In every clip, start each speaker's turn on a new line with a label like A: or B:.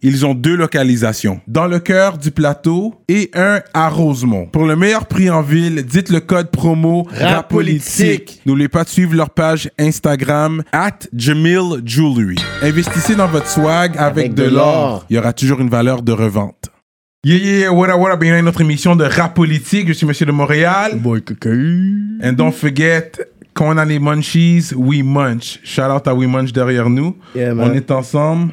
A: ils ont deux localisations, dans le cœur du plateau et un à Rosemont. Pour le meilleur prix en ville, dites le code promo RAPOLITIQUE. N'oubliez pas de suivre leur page Instagram at Jamil Jewelry. Investissez dans votre swag avec,
B: Avec
A: de
B: de
A: l'or.
B: l'or.
A: Il y aura toujours une valeur de revente. Yeah, yeah, yeah, what up, what up, bienvenue à notre émission de rap politique. Je suis Monsieur de Montréal.
B: Boy, cocaïne.
A: And don't forget, quand on a les munchies, we munch. Shout out à We Munch derrière nous.
B: Yeah, man.
A: on est ensemble.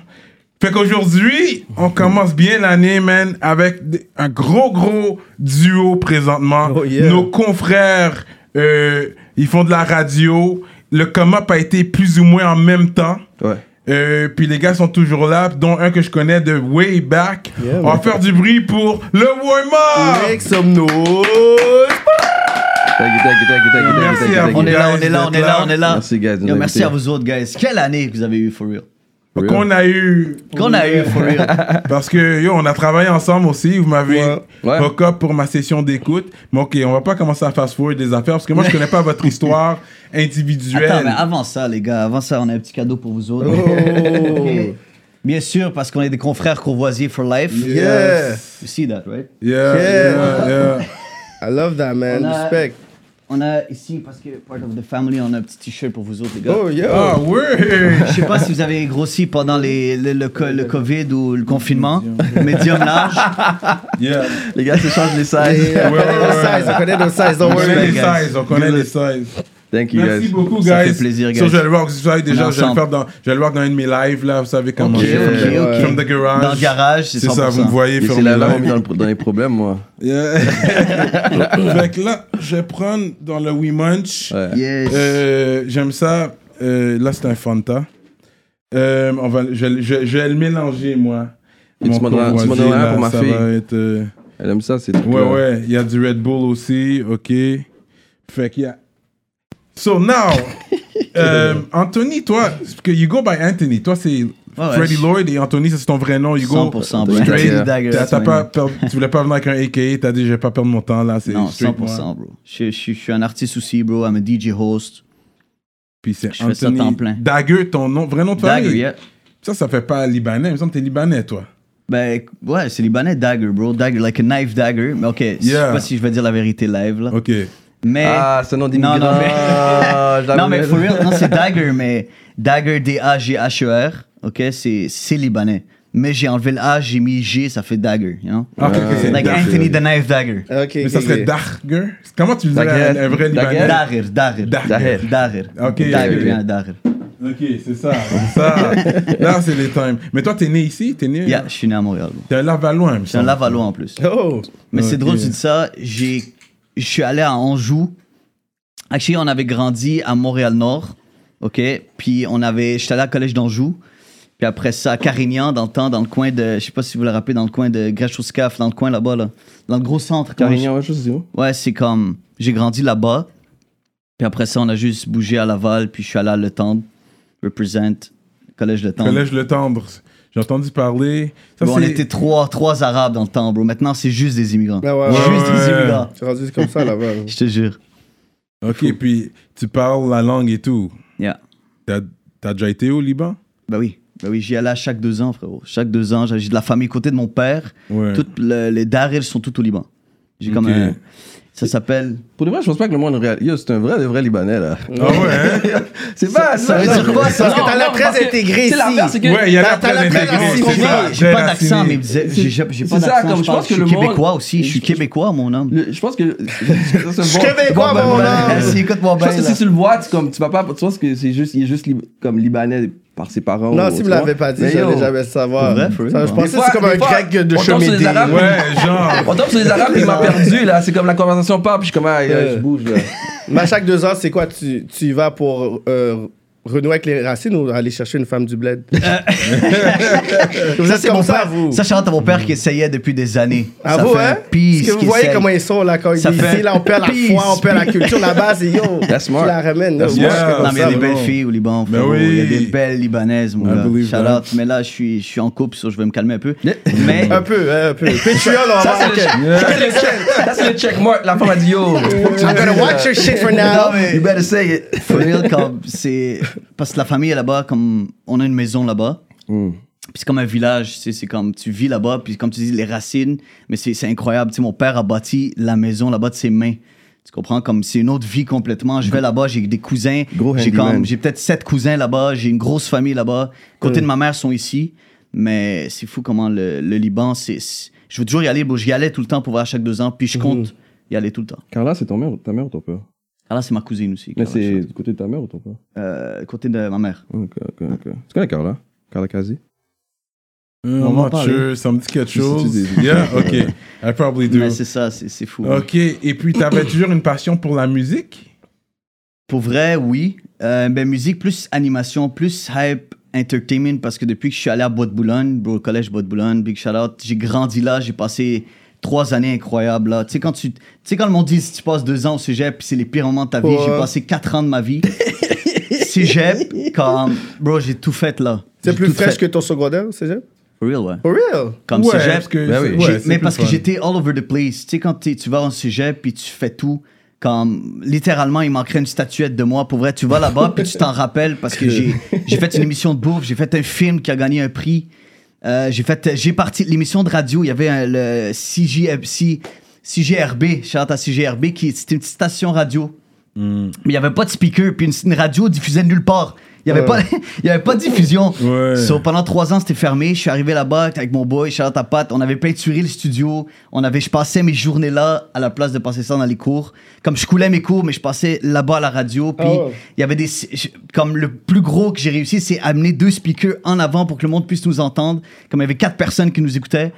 A: Fait qu'aujourd'hui, on commence bien l'année, man, avec d- un gros, gros duo présentement.
B: Oh, yeah.
A: Nos confrères, euh, ils font de la radio. Le come-up a été plus ou moins en même temps.
C: Ouais.
A: Euh, puis les gars sont toujours là, dont un que je connais de way back.
B: Yeah,
A: on va
B: ouais.
A: faire du bruit pour le warm-up!
B: Make some noise.
C: Thank you, thank you, thank you, thank you, thank you,
A: Merci
C: thank you,
A: à
C: thank you.
A: vous.
B: On est là,
A: guys,
B: on est là, on est là,
A: d'être
B: on est là.
C: Merci, guys, de nous
B: Yo, merci
C: inviter.
B: à vous autres, guys. Quelle année que vous avez eu, for real.
A: Qu'on a eu.
B: Qu'on a eu, for real.
A: Parce que yo, on a travaillé ensemble aussi. Vous m'avez
C: Ouais.
A: hook up pour ma session d'écoute. Mais ok, on va pas commencer à fast forward des affaires parce que moi je connais pas votre histoire individuelle.
B: Attends, mais avant ça, les gars, avant ça, on a un petit cadeau pour vous autres. Ok. Bien sûr, parce qu'on est des confrères courvoisiers for life.
D: Yeah.
B: You see that, right?
A: Yeah, yeah,
D: Yeah.
A: yeah.
D: I love that,
B: On
D: man.
B: a-
D: Respect.
B: On a ici, parce que part of the family, on a un petit t-shirt pour vous autres, les gars.
D: Oh, yo.
A: Ah ouais.
B: Je sais pas si vous avez grossi pendant les, le, le co- le Covid ou le confinement, médium large.
A: Yeah.
C: Les gars, se changent les sizes.
D: Yeah, on
A: Ouais,
D: connaît
A: ouais,
D: nos
A: ouais.
D: sizes, on connaît nos sizes,
A: On
D: don't
A: connaît
D: worry.
A: les
B: guys.
A: sizes, on connaît les sizes.
C: Thank you,
A: Merci
C: guys.
A: beaucoup,
B: Ça
A: guys.
B: fait plaisir,
A: Ça,
B: guys.
A: je vais le voir, vous savez déjà,
B: On est
A: je vais, le
B: ensemble.
A: faire dans, je vais le voir dans un de mes lives, là, vous savez comment
B: Ok,
A: je
B: ok,
A: fais.
B: ok.
A: From the garage.
B: Dans le garage, c'est
A: C'est ça,
B: 100%.
A: vous me voyez
C: Et
A: from
C: C'est
A: the
C: là là où on est
A: live.
C: dans, le- dans les problèmes, moi.
A: Yeah. fait que là, je vais prendre dans le We Munch.
C: Ouais.
B: Yes.
A: Euh, J'aime ça. Euh, là, c'est un Fanta. Euh, on va, je, je- je vais le mélanger, moi.
C: Et tu m'en donneras- tu m'en
A: courvoisier,
C: donneras
A: là,
C: pour ma
A: ça
C: fille.
A: va être, euh,
C: Elle aime ça, c'est tout.
A: Ouais, ouais. Il y a du Red Bull aussi. OK. Fait qu'il y a. So now, euh, Anthony, toi, parce que you go by Anthony. Toi, c'est
B: ouais,
A: Freddy
B: je-
A: Lloyd et Anthony, ça, c'est ton vrai nom. You go.
B: 100%, bro.
C: Ouais.
A: Straight.
C: Yeah.
B: Daggers,
A: T'as- t'as
B: man.
A: pas perdu- tu voulais pas venir avec un AKA. T'as dit, je vais pas perdre mon temps là. C'est
B: Non,
A: straight,
B: 100%,
A: moi.
B: bro. Je, je- je suis un artiste aussi, bro. I'm a DJ host.
A: Puis c'est
B: Je fais ça
A: Anthony.
B: temps plein.
A: Dagger, ton nom, vrai nom de famille.
B: Dagger, yeah.
A: Ça, ça fait pas libanais. Il me semble que t'es libanais, toi.
B: Ben, ouais, c'est libanais dagger, bro. Dagger, like a knife dagger. Mais ok, je sais
A: Yeah.
B: pas si je vais dire la vérité live, là.
A: OK.
B: Mais.
C: Ah, c'est un nom d'immigrant.
B: Non, non, mais-
C: Ah, je la
B: non, mais
C: voulais.
B: for real, non, c'est dagger, mais dagger, D-A-G-H-E-R. E Ok, c'est c'est libanais. Mais j'ai enlevé le A, j'ai mis G, ça fait dagger, you know?
A: Ah, ok, ok, c'est
B: like
A: Dagger.
B: Anthony the Knife Dagger.
D: Ok,
A: Mais ça
D: ok,
A: serait
D: ok.
A: Dagger. Comment tu dirais
C: Dagger.
A: un, un vrai
C: Dagger.
A: libanais?
B: Dagger, dagger.
A: Dagger.
B: Dagger.
A: Ok,
B: Dagger,
C: ok.
B: yeah, dagger.
A: Ok, c'est ça, c'est ça. Là, c'est les times. Mais toi, t'es né ici? T'es né?
B: Yeah, je suis né à Montréal. bro.
A: T'es un Lavallois, il me
B: J'ai un
A: semble.
B: Lavallois en plus.
D: Oh,
B: Mais c'est
A: Ok.
B: drôle, tu dis ça. J'ai, je suis allé à Anjou. Actually, on avait grandi à Montréal-Nord. OK? Puis on avait. J'étais allé à collège d'Anjou. Puis après ça, à Carignan, dans le temps, dans le coin de. Je sais pas si vous le rappelez, dans le coin de Grèche-aux-Scaf, dans le coin là-bas, là. Dans le gros centre. comment
C: Carignan, ouais, je sais pas.
B: je- Ouais, c'est comme. J'ai grandi là-bas. Puis après ça, on a juste bougé à Laval. Puis je suis allé à Le Tendre. Represent. Collège Le Tendre.
A: Collège Le Tendre. J'ai entendu parler. Ça,
B: hein. Bon, on
A: c'est-
B: était trois, trois Arabes dans le temps, bro. Maintenant, c'est juste des immigrants.
D: Ah ouais, ouais,
B: juste
A: ouais.
B: des immigrants.
D: tu es rendu comme ça là-bas.
B: Je te jure.
A: Ok, puis tu parles la langue et tout.
B: Yeah.
A: T'as t'as déjà été au Liban?
B: Bah oui, bah oui, j'y allais à chaque deux ans, frérot. Chaque deux ans, j'ai j'ai de la famille côté de mon père.
A: Ouais.
B: Toutes le- les Darils sont tous au Liban. J'ai comme
A: Ok.
B: un- Ça s'appelle.
C: Pour de vrai, je pense pas que le monde réalise. Yo, c'est un vrai, de vrai Libanais, là.
A: Ah ouais, hein?
C: C'est pas
B: Ça veut dire quoi ça
D: Parce que t'as l'air très intégré ici.
A: Ouais, il y a l'air
D: T'as- t'as
A: très
D: la
A: intégré.
D: présence,
A: Ah, c'est
D: on dit.
A: ça,
B: J'ai
A: très
B: pas d'accent,
A: raciné.
B: mais j'ai j'ai- j'ai pas
C: c'est ça,
B: d'accent.
C: comme
B: Je,
C: je pense
B: pense je
C: que
B: suis
C: le monde-
B: québécois aussi. Je suis québécois, mon homme. Bah,
C: Le- Je pense que. Je
D: suis québécois, mon homme.
B: Merci, écoute-moi
C: Je pense
B: bien.
C: que
B: là.
C: si tu le vois, tu, comme, tu vas pas. Tu penses que c'est juste, il est juste lib- comme libanais par ses parents.
D: Non,
C: ou-
D: si
C: tu
D: vous
C: vois.
D: l'avez pas dit,
C: Mais
D: j'allais
C: yo,
D: jamais le savoir.
B: Pour vrai, for real,
D: Ça, je
B: bon.
D: pensais
C: Des
D: que c'est
C: fois-
D: comme un
C: des fois,
D: grec de
C: on tombe sur
D: chemédé.
C: les Arabes.
A: Ouais, genre.
C: On tombe sur les Arabes, il m'a perdu là. C'est comme la conversation parle, puis je suis comme, ah, yo,
D: Euh.
C: je bouge là.
D: Mais à chaque deux ans, c'est quoi tu, tu y vas pour euh, renouer avec les racines ou aller chercher une femme du bled? vous
B: Ça,
D: êtes
B: c'est mon
D: comme ça,
B: père.
D: vous?
B: Ça, je chante à mon père qui essayait depuis des années.
D: À
B: ça
D: vous,
B: fait
D: hein?
B: pisse
D: Parce que vous
B: qu'il
D: voyez
B: essaye.
D: comment ils sont, là, quand ils
B: Ça
D: sont
B: fait
D: ici, là, on perd la
B: peace,
D: foi, on perd la
B: peace.
D: culture, la base, et yo,
C: That's
D: tu
C: smart.
D: la ramènes.
C: That's
D: yo. Moi, je
A: smart.
D: fais comme
B: Non, mais il y a
D: ça,
B: des
D: bro.
B: belles filles au Liban.
A: Ben
B: frérot. Il y a
A: oui.
B: des belles Libanaises, mon
A: I
B: gars.
A: believe
B: Shout
A: that.
B: out. Mais là, je suis, je suis en couple, so je vais me calmer un peu. Mais
D: Un peu, hein, un peu. Patreon, on va
C: Ça,
D: voir.
C: c'est le check. Ça, c'est le check. Ça, c'est le check mark. La femme a dit yo.
D: I'm gonna watch your shit for
B: Non,
D: now.
B: mais you better say it. For real, comme c'est. Parce que la famille est là-bas, comme on a une maison là-bas. Puis c'est comme un village, tu sais, c'est comme tu vis là-bas, puis comme tu dis, les racines, mais c'est c'est incroyable. Tu sais, mon père a bâti la maison là-bas de ses mains. Tu comprends? Comme c'est une autre vie complètement. Je vais là-bas, j'ai des cousins.
C: Gros
B: J'ai
C: handyman.
B: comme j'ai peut-être sept cousins là-bas, j'ai une grosse famille là-bas. Côté de ma mère sont ici, mais c'est fou comment le, le Liban, c'est. c'est- Je veux toujours y aller, bon, j'y allais tout le temps pour voir chaque deux ans, puis je compte y aller tout le temps.
C: Carla, c'est ton mère, ta mère ou ton père
B: Ah là, c'est ma cousine aussi.
C: Mais
B: Carla
C: c'est
B: Schultz.
C: du côté de ta mère ou ton père
B: Euh, côté de ma mère.
C: Ok, ok, ok. Tu connais Carla Carla Kazi
A: Euh,
C: On
A: I'm
C: va
A: not
C: parler.
A: sure, ça me dit quelque
C: Si tu
A: chose.
C: dis-
A: Yeah, ok. I probably do.
B: Mais c'est ça, c'est c'est fou.
A: Ok, et puis t'avais toujours une passion pour la musique?
B: Pour vrai, oui. Euh, ben, musique plus animation, plus hype, entertainment, parce que depuis que je suis allé à Bois-de-Boulogne, bro, au collège Bois-de-Boulogne, Big Shout Out, j'ai grandi là, j'ai passé trois années incroyables là. Tu sais, quand tu tu sais, quand le monde dit si tu passes deux ans au cégep, puis c'est les pires moments de ta vie,
D: Ouais.
B: j'ai passé quatre ans de ma vie. cégep, comme, bro, j'ai tout fait là.
D: C'est
B: J'ai
D: plus
B: tout
D: fraîche
B: fait.
D: que ton secondaire, c'est vrai?
B: For real, ouais.
D: For real?
B: Comme
A: ouais,
B: cégep,
A: parce que
C: Ben
A: c'est-
C: oui.
A: ouais,
B: J'ai-
A: c'est
B: mais
A: plus
B: parce que
A: fun.
B: j'étais all over the place. Tu sais, quand t'es- tu vas en sujet, puis tu fais tout, comme littéralement, il manquerait une statuette de moi. Pour vrai, tu vas là-bas, puis tu t'en rappelles parce que j'ai j'ai fait une émission de bouffe, j'ai fait un film qui a gagné un prix. Euh, j'ai fait j'ai parti de l'émission de radio, il y avait un- le CJFC, CJRB, shout out à CJRB, qui c'était une petite station radio.
A: Hmm.
B: Mais il n'y avait pas de speaker, puis une, une radio diffusait nulle part. Il n'y avait, pas- il y avait pas de diffusion.
A: Ouais.
B: So, pendant trois ans, c'était fermé. Je suis arrivé là-bas avec mon boy, Charlotte à Pat. On avait peinturé le studio. On avait, je passais mes journées là à la place de passer ça dans les cours. Comme je coulais mes cours, mais je passais là-bas à la radio. Puis
D: Ah ouais.
B: il y avait des. je- Comme le plus gros que j'ai réussi, c'est amener deux speakers en avant pour que le monde puisse nous entendre. Comme il y avait quatre personnes qui nous écoutaient.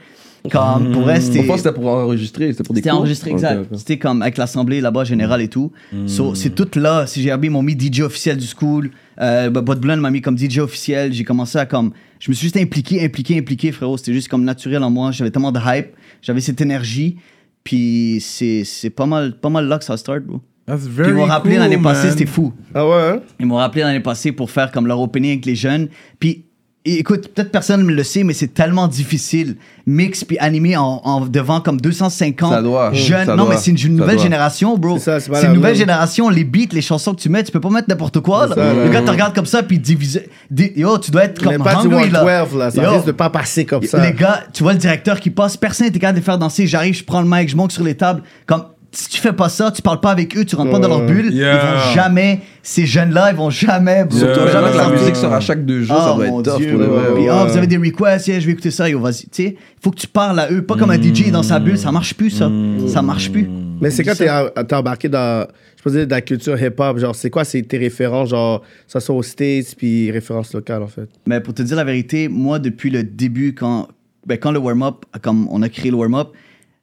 B: Comme pour elle, c'était.
C: On pense que c'était pour enregistrer, c'était pour des
B: C'était
C: cours?
B: enregistré, exact.
C: Ok, ok.
B: C'était comme avec l'assemblée là-bas générale et tout.
A: Mm.
B: So, c'est tout là. CGRB m'ont mis DJ officiel du school. Euh, Bud Blunt m'a mis comme DJ officiel. J'ai commencé à comme. Je me suis juste impliqué, impliqué, impliqué, frérot. C'était juste comme naturel en moi. J'avais tellement de hype. J'avais cette énergie. Puis c'est c'est pas mal, pas mal là que ça start, bro.
A: That's
B: Puis
A: very
B: ils m'ont rappelé
A: cool,
B: l'année passée,
A: man.
B: c'était fou.
D: Ah ouais, hein?
B: Ils m'ont rappelé l'année passée pour faire comme leur opening avec les jeunes. Puis, é- écoute, peut-être personne ne le sait, mais c'est tellement difficile. Mix puis animé en, en- devant comme 250
C: Ça doit,
B: jeunes.
C: ça
B: non,
C: doit,
B: mais c'est une, une
C: ça
B: nouvelle
C: doit.
B: génération, bro.
D: C'est ça, c'est pas
B: une
D: la
B: nouvelle
D: même.
B: génération. Les beats, les chansons que tu mets, tu peux pas mettre n'importe quoi.
D: C'est
B: Là.
D: ça, là.
B: Le gars te regarde comme ça, puis divise. di- Yo, tu dois être
D: Mais
B: comme
D: pas du
B: hungry, là.
D: 112, là. Ça
B: Yo.
D: risque de pas passer comme ça.
B: Les gars, tu vois le directeur qui passe, personne n'était capable de les faire danser. J'arrive, je prends le mic, je monte sur les tables. Comme, si tu fais pas ça, tu parles pas avec eux, tu rentres pas dans leur
D: Ouais.
B: bulle. Ils
A: Yeah.
B: vont jamais, ces jeunes-là, ils vont jamais. bro.
C: Surtout
A: Yeah.
C: jamais que la
A: Ouais.
C: musique sort à chaque deux jours, ça
B: Oh
C: doit
B: mon
C: être tough
B: dieu,
C: pour le
B: bro.
C: vrai.
B: Puis,
C: ouais.
B: ah, vous avez des requests, yeah, je vais écouter ça, yo, vas-y. Tu sais, faut que tu parles à eux, pas
C: Hmm.
B: comme un DJ dans sa bulle, ça marche plus ça. Ça marche plus.
D: Mais c'est quand
B: Ça.
D: t'es en- t'es embarqué dans, je peux dire, dans la culture hip-hop, genre, c'est quoi c'est tes références, genre, ça soit aux States, puis références locales, en fait?
B: Mais pour te dire la vérité, moi, depuis le début, quand, ben, quand le warm-up, comme on a créé le warm-up,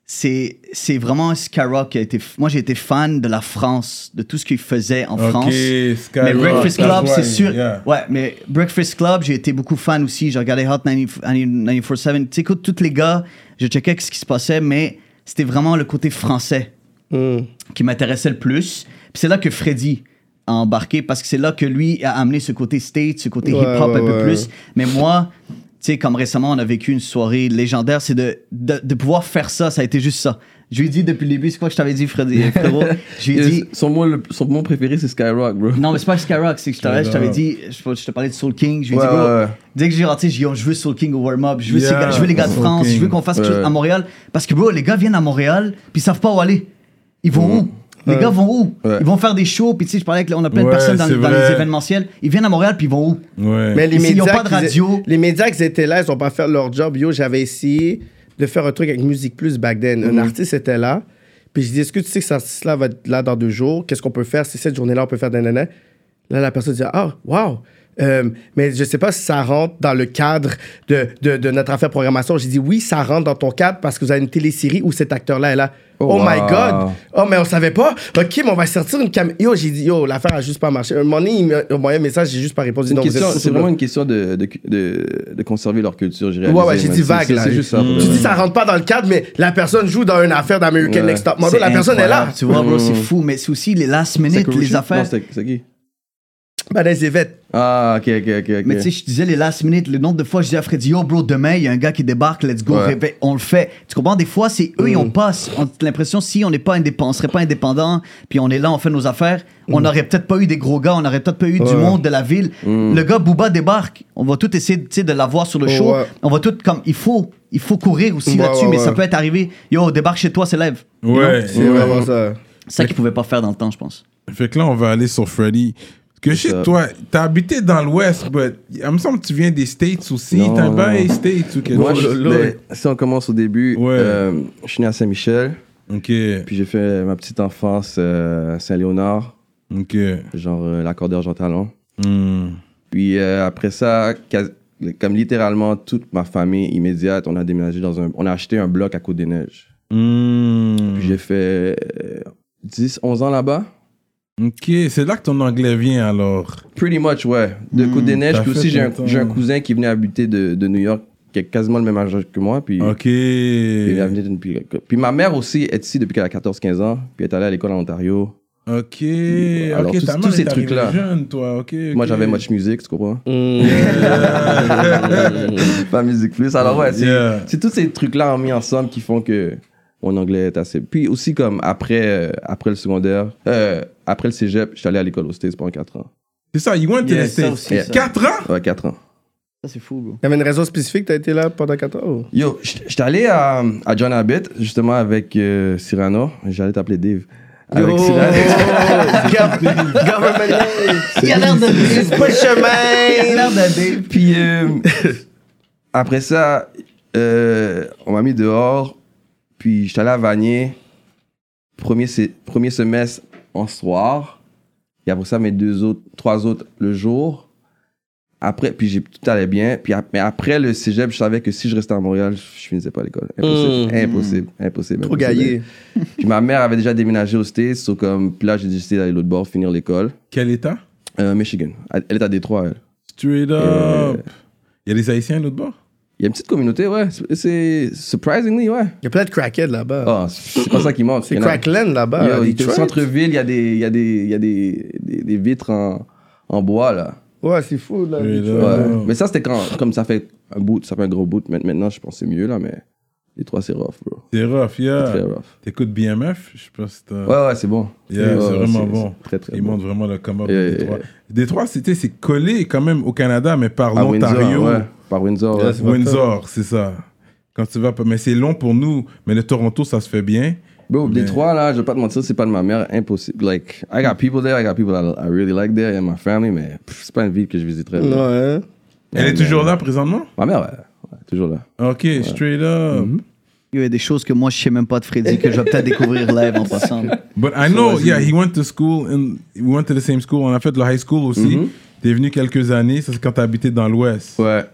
B: c'est c'est vraiment Skyrock qui a été. Moi, j'ai été fan de la France, de tout ce qu'ils faisaient en
A: Ok,
B: France.
A: Sky
B: Mais
A: Rock,
B: Breakfast
A: that's
B: Club,
A: why,
B: c'est sûr.
A: yeah.
B: Ouais, mais Breakfast Club, j'ai été beaucoup fan aussi. J'ai regardé Hot 90 94.7. Tu sais, écoute, tous les gars, je checkais ce qui se passait, mais c'était vraiment le côté français
D: Hmm.
B: qui m'intéressait le plus. Puis c'est là que Freddy a embarqué parce que c'est là que lui a amené ce côté state, ce côté
D: Ouais,
B: hip-hop
D: ouais,
B: un peu
D: ouais.
B: plus. Mais moi, tu sais, comme récemment, on a vécu une soirée légendaire, c'est de, de, de pouvoir faire ça, ça a été juste ça. Je lui ai dit depuis le début, c'est quoi que je t'avais dit, Freddy, frérot? Je lui ai dit,
C: Et Son mot, le- son mot préféré, c'est Skyrock, bro.
B: non, mais c'est pas Skyrock, c'est que je t'avais, je t'avais
A: Skyrock.
B: dit, je, je te parlais de Soul King, je lui ai
C: Ouais,
B: dit, bro,
C: ouais, ouais.
B: dès que j'ai rentré, j'ai dit, yo, je veux Soul King au warm-up, je veux, ces
A: Yeah,
B: gars- je veux les gars de
A: Soul
B: France,
A: King.
B: je veux qu'on fasse quelque chose
C: Ouais.
B: à Montréal. Parce que, bro, les gars viennent à Montréal, puis ils savent pas où aller. Ils vont où Les
D: Ouais.
B: gars vont où
C: Ouais.
B: Ils vont faire des shows, puis tu sais, je parlais avec, on a plein de
A: Ouais,
B: personnes dans,
A: c'est
B: dans les
A: vrai.
B: événementiels, ils viennent à Montréal, puis ils vont où
A: Ouais.
D: Mais les
B: Ici, ils ont
D: médias,
B: pas de radio.
D: les médias qui étaient là, ils ont pas fait leur job. Yo, j'avais essayé de faire un truc avec Musique Plus back then.
C: Mhm.
D: Un artiste était là, puis je dis, est-ce que tu sais que cet artiste-là va être là dans deux jours? Qu'est-ce qu'on peut faire? C'est cette journée-là, on peut faire nanana. Là, la personne dit, ah, wow, Euh, mais je sais pas si ça rentre dans le cadre de, de, de notre affaire programmation. J'ai dit oui, ça rentre dans ton cadre parce que vous avez une télésérie où cet acteur-là est là.
C: Oh,
D: Oh, my
C: wow.
D: God! Oh, mais on savait pas! Ok, mais on va sortir une caméra. Yo, j'ai dit, yo, l'affaire a juste pas marché. Un moment donné, il m'a envoyé un message, j'ai juste pas répondu.
C: C'est une
D: Non, vous
C: question-
D: êtes
C: c'est
D: sur-
C: vraiment une question de, de, de, de conserver leur culture, j'ai
D: Ouais,
C: réalisé,
D: ouais, j'ai
C: man.
D: dit
C: C'est-
D: vague,
C: c'est-
D: là.
C: C'est juste ça. pour de
D: Tu
C: vrai.
D: dis ça rentre pas dans le cadre, mais la personne joue dans une affaire d'American
C: Ouais.
D: Next Top Model. La personne est là.
B: Tu vois, bro, c'est fou, mais c'est aussi les last
C: C'est
B: minute,
C: Kuroshi?
B: les
C: Non,
B: affaires.
C: c'est c'est qui
D: Badass Yvette.
C: Ah, ok, ok, ok. ok.
B: Mais tu sais, je disais les last minute, le nombre de fois je disais à Freddy, yo bro, demain il y a un gars qui débarque, let's go,
C: Ouais.
B: réveille- on le fait. Tu comprends? Des fois, c'est eux,
D: Mm.
B: ils ont pas, on a l'impression si on n'est pas indépendant, on serait pas indépendant, puis on est là, on fait nos affaires,
D: Mm.
B: on n'aurait peut-être pas eu des gros gars, on n'aurait peut-être pas eu du monde de la ville. Le gars Booba débarque, on va tout essayer tu sais, de l'avoir sur le show,
D: Mm. ouais.
B: on va tout comme, il faut, il faut courir aussi
D: Ouais,
B: là-dessus,
D: ouais,
B: mais
D: ouais.
B: ça peut être arrivé, yo, débarque chez toi, c'est live.
A: Ouais.
D: C'est vraiment ça.
B: C'est ça qu'ils pouvaient pas faire dans le temps, je pense.
A: Fait que là, on va aller sur Freddy. Que chez
C: ça.
A: toi, t'as habité dans l'Ouest, mais il me semble que tu viens des States aussi.
C: Non,
A: T'as un
C: non.
A: bail States ou quelque
C: Moi,
A: chose.
C: je- ben, si on commence au début,
A: Ouais.
C: euh, je suis né à Saint-Michel,
A: Ok,
C: puis j'ai fait ma petite enfance euh, à Saint-Léonard,
A: ok.
C: genre euh, l'accordeur Jean Talon.
A: Hmm.
C: Puis euh, après ça, quas- comme littéralement toute ma famille immédiate, on a déménagé dans un. On a acheté un bloc à Côte-des-Neiges.
A: Hmm.
C: Puis j'ai fait euh, 10, 11 ans là-bas.
A: Ok, c'est là que ton anglais vient alors.
C: Pretty much, ouais. De
A: t'as
C: Côte-des-Neiges. Puis
A: fait
C: aussi, j'ai un,
A: ton temps.
C: j'ai un cousin qui venait habiter de, de New York, qui a quasiment le même âge que moi. Puis,
A: Ok.
C: puis il a venu d'une- puis- puis ma mère aussi est ici depuis qu'elle a 14-15 ans. Puis elle est allée à l'école en Ontario.
A: Ok.
C: Alors,
A: ok,
C: tous-
A: ta mère
C: tous ces
A: est arrivée
C: trucs-là.
A: jeune, toi. Ok. ok.
C: Moi, j'avais Much Music, tu comprends? Pas Music Plus. Alors, ouais, c'est
A: Yeah.
C: c'est tous ces trucs-là en mis ensemble qui font que mon anglais est assez. Puis aussi, comme après, euh, après le secondaire, euh, après le cégep, je suis allé à l'école au States pendant 4 ans.
A: C'est ça, you went to
B: Yeah,
A: the
B: ça
A: States.
B: aussi,
C: Yeah. ça.
A: 4 ans?
C: Ouais, 4 ans.
B: Ça, c'est fou, bro.
D: Il y avait une raison spécifique, t'as été là pendant 4 ans ou?
C: Yo, je je suis allé à, à John Abbott, justement, avec euh, Cyrano. J'allais t'appeler Dave. Avec
D: Yo!
C: Cyrano.
D: Gov- Government
B: Il a l'air de
D: It's pas
B: Il
D: le
B: a
D: chemin!
B: l'air d'aller.
C: Puis euh, après ça, euh, on m'a mis dehors. Puis je suis allé à Vanier. Premier, sé- premier semestre en soir. Et après ça, mes deux autres, trois autres le jour. Après, puis j'ai tout allait bien. Puis ap- mais après le cégep, je savais que si je restais à Montréal, je finissais pas l'école. Impossible,
D: Mm.
C: impossible, impossible.
D: Trop
C: impossible.
D: gaillé.
C: Puis ma mère avait déjà déménagé aux States, so comme puis là j'ai décidé d'aller de l'autre bord, finir l'école.
A: Quel état?
C: Euh, Michigan. Elle elle est à Détroit, elle.
A: Straight
C: Euh,
A: up. Il y a des Haïtiens de l'autre bord?
C: Il y a une petite communauté, ouais. C'est- C'est surprisingly, ouais.
D: Il y a plein de crackheads là-bas.
C: Ah, c'est c'est pas ça qui manque.
D: C'est
C: Il y en a-
D: Crackland là-bas.
C: Yo,
D: à
C: il y a Au
D: Detroit.
C: centre-ville, il y a des, il y a des, il y a des, des, des vitres en, en bois, là.
D: Ouais, c'est fou là.
A: Straight
C: Ouais.
D: Detroit.
A: up.
C: Mais ça, c'était quand, comme ça fait un bout, ça fait un gros bout. Mais- Maintenant, je pense que c'est mieux, là, mais Détroit, c'est rough, bro.
A: C'est rough,
C: C'est Très
A: yeah.
C: rough.
A: T'écoutes BMF? Je sais pas si t'as.
C: Ouais, ouais, c'est bon.
A: Yeah,
C: Ouais,
A: c'est
C: ouais,
A: vraiment bon.
C: c'est Très, très
A: Ils
C: bon.
A: montrent vraiment le come-up
C: Yeah,
A: de
C: yeah,
A: Détroit.
C: yeah.
A: Détroit, c'était, c'est collé quand même au Canada, mais par
C: À
A: l'Ontario.
C: Windsor, ouais. Par Windsor, ouais.
D: c'est pas
A: Windsor, c'est ça. Quand tu vas pas. Mais c'est long pour nous. Mais le Toronto, ça se fait bien.
C: Bro,
A: Mais-
C: Détroit, là, je vais pas te mentir, c'est pas de ma mère, impossible. Like, I got people there, I got people that I really like there, and my family, mais pff, c'est pas une ville que je visiterais. là.
D: Ouais. hein.
A: Elle
C: Ouais,
A: est toujours
C: mais-
A: là présentement?
C: Ma mère, ouais, ouais, Mm-hmm. toujours là.
A: Ok, straight up.
B: Il y a des choses que moi je sais même pas de Freddy que je vais peut-être découvrir live en passant.
A: But I know, yeah, he went to school and we went to the same school. On a fait le high school aussi.
C: Mm-hmm.
A: T'es venu quelques années, ça c'est quand t'as habité dans l'Ouest.
C: Ouais.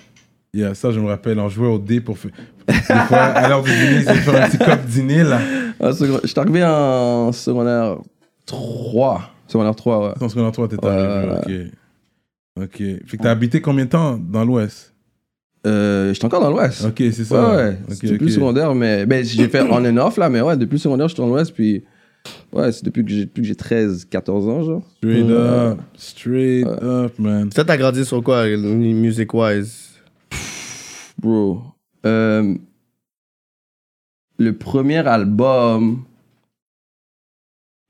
A: Yeah, ça je me rappelle, on jouait au dé pour faire. Des fois, à l'heure du dîner, ils faisaient faire un petit cop dîner là.
C: En seconde- Ah, Je suis arrivé en secondaire 3. Secondaire 3, ouais.
A: Dans ce qu'on toi, t'es arrivé, ok. Ok. Fait que t'as habité combien de temps dans l'Ouest
C: Euh, j'étais encore dans l'Ouest.
A: Ok, c'est
C: Ouais,
A: ça.
C: ouais.
A: Ok,
C: C'était plus
A: ok.
C: secondaire, mais. Ben, j'ai fait on and off, là, mais ouais, depuis le secondaire, je suis dans l'Ouest, puis. Ouais, c'est depuis que j'ai depuis que j'ai 13, 14 ans, genre.
A: Straight up, straight up, man.
D: Ça, t'as grandi sur quoi, music-wise?
C: Bro. Euh, le premier album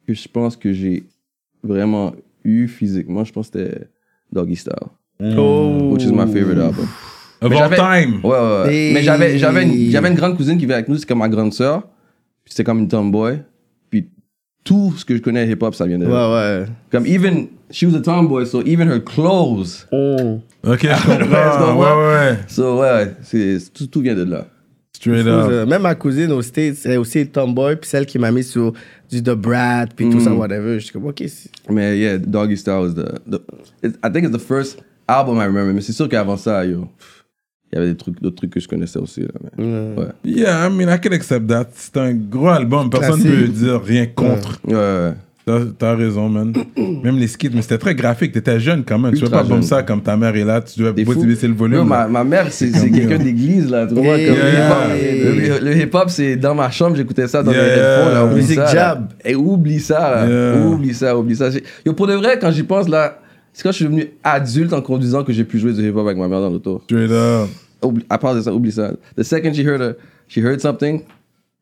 C: que je pense que j'ai vraiment eu physiquement, je pense que c'était Doggy Style.
D: Oh.
C: Mm. Which is my favorite album.
A: Of
C: Mais
A: all
C: j'avais-
A: time.
C: Ouais, ouais, ouais.
D: Hey.
C: Mais j'avais, j'avais, une, j'avais une grande cousine qui vivait avec nous, c'est comme ma grande sœur. Puis c'était comme une tomboy. Puis tout ce que je connais hip-hop, ça vient de
D: Ouais,
C: là.
D: ouais.
C: Comme even, she was a tomboy, so even her clothes.
D: Oh.
A: Ok, je
C: Ouais, c'est
A: comprends.
C: normal.
A: ouais, ouais.
C: So ouais, ouais, c'est, tout, tout vient de là.
A: Straight up.
D: Euh, Même ma cousine au States, elle est aussi tomboy, puis celle qui m'a mis sur du The Brat, puis tout ça, whatever. Je suis comme, ok. c'est-
C: Man, yeah, Doggy Style is the, the it's, I think it's the first album I remember, mais c'est sûr qu'avant ça, yo, pff, il y avait des trucs, d'autres trucs que je connaissais aussi. Là, mais- ouais.
A: Yeah, I mean, I can accept that. C'est un gros album. Personne ne
D: Classique.
A: peut dire rien contre.
C: Ouais, ouais.
A: T'as t'as raison, man. Même les skits, mais c'était très graphique. T'étais jeune quand même. Tu
C: Ultra
A: veux pas comme
C: jeune.
A: ça, comme ta mère est là. Tu devais
C: T'es
A: pas
C: fou?
A: baisser le volume.
C: Yo,
A: là.
C: ma, ma mère, c'est c'est
A: Comme-
C: quelqu'un d'église, là. Tu vois,
D: Hey.
C: comme
A: Yeah.
C: le hip-hop. Le hip-hop, c'est dans ma chambre, j'écoutais ça dans
A: Yeah.
C: les headphones. Là, oublie
D: Music
C: ça, là.
D: jab.
C: Et oublie ça, là.
A: Yeah.
C: Oublie ça, oublie ça. J'ai- Yo, pour de vrai, quand j'y pense, là, c'est quand je suis devenu adulte en conduisant que j'ai pu jouer du hip-hop avec ma mère dans l'auto.
A: Straight up.
C: Oublie- À part de ça, oublie ça. The second she heard, a- she heard something,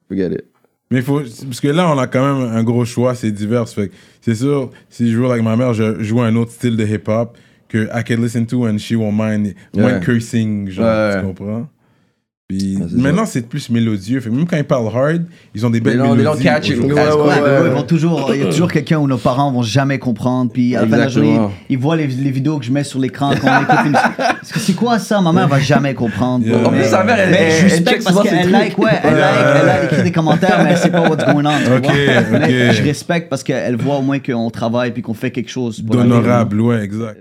C: forget it.
A: Mais faut. Parce que là, on a quand même un gros choix. C'est divers. Fait que c'est sûr, si je joue avec ma mère, je joue un autre style de hip-hop que I can listen to and she won't mind. Moins
C: Ouais.
A: de cursing, genre.
C: Ouais, ouais.
A: Tu comprends? Puis
C: Ouais, c'est
A: maintenant, c'est plus mélodieux. Fait que même quand ils parlent hard, ils ont des belles
C: They don't- they don't
A: mélodies.
C: catch it.
A: aujourd'hui.
C: Ouais,
B: Ouais,
C: ouais,
B: mais
C: ouais.
B: ouais, ils vont toujours, il y a toujours quelqu'un où nos parents vont jamais comprendre. Puis à la fin de la journée,
C: Exactement.
B: ils voient les, les vidéos que je mets sur l'écran quand on écoute une musique. Parce que c'est quoi ça Ma mère va jamais comprendre.
A: Yeah. En plus,
B: Mais-
C: sa mère, elle-
B: mais
C: elle-
B: je
C: elle
B: respecte
C: check
B: parce
C: souvent ses
B: qu'elle
C: trucs.
B: like, ouais, elle like, elle a écrit des commentaires, mais elle sait pas what's going on. tu
A: Ok,
B: vois. Mais
A: ok.
B: je respecte parce qu'elle voit au moins qu'on travaille puis qu'on fait quelque chose. pour la vie.
A: D'honorable, ouais, exact.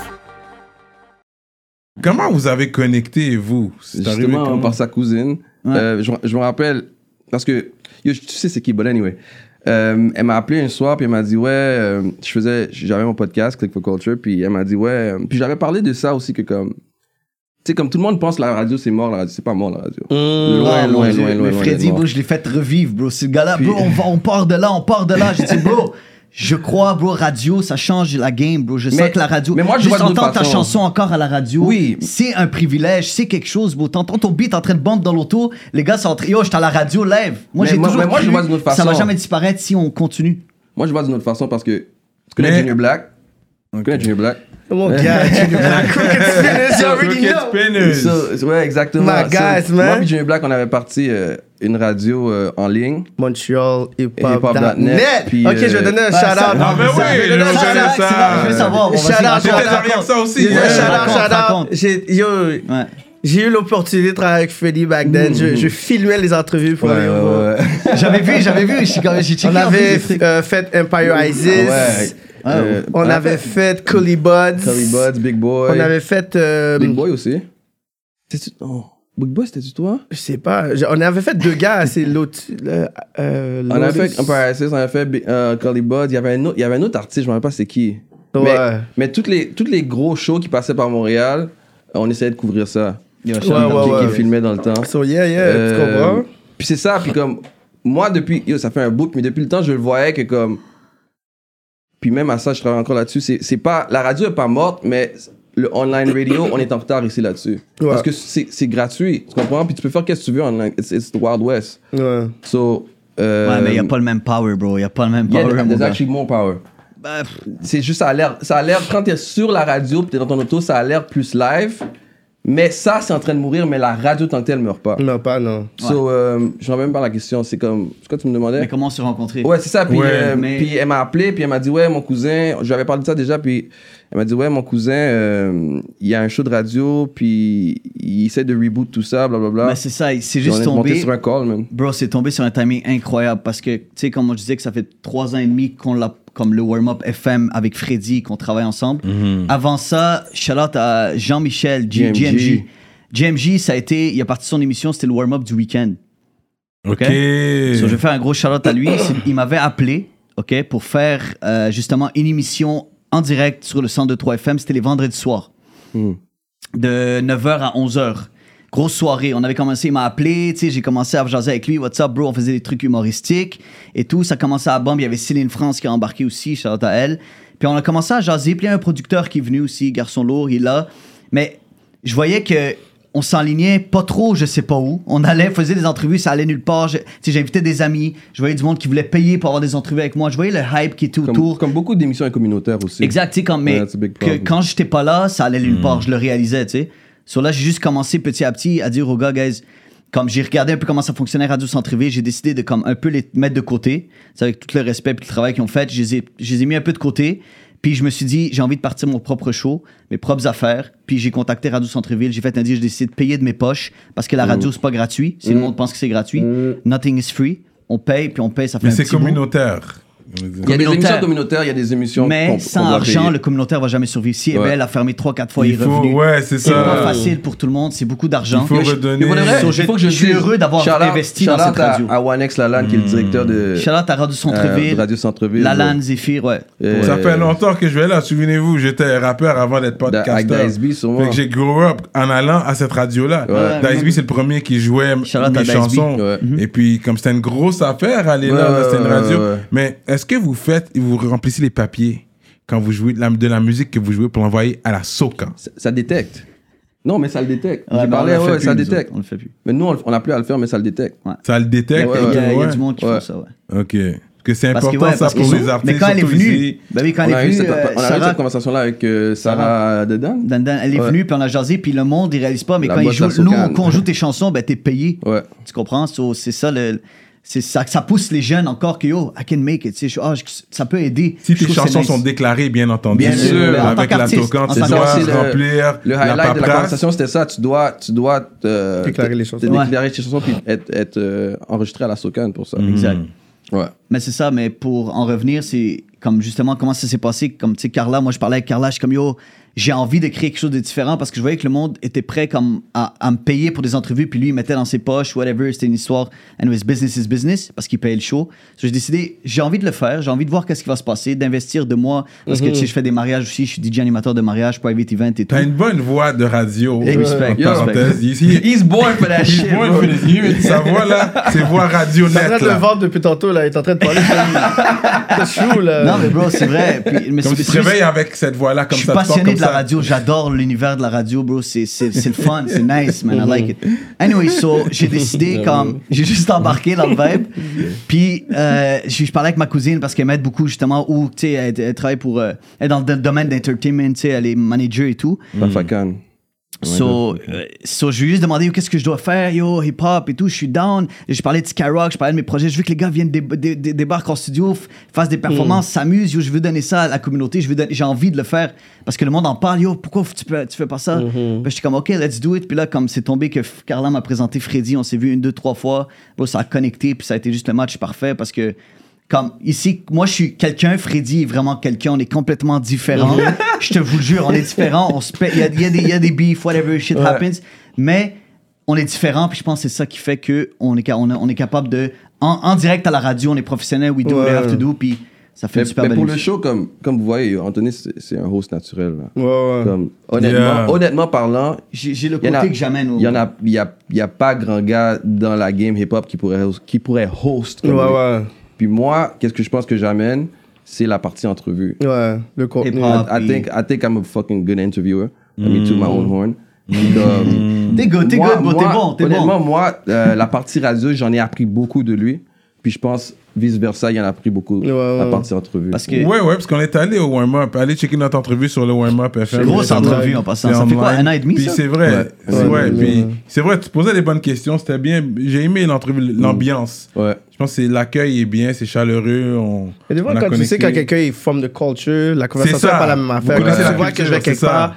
A: Comment vous avez connecté, vous C'est arrivé
C: Justement,
A: comment?
C: par sa cousine.
B: Ouais.
C: Euh, je, je me rappelle, parce que, yo, tu sais c'est qui, but anyway. Euh, elle m'a appelé un soir, puis elle m'a dit, ouais, euh, je faisais, j'avais mon podcast, Click for Culture, puis elle m'a dit, ouais, euh, puis j'avais parlé de ça aussi, que comme, tu sais, comme tout le monde pense la radio, c'est mort, la radio, c'est pas mort, la radio.
B: Ah,
C: Loin,
B: mon
C: loin,
B: Dieu.
C: loin, loin,
B: Mais
C: loin
B: Freddy,
C: d'être mort.
B: bro, je l'ai fait revivre, bro. C'est le gars-là,
C: Puis-
B: bro, on, va- on part de là, on part de là. J'ai dit, bro, je crois, bro, radio, ça change la game, bro. Je sens
C: Mais-
B: que la radio.
C: mais moi, je
B: Juste
C: vois d'une
B: entendre ta
C: façon.
B: chanson encore à la radio.
C: Oui.
B: C'est un privilège, c'est quelque chose, bro. T'entends ton beat en train de bomber dans l'auto. Les gars sont en train. Yo, j'étais à la radio live. Moi,
C: Mais
B: j'ai
C: moi-
B: toujours.
C: mais moi, je
B: cru
C: vois d'une autre
B: que Ça va
C: façon.
B: jamais disparaître si on continue.
C: Moi, je vois d'une autre façon, parce que, tu connais
A: Mais-
C: Junior Black? Tu connais Junior Black?
D: Mon gars, Junior Black Crooked Spinners, you already
A: Crooked
D: know.
A: Spinners.
C: So, ouais, exactement.
D: My guys, man.
C: Moi, puis Junior Black, on avait parti euh, une radio euh, en ligne.
D: Montreal Hip Hop
C: Hip-hop
D: dot
C: dot
D: net.
C: net, puis,
D: ok, je vais
C: euh,
D: donner un
B: bah,
D: shout
B: ça-
D: out.
A: Ah, ben oui, je
D: un
A: connais
D: shout-out.
A: ça.
B: Je veux savoir. on va
D: Shout-out,
B: savoir.
A: J'étais
D: shout-out.
A: derrière ça aussi.
D: Ouais,
A: hein.
D: shout out,
B: raconte,
D: shout out.
B: raconte.
D: J'ai, yo,
B: Ouais.
D: j'ai eu l'opportunité de travailler avec Freddy back then. Je, je filmais les entrevues pour lui.
B: J'avais vu, j'avais vu. J'ai j'ai checké
D: On
B: en plus
D: avait
B: les trucs.
D: euh, fait Empire Isis.
C: Ah Ouais. Euh,
D: On avait fait Cully Buds.
C: Curry Buds, Big Boy.
D: On avait fait. euh,
C: Big Boy aussi. C'était-tu. Oh. Big Boy, c'était-tu toi?
D: Je sais pas. je- On avait fait deux gars. C'est l'autre. le- euh,
C: On avait
D: l'autre-
C: fait Empire Assist, on avait fait Big- euh, Curly Buds. Il y avait un autre, il y avait un autre artiste, je me rappelle pas c'est qui. Mais,
D: Ouais.
C: mais toutes les, toutes les gros shows qui passaient par Montréal, on essayait de couvrir ça.
B: Yo,
C: Qui,
B: shout-out.
D: ouais, ouais.
C: qui filmait dans le temps.
D: So yeah, yeah.
C: Euh,
D: Tu comprends?
C: Puis c'est ça, puis comme moi depuis, yo, ça fait un bout, mais depuis le temps, je le voyais que comme, puis même à ça, je travaille encore là-dessus. C'est, c'est pas, la radio est pas morte, mais le online radio, on est en retard ici là-dessus,
D: Ouais.
C: parce que c'est, c'est gratuit, tu comprends? Puis tu peux faire qu'est-ce que tu veux online, it's, it's the Wild West.
D: Ouais.
C: So, euh,
B: Ouais, mais y a pas le même power, bro. Y a pas le même
C: yeah,
B: power. mon
C: there's
B: gars.
C: actually more power.
B: Bah, pff,
C: C'est juste ça a l'air, ça a l'air quand t'es sur la radio, puis t'es dans ton auto, ça a l'air plus live. Mais ça, c'est en train de mourir, mais la radio tant que telle meurt pas.
D: Non, pas non.
C: So, euh, je remets même pas la question. C'est comme. C'est quoi tu me demandais
B: Mais comment on s'est rencontrés
C: Ouais, c'est ça. Puis,
A: Ouais,
C: euh,
B: mais-
C: puis elle m'a appelé, puis elle m'a dit Ouais, mon cousin. Je lui avais parlé de ça déjà, puis elle m'a dit Ouais, mon cousin, euh, il y a un show de radio, puis il essaie de reboot tout ça, blablabla.
B: Mais Ben, c'est ça, il- c'est
C: Puis on
B: juste
C: est monté
B: tombé.
C: sur un call, man.
B: Bro, c'est tombé sur un timing incroyable parce que, tu sais, comme je disais, que ça fait trois ans et demi qu'on l'a, comme le warm-up FM avec Freddy, qu'on travaille ensemble. Avant ça, shout out à Jean-Michel, G-
C: GMG.
B: GMG. GMG, ça a été, il a parti son émission, c'était le warm-up du week-end.
A: Ok.
B: So, je vais faire un gros shout-out à lui. C'est- Il m'avait appelé, OK, pour faire euh, justement une émission en direct sur le 102.3 FM. C'était les vendredis soirs. De 9h à 11h. Grosse soirée. On avait commencé, il m'a appelé, tu sais, j'ai commencé à jaser avec lui. What's up, bro? On faisait des trucs humoristiques et tout. Ça commençait à bomber. Il y avait Céline France qui a embarqué aussi, shout-out à elle. Puis on a commencé à jaser. Puis il y a un producteur qui est venu aussi, garçon lourd, il est là. Mais je voyais que on s'enlignait pas trop, je sais pas où. On allait, faisait des entrevues, ça allait nulle part. Je- tu sais, J'invitais des amis, je voyais du monde qui voulait payer pour avoir des entrevues avec moi. Je voyais le hype qui était
C: Comme,
B: autour.
C: comme beaucoup d'émissions communautaires aussi.
B: Exact, tu sais, comme, mais
C: Yeah, that's a big
B: que
C: problem. Hmm.
B: quand j'étais pas là, ça allait nulle part, je le réalisais, tu sais. So là, j'ai juste commencé petit à petit à dire aux gars, guys, comme j'ai regardé un peu comment ça fonctionnait Radio Centre-Ville, j'ai décidé de comme un peu les mettre de côté. C'est avec tout le respect et le travail qu'ils ont fait, je les, ai, je les ai mis un peu de côté. Puis je me suis dit, j'ai envie de partir mon propre show, mes propres affaires. Puis j'ai contacté Radio Centre-Ville, j'ai fait un deal, j'ai décidé de payer de mes poches parce que la
C: Hmm.
B: radio, c'est pas gratuit. Si le monde pense que c'est gratuit, nothing is free. On paye, puis on paye, ça fait
A: Mais
B: un
A: c'est
B: petit bout.
A: communautaire.
C: Il y a des
B: Communautaire.
C: émissions communautaires, il y a des émissions. qu'on-
B: Mais
C: qu'on
B: sans
C: doit
B: argent,
C: payer.
B: le communautaire va jamais survivre. Si
C: Ouais.
B: Ebel a fermé 3-4 fois, il est
A: Il faut,
B: revenu.
A: ouais, c'est
B: C'est pas
A: ça.
B: facile pour tout le monde, c'est beaucoup d'argent.
A: Il faut
B: Mais je-
A: redonner.
C: Mais pour de vrai,
B: So, je-
C: il faut que je
B: je suis
C: dise
B: heureux d'avoir
C: shout-out-
B: investi dans
C: shout-out
B: cette
C: à-
B: radio.
C: À Wanex Lalanne, qui est le directeur de
B: Charlotte à Radio
C: euh,
B: Centre-Ville,
C: Radio Centre-Ville.
B: la LAN, Zephyr, ouais.
C: Euh,
A: Ça fait longtemps que je vais là. Souvenez-vous, j'étais rappeur avant d'être
C: Avec
A: podcasteur.
C: DSB,
A: Fait
C: sûrement.
A: que j'ai grow up en allant à cette radio-là.
C: Ouais.
A: Dice B, c'est le premier qui jouait m-
B: Shout out à
A: mes
B: Dice B.
A: chansons.
C: Ouais.
B: Mhm.
A: Et puis, comme c'était une grosse affaire, aller
C: Ouais,
A: là, là,
C: ouais,
A: c'était une
C: ouais,
A: radio.
C: ouais.
A: Mais est-ce que vous faites, vous remplissez les papiers quand vous jouez de la, de la musique que vous jouez pour l'envoyer à la Soca?
C: Ça- Ça détecte. Non, mais ça le détecte.
B: Ouais,
C: J'ai
B: bah, on
C: parlé,
B: le fait
C: ouais,
B: plus,
C: ça
B: nous
C: détecte.
B: autres, On le fait plus.
C: Mais nous, on on a plus à le faire, mais ça le détecte.
A: Ça le détecte?
C: Ouais,
B: Il y a-
C: ouais,
B: il y a du monde qui
C: ouais.
B: font ça, ouais.
A: OK. Parce que c'est
B: Parce
A: important,
B: que, ouais,
A: ça,
B: parce
A: pour
B: qu'ils
A: les
B: sont-
A: artistes,
B: Mais quand elle est
A: surtout
B: venue,
A: ici.
B: bah oui, quand
C: On
B: elle
C: a
B: est
C: eu
B: venue,
C: cette-
B: euh,
C: on a eu
B: Sarah-
C: cette conversation-là avec euh, Sarah Dedan.
B: Dan- Dan, elle est
C: Ouais.
B: venue, puis on a jasé, puis le monde, il réalise pas, mais
C: La
B: quand ils
C: boîte de la
B: jouent, nous,
C: Soukane.
B: quand on joue tes chansons, ben, t'es payé.
C: Ouais.
B: Tu comprends? So, c'est ça le. C'est ça, ça pousse les jeunes encore que yo, I can make it. tu sais, je- ah, je- ça peut aider.
A: Si
B: Je
A: tes
B: trouve que c'est
A: chansons
B: nice.
A: sont déclarées, bien entendu,
C: Bien sûr,
A: euh,
C: mais en tant
A: avec la
B: qu'artiste,
A: tocante,
B: en
A: tu
B: tant
A: dois
C: qu'artiste.
A: remplir
C: Le
A: la
C: highlight de la
A: paperasse.
C: conversation, c'était ça. Tu dois, tu dois te-
D: Déclarer
C: te-
D: les choses.
C: te
B: Ouais.
C: déclarer tes chansons puis être, être, euh, enregistré à la Socan pour ça.
A: Mm.
B: Exact.
C: Ouais.
B: Hmm. Mais c'est ça, mais pour en revenir, c'est comme justement comment ça s'est passé. Comme tu sais, Carla, moi je parlais avec Carla, je suis comme yo, j'ai envie de créer quelque chose de différent parce que je voyais que le monde était prêt comme à, à me payer pour des entrevues, puis lui il mettait dans ses poches, whatever, c'était une histoire. Anyways, business is business parce qu'il payait le show. So, j'ai décidé, j'ai envie de le faire, j'ai envie de voir qu'est-ce qui va se passer, d'investir de moi parce que tu sais, je fais des mariages aussi, je suis DJ animateur de mariage, private event et tout.
A: Mhm. T'as une bonne voix de radio.
B: Hey, Eh, respect,
A: En parenthèse, ici,
C: He's born for that
A: He's born for this. You- Sa voix là, c'est voix radio
D: T'es en train
A: nette
D: de le
A: là.
D: vendre depuis tantôt, là. Il est en train de parler. C'est chou, là.
B: Non mais bro, c'est vrai. Puis- mais
A: Comme
B: c'est-
A: tu te réveilles avec cette voix là, comme
B: je suis
A: ça. tu parles
B: passionné
A: comme
B: de la
A: ça.
B: radio, j'adore l'univers de la radio, bro. C'est c'est- c'est le fun, c'est nice, man. I like it. Anyway, so j'ai décidé comme j'ai juste embarqué dans le vibe. Puis euh, je, je parlais avec ma cousine parce qu'elle m'aide beaucoup justement où tu sais elle, elle travaille pour euh, elle est dans le domaine d'entertainment, tu sais elle est manager et tout.
C: La Facan.
B: So, euh, so, je lui ai juste demandé, yo, qu'est-ce que je dois faire, yo, hip-hop et tout, je suis down. Je parlais de Skyrock, je parlais de mes projets, je veux que les gars viennent dé- dé- dé- débarquent en studio, f- fassent des performances, s'amusent, yo, je veux donner ça à la communauté, je veux donner- j'ai envie de le faire parce que le monde en parle, yo, pourquoi f- tu, peux- tu fais pas ça? Ben, j'étais comme, ok, let's do it. Puis là, comme c'est tombé que f- Carla m'a présenté Freddy, on s'est vu une, deux, trois fois, Bon, ça a connecté, puis ça a été juste le match parfait parce que. Comme ici, moi je suis quelqu'un, Freddy est vraiment quelqu'un, on est complètement différents. je te vous le jure, on est différents, on se paie- il y a, il y a des- il y a des beefs, whatever, shit happens, mais on est différents, puis je pense que c'est ça qui fait que on est, ca- on a- on est capable de. En, en direct à la radio, on est professionnel, we do what we
D: Ouais.
B: have to do, puis ça fait
C: Mais,
B: une super
C: mais
B: belle
C: pour le
B: musique.
C: show, comme, comme vous voyez, Anthony, c'est c'est un host naturel. là.
D: Ouais, ouais.
C: Comme, honnêtement,
A: Yeah.
C: honnêtement parlant,
B: J'ai j'ai le
C: il y en a-
B: côté que j'amène au.
C: il y en a, il y a, il y a pas grand gars dans la game hip-hop qui pourrait, host- qui pourrait host.
D: Ouais,
C: comme lui.
D: ouais.
C: Puis moi, qu'est-ce que je pense que j'amène, c'est la partie entrevue.
D: Ouais, le contenu.
B: Hip-hop. Ah,
C: I, I
B: puis-
C: think I think I'm a fucking good interviewer. Let me toot my own horn. Comme-
B: T'es good, Oh, t'es
C: Moi-
B: good, bro, t'es
C: moi,
B: bon, t'es
C: Honnêtement,
B: bon.
C: moi, euh, la partie radio, j'en ai appris beaucoup de lui. Puis je pense vice versa, il en a appris beaucoup
D: Ouais, ouais.
C: la partie entrevue.
B: Parce que.
A: Ouais, ouais, parce qu'on est allé au warm-up. Allez checker notre entrevue sur le warm-up FM.
B: Grosse
A: C'est
B: entrevue
A: online.
B: en passant.
A: C'est
B: Ça fait quoi,
A: online.
B: un an et demi,
A: Puis
B: ça?
A: c'est vrai.
C: Ouais.
A: C'est
C: Ouais,
A: vrai.
D: ouais,
A: Puis
D: ouais.
A: c'est vrai, tu posais les bonnes questions. C'était bien. J'ai aimé l'entrevue,
B: Mm.
A: l'ambiance.
C: Ouais.
A: Je pense que c'est- l'accueil est bien, c'est chaleureux. On,
D: Mais des fois,
A: on a
D: quand tu
A: connecté.
D: sais quand quelqu'un est from the culture, la
A: C'est
D: conversation
A: ça.
D: n'est pas la même
A: Vous
D: affaire.
A: connaissez
D: Quand
A: la
D: tu vois que
A: culture,
D: je vais
A: c'est
D: quelque
A: ça.
D: part,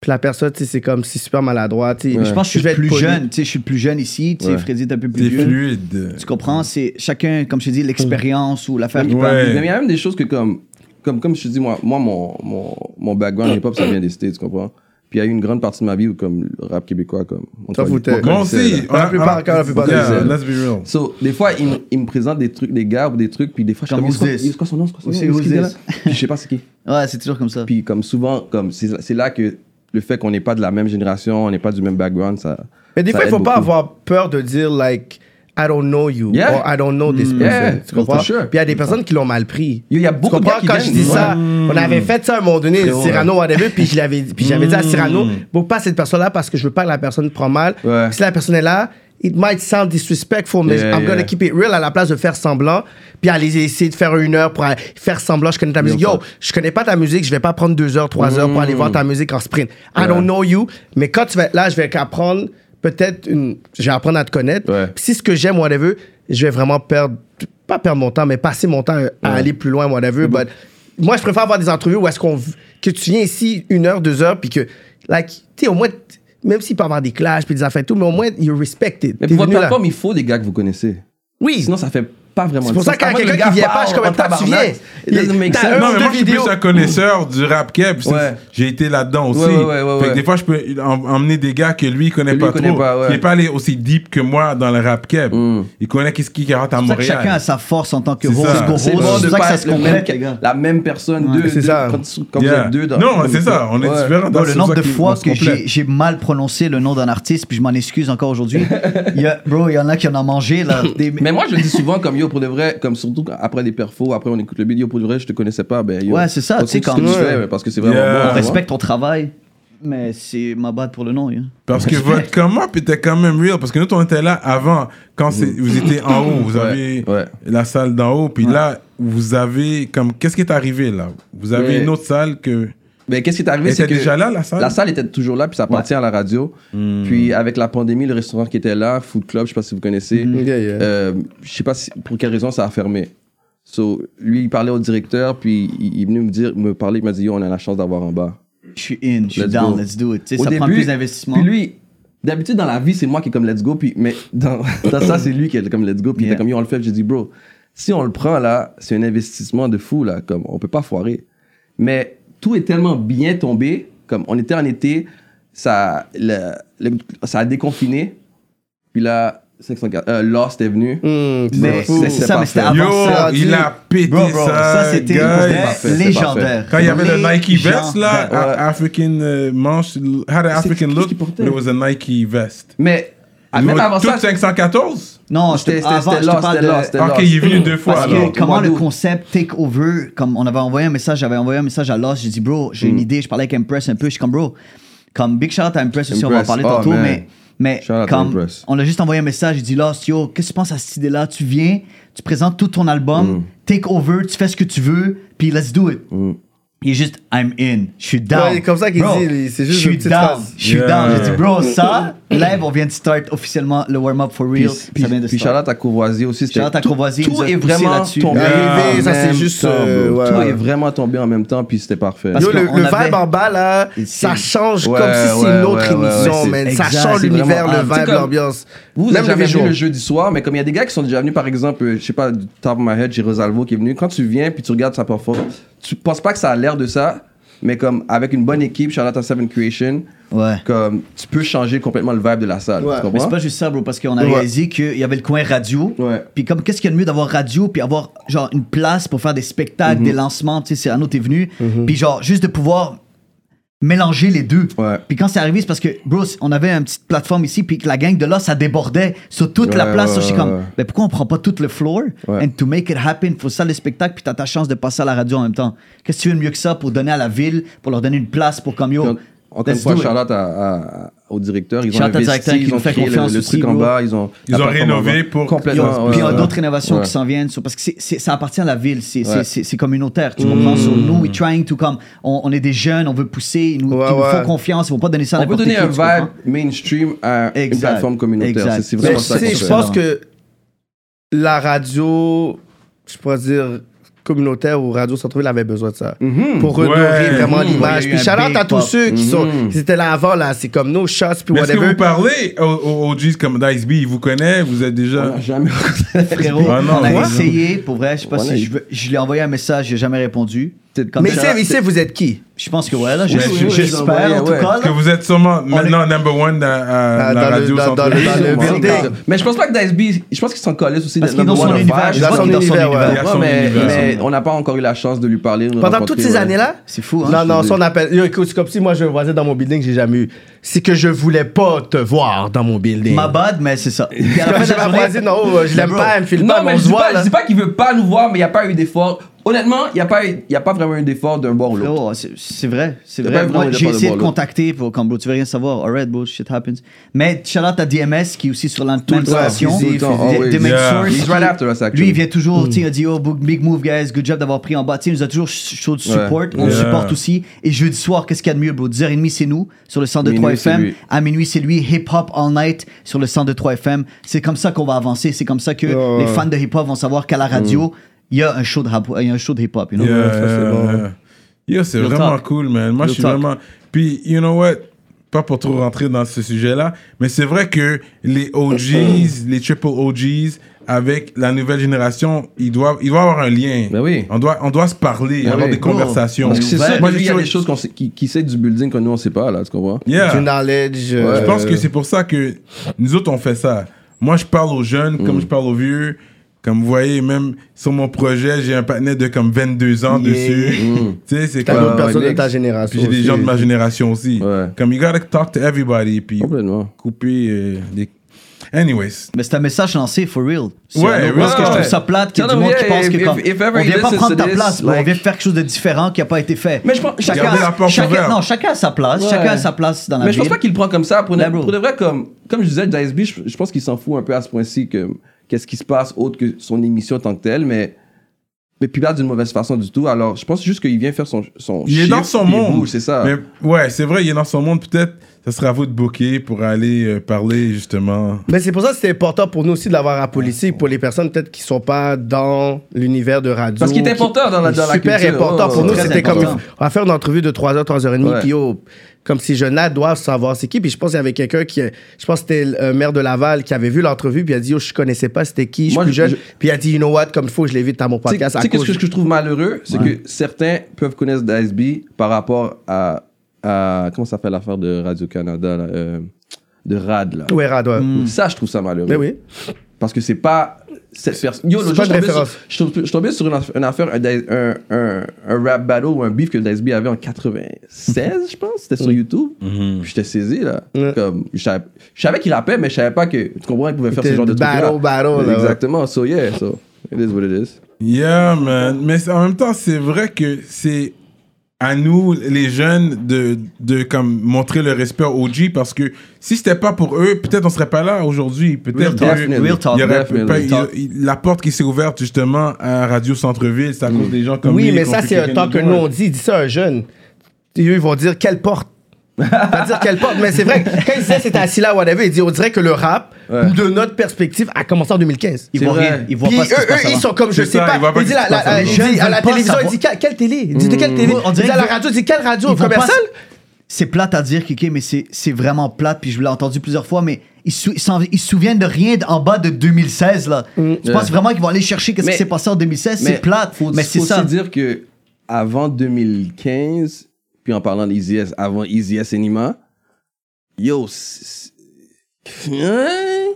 D: puis la personne, tu sais, c'est comme, c'est super maladroit, tu sais.
B: Je pense que je suis le
D: vais être
B: plus
D: poli.
B: jeune, tu sais, je suis le plus jeune ici, tu sais,
C: Ouais.
B: Freddy est un peu plus
A: C'est
B: vieux.
A: fluide.
B: Tu comprends, c'est chacun, comme je te dis, l'expérience ou l'affaire qui
A: Ouais.
B: parle.
C: Mais il y a même des choses que comme comme comme je te dis moi, moi mon mon, mon background hip hop ça vient des States, tu comprends? Puis il y a eu une grande partie de ma vie où comme le rap québécois comme on
D: T'en
C: connaît-
D: foutais.
C: on
A: Moi
C: connaissait, là.
A: aussi.
D: Quand la plupart- quand la plupart
C: des
A: Yeah,
C: gens.
A: Let's be real.
C: So, des fois, il, me- il me présente des trucs, des gars ou des trucs, puis des fois, je suis
B: Comme
C: comme,
B: who's
C: c'est quoi-
B: this?
C: c'est quoi son nom, c'est quoi son
B: Who's
C: nom,
B: this?
C: c'est qui
B: Who's
C: là?
B: this?
C: Puis je sais pas c'est qui.
B: Ouais, c'est toujours comme ça.
C: Puis comme souvent, comme c'est c'est là que le fait qu'on n'est pas de la même génération, on n'est pas du même background, ça.
D: Mais des
C: ça
D: fois, il
C: aide
D: faut pas
C: beaucoup.
D: avoir peur de dire, like, I don't know you,
C: Yeah. Mm.
D: or I don't know this person.
C: Yeah,
D: Tu comprends?
C: for sure.
D: Puis il y a des personnes qui l'ont mal pris.
C: Il y a
D: Tu
C: beaucoup de
D: comprends
C: gars qui
D: quand je
C: viennent,
D: dis ça,
C: ouais.
D: on avait fait ça à un moment donné,
C: Frérot, Mm.
D: Cyrano, whatever, puis je l'avais- puis j'avais dit à Cyrano, bon, pas cette personne-là parce que je veux pas que la personne prend mal.
C: Ouais.
D: Si la personne est là, it might sound disrespectful, mais
C: Yeah,
D: I'm
C: yeah.
D: gonna keep it real à la place de faire semblant, puis aller essayer de faire une heure pour aller faire semblant, je connais ta musique. Yo,
C: fuck.
D: je connais pas ta musique, je vais pas prendre deux heures, trois heures pour
C: Mm.
D: aller voir ta musique en sprint. I don't know you, mais quand tu vas être là, je vais apprendre peut-être une, je vais apprendre à te connaître.
C: Ouais.
D: Puis si ce que j'aime, whatever, je vais vraiment perdre, pas perdre mon temps, mais passer mon temps à aller plus loin, whatever. But moi, je préfère avoir des entrevues où est-ce qu'on, v- que tu viens ici une heure, deux heures, puis que, like, tu sais, au moins, t- même s'il peut y avoir des clashs, puis des affaires et tout, mais au moins, you're respected.
C: Mais
D: T'es
C: pour votre
D: venu là.
C: plateforme, il faut des gars que vous connaissez.
D: Oui.
C: Sinon, ça fait pas vraiment
D: C'est pour
C: de
D: ça
C: sens.
D: quand
C: À moins que le
D: quelqu'un
C: gars
D: qui vient pas, je suis
C: parle
D: comme,
C: en
D: toi, tu
C: tabarnak.
D: viens.
C: It doesn't make
D: T'as
C: sense.
D: un
A: Non, mais
D: deux
A: moi, je suis
D: vidéos.
A: plus un connaisseur du rap keb. c'est-
C: Euh, Ouais.
A: J'ai été là-dedans aussi.
C: Ouais, ouais, ouais, ouais,
A: fait que
C: ouais.
A: des fois, je peux em- emmener des gars que lui, il connaît
C: Que lui,
A: pas
C: il connaît
A: trop.
C: pas, ouais.
A: Il est pas allé aussi deep que moi dans le rap keb. Il connaît qu'est-ce qui est à
B: C'est pour ça que
A: Montréal.
B: chacun a sa force en tant que
A: C'est
B: host.
A: ça.
B: go
C: C'est
B: host.
C: bon
B: C'est
C: de
B: pour ça que
C: pas
B: ça
C: être
B: se
C: le
B: complète,
C: même,
B: les gars.
C: la même personne,
B: Ouais.
C: deux,
D: C'est
C: deux-
D: ça.
C: quand, tu- quand
A: Yeah.
C: vous êtes deux dans
A: Non,
C: dans
A: c'est
C: le-
A: ça. On est
C: Ouais.
A: différents. dans
B: Bro, le
A: ce
B: nombre
A: sens
B: de
A: qui- on
B: fois
A: se
B: que
A: complète.
B: j'ai j'ai mal prononcé le nom d'un artiste, puis je m'en excuse encore aujourd'hui. Il y a- Bro, il y en a qui en ont mangé, là. Des-
C: Mais moi, je le dis souvent comme yo, pour de vrai, comme surtout quand- après les perfos, après on écoute le beat, yo, pour de vrai, je te connaissais pas. Ben, yo,
B: Ouais, c'est ça,
C: continue
B: tu sais,
C: ce que
B: quand-
C: tu
B: Ouais.
C: fais, ouais, parce que c'est vraiment
A: Yeah.
C: bon.
A: On
C: tu vois.
B: Respecte ton travail, mais c'est ma bad pour le nom. hein.
A: Parce que votre come up était quand même real. Parce que nous, on était là avant, quand c'est- vous étiez en haut. Vous avez
C: Mm. ouais.
A: la salle d'en haut. Puis là, vous avez. comme Qu'est-ce qui est arrivé là Vous avez
C: Ouais.
A: une autre salle que.
C: Mais qu'est-ce qui est arrivé,
A: Elle
C: c'est
A: était
C: que
A: déjà là, la salle? Hmm.
C: La salle était toujours là, puis ça appartient à la radio. Puis avec la pandémie, le restaurant qui était là, Food Club, je sais pas si vous connaissez,
D: Yeah, yeah.
C: euh, je sais pas si- pour quelle raison ça a fermé. So, lui, il parlait au directeur, puis il, il est venu me dire, me parler, il m'a dit, yo, on a la chance d'avoir en bas.
B: Je suis in, je suis
C: Let's
B: down,
C: go.
B: let's do it. Tu sais,
C: Au
B: ça prend
C: début,
B: plus d'investissement.
C: Puis lui, d'habitude dans la vie, c'est moi qui est comme let's go, puis mais dans, dans ça, c'est lui qui est comme let's go, puis il était
B: Yeah.
C: comme yo, on le fait, Puis j'ai dit bro, si on le prend là, c'est un investissement de fou là, comme on peut pas foirer. Mais tout est tellement bien tombé, comme on était en été, ça, le- le- ça a déconfiné, puis là, 604, euh, Lost est venu.
D: Hmm, c'est
B: mais
D: fou.
B: c'est c'est ça, mais c'était
A: Yo,
B: avant ça.
A: il a pété
B: Bro, bro,
A: ça.
B: ça c'était
A: guys.
C: parfait, c'est
B: légendaire.
A: Quand il y avait le Nike vest là,
C: Ouais.
A: a- African euh, manche, had an
C: C'est
A: African
C: qui
A: look,
C: qui portait?
A: but it was a Nike vest.
C: Mais ah,
A: Ils
C: même
A: ont
C: avant
A: tout
C: ça,
A: 514
B: Non, je
C: c'était
B: te,
C: c'était-
B: avant,
C: c'était
B: je te
C: Lost,
B: parle
C: c'était
B: de...
C: Lost, c'était
A: Ok,
C: Lost.
A: il est venu deux fois
B: Parce
A: alors.
B: que comment
C: Au mois
B: le
C: d'août.
B: concept take over, comme on avait envoyé un message, j'avais envoyé un message à Lost, j'ai dit bro, j'ai
A: Hmm.
B: une idée, je parlais avec Impress un peu, je suis comme bro, comme big shout out à Impress aussi, on va en
C: Impress,
B: parler
C: oh,
A: Ah,
B: tantôt,
C: man.
B: mais, mais
C: Shout out à
B: comme
C: Impress.
B: on a juste envoyé un message, j'ai dit Lost, yo, qu'est-ce que tu penses à cette idée-là Tu viens, tu présentes tout ton
A: Hmm.
B: album, take over, tu fais ce que tu veux, puis let's do it. Il est juste, I'm in, je suis down.
D: Ouais, comme ça qu'il
B: Bro,
D: dit, c'est juste
B: je suis
D: une petite
B: down,
D: phrase.
B: je suis
A: Yeah.
B: down. J'ai dit, bro, ça, live, on vient de start officiellement le warm-up for real.
C: Puis, puis,
B: ça vient de
C: puis
B: start.
C: Charlotte à Courvoisier aussi. c'était-
B: Charlotte à Courvoisier,
C: tout-
B: il
C: Tout
B: nous a
C: est
B: poussé
C: vraiment
B: là-dessus.
C: tombé.
D: Arrivé,
C: en
D: ça, c'est
C: même
D: juste,
C: temps,
D: euh,
C: Ah, bro.
D: ouais,
C: Tout
D: ouais.
C: est vraiment tombé en même temps, puis c'était parfait.
B: Parce
D: Yo, le,
B: qu'on
D: le
B: avait-
D: vibe en bas, là, ça
B: C'est-
D: change
C: Ouais,
D: comme si c'est
C: ouais,
D: une autre
C: ouais, ouais,
D: émission,
C: ouais,
D: man.
B: c'est
D: Ça
B: exact,
D: change
B: c'est
D: l'univers,
B: vraiment-
D: le
C: ah, c'est
D: vibe,
C: comme-
D: l'ambiance.
C: Vous, vous
D: Même
C: êtes jamais
D: les
C: venu
D: jours.
C: le jeudi soir, mais comme il y a des gars qui sont déjà venus, par exemple, euh, je sais pas, du top of my head, j'ai Rosalvo qui est venu. Quand tu viens, puis tu regardes sa performance, tu penses pas que ça a l'air de ça, mais comme avec une bonne équipe, Charlotte à Seven Creation,
B: Ouais.
C: comme tu peux changer complètement le vibe de la salle.
D: Ouais.
C: Tu
B: Mais c'est
C: comprends?
B: pas juste ça, bro, parce qu'on a
D: Ouais.
B: réalisé qu'il y avait le coin radio.
C: Ouais.
B: Puis comme, qu'est-ce qu'il y a de mieux d'avoir radio, puis avoir, genre, une place pour faire des spectacles,
C: Mhm.
B: des lancements, tu sais, Cyrano, t'es venu. Puis genre, juste de pouvoir mélanger les deux.
C: Ouais.
B: Puis quand c'est arrivé, c'est parce que, bro, on avait une petite plateforme ici, puis que la gang de là, ça débordait sur toute la
C: Ouais,
B: place.
C: ouais,
B: So, je suis
C: ouais,
B: comme,
C: ouais.
B: ben pourquoi on prend pas tout le floor?
C: Ouais.
B: And to make it happen, faut ça le spectacle, puis t'as ta chance de passer à la radio en même temps. Qu'est-ce que tu veux de mieux que ça pour donner à la ville, pour leur donner une place, pour comme,
C: Puis
B: yo,
C: on- Encore une
B: let's
C: fois,
B: do it.
C: Charlotte à- à- au directeur, ils ont
B: Charlotte au
C: investi,
B: directeur qui
C: ils
B: nous
C: ont
B: fait
C: créé le,
B: confiance
C: le
B: aussi,
C: truc en
B: bro.
C: bas, ils ont
A: Ils
C: la
A: ont
C: plateforme en bas.
A: rénové pour-
B: Puis
C: complètement.
B: on- puis il y a
C: ouais,
B: d'autres innovations
C: ouais.
B: qui s'en viennent. so- parce que c'est- c'est- ça appartient à la ville. C'est c'est-
C: Ouais.
B: c'est- c'est communautaire. Tu comprends? So, nous, we trying to come. On, on est des jeunes, on veut pousser. Ils nous,
D: Ouais,
B: ils nous
D: ouais.
B: font confiance. Ils vont pas donner ça à
C: On peut
B: n'importe
C: donner
B: qui,
C: un
B: tu
C: vibe
B: comprends?
C: mainstream à une
B: Exact.
C: plateforme communautaire.
B: Exact.
C: C'est- C'est
D: Mais
C: vraiment
D: tu
C: ça.
D: sais,
C: qu'on
D: je
C: fait.
D: pense que la radio, je pourrais dire communautaire ou radio centre-ville avait besoin de ça pour
A: Ouais.
D: redorer vraiment
B: Mhm.
D: l'image.
B: Il y a eu
D: Puis
B: un
D: shout-out
B: big
D: à tous
B: pop.
D: ceux qui sont qui étaient là avant là, c'est comme nos shots puis
A: Mais est-ce que
D: whatever.
A: vous parlez aux au, OGs comme Dice B Il vous connaît Vous êtes
C: On
A: déjà.
C: n'a jamais
B: Frérot,
A: Ah non,
B: on a
A: ouais.
B: essayé. Pour vrai, je sais pas
C: Voilà,
B: si
C: il-
B: je, veux- je lui ai envoyé un message. J'ai jamais répondu.
C: Peut-être
B: Comme
D: Mais
B: ça,
D: c'est mais c'est vous êtes qui
B: je pense que ouais, là, je-
A: Ouais, je-
B: je- j'espère
C: ouais,
B: en tout
C: ouais.
B: cas.
A: Parce que
B: là.
A: vous êtes sûrement maintenant number one à, à la
D: Ah, dans le-
A: radio
D: dans- dans le-
A: centrale.
D: dans le-
A: Ouais,
D: building.
C: Mais je pense pas que Dice B, je pense qu'ils sont collés aussi
B: Parce
C: de
B: qu'il est dans
C: number
B: son
C: one
B: univers.
C: vibe.
B: Je
D: dans
B: crois
D: son
B: qu'il est dans son
D: univers, ouais.
B: univers.
A: Il y a
C: Ouais,
A: son
C: mais,
A: univers.
C: mais on n'a pas encore eu la chance de lui parler. nous
D: pendant
C: rencontrer,
D: toutes ces
C: ouais.
D: années là
B: C'est fou, hein?
D: Non, non,
C: te
D: ça on
C: dis.
D: appelle. Yo, écoute, c'est comme si moi je voisais dans mon building, j'ai jamais eu. C'est que je voulais pas te voir dans mon building.
B: Ma bad, mais c'est ça. Puis à la
D: Quand
B: fin de
D: je
B: la
D: la
B: journée-
D: voisine en haut, oh, je l'aime
B: Bro.
D: pas, elle me file
C: Non,
D: pas, mais
C: mais
D: on
C: je
D: se
C: dis
D: voit
C: pas, je
D: là.
C: dis pas qu'il veut pas nous voir, mais il n'y a pas eu d'effort Honnêtement, il n'y a, pas eu- y a pas vraiment eu d'effort d'un bord ou l'autre.
B: Frérot, Oh, c'est- c'est vrai, c'est
C: T'as
B: vrai.
C: pas-
B: Moi,
C: non, t'as
B: j'ai
C: pas de
B: essayé de
C: bras, là.
B: contacter pour comme bro, tu veux rien savoir. Alright, bro, shit happens. Mais shout out à DMS qui est aussi sur la même
C: le temps,
B: station.
C: tout le temps,
B: The-
C: always.
B: The Main
A: Yeah. Hmm.
B: Source,
C: He's right
B: qui-
C: after us, actually.
B: Lui, il vient toujours, tu sais, il a dit oh big, big move guys, good job d'avoir pris en bas. Tu sais, il nous a toujours ch- chaud de support. On le
A: Yeah.
B: supporte aussi. Et jeudi soir, qu'est-ce qu'il y a de mieux, bro 10h30 c'est nous sur le 102.3
C: Minuit, c'est
B: FM.
C: lui.
B: À minuit c'est lui. Hip hop all night sur le 102.3 FM. C'est comme ça qu'on va avancer. C'est comme ça que
C: Oh.
D: Ouais.
B: les fans de hip hop vont savoir qu'à la
C: Hmm.
B: radio. Il y a un show de rap- il y a un show de hip-hop, you know?
A: Yeah,
D: ça, c'est
A: yeah,
D: bon.
A: yeah. Yo, c'est
B: Real
A: vraiment
B: talk.
A: cool, man. Moi,
B: Real
A: je suis
B: talk.
A: vraiment. Puis, you know what? Pas pour trop rentrer dans ce sujet-là, mais c'est vrai que les OGs, les triple OGs, avec la nouvelle génération, ils doivent, ils doivent avoir un lien.
C: Ben oui.
A: On doit, on doit se parler,
C: Ben
A: avoir
C: oui.
A: des conversations.
C: Parce que c'est
B: Ouais.
C: ça,
A: Moi,
C: il
A: j'ai
C: y a
A: toujours-
C: des choses qu'on sait- qui, qui sait du building que nous, on sait pas, là, tu comprends?
A: Yeah.
D: Du knowledge. euh,
C: Ouais.
A: Je pense que c'est pour ça que nous autres, on fait ça. Moi, je parle aux jeunes
C: Mm.
A: comme je parle aux vieux. Comme vous voyez, même sur mon projet, j'ai un patinet de comme 22 ans
D: Yeah.
A: dessus.
C: Mm.
A: Tu sais, c'est
D: T'as
A: comme...
D: d'autres personnes de
C: Nick.
D: ta génération.
A: Puis j'ai des
D: aussi.
A: gens de ma génération aussi.
C: Ouais.
A: Comme, you gotta talk to everybody. Puis
C: Complètement.
A: couper euh, des... Anyways.
B: Mais c'est un message lancé, for real. C'est-
A: Ouais,
B: alors,
A: ouais,
B: Parce que je
C: ouais.
B: trouve ça plate qu'il y a
C: Non,
B: du
C: non,
B: monde qui
C: yeah,
B: pense que
C: if-
B: comme.
C: if- if ever
B: on
C: he
B: vient pas
C: listens to
B: prendre ta
C: this,
B: place, bro, on
C: like-
B: vient faire quelque chose de différent qui a pas été fait.
C: Mais je pense-
B: chacun,
A: Gardez la porte
B: chacun,
A: ouverte.
B: non, chacun a sa place.
C: Ouais.
B: Chacun a sa place dans la
C: Mais je
B: ville.
C: pense pas qu'il le prend comme ça. Pour,
B: Ben,
C: de,
B: bro.
C: pour de vrai, comme, comme je disais, Dice B, je, je pense qu'il s'en fout un peu à ce point-ci que qu'est-ce qui se passe autre que son émission en tant que telle, mais, mais puis là, d'une mauvaise façon du tout. Alors, je pense juste qu'il vient faire son son
A: Il est
C: shift,
A: dans son
C: puis
A: monde.
C: bouge, C'est ça.
A: Mais, ouais, c'est vrai, il est dans son monde. Peut-être, ça sera à vous de booker pour aller euh, parler, justement.
D: Mais c'est pour ça que c'est important pour nous aussi de l'avoir à policier, pour les personnes peut-être qui sont pas dans l'univers de radio.
C: Parce qu'il est
D: qui-
C: important dans la- dans la
D: Super
C: culture.
D: important
C: Oh,
D: pour nous.
B: très
D: C'était comme,
B: important.
D: on va faire une entrevue de 3h, 3h30,
C: Ouais.
D: puis yo, oh, comme ces jeunes-là doivent savoir c'est qui. Puis je pense qu'il y avait quelqu'un qui, je pense que c'était le euh, maire de Laval qui avait vu l'entrevue, puis il a dit, yo, je connaissais pas c'était qui, je suis
C: Moi,
D: plus
C: je-
D: jeune.
C: je-
D: Puis il a dit, you know what, comme il faut, je l'évite à mon
C: Tu sais,
D: podcast. à
C: tu sais
D: cause
C: qu'est-ce que, je trouve malheureux, c'est que certains peuvent connaître Dice B par rapport à, à comment ça fait l'affaire de Radio Canada, là, euh, de Rad là.
D: Ouais, Rad, ouais.
C: Ça, je trouve ça malheureux.
D: Mais oui.
C: Parce que c'est pas cette personne. Yo,
D: c'est
C: l'autre
D: pas
C: jour, je
D: une
C: suis tombé
D: référence.
C: sur- je suis tombé- je suis tombé sur une aff- une affaire, un, Dice- un, un- un rap battle ou un beef que Dice B avait en 96, je pense. C'était sur YouTube. Puis j'étais saisi, là.
D: Mm. Ouais.
C: Comme, je savais, je savais qu'il rappait, mais je savais pas que. Tu comprends qu'il pouvait faire ce
D: C'était
C: genre de truc.
D: battle, battle, là, ouais.
C: Exactement. So, yeah. So, it is what it is.
A: Yeah, man. Mais c'est- en même temps, c'est vrai que c'est à nous, les jeunes, de, de comme, montrer le respect aux OG parce que si c'était pas pour eux, peut-être on serait pas là aujourd'hui.
B: Real
A: Peut-être
B: talk.
A: que-
C: Definitely.
B: Real talk.
A: Il y aurait
C: Definitely.
A: pas- il y a- il- la porte qui s'est ouverte justement à Radio Centre-Ville, c'est à cause des gens comme
D: Mm. Oui,
A: lui
D: mais
A: qui ont
D: ça,
A: pu
D: c'est un
A: kick in
D: temps
A: the
D: que
A: door.
D: nous, on dit. Dis ça à un jeune. Et Eux, ils vont dire quelle porte. Pas dire quelle porte, mais c'est vrai. que Quand il disait c'était assis là, whatever, il dit on dirait que le rap,
C: Ouais.
D: de notre perspective, a commencé en 2015.
B: Ils
C: C'est
B: voient
C: vrai.
B: rien. Ils voient
D: Puis
B: pas ce qui se
D: eux,
B: passe
D: eux, ils
B: avant.
D: sont comme je
A: C'est
D: sais
A: ça,
D: pas.
A: ils voient pas
D: ils disent
A: ce qui
D: la-
A: se
D: la-
A: passe
D: la-
A: avant.
D: ils disent à la
B: Ils veulent
D: télévision,
B: pas
D: ils disent quelle télé Ils disent de quelle télé
B: On dirait
D: Ils disent à la
B: qu'ils
D: radio, ils disent quelle radio
B: Ils vont pas-
D: Commercial
B: C'est plate à dire, Kéké, mais c'est c'est vraiment plate. Puis je l'ai entendu plusieurs fois, mais ils sou- ils s'en- ils se souviennent de rien en bas de 2016. là. Je pense
C: Mm. Ouais.
B: vraiment qu'ils vont aller chercher qu'est-ce
C: Mais-
B: qui s'est passé en 2016.
C: Mais
B: C'est plate.
C: Faut,
B: Mais
C: faut
B: c'est
C: aussi
B: ça.
C: dire que avant 2015, puis en parlant d'Easy S, avant Easy S et Nima, yo, c'est- Hein?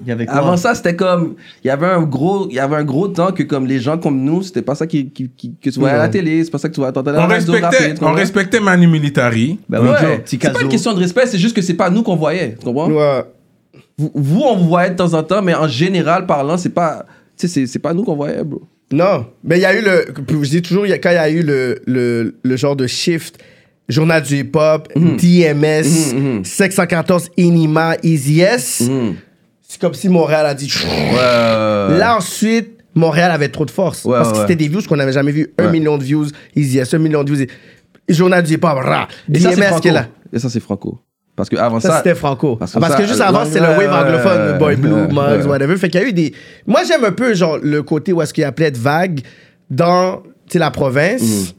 B: Il y avait quoi?
C: avant ça, c'était comme il y avait un gros, il y avait un gros temps que comme les gens comme nous, c'était pas ça qui, qui- qui- que tu voyais à la télé, c'est pas ça que tu voyais à la
A: On
C: radio, rapper,
A: respectait,
C: tu
A: on
C: comprends?
A: respectait Manu Militari.
B: Ben oui,
C: Ouais.
B: petit
C: C'est pas
B: caso.
C: une question de respect, c'est juste que c'est pas nous qu'on voyait, tu comprends?
D: Ouais.
C: Vous, vous, on vous voyait de temps en temps, mais en général parlant, c'est pas, tu sais, c'est- c'est pas nous qu'on voyait, bro.
D: Non, mais il y a eu le. Je dis toujours, il y a- quand il y a eu le, le, le genre de shift, Journal du hip-hop, DMS,
C: Mhm, mhm.
D: 514, Inima, Easy S,
B: Hmm.
C: Mhm.
D: c'est comme si Montréal a dit. Là, ensuite, Montréal avait trop de force.
C: Ouais,
D: parce que
C: ouais.
D: c'était des views qu'on n'avait jamais vu. Un
C: Ouais.
D: million de views, Easy S, un million de views. Et- Journal du hip-hop, rah,
C: Et ça, c'est
D: DMS qui
C: franco.
D: est là.
C: Et ça, c'est franco. Parce que avant
D: Ça,
C: ça.
D: c'était franco. Parce
C: parce
D: que,
C: que ça-
D: juste avant,
C: ouais,
D: c'était le
C: ouais,
D: wave anglophone,
C: ouais,
D: le Boy Blue,
C: ouais,
D: Mugs,
C: ouais.
D: whatever. Fait qu'il y a eu des. Moi, j'aime un peu, genre, le côté où est-ce qu'il appelait être vague dans tu sais, la
C: Mm.
D: province.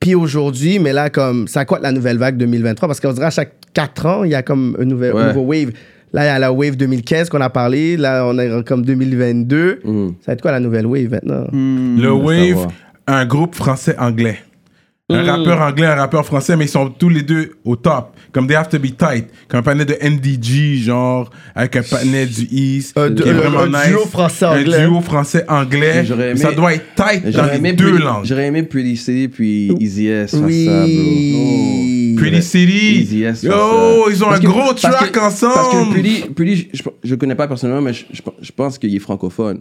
D: Puis aujourd'hui, mais là, comme, ça coûte la nouvelle vague 2023 parce qu'on dirait à chaque 4 ans, il y a comme un nouvel,
C: Ouais.
D: nouveau wave. Là, il y a la wave 2015 qu'on a parlé. Là, on est en comme 2022.
C: Mhm.
D: Ça va être quoi la nouvelle wave maintenant?
C: Hmm,
A: Le Wave,
C: savoir.
A: un groupe français-anglais. Un
D: Hmm.
A: rappeur anglais, un rappeur français, mais ils sont tous les deux au top. Comme They Have to Be Tight, comme un panel de MDG, genre, avec un panel du East.
D: Un du-
A: qui est
D: un-
A: vraiment
D: un
A: nice.
D: duo français-anglais.
A: Un duo français-anglais.
C: Mais j'aurais aimé-
A: Ça doit être tight dans
C: J'aurais
A: les
C: aimé
A: deux
C: Pretty-
A: langues.
C: J'aurais aimé Pretty City puis Easy S faire ça, bro.
D: Oui.
C: Non.
A: Pretty City.
C: Easy S faire
A: Yo,
C: ça.
A: ils ont
C: Parce
A: un
C: que-
A: gros
C: parce que-
A: track ensemble.
C: Oh. Parce que Pretty, Pretty, je- je, je connais pas personnellement, mais je, je- je pense qu'il est francophone.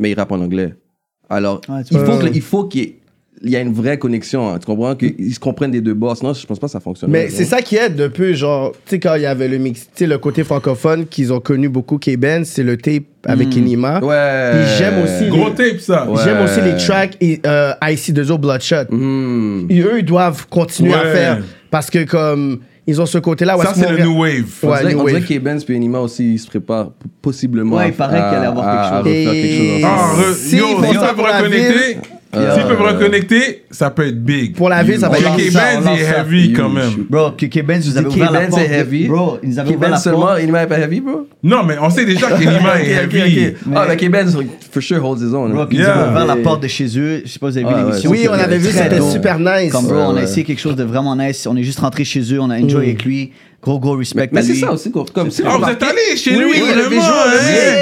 C: Mais il rappe en anglais. Alors,
B: Ouais, tu
C: il,
D: Ah, vois. Hmm.
C: faut que- il faut qu'il y ait il y a une vraie connexion. hein, tu comprends? Qu'ils se comprennent des deux bords. Sinon, je pense pas que ça fonctionne.
D: Mais c'est ça qui aide un peu, genre, tu sais, quand il y avait le mix, tu sais, le côté francophone qu'ils ont connu beaucoup, K-Ben, c'est le tape avec Enima.
C: Ouais.
D: Puis j'aime aussi
A: Gros tape, ça.
C: Hmm. Ouais.
D: J'aime aussi les tracks et, euh, IC2O Bloodshot.
C: Hmm.
D: Et eux, ils doivent continuer à
A: Ouais.
D: faire parce que, comme, ils ont ce côté-là. où
A: Ça,
D: est-ce
A: c'est
D: qu'on
A: le
D: regarde-
A: new wave.
C: On
D: Ouais,
C: dirait,
D: New
C: on dirait
D: Wave.
C: qu'Ebens et Enima aussi, ils se préparent p- possiblement.
B: Ouais,
C: à-
B: il paraît qu'il allait avoir
C: à-
B: quelque
C: à
B: chose.
C: refaire
D: Et-
C: quelque chose.
A: Ah,
C: ensemble.
A: re-
D: Si,
A: yo,
D: ils font
A: s'ils
D: ça
A: peuvent
D: pour la
A: reconnecter,
C: Euh,
A: s'ils peuvent reconnecter, ça peut être big.
D: Pour la ville, ça va
B: On
D: être
B: lance
A: Jackie
B: ça, on
A: Benz
B: lance
A: est
B: ça.
A: heavy quand même.
C: Huge.
B: Bro, KK-Benz, vous avez ouvert la
C: K-Benz
B: porte.
C: est heavy.
B: Bro, ils nous avaient ouvert la
C: K-Benz seulement,
B: porte.
C: Enima est pas heavy, bro?
A: Non, mais on sait déjà qu'Enima est
C: Ok, ok,
A: heavy.
C: ok. Ah, mais K-Benz, for sure, holds his own.
B: Bro,
C: hein.
B: ils nous
A: Yeah.
B: avaient ouvert la
C: Et-
B: porte de chez eux. Je sais pas si vous avez
C: Ah Ouais,
B: vu
C: ouais.
B: l'émission.
D: Oui, on avait vu,
B: Très
D: c'était
B: bon.
D: super nice.
B: Comme bro,
C: Ouais,
B: on a
C: ouais. Mm.
B: essayé quelque chose de vraiment nice. On est juste rentré chez eux, on a enjoy avec lui. Gros, gros respect.
C: Mais
B: à
C: c'est
B: lui.
C: ça aussi, qu'on- comme si
A: Ah, vous êtes allé chez lui, vraiment, hein?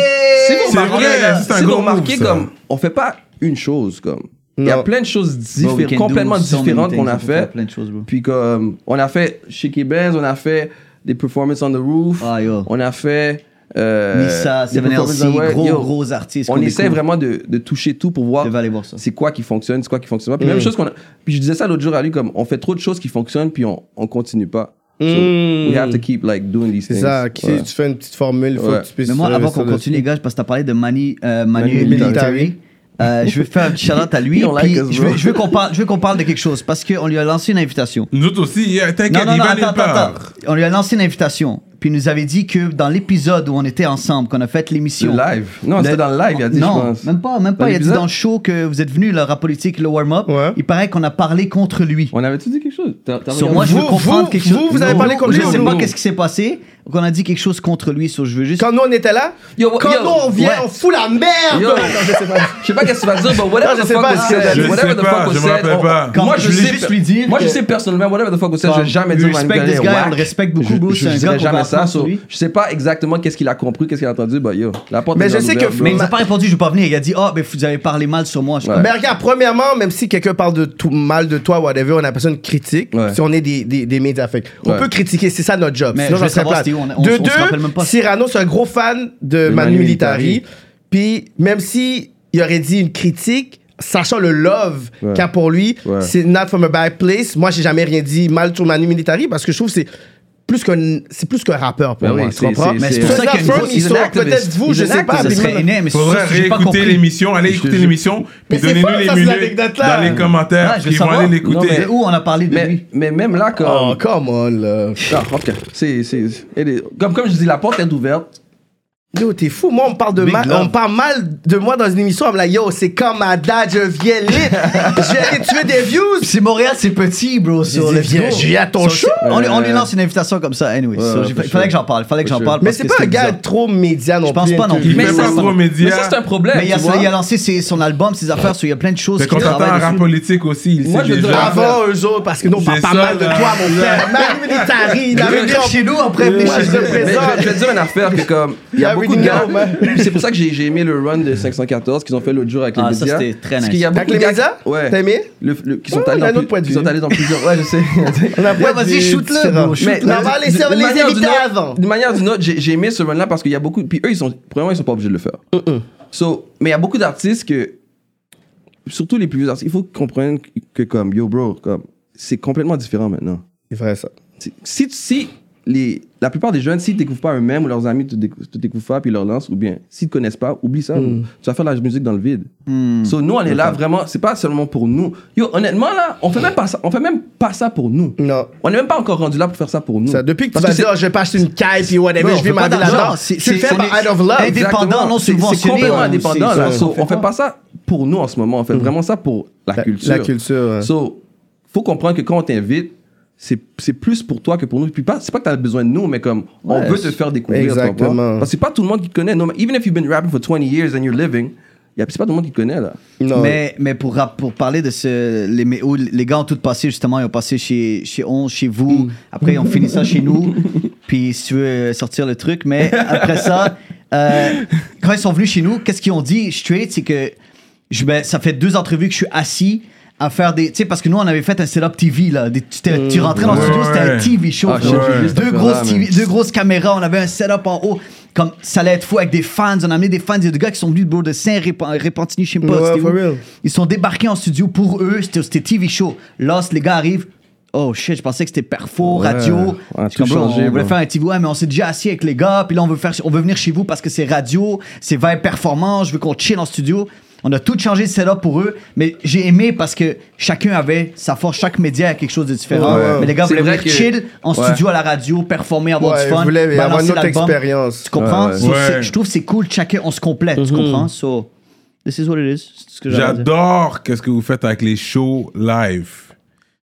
C: C'est vous
A: C'est
C: remarquez,
A: vrai,
C: là,
A: c'est un
C: si vous
A: gros
C: remarquez,
A: move, ça.
C: comme, on fait pas une chose, comme. Il y a
D: Non.
C: plein de choses
B: Bro, we
C: diffé-
B: can do
C: complètement
B: so many
C: différentes qu'on
B: things.
C: a
B: On peut faire
C: fait.
B: Plein de choses, bro.
C: Puis comme, on a fait chez K-Benz, on a fait des performances on the roof,
B: Ah, yo.
C: on a fait... Euh,
B: Missa,
C: des
B: Seven
C: performances
B: LC,
C: on the way.
B: gros,
C: Yo,
B: gros artistes.
C: On
B: qu'on
C: essaie
B: découvre.
C: vraiment de, de toucher tout pour voir
B: Devez aller voir ça.
C: c'est quoi qui fonctionne, c'est quoi qui fonctionne pas. Puis même chose qu'on a- Puis je disais ça l'autre jour à lui, comme on fait trop de choses qui fonctionnent, puis on, on continue pas. So,
D: Mm.
C: We have to keep like doing these
D: C'est
C: things.
D: ça, qui-
C: Ouais.
D: tu fais une petite formule, faut
C: Ouais.
D: que tu puisses.
B: Mais moi,
D: euh,
B: avant
D: ça
B: qu'on
D: de-
B: continue, les gars, parce que t'as parlé de Manu, euh, Manu,
D: Manu
B: Military.
D: Military.
B: Euh, je veux faire un shout-out à lui.
C: On
B: puis
C: like us,
B: je veux,
C: bro.
B: je veux qu'on parle, je veux qu'on parle de quelque chose parce qu'on lui a lancé une invitation.
A: Nous autres aussi, yeah,
B: Non,
A: t'inquiète,
B: non,
A: il
B: non,
A: va nulle
B: attends, attends,
A: part.
B: attends. On lui a lancé une invitation. Puis il nous avait dit que dans l'épisode où on était ensemble, qu'on a fait l'émission.
C: Le live. Non, c'était dans le live, il a dit,
B: Non,
C: je pense.
B: même pas, même
C: Dans
B: pas. Il a dit
C: l'épisode?
B: dans le show que vous êtes venu, le rap politique, le warm-up.
D: Ouais.
B: Il paraît qu'on a parlé contre lui.
C: On avait-tu dit quelque chose? T'as- t'as
B: Sur
C: regardé?
B: moi, je veux
D: Vous-
B: comprendre
D: vous-
B: quelque
D: vous,
B: chose.
D: vous avez parlé contre
B: Je
D: lui,
B: sais
D: nous.
B: pas qu'est-ce qui s'est passé. Qu'on a dit quelque chose contre lui, so je veux juste.
D: Quand nous, on était là,
C: Yo,
D: quand
C: yo,
D: nous, on vient,
B: ouais.
D: on fout la merde!
C: Yo, je sais pas qu'est-ce que tu vas dire, but whatever
D: Non, je
C: the
D: sais
C: fuck
D: pas,
C: was
D: je
C: said,
D: sais
C: whatever the
A: pas,
C: fuck
A: je
C: was
A: me
C: said,
A: rappelle pas.
C: on- moi
B: Quand- je
C: je
B: voulais
C: sais,
B: juste lui dire
C: moi je
B: que-
C: sais personnellement, whatever the fuck was said, je vais jamais
B: Je
C: dire Manu
B: respecte
C: Military
B: this
C: est
B: guy, on
C: whack.
B: le respecte beaucoup,
C: Je-
B: bro.
C: Je
B: C'est un
C: dirais
B: gars qu'on
C: jamais
B: va
C: ça,
B: apprendre
C: so,
B: sur lui.
C: je sais pas exactement qu'est-ce qu'il a compris, qu'est-ce qu'il a entendu, but yo, la porte
D: Mais
C: est
D: je
C: grande
D: sais
C: ouverte,
D: que-
C: bro.
B: Mais il nous a pas répondu, je veux pas venir. Il a dit, ah, ben vous avez parlé mal sur moi. Je suis
C: Ouais.
B: comme,
D: Mais regarde, premièrement, même si quelqu'un parle de tout mal de toi, whatever, on appelle ça une critique.
C: Ouais.
D: Si on est des, des, des médias fake. On
C: Ouais.
D: peut critiquer, c'est ça notre job.
B: Mais
D: Sinon,
B: je veux
D: j'en serais
B: savoir
D: plate.
B: si on- on-
D: de
B: on se rappelle même
D: deux,
B: pas.
D: Cyrano, c'est un gros fan de Manu
C: Manu
D: Militari. Puis, même si il aurait dit une critique, sachant le love
C: Ouais.
D: qu'il y a pour lui,
C: Ouais.
D: c'est not from a bad place. Moi, j'ai jamais rien dit mal sur Manu Militari parce que je trouve que c'est plus qu'un c'est plus qu'un rappeur pour
C: Ben
D: moi,
C: oui,
D: tu
C: c'est- c'est-
D: comprends?
B: Mais c'est
C: c'est
B: pour ça
D: Très
B: qu'il y a une
D: affirme,
B: grosse-
D: ils
C: he's an
D: sont-
C: activist.
D: peut-être vous,
C: He's
D: je
C: an
D: sais pas,
C: activist.
B: ça serait
D: mais-
B: énorme. mais c'est
A: Faudrait
B: ça que j'ai pas
A: réécouter
B: compris.
A: l'émission, allez
C: Je
A: écouter
C: te jure.
A: l'émission,
D: Mais
A: puis
D: c'est
A: donnez-nous
D: fun,
A: les
D: ça, cette
A: minutes
D: anecdote-là.
A: dans les commentaires,
B: Ouais, Ah, je veux
A: puis ils vont
B: savoir.
A: aller
C: Non,
A: l'écouter.
B: De où on a parlé de
C: Mais,
B: lui
C: mais même là, comme.
D: Oh, come on, là.
C: Ah, ok. C'est, c'est, elle est- comme, comme je dis, la porte est ouverte.
D: Yo, t'es fou. Moi, on me parle de
B: Big
D: mal,
B: love.
D: on me parle mal de moi dans une émission. On me dit, yo, c'est comme ma dad, je viens lit. je vais aller tuer des views.
B: C'est Montréal, c'est petit, bro. Sur
D: Vas-y,
B: le
D: viens, je viens à ton show.
B: On, lui- on lui lance une invitation comme ça, anyway.
C: Ouais,
B: So,
C: ouais,
B: j'ai-
C: for
B: fallait
C: sure.
B: que j'en parle, fallait que
C: For
B: j'en
C: sure.
B: parle.
D: Mais
B: parce
D: c'est
B: que
D: pas un
B: c'était
D: gars
B: bizarre.
D: trop média non
B: Je pense
D: plus,
B: pas non
D: interview.
A: Il
B: Mais
A: fait
B: ça,
A: pas
B: c'est-
A: trop
C: Mais ça,
A: média.
C: c'est un problème.
B: Mais il a,
C: tu vois?
B: il a lancé ses- son album, ses affaires, so il y a plein de choses.
A: Mais
B: qu'il
A: quand t'entends un
B: travaille
A: rap
B: dessus.
A: politique aussi, il
C: Moi,
A: sait
C: je veux dire,
A: déjà.
D: Avant eux autres, parce que nous, on parle
A: C'est
D: pas
A: ça,
D: mal de
A: là.
D: toi, mon père. Manu Militari, il
B: Il
D: avait
B: veut
D: dit,
B: venir chez nous après venir
D: Moi,
B: chez
D: je
B: nous.
C: Mais je vais- je vais te dire une affaire que comme il y a
D: Yeah, we
C: beaucoup de gars
D: know, man.
C: c'est pour ça que j'ai j'ai aimé le run de 514 qu'ils ont fait l'autre jour avec les
B: Ah, ça,
C: médias
B: c'était très
C: Parce
B: nice.
C: qu'il y a
D: Avec
C: beaucoup de
D: les
C: gars
D: médias?
C: ouais
D: T'as aimé?
C: Le- le- qui sont
D: Ouais,
C: allés
D: on a un
C: dans
D: autre point de
C: plus- qui
D: vue.
C: sont allés dans plusieurs ouais je sais
D: on a pas
B: Yeah, vas-y,
D: dit-
B: shoot-le, bro, shoot-le.
C: Mais
D: on va aller
C: d'une-
D: sur
C: d'une
D: les
C: manière ou d'une
D: invités
C: autre-
D: avant.
C: D'une manière ou d'une autre, j'ai j'ai aimé ce run-là parce qu'il y a beaucoup. Puis eux, ils sont. Premièrement, ils sont pas obligés de le faire. So, mais il y a beaucoup d'artistes que. Surtout les plus vieux artistes, il faut qu'ils comprennent que, comme, yo, bro, comme, c'est complètement différent maintenant.
D: C'est vrai, ça.
C: Si- Si, si les, la plupart des jeunes, s'ils ne découvrent pas eux-mêmes ou leurs amis te, décou- te découvrent pas puis leur lancent, ou bien s'ils ne te connaissent pas, oublie ça.
D: Mm.
C: bro. Tu vas faire de la musique dans le vide. So, nous, on est là vraiment, c'est pas seulement pour nous. Yo, honnêtement, là, on fait même pas ça, on fait même pas ça pour nous.
D: Non.
C: On n'est même pas encore rendu là pour faire ça pour nous.
D: Ça, depuis que tu
C: Parce
D: vas
C: c'est-
D: dire, oh, je vais pas acheter une caisse et whatever,
B: Non,
D: je
B: on
D: vais
B: fait pas
D: m'en
B: d'argent.
D: là-dedans.
B: C'est-
D: Tu le
B: c'est-
D: fais
B: on
D: par
B: est-
D: out of love.
B: Indé- indépendant,
C: Exactement.
B: non
C: C'est- C'est
B: subventionné,
C: complètement
B: on-
C: indépendant.
B: c'est-
C: Là.
B: c'est-
C: So,
B: on fait
C: on fait
B: pas.
C: pas ça pour nous en ce moment. On fait vraiment ça pour la,
D: La-
C: culture.
D: la culture, ouais.
C: So, faut comprendre que quand on t'invite, c'est c'est plus pour toi que pour nous. Puis pas, c'est pas que t'as besoin de nous, mais comme on
B: Ouais,
C: veut te faire découvrir. tu
D: exactement.
C: comprends? Parce que c'est pas tout le monde qui te connaît. No, even if you've been rapping for 20 years and you're living, y a- c'est pas tout le monde qui te connaît là.
D: Non.
B: Mais, mais pour, rap- pour parler de ce. Les, mé- où les gars ont tout passé, justement. Ils ont passé chez, chez 11, chez vous.
C: Mm.
B: Après, ils ont fini ça chez nous. Puis, si tu veux euh, sortir le truc. Mais après ça, euh, quand ils sont venus chez nous, qu'est-ce qu'ils ont dit straight C'est que je, ben, ça fait deux entrevues que je suis assis à faire des. Tu sais, parce que nous, on avait fait un setup TV. Là, des- tu, t'es- tu rentrais dans le
A: Ouais,
B: studio, c'était un
A: ouais.
B: TV show.
C: Ah,
B: frérot.
C: j'ai
A: vu
B: Deux,
C: cette
B: grosses
C: affaire-là,
B: TV
C: man.
B: deux grosses caméras. On avait un setup en haut. Comme ça allait être fou avec des fans. On a amené des fans. Il y a des gars qui sont venus bro, de Saint-Repentigny, je sais pas.
D: Ouais,
B: c'était
D: for
B: où.
D: real.
B: Ils sont débarqués en studio pour eux. C'était c'était TV show. Lost, les gars arrivent. Oh shit, je pensais que c'était perfo,
C: Ouais,
B: radio.
C: on a
B: Je suis
C: tout
B: comme, bro,
C: changé,
B: on voulait
C: bro.
B: faire un TV, ouais, mais on s'est déjà assis avec les gars. Puis là, on veut, faire, on veut venir chez vous parce que c'est radio, c'est vibe performance. Je veux qu'on chill en studio. On a tout changé de setup pour eux. Mais j'ai aimé parce que chacun avait sa force. Chaque média a quelque chose de différent.
C: Ouais.
B: Mais les gars
C: C'est
B: voulaient
C: vrai
B: venir
C: que-
B: chill en
C: Ouais.
B: studio à la radio, performer, avoir
D: Ouais,
B: du
D: ils
B: fun.
D: voulaient avoir
B: balancer
D: une autre
B: l'album.
D: expérience.
B: Tu comprends?
C: Ouais. Mhm.
B: So,
A: Ouais.
B: c'est- Je trouve que c'est cool, chacun, on se complète, tu comprends? So, this is what it is. C'est ce que j'avais à dire.
A: J'adore qu'est-ce que vous faites avec les shows live.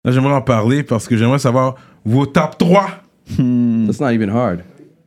A: Là, j'aimerais en parler parce que j'aimerais savoir vos top 3.
C: That's not even hard.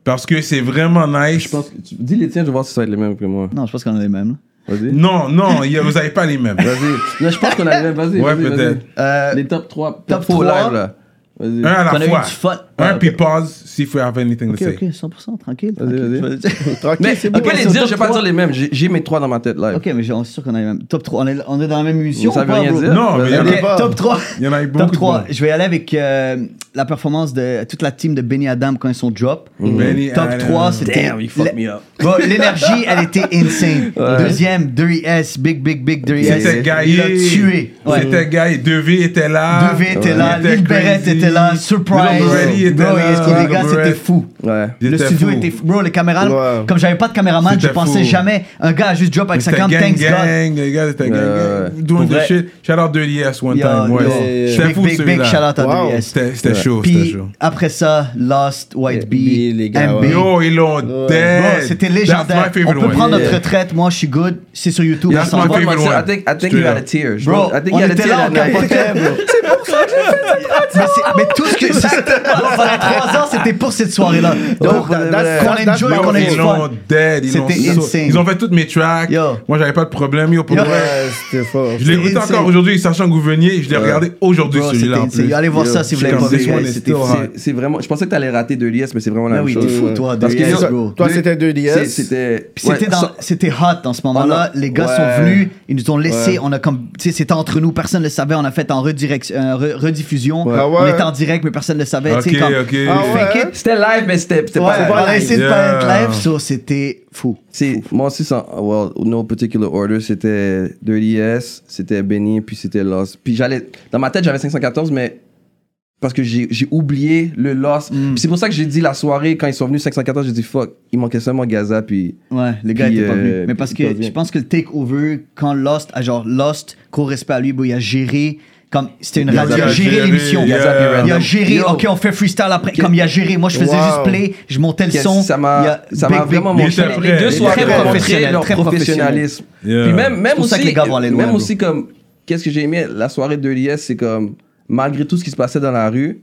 A: Parce que c'est vraiment nice.
C: Je pense que tu- dis les tiens, je vais voir si ça va être les mêmes que moi.
B: Non, je pense qu'on en a les mêmes. là.
C: Vas-y.
A: Non, non, y a- vous n'avez pas les mêmes.
C: Vas-y. Non, je pense qu'on a les mêmes. Vas-y.
A: Ouais,
C: vas-y, vas-y.
A: peut-être.
B: Euh,
C: Les top 3.
B: top
C: Top Hein? 4
B: trois.
C: live, là. Vas-y.
A: Un à
B: Qu'on a
A: la
B: eu
A: fois.
B: du fun.
A: Un,
B: Ah,
A: puis
B: ok.
A: pause si you have anything
B: Ok,
A: to say.
B: ok, 100%, tranquille.
C: Vas-y,
B: tranquille.
D: Tranquille,
C: Mais
D: c'est
C: on
D: bon.
C: peut
B: Ok,
C: les
B: sur
C: dire,
B: top
C: je vais pas
B: trois.
C: dire les mêmes. J'ai j'ai mes trois dans ma tête live.
B: Ok, mais j'en suis sûr qu'on a les mêmes. Top 3, on est, on est dans la même émission.
C: Ça
B: ou
C: veut
B: pas,
C: rien
B: bro?
C: dire.
A: Non, mais y en
B: Ok,
A: a-
D: pas.
B: top 3.
A: Il y en a eu beaucoup
B: Top
A: de
B: 3.
A: bons.
B: Je vais y aller avec euh, la performance de toute la team de Benny Adam quand ils sont drop.
A: Mm. Benny
B: Top
A: Adam.
B: 3, c'était.
C: Damn, you fucked me up.
B: Bon, L'énergie, elle était insane. Deuxième, Dirty S, big, big, big Dirty S.
A: C'était
B: Il l'a
A: Gaillé.
B: tué. Ouais.
A: C'était Gaillé. Devi était là.
B: Devé était là,
A: Il
B: Lil Berrette
A: crazy.
B: était là, Surprise.
A: Little Moretti était
B: Bro,
A: là.
B: est-ce que les gars,
A: Little
B: c'était
A: Moretti.
B: fou.
C: Ouais.
A: Il
B: Le
A: était
B: studio
A: fou.
B: était fou. Bro, les caméras,
D: Ouais.
B: comme j'avais pas de caméraman, je
A: C'était
B: pensais
A: fou.
B: jamais. Un gars a juste drop avec sa
A: C'était
B: cam,
A: gang
B: thanks God.
A: gang, les gars, c'était gang
C: Euh,
A: gang. Doing
B: pour
A: the
B: vrai.
A: shit. Shout out 2DS one
B: Yo,
A: time. ouais.
B: yo,
A: C'était
B: Big,
A: fou
B: big, big shout
A: celui-là.
B: out à
D: Wow.
B: Dries.
A: C'était c'était chaud, c'était
B: Puis
A: chaud.
B: après ça, Lost, White
D: Yeah, Bee,
B: Bee,
D: les gars,
B: MB.
D: ouais.
A: Yo, ils l'ont
B: Bro,
A: dead.
B: C'était légendaire.
A: That's my
B: On
A: favorite
B: peut
A: one.
B: prendre
A: Yeah.
B: notre retraite. Moi, je suis good. C'est sur YouTube.
A: That's
B: on s'en
A: my
B: va.
C: Pas de
A: favorite
C: mentir,
A: one.
C: I think, I think
A: Straight
C: you had
A: up.
C: a tear. Je
B: Bro,
C: pense- I think
B: on
C: you had a
B: était là,
C: tear
B: on
C: that night.
B: capotait, bro. mais, c'est- mais tout ce que ça, pendant trois ans, c'était pour cette soirée-là. Donc,
C: pour de vrai.
B: qu'on
D: That's
B: enjoy,
D: my
B: qu'on ait
A: Ils
B: du
A: l'ont
B: fun.
A: dead. ils l'ont-
B: C'était
A: ils ont-
B: insane.
A: Ils ont fait toutes mes tracks.
B: Yo.
A: Moi, j'avais pas de problème. Yo, pour
B: Yo.
A: vrai.
D: Ouais, c'était fort.
A: Je l'ai écouté
B: insane.
A: encore aujourd'hui, sachant que vous veniez. Je l'ai regardé aujourd'hui,
B: Bro,
A: celui-là. en
B: c'était insane.
A: plus.
B: Allez voir ça si vous l'avez pas
A: Comme
B: vu.
A: this one
B: guys,
A: is
B: C'était
A: still
B: fou.
A: hot.
C: C'est- C'est vraiment. Je pensais que t'allais rater de l'IS, mais c'est vraiment la même
B: Mais oui, t'es
C: chose.
B: fou, toi,
C: Parce que
B: Yes,
C: yo,
B: bro.
D: Toi, c'était 2DS.
C: c'est- C'était.
B: Puis c'était
C: ouais,
B: dans-
C: ça-
B: c'était hot dans ce moment-là.
C: On a-
B: Les gars
C: ouais.
B: sont venus, ils nous ont laissé. On a comme, tu sais, c'était entre nous, personne ne le savait. On a fait en redirection, euh, re- rediffusion.
D: Ah ouais.
B: On était en direct, mais personne ne le savait. tu sais,
A: Ok,
B: comme-
A: ok.
D: Ah ouais.
B: Fait que-
C: C'était live, mais c'était c'était
B: Ouais,
C: pas
B: on a
C: live.
B: essayé de
A: Yeah.
B: faire être live, so c'était fou.
C: C'est- Moi aussi, sans, well, no particular order, c'était Dirty S, c'était Benny, puis c'était Lost. Puis j'allais. Dans ma tête, j'avais 514, mais. Parce que j'ai j'ai oublié le Lost.
B: Hmm.
C: Puis c'est pour ça que j'ai dit la soirée, quand ils sont venus 514, j'ai dit fuck, il manquait seulement Gaza, puis.
B: Ouais, les gars
C: Puis,
B: étaient pas
C: euh,
B: venus. Mais parce que
C: puis pas venus.
B: je pense que le takeover, quand Lost a genre Lost, court respect à lui, bro, il a géré. Comme c'était une
A: Il a
B: radio, il a géré
A: géré,
B: l'émission.
A: il a
C: géré.
B: Il a géré,
C: Yo.
B: ok, on fait freestyle après. Comme il a géré, moi je faisais
D: Wow.
B: juste play, je montais le
C: Qu'est-ce-
B: son.
C: ça m'a-
B: il a-
C: ça
B: big,
C: m'a
B: big,
C: vraiment
B: big.
A: montré.
C: Les deux
A: Très
C: soirées m'ont montré
B: professionnel,
C: leur
B: très professionnel.
C: professionnalisme.
A: Yeah.
C: Puis même, même
B: pour ça
C: aussi,
B: que les gars vont aller loin,
C: même
B: bro.
C: aussi comme, qu'est-ce que j'ai aimé, la soirée de l'IS, c'est comme, malgré tout ce qui se passait dans la rue,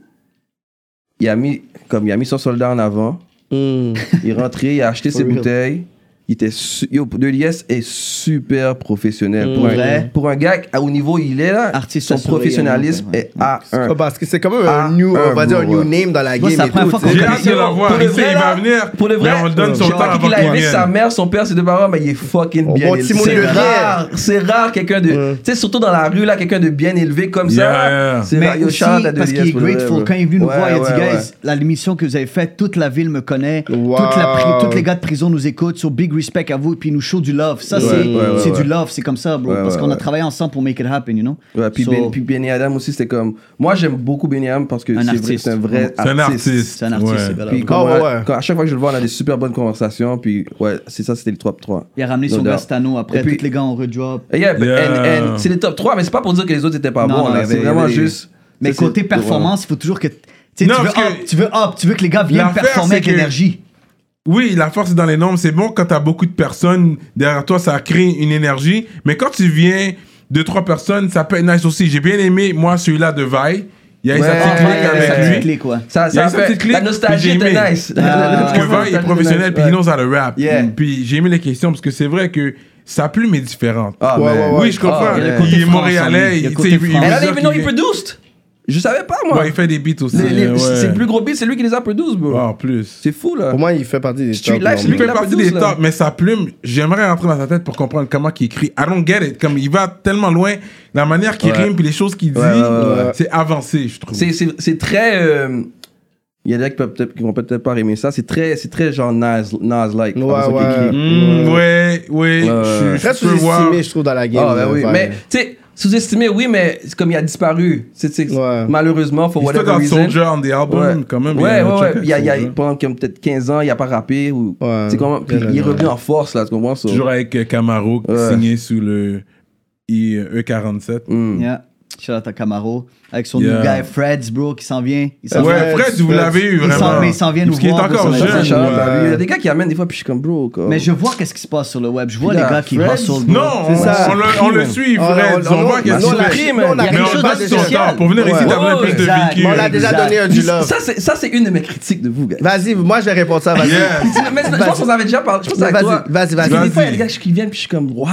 C: il a mis, comme, il a mis son soldat en avant,
D: Hmm.
C: il est rentré, il a acheté ses
D: real.
C: bouteilles. Il était su- Yo, de l'IS est super professionnel. pour, un,
B: Hmm. Vrai.
C: pour un gars à- au niveau il est là,
B: Artiste
C: son
B: assuré,
C: professionnalisme
B: ouais, ouais.
C: est à un.
D: Ah, Parce que c'est quand même un
C: Ah,
D: new, on va
C: un
D: dire un
C: gros,
D: new
C: ouais.
D: name dans la
B: Moi,
D: game.
B: c'est la
D: et
B: première
D: tout,
B: fois
D: tu sais.
B: qu'on-
A: J'ai hâte de le voir.
C: Pour
A: Il
C: le
A: sait,
C: vrai,
A: il va
C: là,
A: venir.
C: Pour le vrai,
A: Mais on le donne son
C: j'ai
A: temps
C: pas
A: avant qu'il
C: qu'il a aimé
A: vienne.
C: sa mère, son père, ses deux parents, mais il est fucking
D: Au
C: bien
D: bon
C: élevé.
D: Timon
C: C'est
D: de
C: rare, c'est rare quelqu'un de. Tu sais, surtout dans la rue, là, quelqu'un de bien élevé comme ça.
A: Yeah.
C: C'est
B: Mais
C: rare. Yo,
B: aussi,
C: shout out à
B: parce
C: Delias
B: qu'il est
C: pour le vrai,
B: grateful.
C: bro.
B: Quand il est venu nous
C: Ouais,
B: voir, il a dit,
C: ouais,
B: guys, la l'émission que vous avez faite, toute la ville me connaît.
D: Wow.
B: Toute la pri- toutes les gars de prison nous écoutent. So big respect à vous. Et puis, ils nous show du love. Ça,
C: Ouais,
B: c'est
C: ouais,
B: c'est
C: ouais,
B: du
C: ouais.
B: love. C'est comme ça, bro.
C: Ouais,
B: parce
C: ouais,
B: qu'on a
C: ouais.
B: travaillé ensemble pour make it happen, you know?
C: Ouais, puis,
B: So,
C: Ben- puis Benny Adam aussi, c'était comme. Moi, j'aime beaucoup Benny Adam parce que
B: Un
C: c'est vrai-
B: artiste.
C: c'est un vrai
A: C'est un artiste.
B: C'est un artiste,
A: Ouais.
B: ce gars-là.
C: Puis
B: bro.
C: comme
D: Ah,
C: on a-
D: ouais.
C: quand- à chaque fois que je le vois, on a des super bonnes conversations. Puis ouais, c'est ça, c'était le top 3.
B: Il a ramené
C: No
B: son
C: doubt.
B: Gastano après.
C: Et puis-
B: Tous les gars ont redrop.
C: Yeah, but-
A: Yeah.
C: and- and c'est les top 3, mais c'est pas pour dire que les autres étaient pas
B: Non,
C: bons.
B: non,
C: là.
B: il y
C: c'est
B: avait-
C: vraiment
B: il y avait-
C: juste.
B: Mais
C: c'est-
B: côté
C: c'est-
B: performance, il faut toujours que. tu sais,
A: Non,
B: tu, veux
A: parce
B: up,
A: que-
B: tu veux up, tu veux que les gars viennent
A: L'affaire,
B: performer
A: c'est
B: avec
A: que-
B: l'énergie.
A: Oui, la force est dans les nombres. C'est bon quand t'as beaucoup de personnes derrière toi, ça crée une énergie. Mais quand tu viens de trois personnes, ça peut être nice aussi. J'ai bien aimé, moi, celui-là de Vaille. Il y a eu sa
C: Ouais,
A: petite
C: ouais,
A: clique
C: il y avait sa
A: avec
C: petite
A: lui.
B: clique, ouais.
C: Ça,
A: Il y a
C: ça
A: eu sa
C: fait-
A: petite clique,
C: La nostalgie
A: puis j'ai
C: était
A: aimé.
C: nice.
B: Ah,
C: La-
A: Parce que
C: la- la-
A: Vaille
C: la-
A: est professionnel, puis il
C: Ouais.
A: knows how to rap.
C: Yeah.
A: Puis j'ai aimé les questions parce que c'est vrai que sa plume est différente.
C: Ah,
D: Ouais,
C: mais-
D: ouais, ouais.
A: Oui, je comprends.
C: Ah, il y a le
A: il
B: côté
A: est
B: France en lui.
A: montréalais.
B: Il y a
A: Il,
B: le
A: tu
B: côté
A: sais, il veut- il
B: France.
A: veut
C: Elle a
A: dire
C: even know
A: qu'il
C: he
A: est-
C: produced. Je savais pas, moi.
A: Ouais, il fait des beats aussi.
C: Les- les-
A: ouais.
C: C'est le plus gros beat, c'est lui qui les a produits, bro.
A: Ah, En plus.
C: C'est fou, là.
D: Pour moi, il fait partie des
C: Street
D: top,
C: Life,
D: non,
C: c'est lui
A: Il fait
C: la
A: partie
C: produce,
A: des
C: là.
A: tops, mais sa plume, j'aimerais rentrer dans sa tête pour comprendre comment il écrit. I don't get it. Comme il va tellement loin, la manière qu'il
C: Ouais.
A: rime puis les choses qu'il dit,
C: Ouais, ouais, ouais, ouais.
A: c'est avancé, je trouve.
C: C'est- C'est c'est très. euh, Il y en a qui, peuvent peut-être- qui vont peut-être pas aimer ça. C'est très, c'est très genre Nas- Nas-like.
D: Ouais,
C: Après ça,
D: ouais.
C: t'écris.
A: Hmm, ouais, ouais.
C: Ouais.
A: je-
D: Très
A: Je peux voir.
D: sous-estimé, je trouve, dans la game.
C: Ah, ben
D: euh,
C: oui.
D: Vine.
C: Mais, tu sais, sous-estimé, oui, mais c'est comme il a disparu. Tu sais, tu sais,
D: Ouais.
C: Malheureusement, for
A: Il était
C: whatever
A: dans
C: reason.
A: Soldier on the album, quand même.
C: Ouais,
A: a
C: ouais,
A: un
C: ouais.
A: track avec
C: Il y a, il y a-
A: Soldier.
C: pendant comme peut-être 15 ans, il a pas rappé. Ou,
D: Ouais.
C: tu sais comment- puis
D: Ouais,
C: il est
D: ouais.
C: revenu en force, là, tu comprends? so-
A: Toujours avec euh, Camaro,
C: Ouais.
A: signé sous le I- euh, E47.
C: Hmm.
B: Yeah. Shout out à Camaro. Avec son
A: Yeah.
B: new guy Freds, bro, qui s'en vient. Il s'en
A: ouais,
B: vient.
A: Fred, vous l'avez eu,
B: Il s'en-
A: vraiment.
B: mais il s'en vient
A: Parce
B: nous
A: qu'il est
B: voir,
A: encore
B: ça,
A: jeune.
C: Ça,
B: c'est
C: c'est shout-out
A: ouais.
C: à lui. Il y a des gars qui amènent des fois, puis je suis comme, bro. comme-
B: Mais je vois qu'est-ce qui se passe sur le web. Je vois
C: Puis
B: les
C: là,
B: gars qui
C: Freds-
B: hustle. bro.
A: Non, on,
D: C'est ça.
A: on le, on le suit,
D: Ah,
A: Fred.
D: on-
A: On,
D: on-
A: voit
D: on-
A: qu'il
C: on l'a-
A: se
C: crime, on a
A: Mais
B: quelque
A: on
B: chose
A: passe
B: de
A: son
B: social.
A: temps. Pour venir ici,
C: Ouais.
A: t'as besoin de plus de
B: Exact.
A: vécu.
D: Mais on l'a déjà
B: Exact.
D: donné un du love.
C: Ça, c'est ça, c'est une de mes critiques de vous, gars.
D: Vas-y, moi, je vais répondre ça. Vas-y.
A: Yeah.
C: Mais je pense qu'on avait déjà parlé. Je pense que c'est avec
D: Vas-y,
C: toi.
D: vas-y,
C: Parce
D: vas-y.
C: que Des
A: Vas-y.
C: fois, il y a des gars qui viennent, puis je suis comme, why?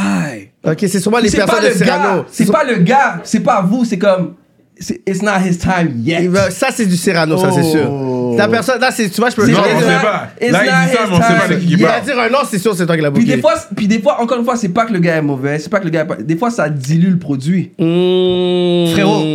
D: Ok, c'est sûrement les
C: C'est pas
D: personnes de
C: le
D: Cyrano.
C: gars, c'est pas le gars, c'est pas vous, c'est comme, c'est- it's not his time yet.
D: Il va- Ça, c'est du Cyrano, ça, c'est sûr. La personne, là, c'est, tu vois, je peux.
C: C'est
A: Oh. Non,
D: j'en ai
A: on
D: dit-
A: sait
C: It's not-
A: pas.
C: it's
A: Là, il dit
C: not
A: ça,
C: his
A: mais on sait pas
C: time.
A: de qui
D: Il
A: il
D: va
A: parle.
D: dire un nom, c'est sûr, c'est toi qui l'as
C: Puis
D: bouclé.
C: des fois, c'est- puis des fois, encore une fois, c'est pas que le gars est mauvais, c'est pas que le gars, est pas- des fois, ça dilue le produit.
D: Mmh.
B: Frérot,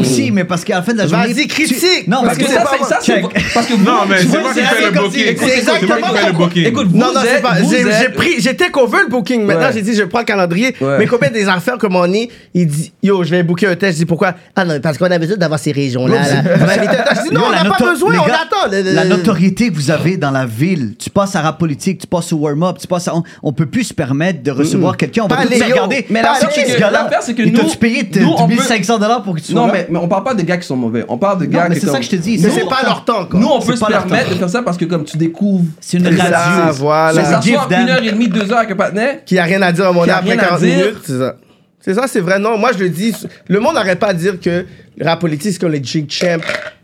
B: aussi, mais parce qu'à la fin de la journée.
D: Vas-y,
B: tu-
D: critique!
B: Non,
C: Parce
B: parce
C: que
B: que
C: ça, c'est ça, c'est
B: Check.
C: parce que vous,
A: Non, mais c'est
C: tu vois,
A: moi qui fais
C: assez
A: le
C: comme
A: booking.
C: si- écoute, écoute,
D: C'est exactement
C: écoute,
D: ça.
C: écoute, Écoute, vous
D: Non, non, c'est
C: êtes-
D: pas.
C: vous
D: j'ai-
C: êtes-
D: J'ai pris, j'étais qu'on veut le booking. Maintenant,
C: Ouais.
D: j'ai dit, je prends le calendrier.
C: Ouais.
D: Mais combien des affaires comme on est, il dit, yo, je vais booker un test. Je dis pourquoi? Ah non, parce qu'on a besoin d'avoir ces régions-là. là. On va inviter un test. Je dis, non,
B: Yo,
D: on
B: la
D: n'a pas
B: noto-
D: besoin,
B: les
D: on
B: gars,
D: attend. Le- le-
B: La notoriété que vous avez dans la ville, tu passes à rap politique, tu passes au warm-up, tu passes à... on, on peut plus se permettre de
C: Mm.
B: recevoir quelqu'un, on va
D: Pas
B: tous
D: Léo.
B: regarder.
D: Mais
B: la
C: l'affaire, c'est que- l'affaire, c'est que nous-
B: tu payé de-
C: nous, on peut-
B: 1500 dollars pour que tu sois
C: Non,
B: là.
C: mais, mais on parle pas de gars qui sont mauvais, on parle de
B: Non,
C: gars
B: mais
C: qui
B: c'est
C: sont.
B: ça que je te dis.
D: Mais
B: nous,
D: c'est
B: on-
D: pas leur temps, quoi.
C: Nous, on
B: C'est
C: peut se
B: pas leur
C: permettre
B: temps.
C: de faire ça parce que comme tu découvres.
B: C'est une
C: ça,
B: radio.
D: voilà.
C: Mais ça
B: C'est un
C: sort
B: gift,
C: une
B: Dan.
C: heure et demie, deux heures avec un partenaire.
D: qui a rien à dire à mon
C: Qui a
D: avis après
C: rien à
D: 40
C: dire.
D: minutes, c'est ça. C'est ça, c'est vrai. Non, moi je le dis, le monde n'arrête pas à dire que le rap politique, c'est comme les Jig Champ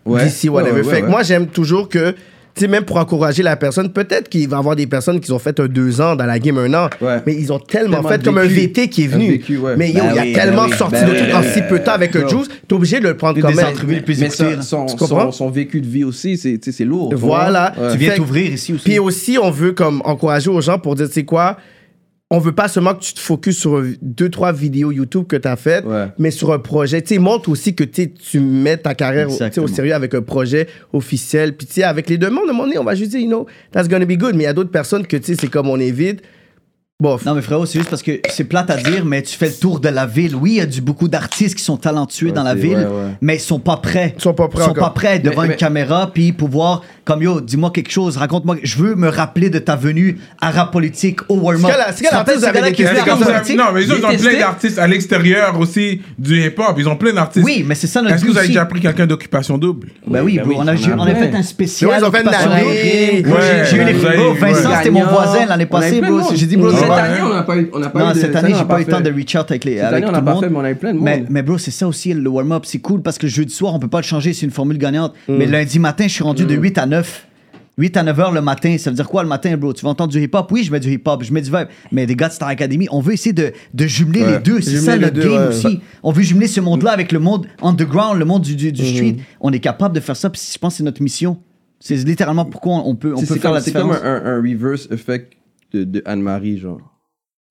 C: Ouais.
D: d'ici, whatever.
C: Ouais, ouais,
D: fait
C: ouais.
D: que moi j'aime toujours que, tu sais, même pour encourager la personne, peut-être qu'il va y avoir des personnes qui ont fait un deux ans dans la game, un an,
C: Ouais.
D: mais ils ont tellement,
C: Tellement
D: fait comme un
C: vécu.
D: VT qui est
C: Un
D: venu.
C: vécu, ouais.
D: Mais yo,
B: Ben
D: il
B: oui,
D: a tellement
B: ben oui,
D: sorti
B: ben
D: de
B: oui,
D: trucs
B: ben
D: en
B: oui.
D: si peu de temps avec un
C: Non.
D: Juice, t'es obligé de le prendre
B: Des
D: comme même.
B: entrevues les plus
C: Mais
B: écoutées,
C: son,
B: là.
C: son,
D: Tu comprends?
C: son- son vécu de vie aussi, c'est tu sais, c'est lourd. tu vois.
D: Voilà.
C: Ouais.
B: Tu viens
D: Fait-
B: t'ouvrir ici aussi.
D: Puis aussi, on veut comme encourager aux gens pour dire, tu sais quoi, on veut pas seulement que tu te focuses sur deux, trois vidéos YouTube que tu as faites,
C: Ouais.
D: mais sur un projet. Tu sais, montre aussi que tu sais, tu mets ta carrière au- tu sais, au
B: Exactement.
D: sérieux avec un projet officiel. Puis tu sais, avec les demandes, à un moment donné, on va juste dire, you know, that's gonna be good. Mais il y a d'autres personnes que tu sais, c'est comme on évite. Bon,
B: Non, mais frérot, c'est juste parce que c'est plate à dire, mais tu fais le tour de la ville. Oui, il y a du, beaucoup d'artistes qui sont talentueux dans la
C: c'est-
B: ville,
C: ouais, ouais.
B: mais ils sont pas prêts.
D: Ils sont pas prêts
B: Ils sont
D: encore.
B: pas prêts devant
C: Mais-
B: une
C: mais-
B: caméra, puis pouvoir, comme yo, dis-moi quelque chose, raconte-moi. Je veux me rappeler de ta venue à rap politique au warm-up.
D: C'est que là- c'est que
B: Tu te
D: là,
B: rappelles
D: vous
B: ce
D: avez
B: gars-là
D: des
B: qui est venu
A: C'est
B: à
A: comme
B: rap
A: ça.
B: politique?
A: Non, mais ils ont
C: Détesté.
A: plein d'artistes à l'extérieur aussi du hip-hop. Ils ont plein d'artistes.
B: Oui, mais c'est ça notre
A: Est-ce que
B: but
A: vous avez
B: aussi.
A: déjà pris quelqu'un d'occupation double
B: Ben oui, bro, on a, ju- on a fait un spécial.
D: Mais oui, ils ont fait une
B: Occupation
D: année.
B: Double.
A: Ouais,
B: j'ai eu les
A: vous avez-
B: bro, Vincent,
A: ouais.
B: c'était mon voisin l'année
C: On avait
B: passée,
C: plein
B: bro.
C: de monde.
B: J'ai dit, bro,
C: cette
B: c'est-
A: ouais.
C: année, on n'a pas eu, on n'a pas eu
B: Non,
C: de-
B: cette année,
C: on
B: j'ai
C: n'a
B: pas eu le temps
C: fait.
B: de reach out avec, les,
C: Cette
B: avec
C: année, on
B: tout
C: n'a
B: le
C: pas
B: monde.
C: fait, mais on a eu plein de
B: Mais-
C: monde.
B: Mais, bro, c'est ça aussi, le warm-up, c'est cool parce que le jeudi soir, on peut pas le changer, c'est une formule gagnante.
C: Mm.
B: Mais lundi matin, je suis rendu de 8 à 9. 8 à 9 heures le matin, ça veut dire quoi le matin, bro? Tu vas entendre du hip-hop? Oui, je mets du hip-hop, je mets du vibe. Mais les gars de Star Academy, on veut essayer de, de jumeler
C: Ouais.
B: les deux. C'est
D: Jumeler
B: ça
D: les
B: notre
D: deux,
B: game
D: ouais.
B: aussi. On veut jumeler ce monde-là avec le monde underground, le monde du, du, du
C: Mm-hmm.
B: street. On est capable de faire ça, puis je pense que c'est notre mission. C'est littéralement pourquoi on on peut, on
C: C'est-
B: peut
C: c'est
B: faire
C: comme-
B: la
C: C'est comme
B: différence.
C: un, un- un reverse effect de, de Anne-Marie, genre.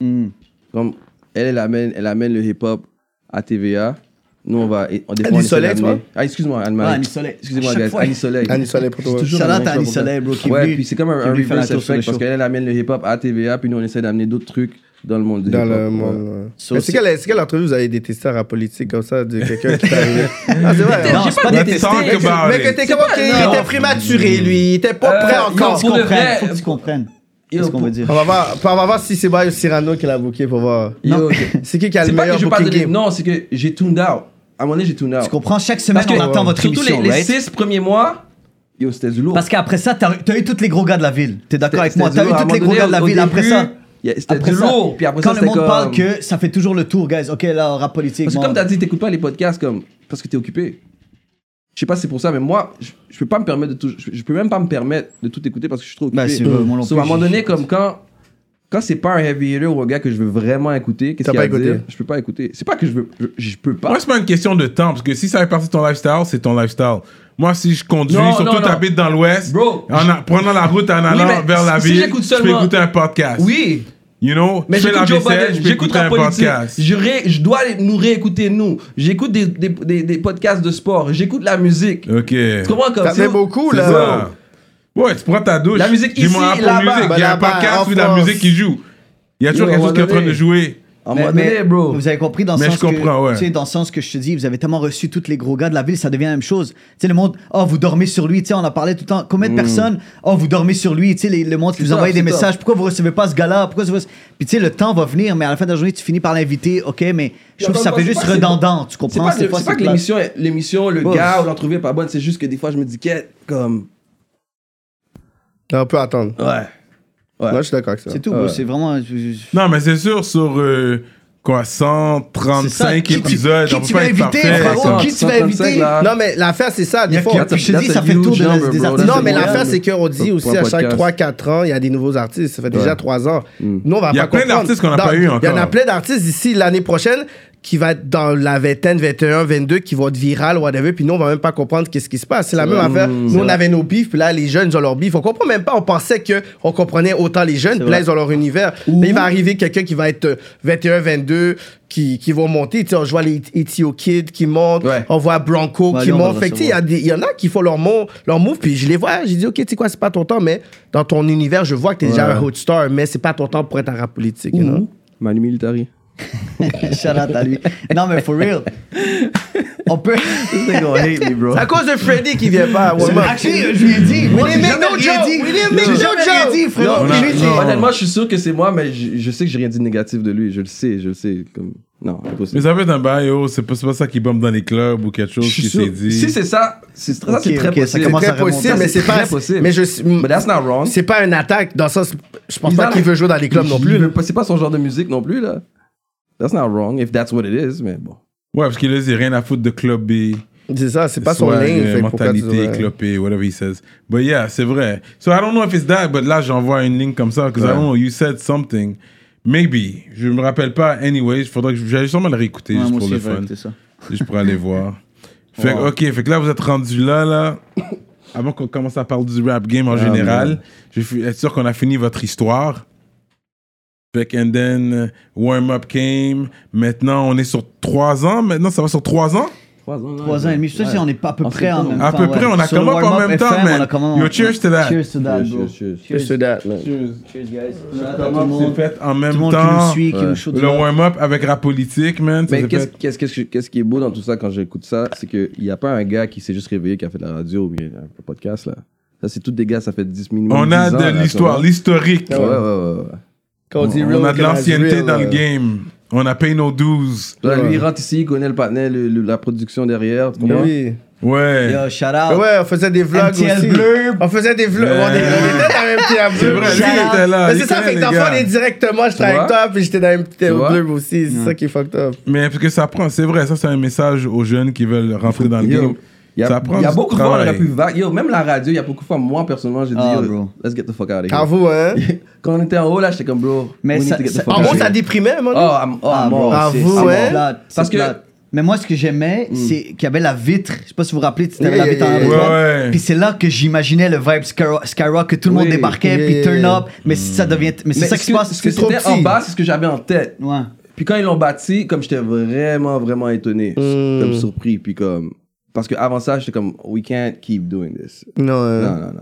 B: Mm.
C: Comme elle, elle amène, elle amène le hip-hop à TVA. Nous, on va. On, des fois,
D: Annie
C: on essaie
D: Soleil,
C: d'amener-
D: toi?
C: Ah, excuse-moi,
B: Ouais,
C: Anne-Marie.
B: Annie Soleil.
C: Excusez-moi,
B: À chaque
C: guys.
B: fois.
C: Annie Soleil.
D: Annie Soleil pour toi.
C: C'est toujours
B: Shout
C: la
B: out
C: même
B: à Annie
C: chose, en fait.
B: Soleil, bro, qui est
C: Ouais,
B: venue-
C: puis c'est comme un,
B: qui est
C: un
B: venue faire la
C: reverse
B: tour sur le
C: effect parce
B: show.
C: qu'elle, elle amène le hip-hop à TVA, puis nous, on essaie d'amener d'autres trucs dans le monde du
D: Dans
C: hip-hop.
D: le
C: ouais.
D: monde. ouais.
B: So,
D: Mais c'est
B: c'est-
D: quelle, c'est quelle entrevue vous avez détesté en rap politique comme ça, de quelqu'un qui t'a arrivé? Ah, c'est vrai.
C: J'ai
B: Non, c'est pas
C: détesté.
A: Let's talk
D: Mais que-
A: about
D: mais que
A: it.
D: t'es comme, ok, il
C: non.
D: était prématuré, lui. Il était pas
C: Euh,
D: prêt
C: yo,
D: encore.
C: pour
B: Faut
C: de
B: que tu comprennes,
C: vrai-
B: faut que tu comprennes.
C: Yo,
B: Qu'est-ce qu'on
C: pour-
B: veut dire?
D: On va voir, on va voir si c'est Bayo Cyrano qui l'a booké pour voir.
C: Yo,
D: C'est qui qui a le
C: C'est pas que
D: meilleur
C: je veux pas
D: booking
C: donner.
D: game?
C: Non, c'est que j'ai tuned out. À un moment donné, j'ai tuned out.
B: Tu comprends? Chaque semaine,
C: Parce que
B: on attend votre
C: surtout
B: émission,
C: les, les
B: right?
C: six premiers mois, yo, c'était du lourd.
B: Parce qu'après ça, t'as t'as eu tous les gros gars de la ville. T'es d'accord avec
C: C'était-
B: moi?
C: c'était
B: T'as eu
C: du lourd. À
B: tous
C: un
B: les
C: moment
B: gros gars de la
C: donné,
B: ville.
C: au
B: Après
C: début,
B: ça,
C: y a- C'était
B: après
C: du
B: ça,
C: lourd. Puis après ça,
B: quand le
C: c'était
B: monde
C: comme-
B: parle que ça fait toujours le tour, guys. Ok, là, rap politique.
C: Parce que
B: bon.
C: comme t'as dit, t'écoutes pas les podcasts comme parce que t'es occupé. Je sais pas si c'est pour ça, mais moi, je, je peux pas me permettre de tout. Je, je peux même pas me permettre de tout écouter parce que je suis trop occupé.
B: Bah, c'est vrai, moi non
C: So,
B: plus,
C: à un moment
B: j'ai-
C: donné, comme quand. Quand c'est pas un heavy hitter ou un gars que je veux vraiment écouter, qu'est-ce
D: T'as
C: qu'il y a
D: pas
C: à dire
D: écouté.
C: Je peux pas écouter. C'est pas que je veux, je, je peux pas.
A: Moi, c'est pas une question de temps, parce que si ça fait partie de ton lifestyle, c'est ton lifestyle. Moi, si je conduis,
C: Non,
A: surtout
C: non, non.
A: t'habites dans l'ouest,
C: Bro,
A: en a- prenant la route en allant
C: mais
A: vers la
C: si
A: ville,
C: j'écoute
A: je peux
C: seulement-
A: écouter un podcast.
C: oui,
A: You know,
E: Mais
A: je fais la
E: j'écoute Joe Biden,
A: vaisselle, je peux
E: j'écoute
A: écouter
E: la
A: un
E: politique.
A: podcast.
E: Je, ré- je dois les- nous réécouter, nous. J'écoute des, des, des, des podcasts de sport, j'écoute la musique.
A: Ok.
E: Tu comprends comme
D: Ça
E: si-
D: fait beaucoup,
A: C'est
D: là.
A: ça. Ouais, tu prends ta douche.
E: La musique
A: Dis-moi
E: ici,
A: Apple
E: là-bas.
A: Music,
D: Ben,
A: Il y a un
D: là-bas,
A: podcast
D: en
A: où la
D: France.
A: musique qui joue. Il y a toujours
E: Yo,
A: quelque chose qui est en train
E: abandonné.
A: de jouer.
E: À un
B: Mais-
E: moment
B: mais
E: donné, bro.
B: Vous avez compris dans le
A: Mais
B: sens
A: je comprends,
B: que,
A: ouais.
B: tu sais, dans le sens que je te dis, vous avez tellement reçu tous les gros gars de la ville, ça devient la même chose. Tu sais, le monde, oh, vous dormez sur lui, tu sais, on en parlait tout le temps. Combien de personnes, oh, vous dormez sur lui, tu sais, les- le monde qui
E: C'est
B: vous
E: top,
B: envoie des
E: c'est
B: messages, pourquoi vous recevez pas ce gars-là, pourquoi vous... Puis tu sais, le temps va venir, mais à la fin de la journée, tu finis par l'inviter, ok, mais je trouve que ça
E: encore
B: fait
E: une
B: juste
E: fois, c'est pas-
B: redondant, tu
E: C'est
B: comprends?
E: pas, que-
B: des fois,
E: c'est pas
B: c'est
E: que
B: plate.
E: l'émission, est- l'émission, le
B: Bon.
E: gars ou l'entrevue est pas bonne, c'est juste que des fois je me dis qu'elle, comme.
D: On peut attendre.
E: Ouais.
D: Moi, je suis d'accord avec ça.
B: C'est tout, bro, c'est vraiment. je- je-
A: Non, mais c'est sûr, sur euh, quoi,
B: C'est ça,
A: 135
B: qui tu-
A: épisodes,
B: qui
A: on peut
B: tu
A: pas
B: vas
A: être
B: inviter,
A: parfait.
B: frérot?
A: quoi.
B: qui tu vas inviter?
D: Non, mais l'affaire, c'est ça. Des
E: Oh,
D: fois,
B: a- puis je te dis, ça fait tour de la- des artistes
D: Non, mais
B: Montréal,
D: l'affaire, c'est qu'on dit
C: Pour-
D: aussi
C: pour un
D: à chaque
C: podcast.
D: 3-4 ans, il y a des nouveaux artistes. Ça fait déjà 3 ans. Nous, on va
A: Il y a
D: pas
A: plein
D: comprendre.
A: d'artistes qu'on n'a
D: Dans-
A: pas eu
D: Il y en a
A: encore.
D: plein d'artistes ici l'année prochaine qui va être dans la vingtaine, 21, 22, qui vont être virales, whatever. Puis nous, on va même pas comprendre qu'est-ce qui se passe. C'est la même affaire. Nous, on avait nos bifs, puis là, les jeunes, ils ont leurs bifs. On comprend même pas. On pensait qu'on comprenait autant les jeunes, puis là, ils ont leur univers. Mais il va arriver quelqu'un qui va être euh, 21, 22, qui, qui vont monter. Tu sais, on voit les Ethio Kids qui montent.
E: Ouais.
D: On voit Bronco
B: Ouais,
D: qui
B: lui, on va
D: montent. Fait que, tu sais, il y a
B: recevoir.
D: des- il y en a qui font leur, mo- leur move, puis je les vois, j'ai dit, OK, tu sais quoi, c'est pas ton temps, mais dans ton univers, je vois que t'es déjà un hot star, mais c'est pas ton temps pour être un rap politique, you know?
C: Manu Militari.
B: Shout out à lui. Non, mais for real. On peut.
D: C'est à cause de Freddy qui vient pas. ouais, man.
B: Actually, je lui ai dit. Moi, j'ai
D: didn't make
B: jamais
D: no
B: rien
D: joke.
B: dit.
D: We didn't make
B: J'ai
D: no
B: jamais rien
D: joke.
B: dit, frérot.
C: Non,
B: Puis
C: non,
B: lui,
C: non.
B: c'est-
C: Honnêtement,
E: Honnêtement, je suis sûr que c'est moi, mais je, je sais que j'ai rien dit de négatif de lui. Je le sais, je le sais. Comme... Non,
A: Mais
C: impossible.
A: ça peut être un bail, oh, c'est pas, c'est pas ça qui bombe dans les clubs ou quelque
E: Je
A: chose
E: suis
A: qui
E: sûr.
A: s'est dit.
E: Si c'est ça, c'est ça, c'est
B: Ok,
E: très
B: ok, ça
E: possible.
B: commence à
D: C'est possible, mais c'est
E: C'est
D: pas
E: très possible.
D: Mais je,
E: But that's not wrong.
D: C'est pas une attaque dans le sens. Je pense
E: Il
D: pas
E: va-
D: qu'il veut jouer dans les clubs non
E: Il
D: plus.
E: veut pas- C'est pas son genre de musique non plus, là. That's not wrong, if that's what it is, mais bon.
A: Ouais, parce qu'il a dit rien à foutre de club B.
D: C'est ça, c'est pas son
A: Swag,
D: lane.
A: euh,
D: fait que pourquoi tu
A: mentalité,
D: devrais-
A: clopé, whatever he says. But yeah, c'est vrai. So I don't know if it's that, but là j'envoie une ligne comme ça, because I don't know, you said something. Maybe. Je me rappelle pas, anyways. Faudrait que je- j'allais sûrement le réécouter
B: Ouais,
A: juste
B: moi
A: pour
B: aussi,
A: le
B: je vais
A: fun.
B: écouter ça.
A: Je pourrais aller voir. Fait que, ok, fait que là vous êtes rendu là, là. Avant qu'on commence à parler du rap
D: Ah,
A: game en général, je suis être sûr qu'on a fini votre histoire. Fait que, and then, euh, warm up came. Maintenant, on est sur trois ans. Maintenant, ça va sur trois ans?
E: Trois ans, là.
B: Trois ans et demi. Je sais si on est pas à peu
E: En
B: près en
E: septembre.
B: même temps.
A: À peu près, on a
B: Sur
A: come up
B: le
A: en
B: warm-up
A: même temps,
B: FM,
A: man.
B: on a come up-
A: Yo, cheers to that.
B: Cheers to that, bro.
C: Cheers, cheers.
B: Cheers
D: Just that, man.
B: Cheers, guys.
A: Le
B: Tout le
A: warm-up
B: monde.
A: s'est fait en
B: Tout
A: même
B: le monde qui nous
A: temps.
B: suit, qui nous shoot.
A: Le warm-up avec rap politique, man. ça
C: Mais
A: s'est
C: qu'est-ce
A: fait-
C: qu'est-ce- qu'est-ce- qu'est-ce qui est beau dans tout ça quand j'écoute ça, c'est qu'il n'y a pas un gars qui s'est juste réveillé, qui a fait de la radio ou bien un podcast, là. Ça, c'est tous des gars, ça fait 10 minutes.
A: On a de l'histoire, l'historique.
B: Ah
C: Ouais, ouais, ouais. ouais.
D: Quand
A: On,
D: dit
A: on
D: real,
A: a de
D: quand
A: l'ancienneté
D: real,
A: dans le
D: euh,
A: game. On a payé nos 12.
C: Là,
D: Ouais.
C: lui, il rentre ici, il connaît le patinet, le- le- la production derrière.
B: Ben
C: tu comprends?
D: Oui.
A: Ouais. Ah
B: Yo, shout out.
D: Ouais, on faisait des vlogs
B: MTL
D: aussi.
B: Bleu.
D: On faisait des vlogs. On était on était dans la même table.
A: C'est vrai, lui
B: Shout
A: il
B: out.
A: était là.
D: Mais
A: il
D: c'est ça,
A: connaît
D: fait que
A: les
D: dans le fond,
A: gars.
D: on est directement, je travaille
C: vois?
D: avec toi, puis j'étais dans une petite
C: vois?
D: bleu aussi, c'est ça qui est fucked up.
A: Mais parce que ça prend, c'est vrai, ça c'est un message aux jeunes qui veulent rentrer dans le
C: Yo,
A: game.
C: Il y a,
A: Ça prend
E: Il y a
A: du
E: beaucoup de fois, on aurait
A: travail.
E: pu vague. Yo, même la radio, il y a beaucoup de fois, moi, personnellement, j'ai dit,
B: Ah,
E: yo,
B: bro.
C: let's get the fuck out of
D: À
C: here.
D: vous, hein?
E: quand on était en haut, là, j'étais comme, bro,
B: Mais
E: we need
B: ça-
E: to get the
B: ça-
E: fuck
D: En
E: out
D: gros,
E: of
D: ça
E: here.
D: déprimait,
E: Oh,
D: moi.
E: I'm- oh, I'm
B: Ah,
E: off.
B: bro,
D: Ah,
B: c'est-
D: vous,
B: c'est
D: ouais?
B: plate, c'est
E: Parce que-
B: plate. Mais moi, ce que j'aimais, c'est qu'il y avait la vitre. Je sais pas si vous vous rappelez, tu avais la
D: Yeah,
B: vitre en
D: yeah,
B: arrière
A: yeah.
B: droite.
A: Hmm. Ouais, ouais.
B: Puis c'est là que j'imaginais le vibe Skyro- Skyrock, que tout le monde
C: Oui,
B: débarquait,
D: yeah,
B: puis
D: yeah,
B: turn
D: yeah.
B: up. Mais
A: Hmm.
B: ça devient. Mais c'est
E: Mais
B: ça qui
E: ce
B: se
E: que-
B: passe.
E: Ce que
D: C'est trop
E: c'était en
D: petit.
E: bas, c'est ce que j'avais en tête.
B: Ouais.
E: Puis quand ils l'ont bâti, comme j'étais vraiment, vraiment étonné, comme surpris, puis comme. Parce que avant ça, j'étais comme, we can't keep doing this.
D: Non, euh,
E: Non, non, non.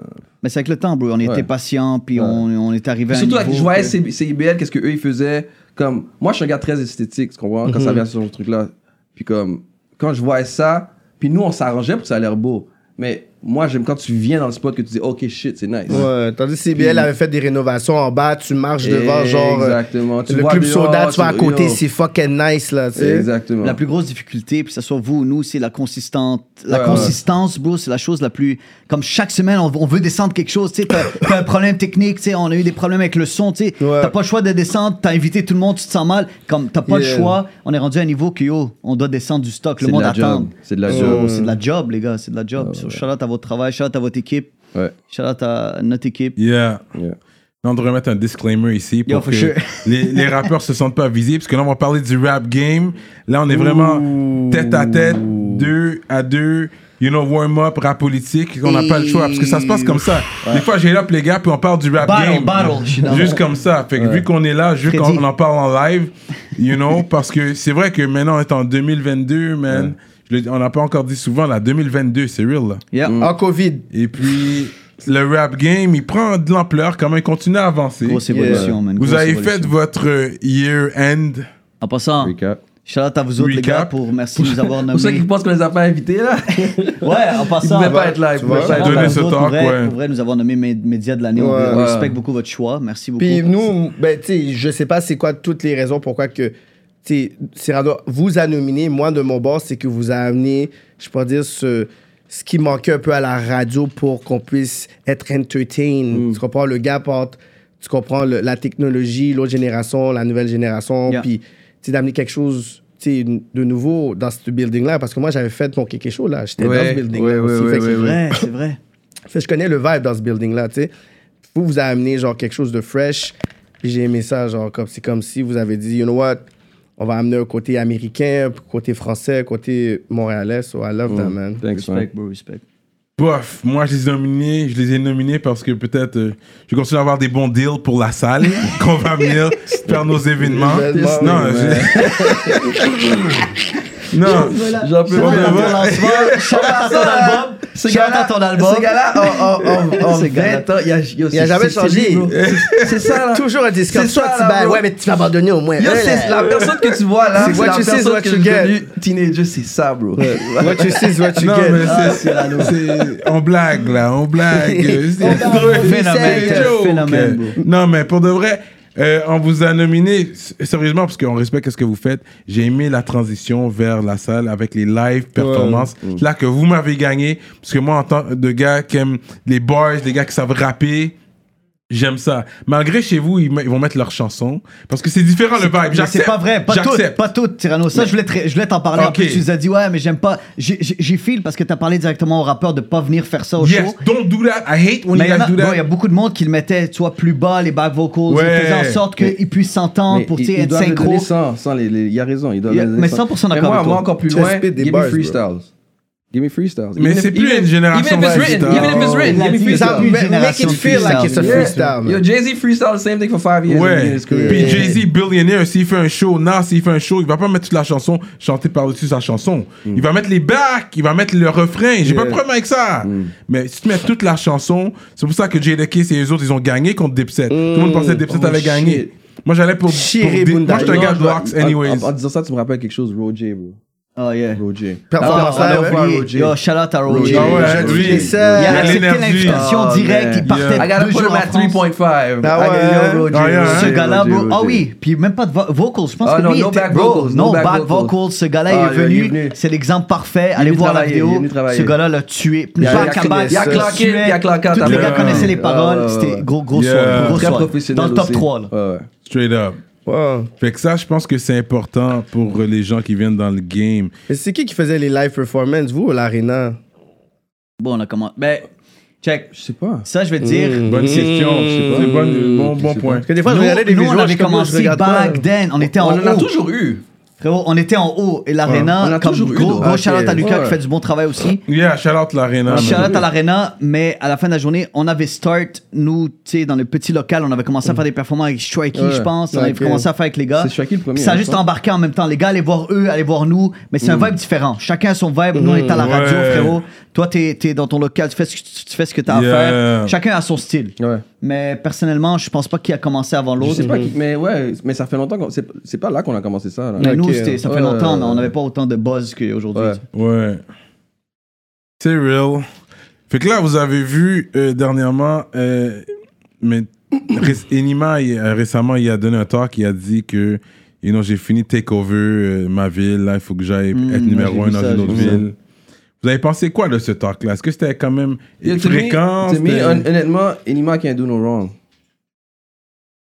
B: Mais c'est avec le temps, bro. On était
E: Ouais.
B: patient, puis on, on est arrivé à. un
E: Surtout,
B: niveau
E: je voyais
B: Ben, que-
E: C- CIBL, qu'est-ce qu'eux, ils faisaient. Comme, moi, je suis un gars très esthétique, tu comprends, quand ça vient sur ce truc-là. Puis comme, quand je voyais ça, puis nous, on s'arrangeait pour que ça a l'air beau. Mais moi, j'aime quand tu viens dans le spot que tu dis, OK, shit, c'est nice.
D: Ouais, tandis que CBL avait fait des rénovations en bas, tu marches devant, genre. euh,
E: Exactement. Tu
D: le
E: vois
D: club
E: dehors,
D: soda,
E: tu
D: tu vas à
E: vois-
D: côté,
E: yo.
D: c'est fucking nice, là, tu sais.
E: Exactement.
B: La plus grosse difficulté, puis que ce soit vous ou nous, c'est la consistante. La
E: Ouais,
B: consistance, bro, c'est la chose la plus. Comme chaque semaine, on, on veut descendre quelque chose. Tu sais, t'as t'as un problème technique, tu sais, on a eu des problèmes avec le son, tu sais.
D: Ouais.
B: T'as pas le choix de descendre, t'as invité tout le monde, tu te sens mal. Comme t'as pas
E: Yeah.
B: le choix, on est rendu à un niveau que yo, on doit descendre du stock, le
C: C'est de
B: monde
C: la
B: attend.
C: job. C'est de la
B: So,
C: job. Ah,
B: C'est de la job, les gars, c'est de la job. So, shout out à votre travail, shout out à votre équipe,
C: Ouais.
B: shout out à notre équipe.
A: Yeah.
C: Yeah.
A: On devrait mettre un disclaimer ici pour
B: Yo, for
A: que
B: sure.
A: les, les rappeurs se sentent pas visés, parce que là, on va parler du rap game. Là, on est vraiment tête à tête deux, à deux, you know, warm-up, rap politique. On n'a pas le choix parce que ça se passe comme ça. Des fois, j'ai up les gars, puis on parle du rap
B: Battle,
A: game.
B: battle, je suis dans
A: Juste
B: le-
A: comme ça. Fait que vu qu'on est là, vu
B: Prédit.
A: qu'on en parle en live, you know, parce que c'est vrai que maintenant, on est en 2022, man. Je le- on n'a pas encore dit souvent, là, 2022, c'est real, là.
B: Yeah.
C: Mm.
D: En COVID.
A: Et puis, le rap game, il prend de l'ampleur, quand même, il continue à avancer.
B: Grosse évolution, man.
A: Vous
B: grosse
A: avez
B: évolution.
A: fait votre euh, year-end.
B: En passant,
C: Recap.
B: shout out à vous autres, les
A: Recap.
B: gars, pour merci de nous avoir
E: Pour ceux qui
B: nommés.
E: pensent qu'on les a pas invités, là,
B: Ouais, en
E: ils
B: passant.
E: pouvaient pas être là. Ils
D: tu
E: pouvaient
D: vois.
E: pas être
B: Shout-out
A: Donnez
B: à
E: là.
A: ce
B: vous autres,
A: talk,
B: pour vrai,
A: ouais.
B: pour vrai, nous avoir nommés mé- médias de l'année. On
D: Ouais.
B: on
E: Ouais.
B: respecte beaucoup votre choix. Merci beaucoup.
D: Puis nous, ben, tu sais, je sais pas c'est quoi toutes les raisons pourquoi que, tu sais, Cyrano vous a nominé. Moi, de mon bord, c'est que vous a amené, je peux dire, ce, ce qui manquait un peu à la radio pour qu'on puisse être entertain.
E: Mm.
D: Tu comprends le gap entre, tu comprends le- la technologie, l'autre génération, la nouvelle génération,
B: Yeah.
D: puis, tu sais, d'amener quelque chose tu sais, de nouveau dans ce building-là, parce que moi, j'avais fait mon quelque chose là. J'étais dans ce
E: Ouais,
D: building-là
E: ouais,
D: aussi.
E: ouais,
D: Fait que
E: ouais,
B: C'est
E: ouais.
B: vrai, c'est vrai.
D: fait, que je connais le vibe dans ce building-là, tu sais. Vous, vous a amené, genre, quelque chose de fresh. Puis j'ai aimé ça, genre, comme, c'est comme si vous avez dit, you know what, on va amener un côté américain, puis côté français, côté montréalais. So I love that,
C: Mm.
D: man.
C: Thanks, man.
B: Respect, bro, respect.
A: Bof, moi je les ai nominés, je les ai nominés parce que peut-être euh, je continue à avoir des bons deals pour la salle qu'on va venir faire nos événements.
D: Événements,
A: non,
D: oui,
A: je- non,
B: J'en peux
A: pas.
B: Shout out à ton album.
E: Ce gars-là, en- en- en
B: Ce
E: 20
B: gars-là.
E: ans, il a,
D: Il a jamais changé.
E: C'est ça,
C: Ah,
E: là.
D: Toujours un discours.
E: C'est
D: Soit
E: ça,
D: tu
E: là,
D: bailles,
E: bro.
D: ouais, mais tu vas abandonner au moins.
E: Yo,
D: un,
E: c'est
D: là.
E: la personne que tu vois là,
D: C'est
E: c'est
D: what
E: la
D: you see is
E: personne
D: what
E: que
D: you
E: je
D: get.
E: devenu teenager, c'est ça, bro.
D: What you see is what you
A: non,
D: get.
A: mais c'est- c'est on blague là, on blague. C'est-
B: Phénomène,
A: C'est
B: quel
A: joke.
B: phénomène, bro.
A: Non, mais pour de vrai, euh, on vous a nominé, s- sérieusement, parce qu'on respecte ce que vous faites. J'ai aimé la transition vers la salle avec les live performances.
B: Mm.
A: Là que vous m'avez gagné, parce que moi, en tant de gars qui aime les boys, des gars qui savent rapper, J'aime ça. Malgré chez vous, ils, me- ils vont mettre leurs chansons. Parce que c'est différent le vibe.
B: Mais C'est
A: J'accepte.
B: pas vrai, pas tout,
A: J'accepte.
B: pas tout, Tyranno. Ça, je voulais te- je voulais t'en parler. En
A: Ok.
B: plus, tu nous as dit, ouais, mais j'aime pas. J'ai- J'ai j'ai feel parce que t'as parlé directement au rappeur de pas venir faire ça au
A: Yes,
B: show.
A: don't do that. I hate when
B: Mais
A: you
B: il y, en
A: guys
B: a,
A: do
B: bon,
A: that.
B: il y a beaucoup de monde qui le mettait, tu vois, plus bas, les back vocals.
A: Ouais.
B: Ils faisaient en sorte qu'ils puissent s'entendre pour, tu sais,
C: il
B: être
C: doit le
B: synchro.
C: donner sans, sans les, les- il a raison, il doit
B: Yeah,
C: le donner
B: mais
C: sans.
B: 100%
C: Mais
B: d'accord
C: moi,
B: avec
C: moi
B: toi.
C: encore plus
D: Tu
C: loin,
D: spit des
C: give
D: bars,
C: me freestyles. Give me freestyles.
A: Mais c'est plus une génération
E: Even if it's
A: vibe,
E: written,
A: ça.
E: even if it's written,
B: Il a
E: give me
B: dit-
D: Ça,
E: freestyle.
B: Une
D: ma- make
B: génération
D: it feel like it's a
B: freestyle.
D: freestyle. man.
E: Yo, Jay-Z freestyle, same thing for five years. and he did
A: Ouais.
E: his career.
A: Puis Jay-Z, billionaire, s'il fait un show, Nas, s'il fait un show, il va pas mettre toute la chanson chantée par-dessus sa chanson. Il va mettre les backs, il va mettre le refrain. J'ai pas de problème avec ça. Mais si tu mets toute la chanson, c'est pour ça que Jay Kiss et les autres, ils ont gagné contre Dipset. Tout le monde pensait que Dipset
E: Oh,
A: avait
E: shit.
A: gagné. Moi, j'allais pour. pour
D: Chiré
A: Dip-
D: Bunda.
A: Moi, je te
E: Non,
A: regarde
E: je dois-
A: Rocks,
E: en-
A: anyways.
C: En, en disant ça, tu me rappelles quelque chose, Roger, bro.
B: Oh, yeah.
C: Roger.
D: Performance
B: Ah, on
D: live,
B: a
D: ouais.
B: oublié. Yo, shout out à Roger.
A: Ah ouais,
D: J'ai
A: lui,
D: dit ça.
B: Il a
A: a
B: accepté
A: l'énergie.
B: l'invitation
E: Oh,
B: directe,
E: man.
B: il partait
E: I gotta
B: deux
E: put
B: jours
E: him
B: en
E: at
B: France.
E: 3.5.
D: Ah
E: I gotta-
D: ouais,
E: yo, Roger,
A: hein. Ah,
B: Ce
A: Roger,
B: gars-là, bro. Ah
C: Roger.
B: oui, puis même pas de vo- vocals. Je pense
E: Ah
B: que
E: non,
B: lui
E: no
B: était-
E: back
B: bro,
E: vocals,
B: non,
E: no back
B: back
E: vocals.
B: vocals. Ce gars-là
E: Ah,
B: est
E: il est
B: venu.
E: venu.
B: C'est l'exemple parfait. Allez
E: venu
B: voir la
E: travailler, il est
B: vidéo.
E: venu travailler.
B: Ce gars-là l'a tué.
E: Il a-
B: Back
E: il a
B: à back.
E: il a claqué,
B: tuait.
E: il a claqué à
B: Tous les
E: table.
B: gars
A: Ouais.
B: connaissaient les paroles.
E: ouais,
B: C'était
E: ouais.
B: gros, gros
A: Yeah.
B: soir. Gros
E: Très
B: soir. Dans
E: professionnel
B: le top
E: aussi.
B: 3, là.
C: Ouais, ouais.
A: Straight up.
D: Wow.
A: Fait que ça, je pense que c'est important pour les gens qui viennent dans le game.
D: Mais c'est qui qui faisait les live performances, vous ou l'Arena?
B: Bon, on a commencé. Ben, check.
C: Je sais pas.
B: Ça, je vais te dire.
A: Bonne question. je sais pas. Mm. C'est bon, bon, bon point.
D: Parce que des fois, je
B: Nous,
D: regardais des
B: nous,
D: vidéos,
B: on avait
D: je suis comme, je
B: commencé
D: regarde pas.
B: back then. On était
E: On
B: en
E: en a
B: haut.
E: toujours eu.
B: Frérot, on était en haut. Et
C: Ouais, on
B: l'Arena,
C: a
B: comme
C: toujours eu,
B: gros,
C: nous.
B: gros
C: Ok,
B: shout-out à Lucas
C: ouais. Ah,
B: qui fait du bon travail aussi.
A: Yeah, shout out l'arena.
B: Shout out à l'arena, mais à la fin de la journée, on avait start, nous, tu sais, dans le petit local, on avait commencé à faire des performances avec Strikey,
C: Ouais.
B: je pense. On
D: Ouais,
B: avait
D: ok.
B: commencé à faire avec les gars.
C: C'est Strikey le premier,
B: Ça a
C: hein, Mm.
B: juste
C: je pense.
B: embarqué en même temps. Les gars, allez voir eux, allez voir nous. Mais c'est un vibe différent. Chacun a son vibe. Nous, on est à la radio,
A: Mm. ouais.
B: frérot. Toi, t'es es dans ton local, tu fais ce que tu, tu fais ce que t'as
A: Yeah.
B: à faire. Chacun a son style.
C: Ouais.
B: Mais personnellement, je pense pas qu'il a commencé avant
C: Je
B: l'autre.
C: sais pas qui- mais ouais, mais ça fait longtemps qu'on. C'est c'est pas là qu'on a commencé ça, là.
B: Mais nous,
D: Ok.
B: c'était- ça fait
C: Ouais.
B: longtemps, mais on n'avait pas autant de buzz qu'aujourd'hui.
C: Ouais.
A: Ouais. C'est real. Fait que là, vous avez vu euh, dernièrement, euh, mais ré- Enima, il- euh, récemment, il a donné un talk, il a dit que, you know, j'ai fini Takeover, euh, ma ville, là, il faut que j'aille
B: Mm,
A: être numéro
B: moi,
A: un
B: j'ai
A: dans
B: vu ça,
A: une autre
B: j'ai vu ça.
A: ville. Vous avez pensé quoi de ce talk-là? Est-ce que c'était quand même
C: Yo, to me-
A: fréquent?
C: to me,
A: C'était-
C: hon- honnêtement, Enima can't do no wrong.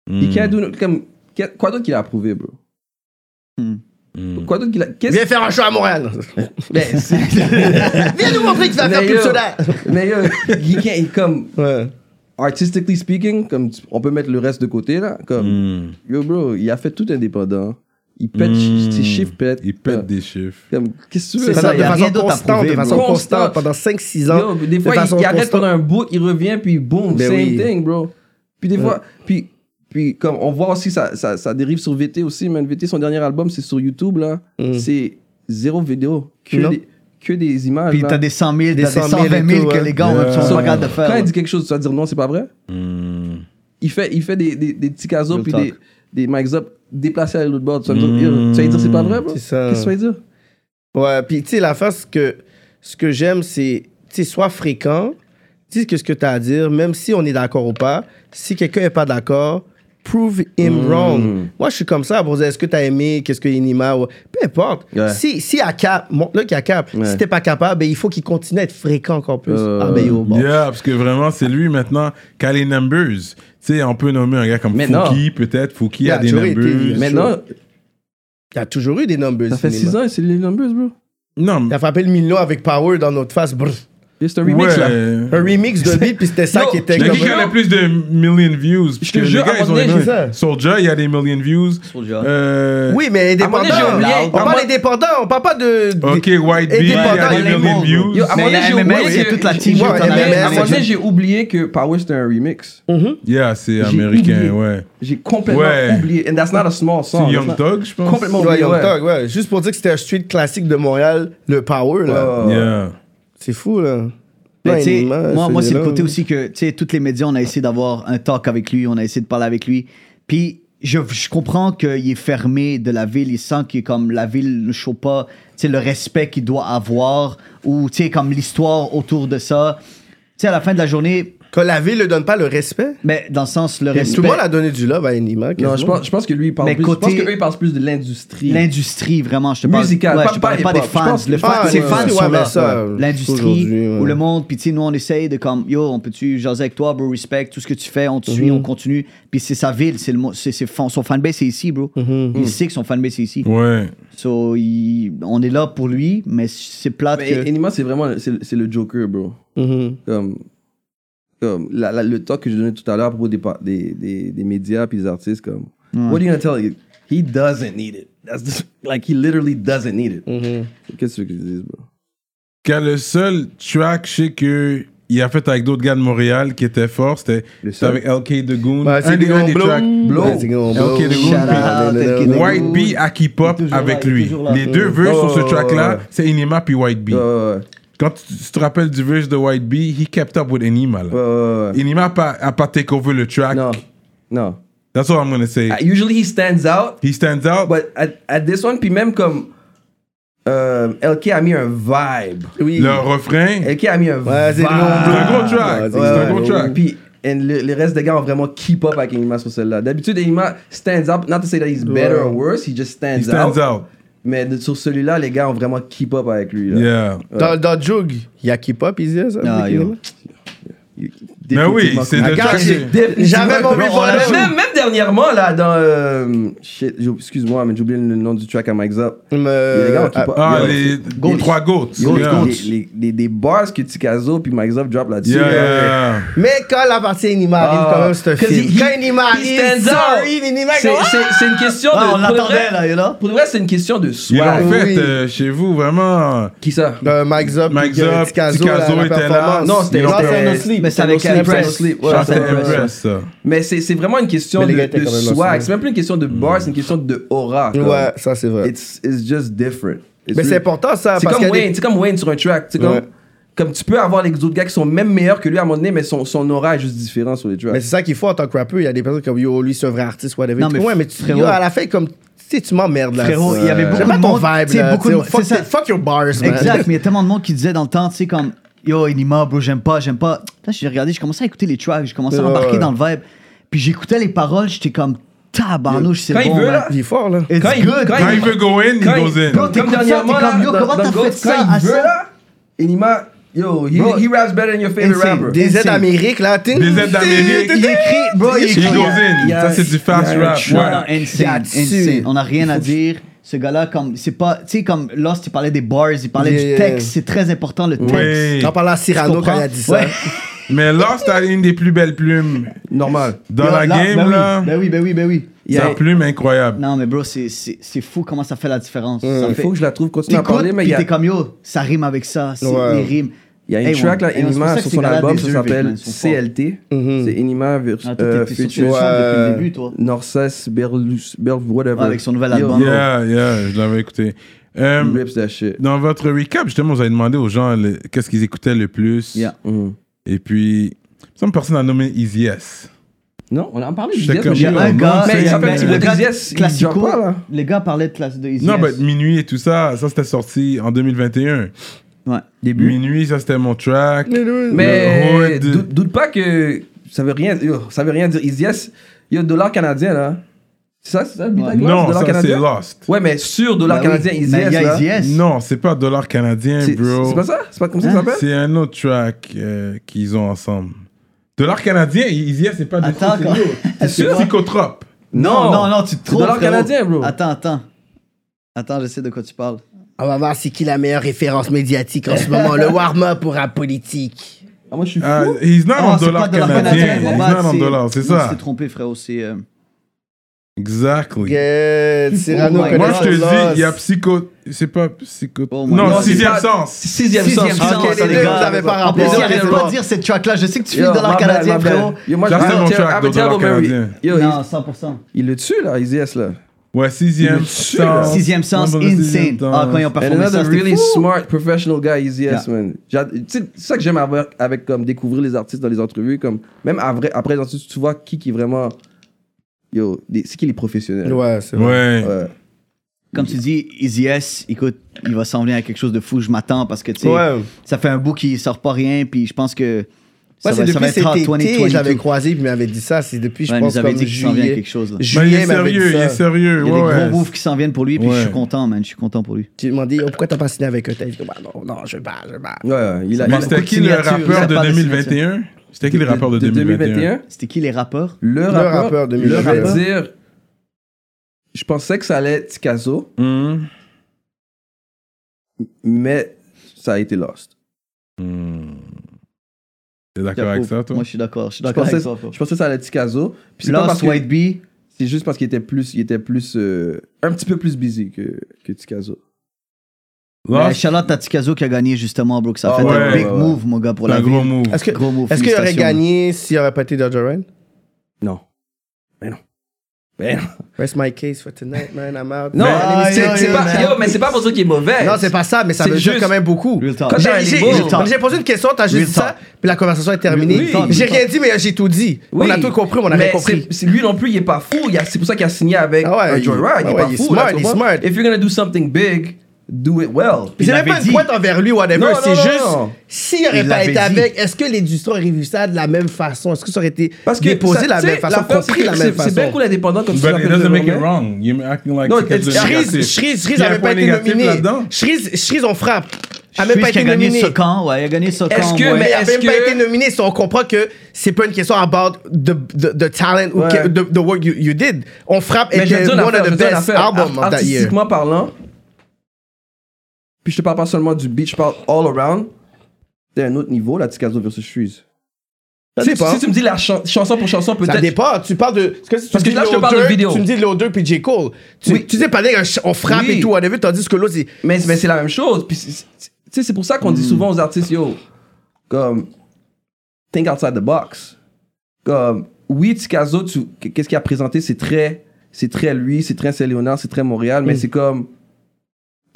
A: Hmm.
C: He can't do no, comme, qu'est- quoi d'autre qu'il a approuvé, bro?
B: Hmm.
A: Mm.
C: Quoi d'autre qu'il a. Qu'est-ce
D: Viens faire un show à Montréal.
C: Ben, c'est-
D: Viens nous montrer que tu vas faire
C: Mais
D: plus de
C: yo,
D: soda.
C: Mais euh, yo, he can't, he- comme,
D: Ouais.
C: artistically speaking, comme, tu- on peut mettre le reste de côté, là. Comme,
A: Mm.
C: yo, bro, il a fait tout indépendant. Il pète,
A: Mmh.
C: ses chiffres pètent. Euh,
A: Il pète des chiffres.
C: Comme, qu'est-ce que tu veux?
D: C'est
B: ça,
D: ça,
B: y
D: de
B: a rien
D: façon
B: d'autre à
D: constante, de
B: prouver,
D: façon
C: bro.
D: constante, pendant 5-6 ans.
C: Yo, des
D: de
C: fois,
D: façon
C: il, il arrête
D: constante.
C: pendant un bout, il revient, puis boum,
D: Ben
C: same
D: oui.
C: thing, bro. Puis des fois, puis, puis comme on voit aussi, ça, ça, ça dérive sur VT aussi, man. VT, son dernier album, c'est sur YouTube, là.
B: Hmm.
C: C'est zéro vidéo, que,
D: Non.
C: des, que des images.
B: Puis
C: là.
B: t'as des 100 000,
D: Des
B: t'as des
D: 100 000 et
B: 120 000
D: tout, hein.
B: que
D: ouais.
B: les gars ne
A: Yeah.
B: sont
C: So,
B: pas capables de
C: Quand
B: faire.
C: il dit quelque chose, tu vas dire non, c'est pas vrai.
A: Mmh.
C: Il fait, il fait des, des, des petits casos,
B: Real
C: puis
B: talk.
C: des, des mics up déplacés à l'autre bord. Tu vas me dire,
A: Mm.
C: yo, tu vas dire, c'est pas vrai, bro.
D: C'est
C: Qu'est-ce
D: ça.
C: que tu vas dire?
D: Ouais, puis tu sais, la face, ce que, ce que j'aime, c'est, tu sais, sois fréquent, dis que ce que tu as à dire, même si on est d'accord ou pas, si quelqu'un n'est pas d'accord, prove
C: Hmm.
D: him wrong. Moi, je suis comme ça pour dire, est-ce que tu as aimé, qu'est-ce que Inima, ou... peu importe.
C: Ouais.
D: Si, si à cap, montre-le qu'il y a cap. Si t'es pas capable, ben, il faut qu'il continue à être fréquent encore plus.
C: Euh,
D: ah, ben yo, bon.
A: Yeah, parce que vraiment, c'est lui maintenant qui a les numbers. Tu sais, on peut nommer un gars comme
C: Mais non.
A: Fouki, peut-être. Fouki a
D: Yeah,
A: des
D: j'aurais été-
A: numbers.
D: mais-
C: Maintenant,
D: Il y a toujours eu des numbers.
C: ça fait 6 ans, c'est les numbers, bro.
A: Non,
D: Il a frappé le million avec Power dans notre face. brr.
C: C'est un remix,
A: ouais.
C: là.
D: Un remix de beat, puis c'était ça
C: Yo,
D: qui était
A: Le
C: Yo,
A: gars qui a
C: yo.
A: le plus de million views. Parce
C: te
A: que les
C: jure, à
A: gars,
C: un
A: ils ont
C: moment
A: les
C: donné,
D: j'ai
A: mêmes.
D: ça.
A: Soldier, il y a des million views.
B: Soulja.
A: Euh,
D: Oui, mais
C: moment
D: indépendant.
C: donné, j'ai oublié.
D: On parle indépendant, on parle pas de.
A: Ok, White Bee, il y
D: Indépendant,
A: a des
D: il est
A: million
B: mort.
A: views.
C: Yo, à
B: Mais
C: mon avis,
B: il y a
C: j'ai
B: MMS,
C: oublié
B: il y a
C: que-
B: toute la
C: j'ai-
B: team
C: j'ai-
D: qu'on a
C: mais
D: MMS,
C: À mon
D: c'est
C: avis,
D: juste-
C: j'ai oublié que Power c'était un remix.
A: Yeah, c'est
C: J'ai
A: américain,
C: oublié.
A: ouais.
C: J'ai complètement
A: Ouais.
C: oublié. And that's not a small
A: C'est
C: song.
A: Young
C: That's not-
A: Thug, je pense.
C: Complètement
D: Ouais,
C: oublié.
D: Young
C: ouais.
D: Thug, ouais. Juste pour dire que c'était un street classique de Montréal, le power, là.
C: Ouais.
A: Yeah.
D: C'est fou, là.
B: Mais tu sais,
D: Non,
C: Ben,
D: il-
B: moi, moi c'est le
D: là.
B: côté aussi que, tu sais, toutes les médias, on a essayé d'avoir un talk avec lui, on a essayé de parler avec lui. Puis, je, je comprends qu'il est fermé de la ville, il sent qu'il est comme la ville ne show pas, tu sais, le respect qu'il doit avoir, ou, tu sais, comme l'histoire autour de ça. Tu sais, à la fin de la journée,
D: Que la ville ne donne pas le respect.
B: mais dans le sens, le respect.
D: Tout le monde a donné du love à Enima.
C: Non, je pense, je pense que lui, il parle
B: Mais
C: plus.
B: côté-
C: Je pense qu'eux, ils parlent plus de l'industrie.
B: L'industrie, vraiment, je te parle.
C: Musicale,
B: ouais,
C: pas-
B: je te
C: pas
B: parle pas des
C: hip-hop. Je
B: fans.
C: pense-
B: Le
C: je
B: fan,
D: pense-
B: ces
D: ouais,
B: fans
D: ouais,
B: sont
D: mais
B: là.
D: ça,
B: ouais.
D: aujourd'hui,
B: L'industrie,
D: ouais.
B: ou le monde. Puis, tu sais, nous, on essaye de comme, yo, on peut-tu jaser avec toi, bro, respect, tout ce que tu fais, on te suit, on continue. Puis, c'est sa ville, c'est le, mo- c'est, c'est fan- son fanbase est ici, bro. Il sait que son fanbase est ici.
A: Ouais.
B: So, il- on est là pour lui, mais c'est plate
C: Mais
B: que.
C: Enima, c'est vraiment c'est c'est le Joker, bro.
D: Mhm.
C: Comme, comme la- la- le talk que j'ai donné tout à l'heure à propos des, pa- des, des, des médias puis des artistes, comme, what are you gonna tell you? He doesn't need it. That's the- like, he literally doesn't need it. Qu'est-ce que tu veux que je dise, bro?
A: Quand le seul track, je sais que il a fait avec d'autres gars de Montréal qui étaient forts, c'était c'était
C: seul.
A: avec LK The Goon.
D: Ouais, c'est
A: un des,
D: Guillaume
A: un des
D: Blow.
A: tracks.
D: Blow.
A: Ouais, c'est Guillaume Blow. LK The Goon,
B: Shout
A: puis-
B: out,
C: Puis-
B: LK The
A: White
B: Goon.
A: B, Aki Pop
B: toujours là,
A: avec
B: il est
A: lui.
B: toujours là.
A: Les deux verses sur ce track-là, c'est Enima puis White B.
C: Ouais, ouais, ouais.
A: Quand tu, tu te rappelles du verse de White B, he kept up with Enima. là.
C: Ouais, ouais, ouais.
A: Enima a pas, a pas take over le track.
C: Non. Non.
A: That's what I'm gonna say.
C: Uh, Usually he stands out,
A: He stands out.
C: but at, at this one, puis même comme euh, LK a mis un vibe.
D: Oui.
A: Le refrain,
C: LK a mis un
D: Ouais, c'est
C: vibe.
D: long,
A: c'est un gros track. C'est
C: Ouais,
A: un
C: ouais.
A: gros track.
C: Puis and le, les restes des gars ont vraiment keep up avec Enigma sur celle-là. D'habitude, Enigma stands up. Not to say that he's better or worse, he just stands,
A: He stands
C: out.
A: out.
C: Mais de- sur celui-là, les gars ont vraiment keep up avec lui. Là.
A: Yeah.
D: Dans, dans Jug, il y a K-pop, il y a ça.
B: Ah,
D: avec
B: yo.
D: Enima?
A: Mais Ben oui, c'est le
D: Regarde,
A: track.
D: j'ai-
A: c'est-
D: J'avais mon
C: Mais voilà,
D: revolver.
C: même, même dernièrement, là, dans. euh, shit, j'ai- excuse-moi, mais j'ai oublié le nom du track à Mike's Up.
D: Euh,
C: les gars ont keep up.
A: Ah,
C: Yo,
A: les
C: Goats.
A: les trois goats.
C: Yo,
A: Yeah.
C: les, les, les, les bars que Tikazo puis Mike Zop drop là-dessus.
A: Yeah,
C: là,
A: yeah.
D: Mais quand la partie Enima arrive,
C: Ah.
D: quand même, c'est un
C: 'Cause
D: film.
C: he-
D: Quand Enima
C: he
D: arrive,
C: stands
D: sorry,
C: out.
D: Enima,
C: C'est- C'est c'est une question de.
B: Ah, on
C: pour de
B: l'attendait,
C: vrai-
B: là, il est là.
C: Pour de vrai, c'est une question de
A: Ils
C: swag.
A: l'ont fait
D: oui.
A: euh, chez vous, vraiment.
C: Qui ça
D: Euh, Mike Zop,
A: Mike
D: puis, euh,
A: Zop,
D: Tikazo,
A: Tikazo
D: la- la
A: était là.
D: performance.
C: Non, c'était.
A: Ils l'ont
D: Non,
C: c'était-
D: c'est un autre
B: Mais c'est avec
C: Sleep,
B: Empress.
C: No Sleep, ouais,
B: Shout out
C: c'est
A: C'était
C: Empress.
A: Empress, ça.
C: Mais c'est c'est vraiment une question
D: Mais les
C: de,
D: gars étaient
C: de
D: quand même
C: swag.
D: ensemble.
C: C'est même plus une question de bar,
B: Mm.
C: c'est une question de aura. comme.
D: Ouais, ça, c'est vrai.
C: It's, it's just different. It's
D: Mais
C: really-
D: c'est important, ça.
C: C'est
D: parce
C: comme
D: qu'il y a
C: Wayne,
D: des-
C: c'est comme Wayne sur un track. C'est
D: Ouais.
C: comme, comme tu peux avoir les autres gars qui sont même meilleurs que lui à un moment donné, mais son, son aura est juste différent sur les tracks.
D: Mais c'est ça qu'il faut en tant que rappeur. Il y a des personnes comme Yo, lui, c'est un vrai artiste, whatever.
B: Non,
D: Tu-
B: mais
D: ouais, mais tu,
B: frérot-
D: yo, à la fin, comme, tu sais, tu m'emmerdes, là.
B: Frérot, il y avait
D: J'aime
B: beaucoup
D: pas
B: de
D: ton
B: monde,
D: vibe,
B: tu sais,
D: là,
B: beaucoup de-
D: tu sais, fuck,
B: c'est ça.
D: fuck your bars, man.
B: Exact, mais il y a tellement de monde qui disait dans le temps, tu sais, comme Yo, Enima, bro, j'aime pas, j'aime pas. Là, j'ai regardé, j'ai commencé à écouter les tracks, j'ai commencé à
D: Ouais,
B: embarquer
D: ouais.
B: dans le vibe. Puis j'écoutais les paroles, j'étais comme tabarnouche, c'est
C: Quand il
B: bon.
C: veut,
B: man.
C: là,
D: Il est fort, là.
B: It's
C: Quand il-
B: good.
C: quand
A: Quand il veut go in, il
C: Quand
A: goes
C: il-
A: in.
B: Bro, t'écoutes
C: comme
B: ça,
C: dernièrement,
B: t'es comme,
C: là,
B: yo,
C: dans-
B: comment
C: dans
B: t'as
C: Goat,
B: fait ça
C: quand
B: à
C: il veut,
B: ça?
C: là, Enima, yo, he,
B: Bro,
C: he raps better than your favorite
B: insane.
C: rapper.
D: Des aides
B: c'est-
D: d'Amérique, là.
A: Des
D: Des
A: aides d'Amérique.
B: Il écrit, bro, il
A: He
B: écrit.
A: goes in.
C: il y a-
A: Ça, c'est du fast
C: il y a un
A: rap.
C: track.
A: ouais.
B: Non, non, insane,
D: Là-dessus.
B: insane. On n'a rien à dire. Ce gars-là, comme, c'est pas, tu sais, comme Lost, il parlait des bars, il parlait
D: Yeah,
B: du
D: yeah.
B: texte, c'est très important le texte.
A: Oui.
D: J'en parlais à
B: Tu
D: Cyrano
B: comprends?
D: quand il a dit ça.
B: Ouais.
A: Mais Lost a une des plus belles plumes
C: Normal.
A: dans
B: Yo,
A: la
B: là,
A: game,
B: ben oui,
A: là.
B: Ben oui, ben oui, ben oui.
C: Il y a-
A: Sa plume est incroyable.
B: Non, mais bro, c'est- c'est c'est fou comment ça fait la différence. ça
C: il
B: fait...
C: faut que je la trouve, continue à
B: T'écoutes,
C: parler, mais il
B: puis
C: y a,
B: t'es comme yo, ça rime avec ça, c'est
D: Ouais.
B: les rimes.
C: il y a une
B: Hey,
C: track, là,
B: ouais. Hey, ouais, c'est pour
C: Inima,
B: ça que
C: sur
B: ces
C: son
B: gars-là
C: album,
B: des
C: ça
B: yeux,
C: s'appelle
B: Vietnam, ils sont forts.
C: CLT.
D: Mhm.
B: Mm-hmm.
C: C'est Inima versus
B: Ah, toi,
C: euh,
B: t'es- t'es sur
C: featuring
B: le son depuis le début, toi.
C: Northside, Berlus, Berl, whatever.
B: Ouais, avec son nouvel
C: Yo,
B: album.
C: yo,
A: Yeah, yeah, je l'avais écouté. Euh,
C: Rips that shit.
A: dans votre recap, justement, vous avez demandé aux gens le- qu'est-ce qu'ils écoutaient le plus.
B: Yeah.
C: Mhm.
A: Et puis, ça me personne a nommé Easy S.
C: Non, on en parlé du
A: J'étais
C: Yes,
A: comme
C: mais j'ai
A: yo,
C: un
A: non,
C: gars.
A: c'est-
C: Mais il
A: mais-
C: s'appelle
A: le
C: le
B: gars
C: Yes, il
B: classico.
C: dure pas, là.
B: Les gars parlaient de classe de Easy
A: Non, mais
B: S.
A: Minuit et tout ça, ça c'était sorti en 2021.
B: Ouais.
A: Minuit, ça c'était mon track.
C: Mais
A: Le Hood.
C: doute, doute pas que ça veut rien, yo, ça veut rien dire. Easy Yes, il y a dollar canadien là. C'est ça, c'est ça le beat
B: Ouais.
C: avec
A: Non,
C: dollar
A: ça c'est
C: canadien?
A: Lost.
C: Ouais, mais sur dollar
B: Bah oui,
C: canadien, Easy
B: mais
C: Yes
B: il y a
C: là.
B: Easy S.
A: Non, c'est pas dollar canadien,
C: C'est
A: bro.
C: c'est pas ça C'est pas comme ça que
B: Hein?
C: ça s'appelle
A: C'est un autre track euh, qu'ils ont ensemble. Dollar canadien, Easy S, c'est pas du tout.
B: Attends, quand-
A: C'est psychotrope.
B: Non, non, non, tu te
C: C'est
B: trompes.
C: dollar
B: frérot.
C: canadien, bro.
B: Attends, attends. Attends, je sais de quoi tu parles.
D: On va voir c'est qui la meilleure référence médiatique en ce moment. Le warm-up pour la politique.
C: Ah, moi je suis fou.
A: Ah, he's not
B: Ah,
A: en
B: c'est
A: dollar
B: pas dollar
A: canadien.
B: canadien,
A: He's
B: Bobat,
A: not en
B: c'est-
A: dollar, c'est
B: Non, Tu
A: ça.
B: t'es trompé, frérot, c'est. euh,
A: Exactly.
D: Que Cyrano
B: Oh my
D: connaît
A: Moi,
B: God.
A: je te
D: son
A: dis, il y a
D: os.
A: psycho. C'est pas psycho.
B: Oh my
A: non,
B: God.
A: sixième
C: c'est pas-
A: sens.
C: Sixième sens.
B: Sixième sens,
C: ok,
B: ça,
C: les
B: les
C: deux,
B: gars.
C: vous avez pas
B: En plus,
C: rapport.
B: il arrête
C: Yo,
B: pas de dire cette track-là. Je sais que tu files
C: yo,
B: de dollar
C: my bad,
B: canadien,
C: my bad.
B: frérot.
C: Yo, moi,
A: Ça,
C: je
A: c'est
C: suis
A: mon
C: un
A: track de dollar
C: terrible memory.
A: canadien.
C: Yo, il-
B: Non, 100%.
C: Il le tue là, Easy Yes là.
A: Ouais, sixième
C: Le sûr, là.
A: sens.
B: Sixième sens,
A: Number of sixième
B: insane. Ah,
A: sens.
B: quand ils ont
C: And
B: performé ça,
C: another
B: c'était
C: really
B: fou.
C: smart professional guy, Easy S, man. J'a- tu sais, C'est ça que j'aime avec, avec comme découvrir les artistes dans les entrevues, comme même après, après les entrevues, tu vois qui qui est vraiment yo, des- c'est qui les professionnels.
D: Ouais, c'est vrai.
A: Ouais.
C: Ouais.
B: Comme tu dis, Easy S, écoute, il va s'en venir à quelque chose de fou. Je m'attends parce que, tu sais,
D: Ouais.
B: ça fait un bout qu'il sort pas rien. Puis je pense que ça
D: Moi,
B: va,
D: c'est
B: ça va
D: depuis
B: être hot
D: cet été,
B: 2022.
D: j'avais croisé, puis il m'avait dit ça. C'est depuis,
B: Ouais,
D: je
B: il
D: pense,
B: nous avait
D: comme
B: dit qu'il s'en vient
D: juillet.
B: quelque chose. Là.
A: Mais Bah, il
D: Juillet
A: est
D: m'avait
A: sérieux,
D: dit
A: il est
D: ça.
A: sérieux.
B: Il y a
A: ouais,
B: des
A: ouais.
B: gros moves qui s'en viennent pour lui, puis je
A: Ouais.
B: suis content, man. Je suis content pour lui.
D: J'ai demandé, oh, pourquoi t'as pas signé avec eux Il dit, bah non, non, je vais pas, je vais pas.
C: Ouais, ouais, il a,
A: Mais
C: il-
A: c'était
B: beaucoup de
A: qui le
B: signatures,
A: rappeur
B: ça
A: de
B: parle de
A: 2021 C'était qui le rappeur de 2021
B: C'était qui les rappeurs
C: le rappeur,
D: rappeur de
C: le
D: 2021.
C: rappeur. dire je pensais que ça allait être Ticazo,
A: Hmm.
C: mais ça a été Lost.
A: Hmm. T'es d'accord avec ça, toi
B: Moi, je suis d'accord. Je suis
C: Je
B: d'accord
C: pensais,
B: avec toi. frérot.
C: je pensais que ça allait être Ticazo, puis c'est pas parce
B: Lost
C: que
B: White Bee.
C: c'est juste parce qu'il était plus il était plus euh, un petit peu plus busy que que Ticazo.
B: Mais
A: Lost,
B: Charlotte Tatikazo qui a gagné justement, bro, que ça a
C: Ah
B: fait un
A: ouais,
B: big
C: ouais, ouais.
B: move, mon gars, pour
A: c'est
B: la
A: un
B: vie.
A: gros move.
D: Est-ce que-
B: Gros move.
D: Est-ce qu'il aurait
B: félicitations, man.
D: gagné s'il aurait pas été Dodger Ryan?
C: Non. Mais non. Mais non.
D: Rest my case for tonight, man, I'm out.
C: Non,
D: Man,
B: Ah,
C: mais
D: let me
C: c'est
D: take
C: c'est
D: it,
C: pas,
D: man.
C: yo, mais c'est pas pour ça qu'il est mauvais.
D: Non, c'est pas ça, mais ça
C: C'est
D: veut dire
C: juste-
D: quand même beaucoup.
B: Real talk.
C: Quand
D: J'ai-
C: t'as les
D: j'ai-
C: mots.
D: J'ai j'ai posé une question, t'as juste
B: Real
D: dit ça, puis la conversation est terminée.
B: Real talk,
D: J'ai
B: real
D: rien
B: talk.
D: dit, mais j'ai tout dit.
C: Oui.
D: On a tout compris, mais on a
C: Mais
D: rien compris.
C: c'est- c'est- lui non plus, il est pas fou. Il a- C'est pour ça qu'il a signé avec
D: Ah ouais,
C: un
D: il-
C: Joyride. Il
D: ah
C: est
D: ouais,
C: pas
D: il est
C: fou.
D: smart,
C: là, tu
D: il est
C: comprends?
D: smart.
C: If you're gonna do something big, do it well.
D: Puis C'est même pas
B: l'avait
D: une pointe envers lui, whatever.
C: Non,
D: C'est
C: non, non,
D: juste,
C: non.
D: s'il aurait
B: Il
D: pas
B: l'avait
D: été
B: dit.
D: avec, est-ce que l'industrie aurait vu ça de la même façon? Est-ce que ça aurait été
C: Parce que
D: déposé
C: ça-
D: de la
C: tu sais,
D: même façon,
C: l'affaire, c'est
D: compris de
C: que
D: la
C: c'est-
D: même façon?
C: C'est bien cool indépendant comme ça.
A: But it doesn't make it wrong. You're acting like
C: No,
A: c'est quelque chose
C: it's-
A: de
D: Shreeze,
A: négatif.
D: Shreeze,
A: Il
D: Shreeze
A: y a un
D: n'avait
A: point
D: pas été
A: négatif
D: nominé.
A: là-dedans.
D: Shreeze, Shreeze, on frappe. A même
B: Shreeze
D: Ah, pas
B: qui a
D: été
B: gagné
D: nominé.
B: ce camp, ouais, il a gagné ce camp.
C: Est-ce que-
B: ouais.
D: Mais il n'a
C: Est-ce
D: même pas
C: que-
D: été nominé, so on comprend que c'est pas une question about the, the, the talent ou
C: Ouais.
D: que- the, the work you, you did. On frappe
C: Mais
D: était
C: je veux dire une
D: one
C: affaire,
D: of
C: je
D: the
C: veux dire une
D: best
C: affaire.
D: albums
C: Art-
D: of that year.
C: Artistiquement parlant, puis je te parle pas seulement du beat, je parle all around. C'est un autre niveau, la Ticazo versus Shreeze.
D: Ça
C: Si,
D: dépend.
C: si tu me dis la chan- chanson pour chanson,
D: Ça
C: peut-être.
D: dépend. Tu parles de. Parce que, si tu
C: Parce que
D: dis
C: là, je te
D: Lil
C: parle de
D: Durk,
C: vidéo.
D: Tu me dis Low 2 puis J. Cole. Tu,
C: Oui.
D: tu sais, pas dire, on frappe
C: Oui.
D: et tout, on a vu, tandis que l'autre, c'est.
C: Mais, mais c'est la même chose. Puis, c'est- c'est- tu sais, c'est pour ça qu'on dit souvent aux artistes, yo, comme, think outside the box. Comme, oui, Ticazo, tu- qu'est-ce qu'il a présenté, c'est très, c'est très lui, c'est très Saint-Léonard, c'est très Montréal, mais c'est comme,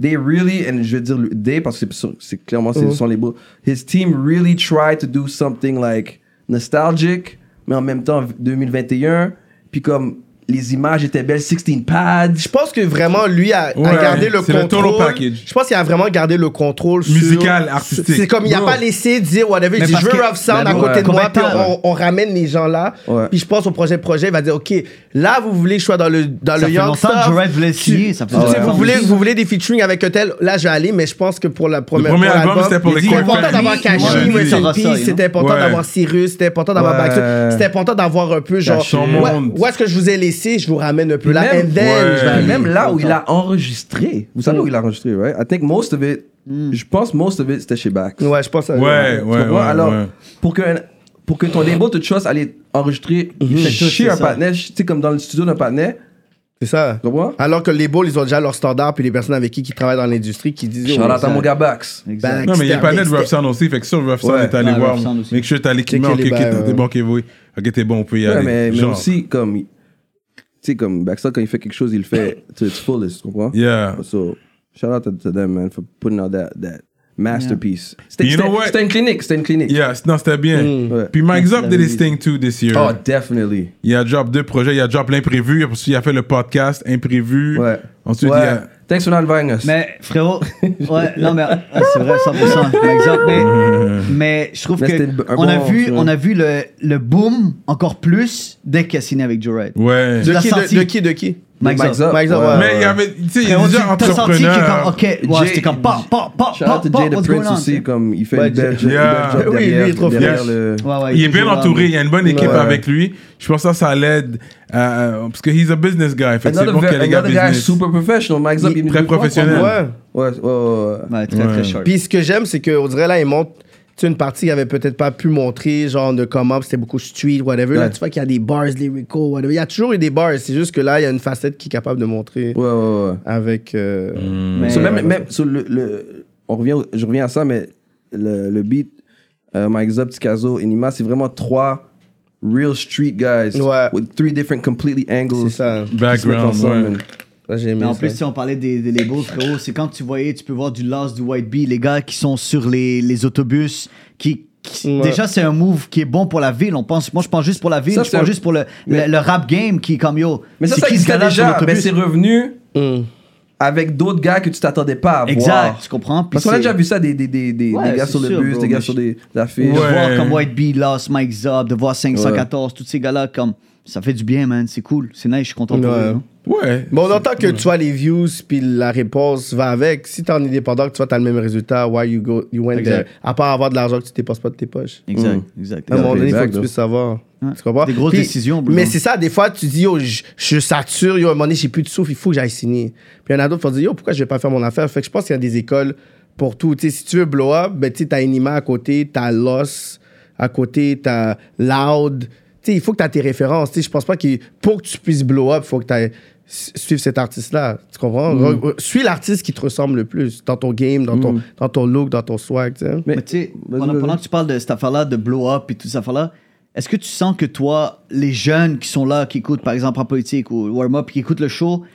C: they really, and je vais dire le- they parce que c'est- c'est, c'est clairement, ce sont les beaux, his team really tried to do something like nostalgic, mais en même temps, 2021, puis comme, les images étaient belles, 16 pads.
D: Je pense que vraiment, lui a, a
A: Ouais,
D: gardé le
A: c'est le total
D: contrôle.
A: package.
D: Je pense qu'il a vraiment gardé le contrôle sur-
A: Musical,
D: sur-
A: artistique.
D: C'est comme il n'a
C: Bro.
D: pas laissé dire whatever. Il
B: Mais
D: dit,
B: parce
D: je veux
B: que-
D: Rough Sound
B: Ben,
D: à
B: bro,
D: côté de moi,
B: combien de
D: puis
B: temps,
D: on, on ramène les gens là.
C: Ouais.
D: Puis je pense au projet projet, il va dire, OK, là, vous voulez que je sois dans le,
A: Ah,
D: dans
B: Ça
D: le
B: fait
D: Young
B: longtemps
D: Stuff.
B: que Jarrett voulait
D: Tu-
B: signer, ça fait
D: tu sais,
B: longtemps.
D: vous, voulez, vous voulez des featuring avec un tel, là je vais aller, mais je pense que pour la
A: Le
D: première
A: premier album, c'était pour les
D: C'était
A: Corn
D: important
A: Family.
D: d'avoir
A: Ouais.
D: Kashi,
A: Ouais.
D: Rest in
B: Ouais.
D: Peace,
B: Ouais.
D: c'était important
A: Ouais.
D: d'avoir Cyrus, c'était important d'avoir
C: Ouais.
D: Backstreet, c'était important d'avoir un peu genre.
A: Caché. Son
D: ouais,
A: monde.
D: Où est-ce que je vous ai laissé, je vous ramène un peu là.
C: Même-
D: And then,
A: Ouais.
D: je vais aller.
C: Même là où il a enregistré, vous savez où il a enregistré, right? I think most
B: Hmm.
C: of it, je pense most of it c'était chez Bax.
D: Ouais, je pense. à-
A: Ouais, ouais,
C: Tu comprends?
A: ouais.
C: Alors,
A: ouais.
C: pour qu'un pour que ton démo te chose aller enregistrer chez
B: Mhm. c'est
C: un
B: ça.
C: partenaire, tu sais, comme dans le studio d'un partenaire,
D: C'est ça.
C: tu comprends?
D: Alors que les balls, ils ont déjà leurs standards, puis les personnes avec qui qui travaillent dans l'industrie qui disent.
C: Shout
D: oh,
C: out à
D: ça-
C: mon gars Bax.
B: Exact.
D: Back.
A: Non, mais il y a
D: Externe,
A: pas net
D: externe.
A: Rough Sound aussi. Fait que sur Rough Sound
C: Ouais.
A: est allé
B: Ouais,
A: voir.
B: Rough Sound aussi.
A: Make sure t'as l'équipement. Ok,
D: Checker les
A: ok,
D: bails,
A: t'es
D: ouais.
A: bon, ok, oui. Ok, t'es bon, on peut y
C: Ouais,
A: aller.
C: mais, mais
A: Genre.
C: aussi, comme, il- tu sais, comme Baxter, quand il fait quelque chose, il le fait to its fullest, tu comprends?
A: Yeah.
C: So, shout out to, to them, man, for putting out that, that masterpiece. C'était
A: You know
C: c'était-
A: what?
C: c'était une clinique, c'était une clinique.
A: Yeah, non, c'était bien.
C: Ouais.
A: Puis Mike
C: Merci
A: Zop
C: de
A: did
C: la
A: his thing too this year.
C: Oh, definitely.
A: Il a drop deux projets. Il a drop l'imprévu. Ensuite, il a fait le podcast imprévu.
C: Ouais.
A: Ensuite, il
C: ouais.
A: a.
C: Thanks for not inviting
A: Ben,
C: us.
B: Mais frérot, ouais, non mais ouais, c'est vrai 100%. par exemple, mais, mais je trouve
C: Mais
B: que
C: c'était un
B: on a
C: bon
B: vu,
C: show.
B: on a vu le, le boom encore plus dès qu'il a signé avec Joe Wright.
A: Ouais.
B: Tu
D: De
B: l'as
D: qui,
B: senti.
D: de, de qui, de qui
B: Mike
C: Mike
B: Zop.
C: Zop,
D: Mike Zop,
C: ouais.
D: ouais.
A: Mais il y avait. Tu sais, il y a
B: Frérot, tu
A: déjà
B: t'as senti qu'il est
A: entrepreneur.
B: comme ok, ouais,
C: Jay-
B: c'était comme pop pop pop
C: Shout out
B: pop
C: to Jay
B: pop.
C: the
B: What's going
C: Prince
B: on?
C: aussi, comme il fait
D: Ouais,
C: une belle
D: Jay-
C: job
A: Yeah.
C: derrière,
D: Oui, lui, il est
C: derrière,
D: trop fier.
C: derrière le...
B: Ouais, ouais,
A: Il est bien
B: toujours euh, là.
A: entouré, il y a une bonne équipe
D: Ouais.
A: avec lui. Je pense que ça l'aide. euh, parce que he's a business guy. Fait que c'est
C: Another,
A: bon qu'il y
C: ve-
A: a des gars
C: another guy
A: business.
C: super professional, Mike Zop.
D: Il-
C: il nous
A: très
C: dit, oh,
A: professionnel.
C: Ouais,
D: Ouais.
C: ouais, ouais, ouais.
B: Ouais, très
A: Ouais.
B: très sharp.
D: Puis ce que j'aime, c'est qu'on dirait là, ils montrent tu sais, une partie qu'ils avait peut-être pas pu montrer, genre de comment c'était beaucoup street, whatever. Là,
C: Ouais.
D: tu vois qu'il y a des bars, des recos, whatever. Il y a toujours eu des bars, c'est juste que là, il y a une facette qui est capable de montrer
C: Ouais, ouais, ouais.
D: avec. euh,
A: Hmm.
B: Mais-
C: So, même, même sur le, le- on revient, au- je reviens à ça, mais le, le beat, euh, Mike Zub, Ticazo, Enima, c'est vraiment trois real street guys
D: Ouais.
C: with three different completely
D: C'est
C: angles.
D: ça.
C: qui se mettent
A: Background.
C: ensemble,
A: ouais.
C: man.
D: Là, j'ai aimé
B: Mais en
D: ça.
B: plus, si on parlait des, des labels, frérot, c'est quand tu voyais, tu peux voir du Lost, du White Bee, les gars qui sont sur les, les autobus, qui. qui-
D: Ouais.
B: Déjà, c'est un move qui est bon pour la ville. On pense, moi, je pense juste pour la ville,
C: Ça,
B: je
C: c'est
B: pense
C: un-
B: juste pour le, le, le rap game qui est comme yo.
C: Mais ça,
B: c'est
C: ça
B: qui ce
C: existait
B: gars-là sur
C: déjà, mais
B: l'autobus?
C: c'est revenu
D: Mm.
C: avec d'autres gars que tu t'attendais pas à voir.
B: Exact, tu comprends? Puis
C: Parce qu'on a
B: c'est-
C: déjà vu ça, des, des, des, des,
B: Ouais,
C: des gars
B: c'est
C: sur le
B: sûr,
C: bus,
B: bro,
C: des gars
B: mais
C: sur
B: je-
C: des, des
B: De
C: affiches.
A: Ouais.
B: voir comme White Bee, Lost, Mike Zop, de voir 514, tous ces gars-là, comme ça fait du bien, man. C'est cool, c'est nice, je suis content pour
D: Ouais.
B: eux. hein. non?
A: Ouais.
D: Bon, on entend que tu vois les views puis la réponse va avec. Si t'es en indépendant, que tu vois, t'as le même résultat. Why you go, you went
B: Exact.
D: there. À part avoir de l'argent que tu dépenses pas de tes poches.
C: Mm.
B: Exact, exact.
D: À un moment donné, il faut
C: Exact,
D: que tu
C: là.
D: puisses savoir.
B: Ouais.
D: Tu comprends?
B: Des grosses décisions, bro.
D: Mais c'est ça, des fois, tu dis, yo, je je sature, yo, à un moment donné, j'ai plus de souffle, il faut que j'aille signer. Puis il y en a d'autres qui vont dire, yo, pourquoi je vais pas faire mon affaire? Fait que je pense qu'il y a des écoles pour tout. Tu sais, si tu veux blow up, ben, tu sais, t'as Enima à côté, t'as Loss à côté, t'as Loud. Tu sais, il faut que t'as tes références. Tu sais, je pense pas que pour que tu puisses blow up, il faut que t'ailles s- suivre cet artiste-là. Tu comprends?
B: Mm.
D: Re- re- Suis l'artiste qui te ressemble le plus dans ton game, dans, ton, dans ton look, dans ton swag, tu sais.
C: Mais-
B: Mais tu sais,
C: Vas-y,
B: pendant,
C: vas-y.
B: pendant que tu parles de cette affaire-là, de blow-up et toute cette affaire-là, est-ce que tu sens que toi, les jeunes qui sont là, qui écoutent par exemple en politique ou warm-up, qui écoutent le show,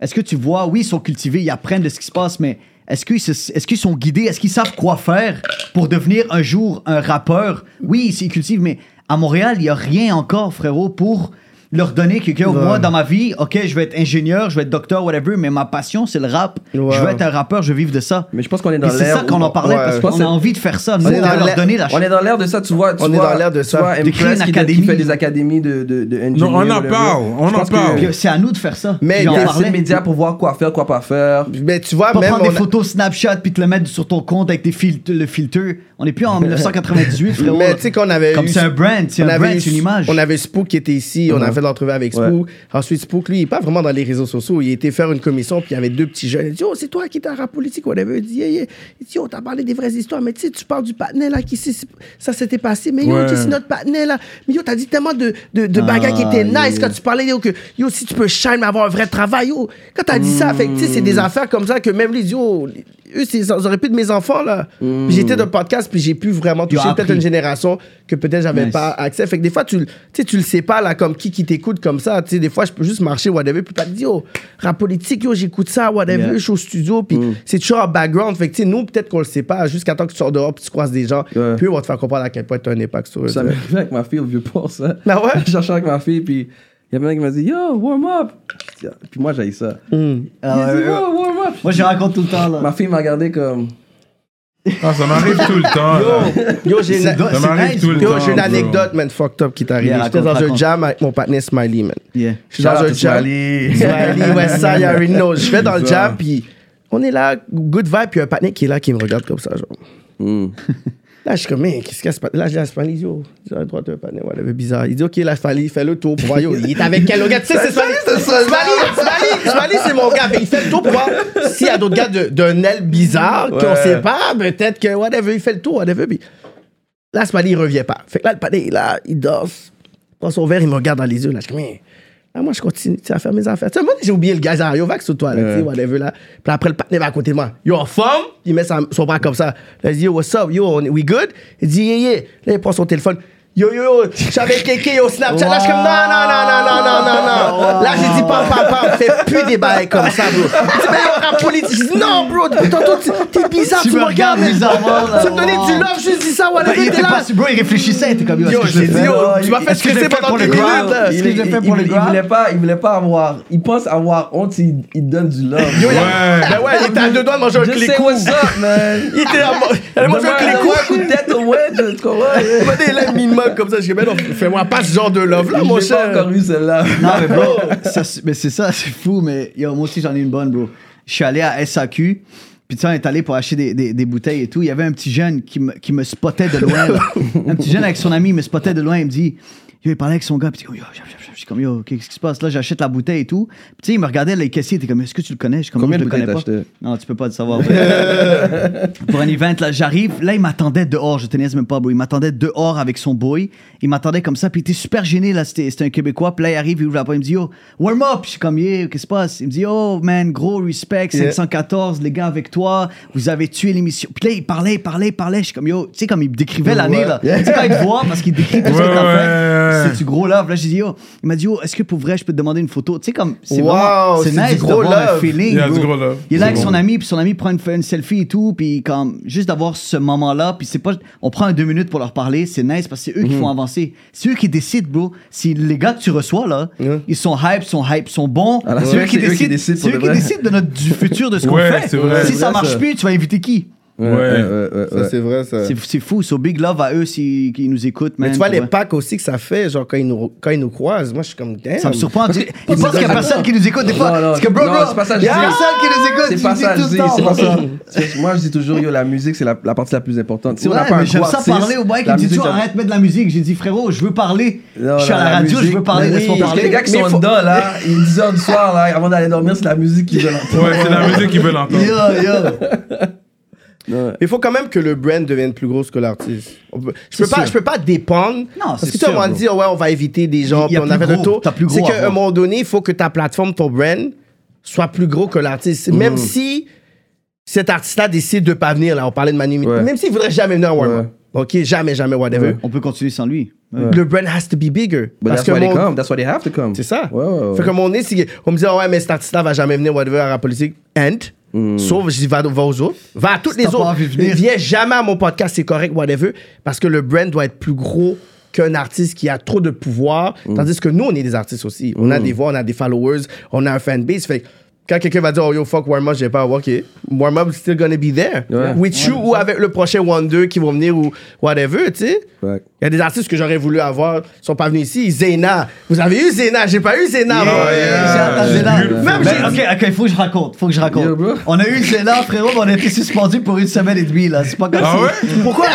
B: est-ce que tu vois, oui, ils sont cultivés, ils apprennent de ce qui se passe, mais est-ce qu'ils se- est-ce qu'ils sont guidés, est-ce qu'ils savent quoi faire pour devenir un jour un rappeur? Oui, ils s'y cultivent, mais à Montréal, il n'y a rien encore, frérot, pour leur donner que, que moi, dans ma vie, OK, je vais être ingénieur, je vais être docteur, whatever, mais ma passion, c'est le rap.
D: Ouais.
B: Je veux être un rappeur, je veux vivre de ça.
C: Mais je pense qu'on est
B: Puis
C: dans
B: c'est
C: l'air.
B: ça qu'on en parlait,
D: Ouais.
B: parce
C: Je pense
B: qu'on
C: que
B: a envie de faire ça. Nous, on
D: est dans
B: va leur
D: l'air-
B: donner la
C: On est dans l'air de ça, tu vois. Tu
D: On est
C: vois-
D: dans l'air de
C: tu
D: ça.
C: vois
B: De
C: Impress
B: créer une
C: qui- qui fait
B: académie.
C: des académies de, de, de engineering,
A: Non, on en
C: whatever.
A: parle, on
C: Je
A: en
C: pense que
A: parle.
C: Il y a
B: Puis euh, C'est à nous de faire ça.
D: Mais
B: Puis on
D: il y a
C: assez
B: parlait.
C: de médias pour voir quoi faire, quoi pas faire.
D: Mais Ben, tu vois,
B: Pas
D: même.
B: prendre
D: on
B: des
D: a-
B: photos Snapchat puis te le mettre sur ton compte avec des fil- le filtre. On n'est plus en 1998, frérot.
D: Mais tu sais qu'on avait
B: Comme
D: eu-
B: c'est un brand, c'est
D: on
B: un
D: avait
B: brand,
D: eu-
B: c'est une image.
D: On avait Spook qui était ici, on a fait l'entrevue avec Spook. Ensuite, Spook, lui, il est pas vraiment dans les réseaux sociaux. Il était faire une commission, puis il y avait deux petits jeunes. Il dit Oh, c'est toi qui t'es en rap politique, whatever. Il dit Yeah, yeah. Il dit Oh, t'as parlé des vraies histoires, mais tu sais, tu parles du patinet, là, qui s'est- ça s'était passé. Mais yo,
A: Ouais.
D: tu sais, c'est notre patinet, là. Mais yo, t'as dit tellement de, de, de bagarres qui étaient
B: Ah, yeah,
D: nice
B: yeah.
D: quand tu parlais, yo, que yo, si tu peux shine, mais avoir un vrai travail, yo. Quand t'as dit ça, fait que, tu sais, c'est des
B: Hmm.
D: affaires comme ça que même les yo, eux, c'est- ils auraient pu de mes enfants, là.
B: Hmm.
D: Puis j'étais dans le podcast, puis j'ai pu vraiment toucher
B: appris.
D: peut-être une génération que peut-être j'avais
B: Nice.
D: pas accès. Fait que des fois, tu, le- tu sais, tu le sais pas, là, comme qui qui t'écoute comme ça. Tu sais, des fois, je peux juste marcher, whatever, puis pas te dire, yo, rap politique, yo, j'écoute ça, whatever,
B: Yeah. Mm.
D: je suis au studio, puis c'est toujours en background. Fait que, tu sais, nous, peut-être qu'on le sait pas, jusqu'à temps que tu sors dehors, puis tu croises des gens,
C: Ouais.
D: puis on va te faire comprendre à quel point tu as un impact sur eux.
C: Ça
D: tu
C: m'est
D: sais.
C: arrivé avec ma fille au vieux port, ça.
D: Ah ouais?
C: Je cherchais avec ma fille, puis il y avait un mec qui m'a dit Yo, warm up. Je dis, Ah. Puis moi, j'ai ça.
D: Hmm.
B: Ah,
C: Il dit,
B: ouais, ouais.
C: Yo, warm up.
B: Moi, je raconte tout le temps. Là.
C: Ma fille m'a regardé comme.
A: Ah, ça m'arrive tout le temps. là.
D: Yo, j'ai une,
B: do-
A: Ça
B: c'est
A: m'arrive
B: nice,
A: tout le
D: yo,
A: temps.
D: j'ai une
A: bro.
D: anecdote, man, fucked up qui t'arrive.
B: Yeah,
D: J'étais
B: raconte,
D: dans un
B: raconte.
D: jam avec mon partner Smiley, man.
B: Yeah.
D: Je suis dans un jam. Smiley, West Side, you already know. Je vais dans le jam, puis on est là, good vibe, puis un patinet qui est là, qui me regarde comme ça, genre. Là, je suis comme, mais qu'est-ce qu'il y a ce patinet? Là, j'ai la Smiley, yo. J'ai le droit d'un patinet, whatever, bizarre. Il dit, OK, la Smiley, il fait le tour pour voir, yo, il est avec quel autre gars? Tu sais, c'est Smiley, Smiley, Smiley, Smiley, c'est mon gars. mais Il fait le tour pour voir s'il y a d'autres gars de- d'un aile bizarre qu'on sait pas, peut-être que, whatever, il fait le tour, whatever, puis Là, ce matin, il revient pas. Fait que là, le panier, là, il danse, il prend son verre, il me regarde dans les yeux. Là, je dis, mais. Là, moi, je continue tu sais, à faire mes affaires. Tu sais, moi, j'ai oublié le gars, j'ai dit, yo, vague sur toi, là, tu sais, whatever, là. Puis après, le panier va à côté de moi. Yo, en forme? Il met sa- son bras comme ça. Là, il dit, yo, what's up? Yo, on- we good? Il dit, yeah, yeah. Là, il prend son téléphone. Yo, yo, yo, j'avais quelqu'un au Snapchat. Là, je suis comme, non, non, non, non, non, non, non. Là, j'ai dit, pam, pam, pam, fais plus des bails comme ça, bro. Tu dis, mais yo, rap politique. Je dis, non, bro, tantôt, tu- t'es bizarre, tu,
B: Tu
D: me
B: me
D: regardes.
B: regardes bizarrement, là,
D: Tu me donnais du
B: wow.
D: love, je dis ça,
B: Bah,
D: whatever,
B: il
D: t'es
B: était
D: là.
B: pas, bro, il réfléchissait, il était comme yo. est-ce
D: Yo,
B: que je
D: j'ai
B: le
D: dit,
B: fais?
D: yo, tu m'as
B: Est-ce
D: fait
B: que je le
D: stresser
B: fais
D: pendant
B: pour le
D: 10 minutes,
B: crowd? Est-ce que
D: là.
B: je le fais
C: il- il-
B: pour le
C: il voulait
B: crowd?
C: pas, il voulait pas avoir. Il pense avoir honte, il, il donne du love.
D: Yo, il a- Ben ouais, il était à deux doigts de manger un
C: Just say
D: clécou.
C: what's up, man.
D: Il était à Elle a mangé un
C: Donne-moi-
D: clécou.
C: donne-moi un coup de tête au wedge, tu comprends?
D: Il m'a dit, euh, il a mis une main comme ça. Je dis, ben non, fais-moi pas ce genre de love là, mon
C: J'ai pas encore
D: cher.
C: eu celle-là.
B: Non, mais bro, ça, c'est- mais c'est ça, c'est fou, mais yo, moi aussi j'en ai une bonne, bro. Je suis allé à SAQ, puis tu sais, on est allé pour acheter des, des- des bouteilles et tout. Il y avait un petit jeune qui me, qui me spottait de loin. là. un petit jeune avec son ami, il me spottait de loin, il me dit, yo, il parlait avec son gars, puis il dit, oh, yo, yo, yo, yo, je suis comme, yo, qu'est-ce qui se passe? Là, j'achète la bouteille et tout. Puis tu sais, il me regardait, les caissiers, il était comme, est-ce que tu le connais? Je suis comme,
C: Combien
B: Non, je
C: de
B: le connais
C: bouteilles
B: pas. Non, tu peux pas le savoir. bro. pour un event, là, j'arrive, là, il m'attendait dehors, je te niaise même pas, bro. Il m'attendait dehors avec son boy. Il m'attendait comme ça, puis il était super gêné, là, c'était c'était un Québécois. Puis là, il arrive, il ouvre la porte, il me dit, yo, warm up. Je suis comme, yeah, qu'est-ce qui se passe? Il me dit, oh, man, gros respect, 514, les gars avec toi, vous avez tué l'émission. Puis là, il parlait, il parlait, il parlait. Je suis comme, yo, tu sais, comme il me décrivait l'année, là. Tu sais, quand il te voit, parce qu'il décrit tout ce
A: Ouais,
B: que t'as
A: ouais, ouais.
B: fait. C'est du gros love. Là, j'ai dit, yo, il m'a dit, yo, est-ce que pour vrai, je peux te demander une photo? Tu sais, comme, c'est
D: Wow,
B: vraiment, c'est
D: c'est du
B: nice
D: gros
B: d'avoir un
D: love.
B: feeling.
A: Il y a du
B: bro.
A: gros love.
B: Il est là
A: C'est
B: avec
A: bon.
B: son ami, puis son ami prend une, fait une selfie et tout, puis comme juste d'avoir ce moment-là, puis c'est pas, on prend un deux minutes pour leur parler, c'est nice parce que c'est eux
C: Mhm.
B: qui font avancer, c'est eux qui décident, bro. Si les gars que tu reçois là, ils sont hype, sont hype, sont bons,
C: Ah là, c'est
B: c'est
C: vrai
B: eux
C: que
B: qui
C: c'est eux qui
B: décident,
C: décident pour
B: c'est eux
C: de
B: qui
C: vrai.
B: décident de notre du futur de ce qu'on
A: Ouais,
B: fait.
A: c'est vrai.
B: si
C: C'est
B: ça
C: vrai,
B: marche
C: ça.
B: plus, tu vas inviter qui
C: Ouais,
A: Ouais.
C: ouais, ouais.
F: Ça, c'est vrai, ça.
B: C'est c'est fou, so big love à eux s'ils ils nous écoutent, man,
D: Mais tu vois
B: pour
D: les
B: vrai.
D: packs aussi que ça fait, genre quand ils nous, quand ils nous croisent, moi je suis comme damn.
B: Ça me surprend. tu- Ils pensent qu'il y a personne qui nous écoute des fois.
C: Non, non,
B: Parce que bro,
C: non,
B: bro,
C: c'est pas ça que
B: il y a
C: je dis.
B: personne qui nous écoute.
C: C'est
B: tu
C: pas
B: le dis
C: ça,
B: tout
C: je
B: le
C: dis,
B: temps,
C: c'est
B: bro.
C: pas ça. C'est- Moi, je dis toujours, yo, la musique, c'est la, la partie la plus importante. Si on n'a
B: Ouais,
C: pas un
B: mais j'aime
C: gros
B: ça
C: artiste,
B: parler au mec qui
C: la
B: me dit
C: musique,
B: toujours
C: ça-
B: arrête de mettre de la musique. J'ai dit frérot, je veux parler.
C: Non,
B: je suis à
C: non,
B: la, radio,
C: musique-
B: je veux parler,
C: Mais
B: laisse-moi
C: oui, parce que
B: parler.
C: Les gars qui
B: Mais
C: sont
B: faut-
C: dedans, là, il est 10h du soir, là, avant d'aller dormir, c'est la musique qu'ils veulent entendre.
A: Ouais, c'est la musique qu'ils veulent entendre.
B: Yo, yo.
D: Il faut quand même que le brand devienne plus gros que l'artiste. On peut- Je peux
B: C'est
D: pas,
B: sûr.
D: je peux pas dépendre. parce
B: c'est
D: que tu
B: sûr,
D: m'as
B: bro.
D: dit oh ouais, on va éviter des gens,
B: Il y
D: puis
B: a
D: on
B: plus
D: avait
B: gros,
D: le taux.
B: t'as plus gros
D: C'est
B: à
D: qu'à un
B: avoir.
D: moment donné, il faut que ta plateforme, ton brand, soit plus gros que l'artiste,
B: Mhm.
D: même si cet artiste-là décide de pas venir. Là, on parlait de Manu,
C: Ouais.
D: même s'il voudrait jamais venir à Warm Up. Ok, jamais, jamais, whatever.
B: On peut continuer sans lui.
D: Le brand has to be bigger.
C: But
D: parce
C: that's
D: que
C: why they
D: mon-
C: come. That's why they have to come.
D: c'est ça.
C: Ouais, ouais, ouais.
D: Fait que mon nez, si on me dit, Ah ouais, mais cet artiste-là va jamais venir, whatever, à la politique. And.
C: Hmm.
D: Sauf, je dis, va, va aux autres. Va à toutes les
B: t'as pas
D: autres.
B: envie de venir.
D: Viens jamais à mon podcast, c'est correct, whatever. Parce que le brand doit être plus gros qu'un artiste qui a trop de pouvoir.
C: Hmm.
D: Tandis que nous, on est des artistes aussi. On a des voix, on a des followers, on a un fanbase. Fait que quand quelqu'un va dire, oh yo, fuck, warm up, j'ai pas, ok. Warm up, still gonna be there.
C: Ouais.
D: With you ou avec le prochain Wonder qui vont venir ou whatever, tu sais.
C: Fact.
D: Il y a des artistes que j'aurais voulu avoir, ils sont pas venus ici. Zena. Vous avez eu Zena, j'ai pas eu Zena. moi.
B: Yeah, j'ai attendu là.
D: Même
B: Mais,
D: j'ai-
B: ok, ok, faut que je raconte, faut que je raconte.
C: Yo, bro.
B: on a eu le là, frérot, mais on a été suspendu pour une semaine et demie là. C'est pas comme
A: Ah
B: si- Pourquoi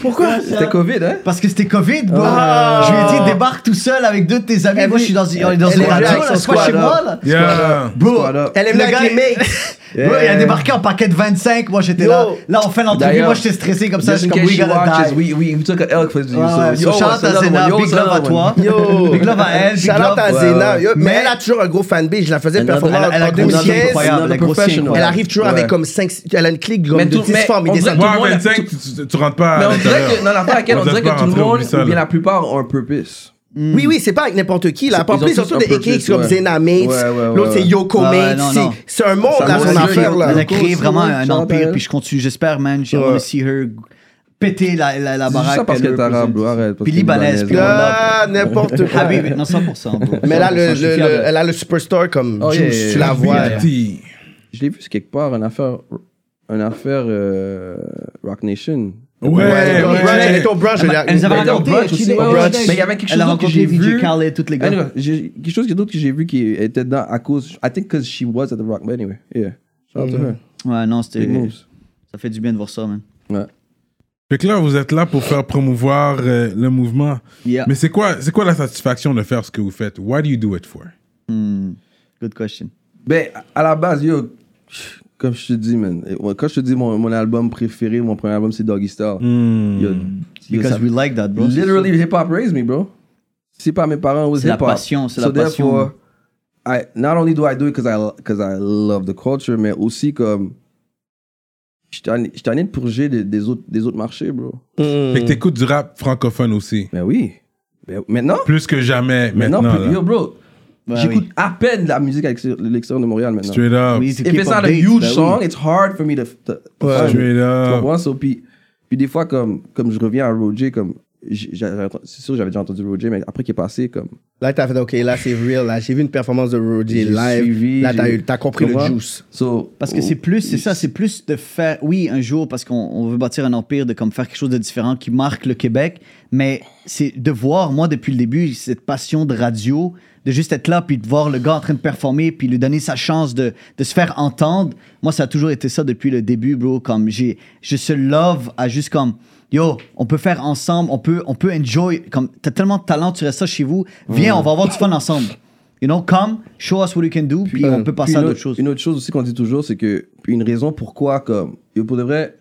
B: Pourquoi
C: C'était Covid, hein?
B: Parce que c'était Covid, bro. Je lui ai dit débarque tout seul avec deux de tes amis. Moi, je suis dans, on Eh, est dans
D: elle
B: une
D: est
B: radio,
D: avec
B: là,
D: son
B: c'est pas chez
D: squad,
B: moi là.
A: Yeah.
B: Bro,
C: Squad up.
D: Elle est venue
B: le
D: avec
B: gars,
D: les mates.
B: Bro, il a débarqué en paquet de 25. Moi, j'étais
D: Yo.
B: là. Là, on fait l'entrevue.
C: D'ailleurs,
B: Moi, j'étais stressé comme ça. Je
C: Just
B: suis
C: in case she
B: comme, we gotta
C: watches,
B: die.
C: we, Ah, we, we took an L for you.
B: Ouais,
C: so,
B: so shout out à Zena, big love à toi.
D: Yo.
B: Big love à elle, big
D: Shout out
B: love.
D: à
B: Ouais,
D: Zena.
B: ouais.
D: Yo, Mais,
B: Mais-
D: elle a toujours un gros fanbase. Je la faisais
B: Elle a-
D: performer
B: elle a- elle
D: en
B: a grossi
D: 2016.
B: incroyable, elle a grossi incroyable.
D: Elle arrive toujours
C: Ouais.
D: avec comme 5. Elle a une clique comme
C: Mais
D: de
C: tout-
D: 10
C: mais
D: formes.
C: on
D: Ils
C: dirait
D: descendent.
C: tout le
A: Ouais,
C: monde-
A: 25, tu, tu- tu rentres pas à
C: Mais on dirait
A: l'intérieur.
C: que, dans l'affaire à laquelle
A: On
C: on dirait
A: doit
C: que
A: pas
C: tout le
A: rentrer,
C: monde,
A: oublie ça,
C: ou bien
A: là.
C: la plupart, ont un purpose.
D: Oui, oui, c'est pas avec n'importe qui. Là.
C: C'est- ils
D: En
C: ont
D: plus, ils
C: tous
D: ont tous
C: un
D: des
C: purpose,
D: AKX comme
C: ouais.
D: Zena Mates.
C: Ouais, ouais, ouais,
D: L'autre, c'est
C: ouais.
D: Yoko
B: Ouais,
D: Mates.
B: non,
D: C'est-
B: non.
D: Ah, C'est un monde,
C: Ça
D: là,
C: monte
D: son
C: les
D: affaire.
C: jeux,
D: Là.
B: Elle a
C: Cool,
B: créé
C: cool,
B: vraiment
C: cool,
B: un
C: shout out à
B: empire.
C: elle.
B: Puis je continue, j'espère, man. Je
D: Ouais.
B: vais see her péter la, la, la
C: C'est juste
B: baraque.
C: ça parce
B: elle
C: qu'elle est
B: représente.
C: arabe, bro, arrête. parce
B: Puis
C: qu'elle est
B: libanaise, puis on
C: libanaise.
B: love.
D: Ah, n'importe quoi.
B: Habib, non, 100%. bro.
D: Mais là, le,
B: 100%, je suis
D: le-
B: fier
D: le-
B: de-
D: elle a le superstar comme
C: Oh,
D: juice,
C: yeah, yeah,
D: tu la
C: yeah.
D: vois.
C: Yeah.
A: Petit.
C: Je l'ai vu, c'est quelque part, une affaire, une affaire euh, Rock Nation.
A: Ouais,
D: Ton brunch, Elle
A: ouais.
D: est au brunch, je
B: Elle, m'a- elle nous avait
C: Mais dans
B: raconté.
C: brunch
B: elle
C: aussi,
B: était-
C: ouais,
B: elle
C: ouais,
B: était-
C: mais il y avait quelque
B: elle
C: chose d'autre que
B: a rencontré
C: j'ai vu.
B: DJ Khaled, toutes les gars.
C: Anyway, j'ai- quelque chose d'autre que j'ai vu qui était dedans à cause. I think because she was at the Rock. But anyway, yeah. Shout out to
B: Mm-hmm.
C: her.
B: Ouais, non, c'était.
C: Big moves.
B: Ça fait du bien de voir ça, man.
C: Ouais.
A: Fait que là, vous êtes là pour faire promouvoir euh, le mouvement.
B: Yeah.
A: Mais c'est quoi, c'est quoi la satisfaction de faire ce que vous faites? Why do you do it for?
B: Good question.
C: Ben, à la base, yo, comme je te dis, man, quand je te dis mon, mon album préféré, mon premier album, c'est Doggy Star. Yo, Yo,
B: Mm. Because
C: ça-
B: we like that, bro.
C: Literally, hip hop raised me, bro. C'est pas mes parents, it was
B: C'est la
C: hip hop.
B: passion, c'est la
C: so
B: passion.
C: Therefore, I, not only do I do it because I, lo- 'cause I love the culture, mais aussi comme. Je suis tanné- je suis tanné de purger des, des autres, des autres marchés, bro.
A: Fait que t'écoutes du rap francophone aussi.
C: Ben oui. Ben, maintenant?
A: Plus que jamais
C: Maintenant,
A: maintenant.
C: plus-
A: là.
C: yo, bro.
B: Ben
C: J'écoute
B: oui.
C: à peine de la musique à l'extérieur de l'extérieur de Montréal maintenant.
A: Straight up.
B: We need to
C: If
B: keep
C: it's not a
B: updates,
C: huge
B: ben oui.
C: song, it's hard for me to. to to
D: Ouais.
C: find it.
A: Straight
C: Tu
A: up.
C: comprends? So, puis, puis des fois, comme, comme je reviens à Roger, comme. j'ai- j'avais- C'est sûr, j'avais déjà entendu Roger, mais après qu'il est passé, comme.
D: Là, t'as fait, OK, là, c'est real. Là, j'ai vu une performance de Roger
C: J'ai
D: live.
C: suivi,
D: là, t'as,
C: j'ai-
D: eu- t'as compris
C: Tu
D: le
C: vois?
D: juice.
C: So,
B: Parce que c'est plus, c'est ça, c'est plus de faire, oui, un jour, parce qu'on on veut bâtir un empire, de comme faire quelque chose de différent qui marque le Québec, mais c'est de voir, moi, depuis le début, cette passion de radio, de juste être là, puis de voir le gars en train de performer, puis lui donner sa chance de, de se faire entendre. Moi, ça a toujours été ça depuis le début, bro. Comme j'ai, je se love à juste comme, yo, on peut faire ensemble, on peut, on peut enjoy. Comme, t'as tellement de talent, tu restes ça chez vous, viens, on va avoir du fun ensemble. You know, come, show us what you can do, puis, on peut passer
C: Puis
B: à
C: une
B: d'autres
C: autre-
B: choses.
C: Une autre chose aussi qu'on dit toujours, c'est que puis une raison pourquoi, comme, et pour de vrai,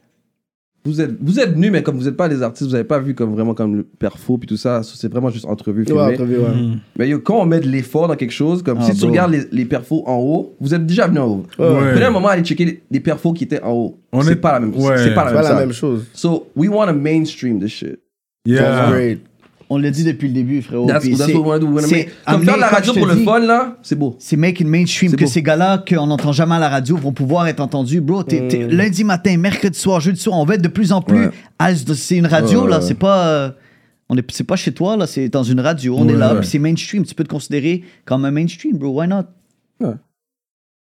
C: vous êtes, vous êtes venus, mais comme vous n'êtes pas des artistes, vous n'avez pas vu comme vraiment comme le perfo puis tout ça, so c'est vraiment juste entrevue.
D: Ouais,
C: filmée.
D: entrevue, ouais.
C: Mais yo, quand on met de l'effort dans quelque chose, comme
B: Ah,
C: si tu
B: bro.
C: regardes les, les perfos en haut, vous êtes déjà venu en haut.
A: Ouais.
C: Prenez un moment à aller checker les, les perfos qui étaient en haut.
A: On
C: C'est
A: est-
C: pas la même
A: ouais.
C: C'est pas la même,
D: C'est pas la
C: salle.
D: même chose.
C: So, we want to mainstream this shit.
D: That's
A: Yeah.
D: great.
B: On l'a dit depuis le début, frérot.
C: That's,
B: puis
C: that's
B: c'est-
C: what we want to do. We wanna
B: c'est
C: make- Comme
B: amener,
C: faire de la
B: comme
C: radio
B: je te
C: pour le
B: dis,
C: fun, là, c'est beau.
B: C'est make it mainstream,
C: C'est
B: que
C: beau.
B: ces gars-là qu'on n'entend jamais à la radio vont pouvoir être entendus. Bro, t'es- t'es- lundi matin, mercredi soir, jeudi soir, on va être de plus en plus.
C: Mm. Ouais.
B: à- C'est une radio,
C: Ouais,
B: là,
C: ouais,
B: c'est pas. euh, on est, c'est pas chez toi, là, c'est dans une radio, on est
A: Ouais,
B: là,
C: ouais.
B: puis c'est mainstream. Tu peux te considérer comme un mainstream, bro, why not?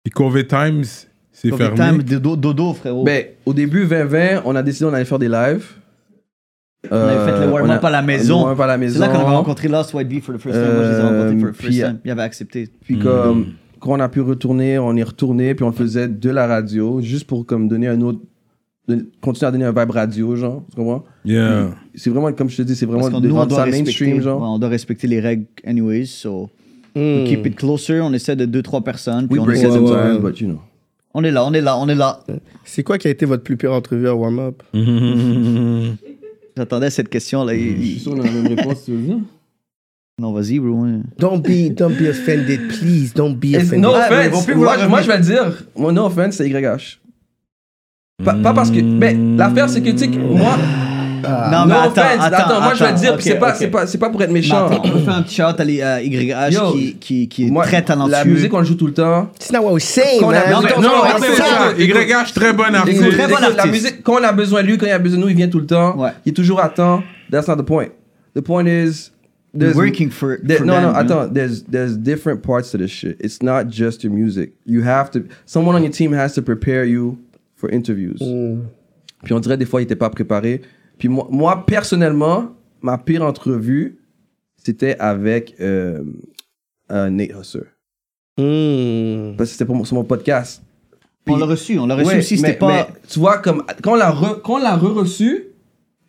A: Et Covid Times, c'est
B: Covid
A: fermé.
B: time, dodo, dodo, frérot.
C: Ben, au début 2020, on a décidé on allait faire des lives. Euh,
B: on avait fait le warm-up à la maison.
C: warm à la maison.
B: C'est là qu'on avait rencontré Lost White Bee for the first time. Moi, je les ai rencontrés for the first
C: Euh, puis-
B: time. Ils avaient accepté.
C: Puis comme
B: Hmm.
C: quand on a pu retourner, on est retourné puis on le faisait de la radio juste pour comme donner un autre de- continuer à donner un vibe radio genre, tu comprends
A: Yeah.
C: C'est vraiment comme je te dis, c'est vraiment
B: Parce que
C: de
B: nous, on
C: rendre
B: doit,
C: ça
B: respecter,
C: mainstream
B: ouais,
C: genre.
B: on doit respecter les règles anyways, so
D: Hmm.
B: we keep it closer, on essaie de 2-3 personnes, puis
C: We
B: on,
C: break Hmm.
B: essaie de-
C: sometimes, but you know.
B: on est là, on est là, on est là.
D: C'est quoi qui a été votre plus pire entrevue à warm-up?
B: J'attendais cette question-là. il- il-
C: on a la même réponse, tu veux dire
B: Non, vas-y, bro. hein.
D: Don't be, don't be offended, please. Don't be offended.
C: No
B: Ah, mais ils vont
C: offense,
B: plus vouloir
C: moi, moi, je vais le dire, mon no offense c'est YH. Pas, pas parce que mais l'affaire c'est que tu sais que moi
B: non,
C: Ah. No
B: Hmm. Ah, mais attends,
C: offense. attends, moi je vais te dire,
B: ok,
C: puis c'est pas,
B: ok.
C: c'est pas, c'est pas pour être
B: Mais
C: méchant.
B: attends, on peut faire un petit shout à les, euh, YH
C: Yo,
B: qui, qui, qui est
C: Moi,
B: très talentueux.
C: La musique, on le joue tout le temps.
D: It's not what we're saying,
C: Qu'on a
D: man.
C: besoin-
D: Don't-
C: Non,
A: Non,
C: mais
D: don't-
C: c'est
A: c'est
C: ça.
A: ça. YH, très bon artiste.
C: Écoute,
B: Ah, très bon
C: écoute, la
B: artiste.
C: musique, quand on a besoin de lui, quand il a besoin de nous, il vient tout le temps.
B: Ouais.
C: Il est toujours à temps. That's not the point. The point is.
B: We're
C: there's-
B: working for,
C: there-
B: for
C: no,
B: them,
C: no,
B: you know.
C: attends. There's, there's different parts to this shit. It's not just your music. You have to. Someone on your team has to prepare you for interviews.
B: Mm.
C: Puis on dirait des fois, il était pas préparé. Puis moi, moi, personnellement, ma pire entrevue, c'était avec euh, euh, Nate Husser.
D: Mm.
C: Parce que c'était pour mon- sur mon podcast.
B: On l'a reçu, on l'a reçu
C: Ouais,
B: aussi, c'était
C: mais-
B: pas...
C: mais tu vois, comme, quand on l'a re- quand on l'a re-reçu,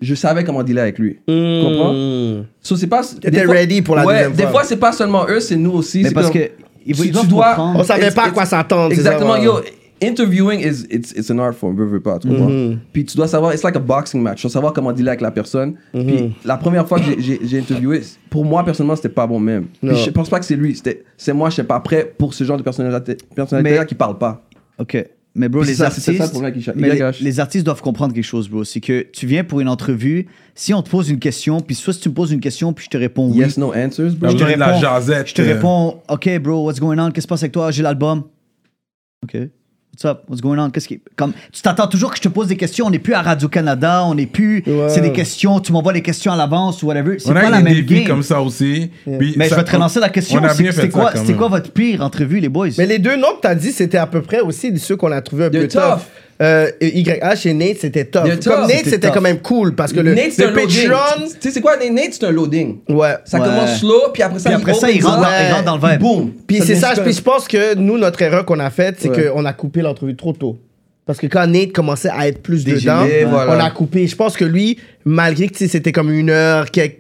C: je savais comment dealer avec lui.
B: Mm.
C: Tu comprends? So, c'est pas. des
D: T'étais
C: fois-
D: ready pour la
C: ouais,
D: deuxième
C: Des
D: fois.
C: fois, c'est pas seulement eux, c'est nous aussi.
B: Mais
C: c'est
B: parce
C: comme-
B: que... Ils
C: tu-
B: ils doivent
C: tu dois-
B: comprendre.
D: On savait
C: It's-
D: pas à
C: it's-
D: quoi s'attendre. c'est ça,
C: Exactement,
D: ouais.
C: yo. Interviewing is it's, it's an art form, veux, veux pas, tu comprends?
D: Mm-hmm.
C: Puis tu dois savoir, it's like a boxing match, tu dois savoir comment dealer avec la personne.
D: Mm-hmm.
C: Puis la première fois que j'ai- j'ai j'ai interviewé, pour moi personnellement, c'était pas bon même. Puis
D: Non.
C: je pense pas que c'est lui, c'était- c'est moi, je suis pas prêt pour ce genre de personnalité, personnalité-là qui parle pas.
B: OK. Mais bro,
C: Puis
B: les
C: c'est ça, c'est ça
B: artistes,
C: le problème avec les-
B: mais
C: les
B: les,
C: gars.
B: les artistes doivent comprendre quelque chose, bro. C'est que tu viens pour une entrevue, si on te pose une question, puis soit si tu me poses une question, puis je te réponds oui,
C: Yes, no answers, bro.
A: Je te
B: te
A: de la
B: réponds.
A: jasette. euh.
B: je te réponds OK, bro, what's going on? Qu'est-ce qui se passe avec toi? J'ai l'album. OK. What's up? What's going on? Qu'est-ce qui. Comme, tu t'attends toujours que je te pose des questions. On n'est plus à Radio-Canada, on n'est plus.
D: Ouais.
B: C'est des questions, tu m'envoies les questions à l'avance ou whatever. C'est
A: On
B: pas
A: a
B: la
A: eu
B: même
A: des vies
B: game.
A: comme ça aussi. Puis
B: Mais
A: ça-
B: je vais te relancer la question.
A: on a
B: C'est-
A: bien fait
B: C'était
A: ça
B: quoi,
A: quand
B: c'était
A: même.
B: quoi votre pire entrevue, les boys?
D: Mais les deux noms que t'as dit, c'était à peu près aussi ceux qu'on a trouvé un
C: They're
D: peu
C: tough.
D: tough. Euh, YH et Nate, c'était tough.
C: They're tough.
D: Comme Nate,
C: C'était
D: c'était
B: tough.
D: quand même cool parce que le,
C: Nate, c'est
D: le
C: un loading.
D: Patreon.
C: Tu sais, c'est quoi, Nate, Nate, c'est un loading.
D: Ouais.
C: Ça
B: Ouais.
C: commence slow, puis après ça,
B: Puis après ça, il
C: opens
B: rentre,
C: up,
B: dans, il rentre dans le verbe.
C: Boom.
D: Puis c'est
C: devient
D: ça,
C: super.
D: puis je pense que nous, notre erreur qu'on a faite, c'est
C: Ouais.
D: qu'on a coupé l'entrevue trop tôt. Parce que quand Nate commençait à être plus
B: Dégénéré,
D: dedans,
C: ouais.
D: on
C: voilà.
D: a coupé. Je pense que lui, malgré que tu sais, c'était comme une heure, quelques-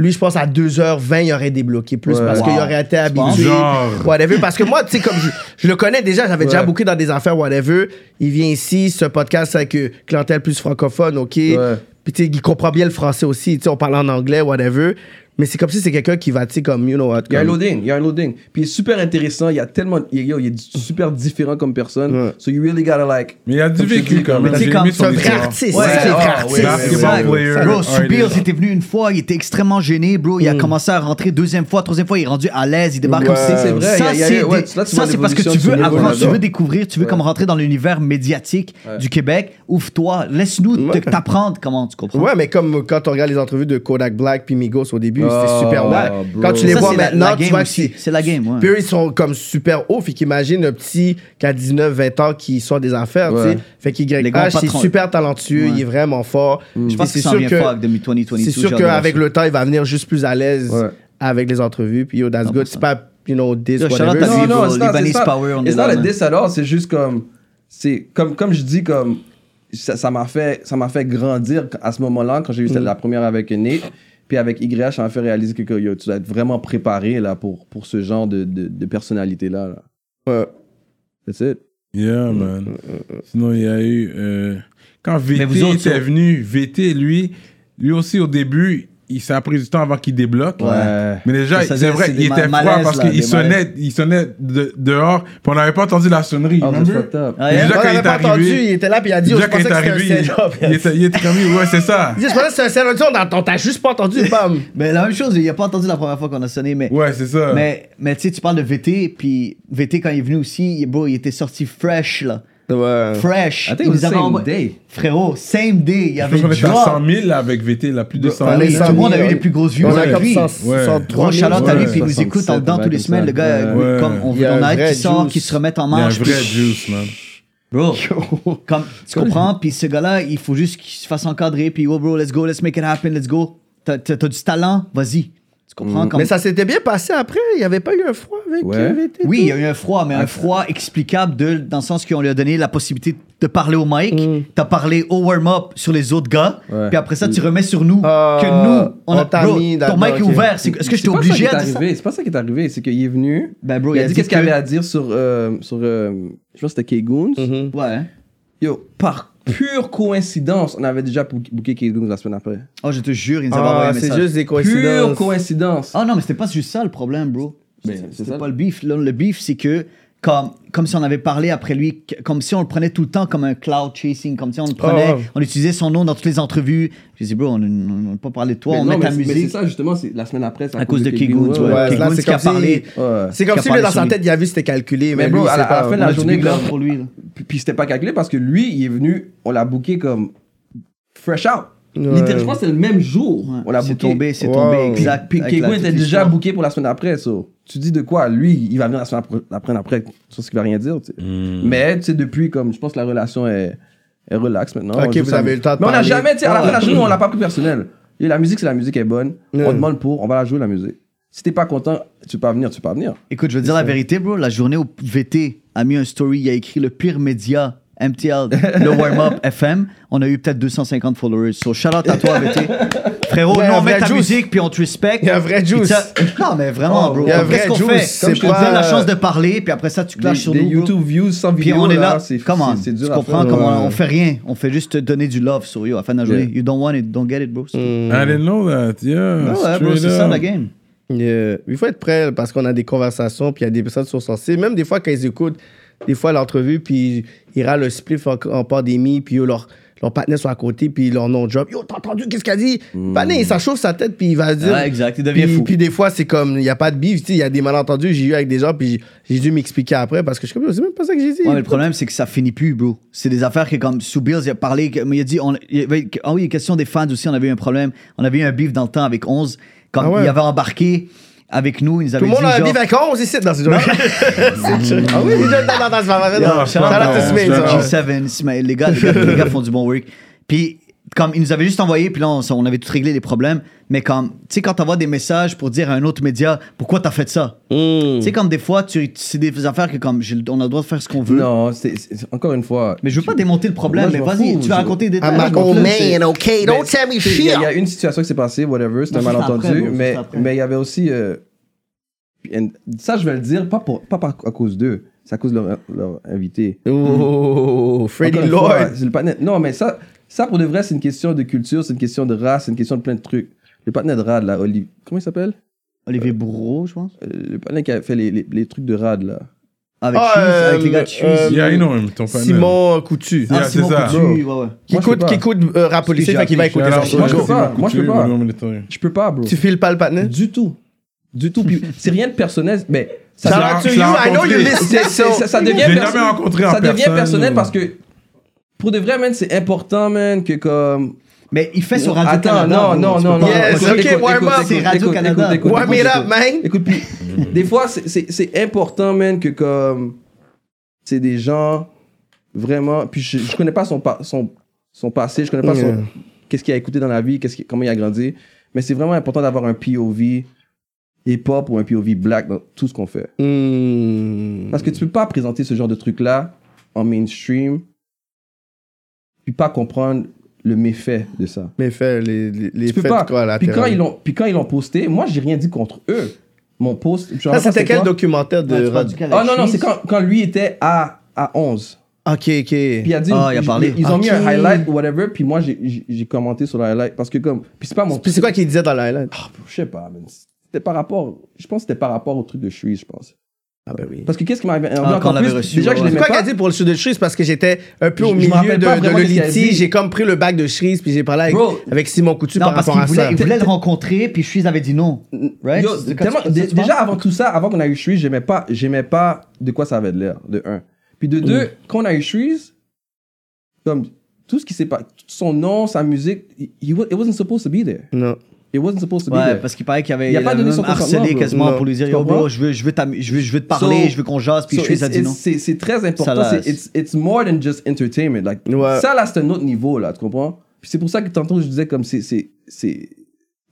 D: lui, je pense à 2h20, il aurait débloqué plus
C: Ouais.
D: parce qu'il
B: Wow.
D: aurait été
B: penses?
D: habitué.
A: Genre.
D: Whatever. Parce que moi, tu sais, comme je, je le connais déjà, j'avais déjà booké dans des affaires, whatever. Il vient ici, ce podcast c'est avec euh, clientèle plus francophone, OK? Puis, tu sais, il comprend bien le français aussi. Tu sais, on parle en anglais, whatever. Mais c'est comme si c'est quelqu'un qui va, tu sais, comme, you know what.
C: Il y a un
D: comme-
C: loading, il y a un loading. Puis il est super intéressant, il y a tellement. Il, yo, il est super différent comme personne.
D: Ouais.
C: So you really gotta like.
A: Mais il a du
C: Comme je
A: vécu
C: dis,
A: quand même.
B: mais tu
A: J'ai
B: sais,
A: aimé
B: quand
A: son
D: C'est un vrai
A: histoire.
D: artiste.
C: Ouais,
D: c'est
C: ah,
D: un vrai
C: ouais,
D: artist.
A: basketball
D: Exact.
A: player.
B: Bro,
A: artist.
B: Soupir, il était venu une fois, il était extrêmement gêné, bro. Il a commencé à rentrer deuxième fois, troisième fois, il est rendu à l'aise, il débarque
C: Mm. Ouais.
B: comme ça.
C: C'est vrai,
B: Ça,
C: il y a- il y a-
B: c'est
C: ouais,
B: des-
C: là, tu vois
B: ça, c'est parce que
C: l'évolution
B: tu
C: de ce
B: veux
C: niveau
B: apprendre, tu
C: là-dedans.
B: veux découvrir, tu veux comme rentrer dans l'univers médiatique du Québec. Ouvre-toi, laisse-nous te- t'apprendre comment, tu comprends?
D: Ouais, mais comme quand on regarde les entrevues de Kodak Black puis Migos au début, c'était
C: Oh,
D: super mal.
C: bro.
D: Quand tu les
B: Ça,
D: vois
B: c'est la-
D: maintenant,
B: la
D: tu
B: game
D: vois que
B: aussi.
D: c'est-
B: C'est la game, ouais.
D: Puis eux, ils sont comme super hauts. Fait qu'imagine un petit qui a 19, 20 ans qui sort des affaires,
C: Ouais.
D: tu sais. Fait
B: Les grands
D: qu'YH, c'est
B: patrons.
D: super talentueux,
B: Ouais.
D: il est vraiment fort.
B: Je
D: Puis
B: pense
D: c'est
B: que ça
D: sûr
B: vient
D: que
B: pas avec demi 2022.
D: c'est sûr
B: genre
D: qu'avec
B: de-
D: le temps, il va venir juste plus à l'aise
C: Ouais.
D: avec les entrevues. Puis yo, that's good.
B: 100%.
D: C'est pas, you know, this,
B: Yo, shout out
D: whatever.
B: à
D: C'est-
B: lui.
C: Non, non,
B: bro,
C: it's not,
B: Lebanese
C: it's not,
B: power, on est
C: it's not
B: là,
C: a
B: man.
C: diss at all, c'est juste comme. C'est comme, comme je dis, comme. Ça ça m'a fait, ça m'a fait grandir à ce moment-là, quand j'ai eu cette- la première avec Nate. Puis avec YH, ça m'a fait réaliser que, que, yo, tu dois être vraiment préparé là, pour, pour ce genre de, de, de personnalité-là. Là.
D: Ouais.
C: That's it.
A: Yeah,
B: Mm,
A: man. Sinon, il y a eu. euh, quand VT
B: Mais vous autres,
A: était
B: ça-
A: venu, VT, lui, lui aussi, au début, il, ça a pris du temps avant qu'il débloque.
C: Ouais.
A: Mais déjà,
B: Ça, ça
A: c'est
B: veut dire
A: vrai,
B: c'est
A: il
B: des
A: était
B: ma-
A: froid
B: malaises,
A: parce
B: là,
A: qu'il
B: des
A: sonnait, il sonnait de- dehors, puis on n'avait pas entendu la sonnerie.
C: Oh, that's
A: remember?
C: fucked up.
B: Ah, yeah?
A: Déjà,
D: On
A: quand il
D: l'avait
A: est
D: pas entendu,
A: arrivé-
D: il était là, puis il a dit, oh, je
A: Déjà, quand
D: pensais
A: il est
D: que c'était un
A: arrivé, il-
D: setup.
A: il était- il était comme, ouais, c'est ça.
D: Il dit, Je pensais que c'était un setup. On t'en- T'as juste pas entendu, bam.
B: Mais la même chose, il a pas entendu la première fois qu'on a sonné, mais.
A: Ouais, c'est ça.
B: Mais, mais tu sais, tu parles de VT, puis VT, quand il est venu aussi, il, bro, il était sorti fresh, là.
D: Euh,
B: Fresh.
C: I think
B: Il
C: it was
B: nous
C: the
B: avait
C: same
B: envoyé-
C: day.
B: Frérot, same day. Il y
A: Je
B: avait
A: pense qu'on est à
B: drop.
A: 100 000 là, avec VT, là, plus de 100
B: oui,
A: 000.
B: tout le monde a eu les plus grosses vues
D: On a
B: avec
D: comme
B: lui.
D: 163
B: Gros
D: 000.
B: shout-out à lui,
A: Ouais.
B: puis il nous écoute en dedans tous les
C: 67,
B: semaines, le gars.
A: ouais.
B: euh, Comme on,
D: Il y a
B: on
D: un
B: a hâte
D: vrai
B: qu'il sorte,
D: juice.
B: qu'il se remette en
A: Il y a un
B: marche.
A: vrai
B: puis-
A: juice, man.
B: Bro, comme, tu comprends? Puis ce gars-là, il faut juste qu'il se fasse encadrer. Puis, oh, bro, let's go, let's make it happen, let's go. T'as t'as- t'as du talent, vas-y. Tu comprends? Comme-
D: Mm. Mais ça s'était bien passé après. Il n'y avait pas eu un froid avec
C: Ah, Ouais.
D: euh, VT.
B: Oui, il y a eu un froid, mais un froid explicable de, dans le sens qu'on lui a donné la possibilité de parler au mic, t'as parlé au warm-up sur les autres gars,
C: Ouais.
B: puis après ça, tu remets sur nous
D: Ah,
B: que nous, on, a
D: on t'a
B: bro,
D: mis
B: Ton
D: là-dedans,
B: mic est
D: ok.
B: ouvert. c'est- Est-ce
C: C'est
B: que j'étais
C: pas ça qui
B: obligé
C: est
B: à dire ça?
C: arrivé, C'est pas ça qui est arrivé, c'est qu'il est venu.
B: Ben, bro,
C: il, a dit qu'est-ce qu'il
B: que-
C: avait à dire sur, euh, sur euh, je pense que c'était K-Goons.
B: Ouais. hein.
C: Yo, par pure coïncidence, on avait déjà bou- booké K-Goons la semaine après.
B: Oh, je te jure, ils nous avaient envoyé
D: Ah,
B: un
D: c'est
B: message.
D: juste des
C: Pure
D: coïncidences.
C: coïncidence.
B: Ah non, mais c'était pas juste ça le problème, bro.
C: Mais
B: C'était-
C: c'est
B: C'était
C: ça.
B: pas le beef. là. le beef, c'est que comme, comme si on avait parlé après lui, que- comme si on le prenait tout le temps comme un cloud chasing, comme si on le prenait,
D: Ah ouais.
B: on utilisait son nom dans toutes les entrevues. Je dis, bro, on n'a pas parlé de toi,
C: Mais
B: on
C: non,
B: met
C: mais
B: ta
C: c'est- mais c'est
B: musique.
C: ça justement, c'est la semaine après. c'est
B: À cause de
C: K-Goons,
B: K-Goons, ouais.
D: Ouais,
B: Quelqu'un
D: là, c'est
B: qui a
D: comme
B: parlé.
D: si...
C: Ouais.
D: C'est comme
B: Qui a
D: si
B: parlé
D: lui, dans
B: sur
D: sa
B: lui.
D: tête, il a vu que c'était calculé. Mais,
C: Mais bro,
D: lui,
C: à
D: c'est
C: la- à la
D: pas-
C: fin de
B: On a
C: la
B: du
C: journée,
B: big
C: là.
B: love pour lui. là.
C: Puis- Puis c'était pas calculé parce que lui, il est venu, on l'a booké comme fresh out.
D: Ouais.
C: Littéralement, je pense que c'est le même jour.
B: Ouais,
C: on l'a
B: c'est
C: booké.
B: tombé, c'est
D: Wow.
B: tombé,
D: Puis-
B: exact.
C: Puis
B: avec la-
C: Kegoun
B: toute
C: était déjà
B: l'histoire.
C: booké pour la semaine après, so. Tu dis de quoi Lui, il va venir la semaine après, la semaine après ça, ce qui va rien dire, tu sais.
B: Hmm.
C: Mais, tu sais, depuis, comme, je pense que la relation est, est relax maintenant.
D: Ok,
C: On joue
D: vous
C: ça-
D: avez eu le temps de
C: Mais on n'a
D: parler.
C: jamais, tu sais, à la
D: Ah.
C: fin de la journée, on l'a pas pris personnel. Et la musique, c'est la musique est bonne. On
D: Ouais.
C: demande pour, on va la jouer, la musique. Si t'es pas content, tu peux pas venir, tu peux pas venir.
B: Écoute, je veux dire la vérité, bro. La journée où VT a mis un story, il a écrit le pire média MTL, le warm-up FM. On a eu peut-être 250 followers. So shout out à toi, VT. Frérot,
D: Il y a
B: nous
D: un
B: on met
D: vrai
B: ta
D: juice.
B: musique puis on te respecte.
D: Il y a un vrai
B: Puis
D: juice. Oh,
B: t'as- Non, mais vraiment, bro.
D: il y a un
B: Comme, Qu'est-ce
D: vrai
B: qu'on
D: juice,
B: fait
D: c'est
B: Comme je te
D: pas- euh,
B: donne la chance de parler, puis après ça, tu
C: Des,
B: clashes sur
C: des
B: nous. bro.
C: YouTube views sans
B: Puis
C: vidéo,
B: on est là,
C: c'est
B: comment
C: c'est- c'est
B: Tu
C: dur à
B: comprends
C: faire.
B: comment
D: euh,
B: on fait rien, on fait juste te donner du love sur you à la fin de la journée.
C: Yeah.
B: You don't want it, don't get it, bro.
D: Mm.
A: I didn't know that, yeah.
B: Ah ouais,
A: straight
B: bro, c'est ça
A: up.
B: la game.
D: Yeah. Il faut être prêt parce qu'on a des conversations, puis il y a des personnes qui sont sensibles. Même des fois, quand ils écoutent, des fois, l'entrevue, puis ils râlent le spliff en, en pandémie, puis eux, leur, leur partenaire sont à côté, puis leur nom-job. Yo, t'as entendu qu'est-ce qu'elle dit?
C: Hmm.
D: Pané, ça chauffe sa tête, puis il va dire.
B: Ouais, exact, il devient
D: puis,
B: fou.
D: Puis des fois, c'est comme, il n'y a pas de bif, tu sais, il y a des malentendus. J'ai eu avec des gens, puis j'ai j'ai dû m'expliquer après parce que je suis comme, c'est même pas ça que j'ai dit.
B: Ouais, mais le problème, c'est que ça finit plus, bro. C'est des affaires que, comme sous Bills, il a parlé, que- mais il a dit, on, il y avait, ah oui, question des fans aussi, on avait eu un problème. On avait eu un beef dans le temps avec 11. Quand
D: Ah ouais.
B: il avait embarqué avec nous, il nous avait
D: Tout le
B: dit.
D: monde a un
B: genre,
D: bif avec 11 ici dans ce jour Ah oui, déjà, non, non, non, c'est pas vrai. non.
B: Yo,
D: Shout
B: shout
D: out
B: out
D: to
B: à
D: Smith,
B: G7,
D: genre.
B: G7, Ismaël, les gars, les gars, les gars font du bon work. Puis, comme ils nous avaient juste envoyé, puis là, on, on avait tout réglé les problèmes. Mais comme, tu sais, quand t'envoies des messages pour dire à un autre média, pourquoi t'as fait ça?
C: Mm.
B: Tu sais, comme des fois, tu, c'est des affaires que, comme, j'ai le- on a le droit de faire ce qu'on veut.
C: Non, c'est c'est- encore une fois.
B: Mais je veux pas démonter le problème,
C: Moi, je
B: mais
C: m'en
B: vas-y,
C: fous,
B: tu vas
C: je-
B: raconter des
D: I'm
B: détails.
D: an
B: je
D: old
B: m'en fous,
D: man, okay? Don't
C: Mais,
D: tell me
C: tu sais, Il y,
D: shit.
C: a- il y a une situation qui s'est passée, whatever, c'est
B: Non,
C: un
B: ça, c'est après,
C: malentendu,
B: bro, ça,
C: mais
B: c'est après.
C: mais il y avait aussi. euh, and- ça, je vais le dire, pas, pour, pas par- à cause d'eux, c'est à cause de leur, leur invité.
D: Oh, Freddy
C: Mmh. Encore une
D: Lloyd.
C: fois, c'est le panel. Non, mais ça, Ça, pour de vrai, c'est une question de culture, c'est une question de race, c'est une question de plein de trucs. Le partenaire de Rad, là, Olivier. Comment il s'appelle
G: Olivier Bourreau, je pense.
C: Euh, Le partenaire qui a fait les, les- les trucs de Rad, là.
G: Avec
D: Ah,
G: Cheese,
D: euh,
G: avec les gars de Cheese.
D: euh,
A: Yeah, I know him, ton euh. panel.
D: Simon Coutu.
G: ah,
A: yeah,
G: Simon
A: c'est ça.
G: Coutu, ouais, ouais.
D: Qui
C: Moi, Mmh. je
D: écoute,
C: peux
D: qui
C: pas.
D: écoute euh, rap policier, fait qu'il va écouter ça.
C: Shout out. Moi, je peux pas. Moi, je peux pas. Je peux pas, bro.
D: Tu files pas le patinet?
C: Du tout. Du tout. Puis c'est rien de personnel, mais ça,
D: Shout
A: l'a-
D: out to
A: ça
D: you,
A: l'a
D: I know you
A: rencontré.
D: listen.
C: c'est- c'est- ça- ça devient
A: J'ai
C: perso-
A: jamais rencontré en
C: ça devient
A: personne, euh.
C: personnel
A: non.
C: parce que pour de vrai, man, c'est important, man, que comme.
G: Mais il fait sur
C: Attends,
G: Radio Canada.
C: non, non, non, non.
D: Yes,
C: Écoute,
D: ok,
C: écoute,
D: warm
C: écoute,
D: up.
C: écoute,
G: C'est Radio
C: écoute,
G: Canada.
C: écoute, écoute,
D: Warm
C: écoute,
D: it up,
C: écoute.
D: man.
C: Écoute, puis des fois, c'est- c'est c'est important, man, que comme. C'est des gens vraiment. Puis je, je connais pas son, pa- son, son passé, je connais pas
D: Yeah.
C: son. Qu'est-ce qu'il a écouté dans la vie, qu'est-ce qu'il- comment il a grandi. Mais c'est vraiment important d'avoir un POV hip-hop ou un POV black dans tout ce qu'on fait.
D: Hmm.
C: Parce que tu peux pas présenter ce genre de truc-là en mainstream, puis pas comprendre le méfait de ça.
D: Mais faire les, les, les
C: Tu peux
D: fêtes,
C: pas.
D: quoi, à la
C: Puis quand
D: terrain.
C: ils l'ont, puis quand ils l'ont posté, moi j'ai rien dit contre eux. Mon post. je me
D: Ça,
C: rappelle
D: c'était
C: c'est
D: quel
C: quoi.
D: documentaire
G: Ouais,
D: de
G: tu parles
D: Rod?
G: du gars avec
C: Ah non non,
G: Cheese.
C: c'est quand, quand lui était à à 11.
D: Ok,
C: Puis il
D: ok.
C: a dit,
G: Ah, il a
C: ils-
G: parlé.
C: ils ont mis
D: Ok.
C: un highlight ou whatever, puis moi j'ai- j'ai j'ai commenté sur le highlight parce que comme, puis c'est pas mon,
D: Puis c'est quoi qu'il disait dans la highlight?
C: Ah, je sais pas, man. c'était par rapport, je pense que c'était par rapport au truc de Shui, je pense.
D: Ah, ben oui.
C: Parce que qu'est-ce qui m'avait
G: Ah,
C: encore
G: quand on l'avait
C: plus,
G: reçu,
C: déjà
G: ouais,
C: que je
G: ouais.
D: C'est
C: l'aimais
D: quoi qu'elle
C: pas.
D: a dit pour le show de Cheese? Parce que j'étais un peu
C: Je-
D: au
C: je me
D: milieu
C: rappelle pas
D: de, de
C: vraiment
D: le
C: de ce qu'elle a
D: litige.
C: dit.
D: J'ai comme pris le bac de Cheese, puis j'ai parlé avec,
C: Bro.
D: avec Simon Coutu
G: Non,
D: par
G: parce
D: rapport
G: qu'il
D: à
G: voulait,
D: ça.
G: il voulait le rencontrer, puis Suisse avait dit non. Right?
C: Yo,
G: C'est quand
C: tellement-
G: tu-
C: dé-
G: tu vois?
C: déjà avant tout ça, avant qu'on a eu Shreeze, j'aimais pas, j'aimais pas de quoi ça avait de l'air, de un. Puis
G: Mm.
C: de deux, quand on a eu Shreeze, comme tout ce qui s'est passé, son nom, sa musique, he- he wa- it wasn't supposed to be there.
D: Non.
C: It wasn't supposed to be
G: Ouais,
C: there.
G: parce qu'il paraît qu'il avait
C: Il a pas
G: l'avait
C: donné
G: même
C: son consentement,
G: harcelé
C: bro.
G: quasiment
D: Non.
G: pour lui dire
C: Tu
G: Yo, bro,
C: comprends?
G: je veux, je, veux t'am- je, veux, je veux te parler,
C: So-
G: je veux qu'on jase, puis
C: So,
G: Suisse a
C: it's-
G: dit non.
C: it's- C'est c'est très important.
G: l'a-
C: c'est- It's, it's more than just entertainment. Like,
D: Ouais.
C: Ça, là, c'est un autre niveau, là, tu comprends? Puis c'est pour ça que tantôt, je disais comme c'est- c'est c'est-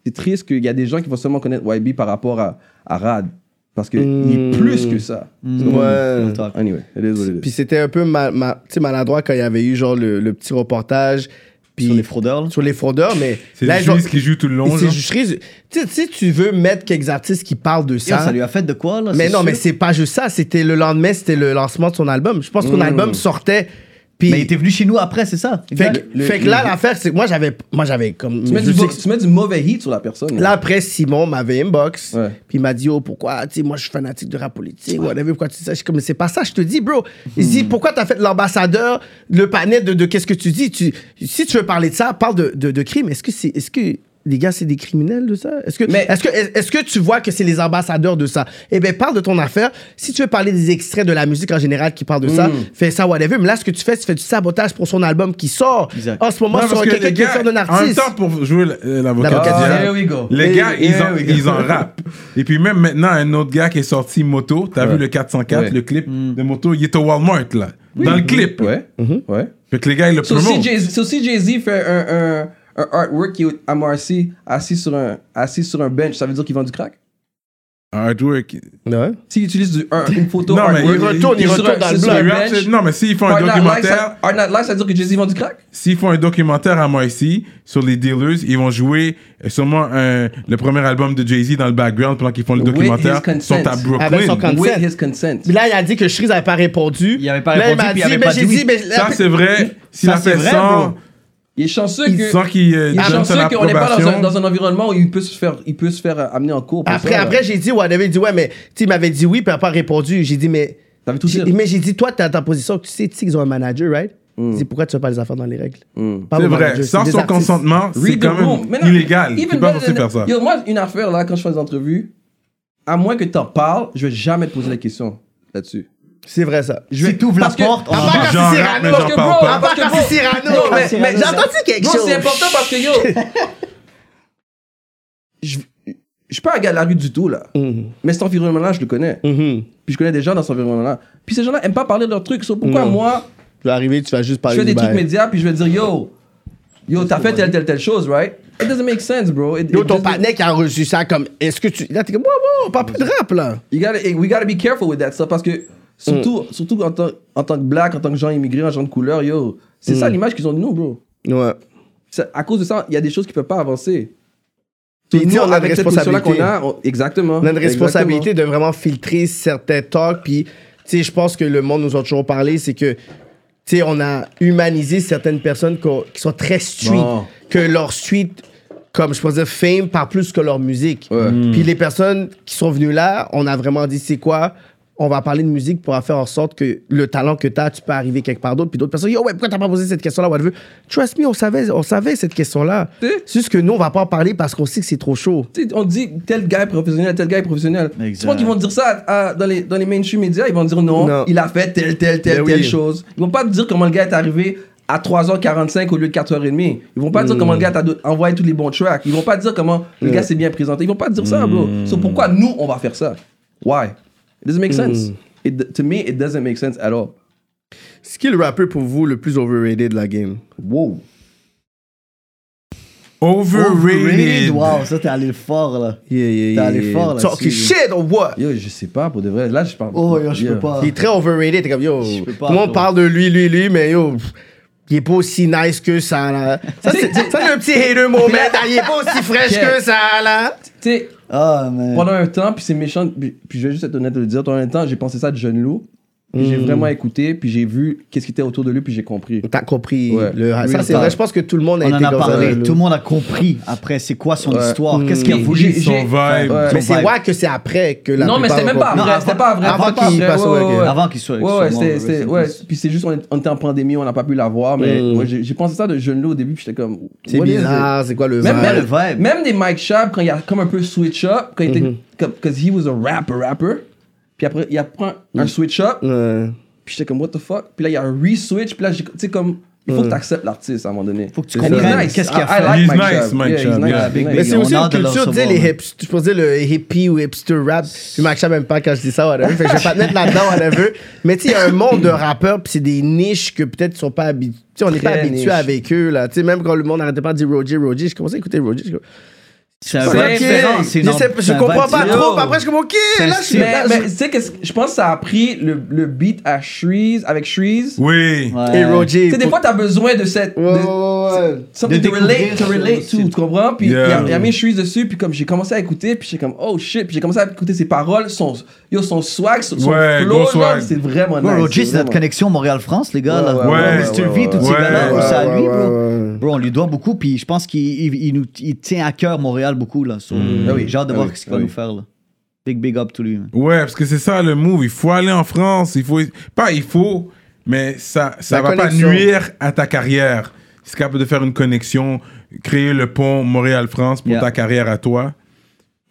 C: c'est triste qu'il y a des gens qui vont seulement connaître YB par rapport à, à Rad. Parce qu'il est
D: Mm.
C: plus que ça.
B: Mm.
D: Ouais.
C: Anyway, it is what it is.
D: Puis c'était un peu ma, ma- tu sais, maladroit quand il y avait eu genre le, le petit reportage. Puis
G: Sur les fraudeurs, là.
D: sur les fraudeurs, mais
A: C'est les
D: genre-
A: juges qui jouent tout le hein. long.
D: c'est
A: genre.
D: juste Cheese. Tu sais, si tu veux mettre quelques artistes qui parlent de
G: Yo,
D: ça.
G: ça lui a fait de quoi, là?
D: mais
G: c'est
D: non, mais
G: sûr.
D: c'est pas juste ça. C'était le lendemain, c'était le lancement de son album. Je pense que son album sortait. Puis
G: Mais il était venu chez nous après, c'est ça?
D: Fait,
G: Exact.
D: que- fait que là, l'affaire, c'est que moi, j'avais, moi, j'avais comme.
C: Tu mets,
D: je
C: du,
D: sais
C: mau-
D: que-
C: tu mets du mauvais hit sur la personne.
D: là, après, Simon m'avait inbox.
C: Ouais.
D: Puis il m'a dit, oh, pourquoi, tu sais, moi, je suis fanatique de rap politique, whatever, pourquoi tu dis ça? Je suis comme, mais c'est pas ça, je te dis, bro.
A: Hmm.
D: Il dit, pourquoi t'as fait l'ambassadeur, le panel de, de qu'est-ce que tu dis? Tu, si tu veux parler de ça, parle de, de, de crime. Est-ce que c'est, est-ce que les gars, c'est des criminels de ça? Est-ce que,
C: Mais-
D: est-ce que, est-ce que tu vois que c'est les ambassadeurs de ça? Eh ben, parle de ton affaire. Si tu veux parler des extraits de la musique en général qui parlent de ça,
A: Hmm.
D: fais ça, whatever. Mais là, ce que tu fais, tu fais du sabotage pour son album qui sort.
G: Exact.
D: En ce moment,
A: Non,
D: sur
A: parce que
D: quelqu'un
A: les
D: qui
A: gars,
D: sort d'un
A: en même
D: artiste.
A: temps, pour jouer l- euh, l'avocat
D: L'avocat
A: du
D: du
A: diable,
C: diable. Here we go.
A: les
C: Here-
A: gars, ils,
C: here
A: en,
C: we go.
A: ils en rappent. Et puis même maintenant, un autre gars qui est sorti moto, t'as vu le 404,
C: Ouais.
A: le clip
C: Mm.
A: de moto, il est au Walmart, là. Dans le clip.
C: Ouais.
D: Mhm.
C: ouais.
A: Fait que les gars, ils le
C: So, si
A: promotent.
C: Jay-Z so, si Jay-Z fait un, un, un artwork qui est à Marcy, assis sur un, assis sur un bench, ça veut dire qu'il vend du crack?
A: Artwork.
D: Ouais.
C: S'il utilise du, un- une photo
A: Non, mais
C: artwork,
A: il retourne,
D: il
C: est sur
D: retourne
C: un-
D: dans le
C: c'est sur
D: bloc.
C: un
A: Ils
C: bench.
A: rappent- Non, mais s'ils font un
C: Art Not Live,
A: documentaire,
C: ça- Art Not Live, ça veut dire que Jay-Z vend du crack?
A: s'ils font un documentaire à Marcy sur les dealers, ils vont jouer euh, sûrement euh, le premier album de Jay-Z dans le background pendant qu'ils font le
C: With
A: documentaire.
C: his
A: Ils sont à
C: consent.
D: Avec son
A: Brooklyn.
D: consent.
C: With his consent.
D: Puis là, il a dit que Shreeze n'avait pas répondu.
G: Il avait pas
D: Là,
G: répondu, puis il avait
D: mais
G: pas
D: j'ai
G: dit oui.
D: mais
A: Ça,
D: là,
A: c'est vrai. Si
G: Ça,
A: la
G: c'est vrai,
A: personne
G: bro.
C: Il est chanceux
A: il
C: que.
A: sent qu'il euh,
C: Il est
A: donne son
C: chanceux qu'on n'est pas dans un,
A: approbation.
C: dans un environnement où il peut se faire, il peut se faire euh, amener en cours. pour
D: Après,
C: ça, là.
D: après j'ai dit, ouais, il avait dit ouais, mais tu sais, il m'avait dit oui, puis il n'a pas répondu. J'ai dit, mais.
C: T'avais tout
D: j'ai-
C: dit.
D: Mais j'ai dit, toi, t'es dans ta position, tu sais, tu sais qu'ils ont un manager, right? Il dit, pourquoi tu ne fais pas les affaires dans les règles? Pas
A: C'est vrai.
D: au manager,
A: Sans
D: c'est des
A: son
D: artistes.
A: consentement, c'est
C: Read the
A: quand
C: room. Mais
A: même
C: non,
A: illégal. T'es
C: even
A: pas
C: better
A: censé
C: than-
A: faire ça.
C: Yo, moi, une affaire là, quand je fais des entrevues, à moins que t'en parles, je vais jamais te poser la question là-dessus.
D: C'est vrai, ça.
G: Je vais t'ouvre la
C: parce que-
G: porte, on
D: À
G: va
A: Parce
D: part
A: que-
D: quand c'est
A: Genre, mais
D: Cyrano.
A: j'en parle
C: Ah,
A: pas.
D: À part quand c'est Cyrano.
C: Non, mais- mais-
D: J'ai entendu quelque
C: Non,
D: chose.
C: c'est important parce que yo. je, je suis pas un gars de la rue du tout là.
A: Mm.
D: Mhm.
C: Mais cet environnement-là, je le connais.
D: Mhm.
C: Puis je connais des gens dans cet environnement-là. Puis ces gens-là aiment pas parler de leurs trucs. So, pourquoi
A: Mm.
D: Non.
C: moi,
D: Tu vas arriver, tu vas juste
C: je
D: parler
C: fais des
D: du
C: trucs
D: bail.
C: médias, puis je vais dire yo, yo, t'as fait telle, telle, telle chose, right? It doesn't make sense, bro. It,
D: Yo,
C: it
D: ton
C: doesn't-
D: partenaire qui a reçu ça comme. Est-ce que tu. Là, t'es comme, wow, wow, on parle plus de rap, là.
C: You gotta, we gotta be careful with that stuff parce que surtout,
D: Mm.
C: surtout en, tant, en tant que black, en tant que gens immigrés, en gens de couleur, yo, c'est
D: Mm.
C: ça l'image qu'ils ont de nous, bro.
D: Ouais.
C: Ça- à cause de ça, il y a des choses qui peuvent pas avancer.
D: Puis,
C: Nous,
D: tu sais, on a
C: avec
D: une
C: cette position-là
D: responsabilité.
C: qu'on a, on- exactement.
D: On a une responsabilité de vraiment filtrer certains talks. Puis, tu sais, je pense que le monde nous a toujours parlé, c'est que tu sais, on a humanisé certaines personnes qu'on- qui sont très street,
C: Bon.
D: que leur street, comme je peux dire, fame par plus que leur musique.
C: Ouais.
D: Puis les personnes qui sont venues là, on a vraiment dit c'est quoi on va parler de musique pour faire en sorte que le talent que tu as, tu peux arriver quelque part d'autre. Puis d'autres personnes, yo, ouais, pourquoi t'as pas posé cette question-là, whatever. Trust me, on savait, on savait cette question-là.
C: T'sais.
D: C'est juste que nous, on va pas en parler parce qu'on sait que c'est trop chaud.
C: Tu sais, on dit tel gars est professionnel, tel gars est professionnel.
B: Exact.
C: Tu penses qu'ils vont dire ça à- à- dans, les, dans les mainstream médias Ils vont dire non,
D: Non.
C: il a fait telle, telle, telle,
D: Ben
C: telle
D: oui.
C: chose. Ils vont pas te dire comment le gars est arrivé à 3h45 au lieu de 4h30. Ils vont pas te dire comment le gars t'a do- envoyé tous les bons tracks. Ils vont pas te dire comment le gars s'est bien présenté. Ils vont pas te dire ça, bro. So pourquoi nous, on va faire ça Why It doesn't make sense. It- to me, it doesn't make sense at all.
D: Ce qui est le rappeur pour vous le plus overrated de la game?
C: Wow.
A: Overrated.
B: Overrated. Wow, ça, t'es allé fort, là.
C: Yeah, yeah,
B: T'es allé fort, là.
D: Talking shit or what?
C: Yo, je sais pas, pour de vrai. Là, je parle.
B: Oh, yo, je peux
C: Yeah.
B: pas.
D: Il est très overrated. T'es comme, yo,
B: Je peux pas,
D: tout le monde
B: bro.
D: parle de lui, lui, lui, mais yo, pff, il est pas aussi nice que ça, là. Ça, c'est ça, c'est un petit hater moment, là. Il est pas aussi fraîche que ça, là.
C: Tu sais,
B: Ah, man.
C: pendant un temps, puis c'est méchant, puis, puis je vais juste être honnête de le dire, pendant un temps, j'ai pensé ça de jeune loup, puis
B: Mm.
C: j'ai vraiment écouté, puis j'ai vu qu'est-ce qui était autour de lui, puis j'ai compris.
D: T'as compris.
C: Ouais.
D: Le, ça,
B: Real
D: c'est vrai.
B: talk.
D: Je pense que tout le monde a
B: On en
D: été
B: a
D: comme
B: parlé.
D: ça.
B: Tout le monde a compris après c'est quoi son
C: Ouais.
B: histoire, qu'est-ce qu'il a
C: J'ai-
B: voulu.
C: j'ai-
A: Son vibe.
C: Ouais.
D: Mais
B: Son
D: c'est
B: vibe.
D: ouais que c'est après que la
C: Non, mais
D: plupart
C: c'était même
D: ont
C: pas
D: compris.
C: vrai, c'était pas vrai.
D: avant
C: c'était pas
D: qu'il
C: vrai,
D: passe au
C: ouais,
D: hockey.
C: ouais, ouais.
B: Avant qu'il soit.
C: Ouais, ouais,
B: sûrement,
C: c'était-
B: rest in
C: c'était-
B: peace.
C: ouais. Puis c'est juste, on, est- on était en pandémie, on n'a pas pu l'avoir, mais
D: Mm.
C: ouais, j'ai j'ai pensé ça de jeune loup au début, puis j'étais comme.
D: C'est
C: what is it?
D: bizarre, c'est quoi le
C: Même,
D: vibe?
C: même,
B: le vibe. Mm-hmm.
C: même des Mike Schaap, quand il a comme un peu switch up, quand il était. comme- Cause he was a rapper, rapper. Puis après, il apprend
B: Mm.
C: un switch up,
D: Ouais.
C: Puis j'étais comme, what the fuck? Puis là, il y a un re-switch. Puis là, j'ai- tu sais, comme, il faut que tu acceptes l'artiste à un moment donné.
B: Euh. Faut que tu
C: And he's
B: comprennes
C: nice.
B: qu'est-ce qu'il a
C: I-
B: fait.
C: I like
A: He's
C: Mike
A: nice,
C: Schaap.
A: Mike
C: Yeah, he's
A: Schaap,
C: nice,
A: yeah.
C: big
D: Mais
C: man.
B: Yo,
D: c'est
B: on
D: aussi
B: a
D: une
B: hâte de le
D: culture, tu sais, les
B: recevoir, man.
D: hips, je peux dire le hippie ou hipster rap. Puis Max Chab aime pas quand je dis ça, whatever. Fait que je vais pas te mettre là-dedans, whatever. Mais tu sais, il y a un monde de rappeurs, puis c'est des niches que peut-être sont pas habitués. On n'est pas
C: Très
D: habitué
C: niche.
D: avec eux, là. Tu sais, même quand le monde n'arrêtait pas de dire Roger, Roger, je commençais à écouter Roger. Je,
B: C'est un
C: C'est
B: vibe
C: ok.
B: différent.
D: je,
B: c'est une
D: sais-
B: autre-
D: je
B: c'est un
D: comprends
B: vibe
D: pas
B: différent.
D: trop, puis après je suis comme, ok,
B: C'est
D: là,
B: un
D: je suis
B: style.
C: Mais,
D: là.
C: mais tu sais, qu'est-ce que- je pense que ça a pris le, le beat à Shreeze, avec Shreeze.
A: Oui.
B: Ouais.
D: Et Roger.
C: Tu sais, des fois, t'as besoin de cette.
D: Ouais, ouais,
C: de-
D: ouais, ouais.
C: Something
B: De
C: to relate, to
B: découvrir
C: relate
B: ce-
C: to, tu comprends? Puis il
A: Yeah.
C: y a- il y a mis Shreeze dessus, puis comme j'ai commencé à écouter, puis j'ai comme, oh shit, puis j'ai commencé à écouter ses paroles, son, yo, son swag, son, son
A: Ouais,
C: flow,
A: gros
C: là,
A: swag.
C: c'est vraiment
B: Bro,
C: nice.
B: Roger, c'est notre
C: vraiment-
B: connexion Montréal-France, les gars.
C: Ouais,
B: là.
C: ouais,
A: ouais,
B: Mr.
C: ouais,
B: V,
C: ouais,
B: tous ces
A: ouais.
B: gars-là,
A: Ouais,
B: c'est à lui,
D: ouais,
B: bro.
D: ouais, ouais.
B: Bro, on lui doit beaucoup, puis je pense qu'il il- il nous il tient à cœur Montréal beaucoup, là. So,
C: Ah oui,
B: J'ai hâte de
C: ah
B: voir
C: oui,
B: ce qu'il va
C: ah
B: nous
C: oui.
B: faire, là. Big, big up to lui, man.
A: Ouais, parce que c'est ça le move. Il faut aller en France. Il faut. Pas il faut, mais ça ça
D: La
A: va
D: connexion.
A: pas nuire à ta carrière. Si tu es capable de faire une connexion, créer le pont Montréal-France pour
B: Yeah.
A: ta carrière à toi.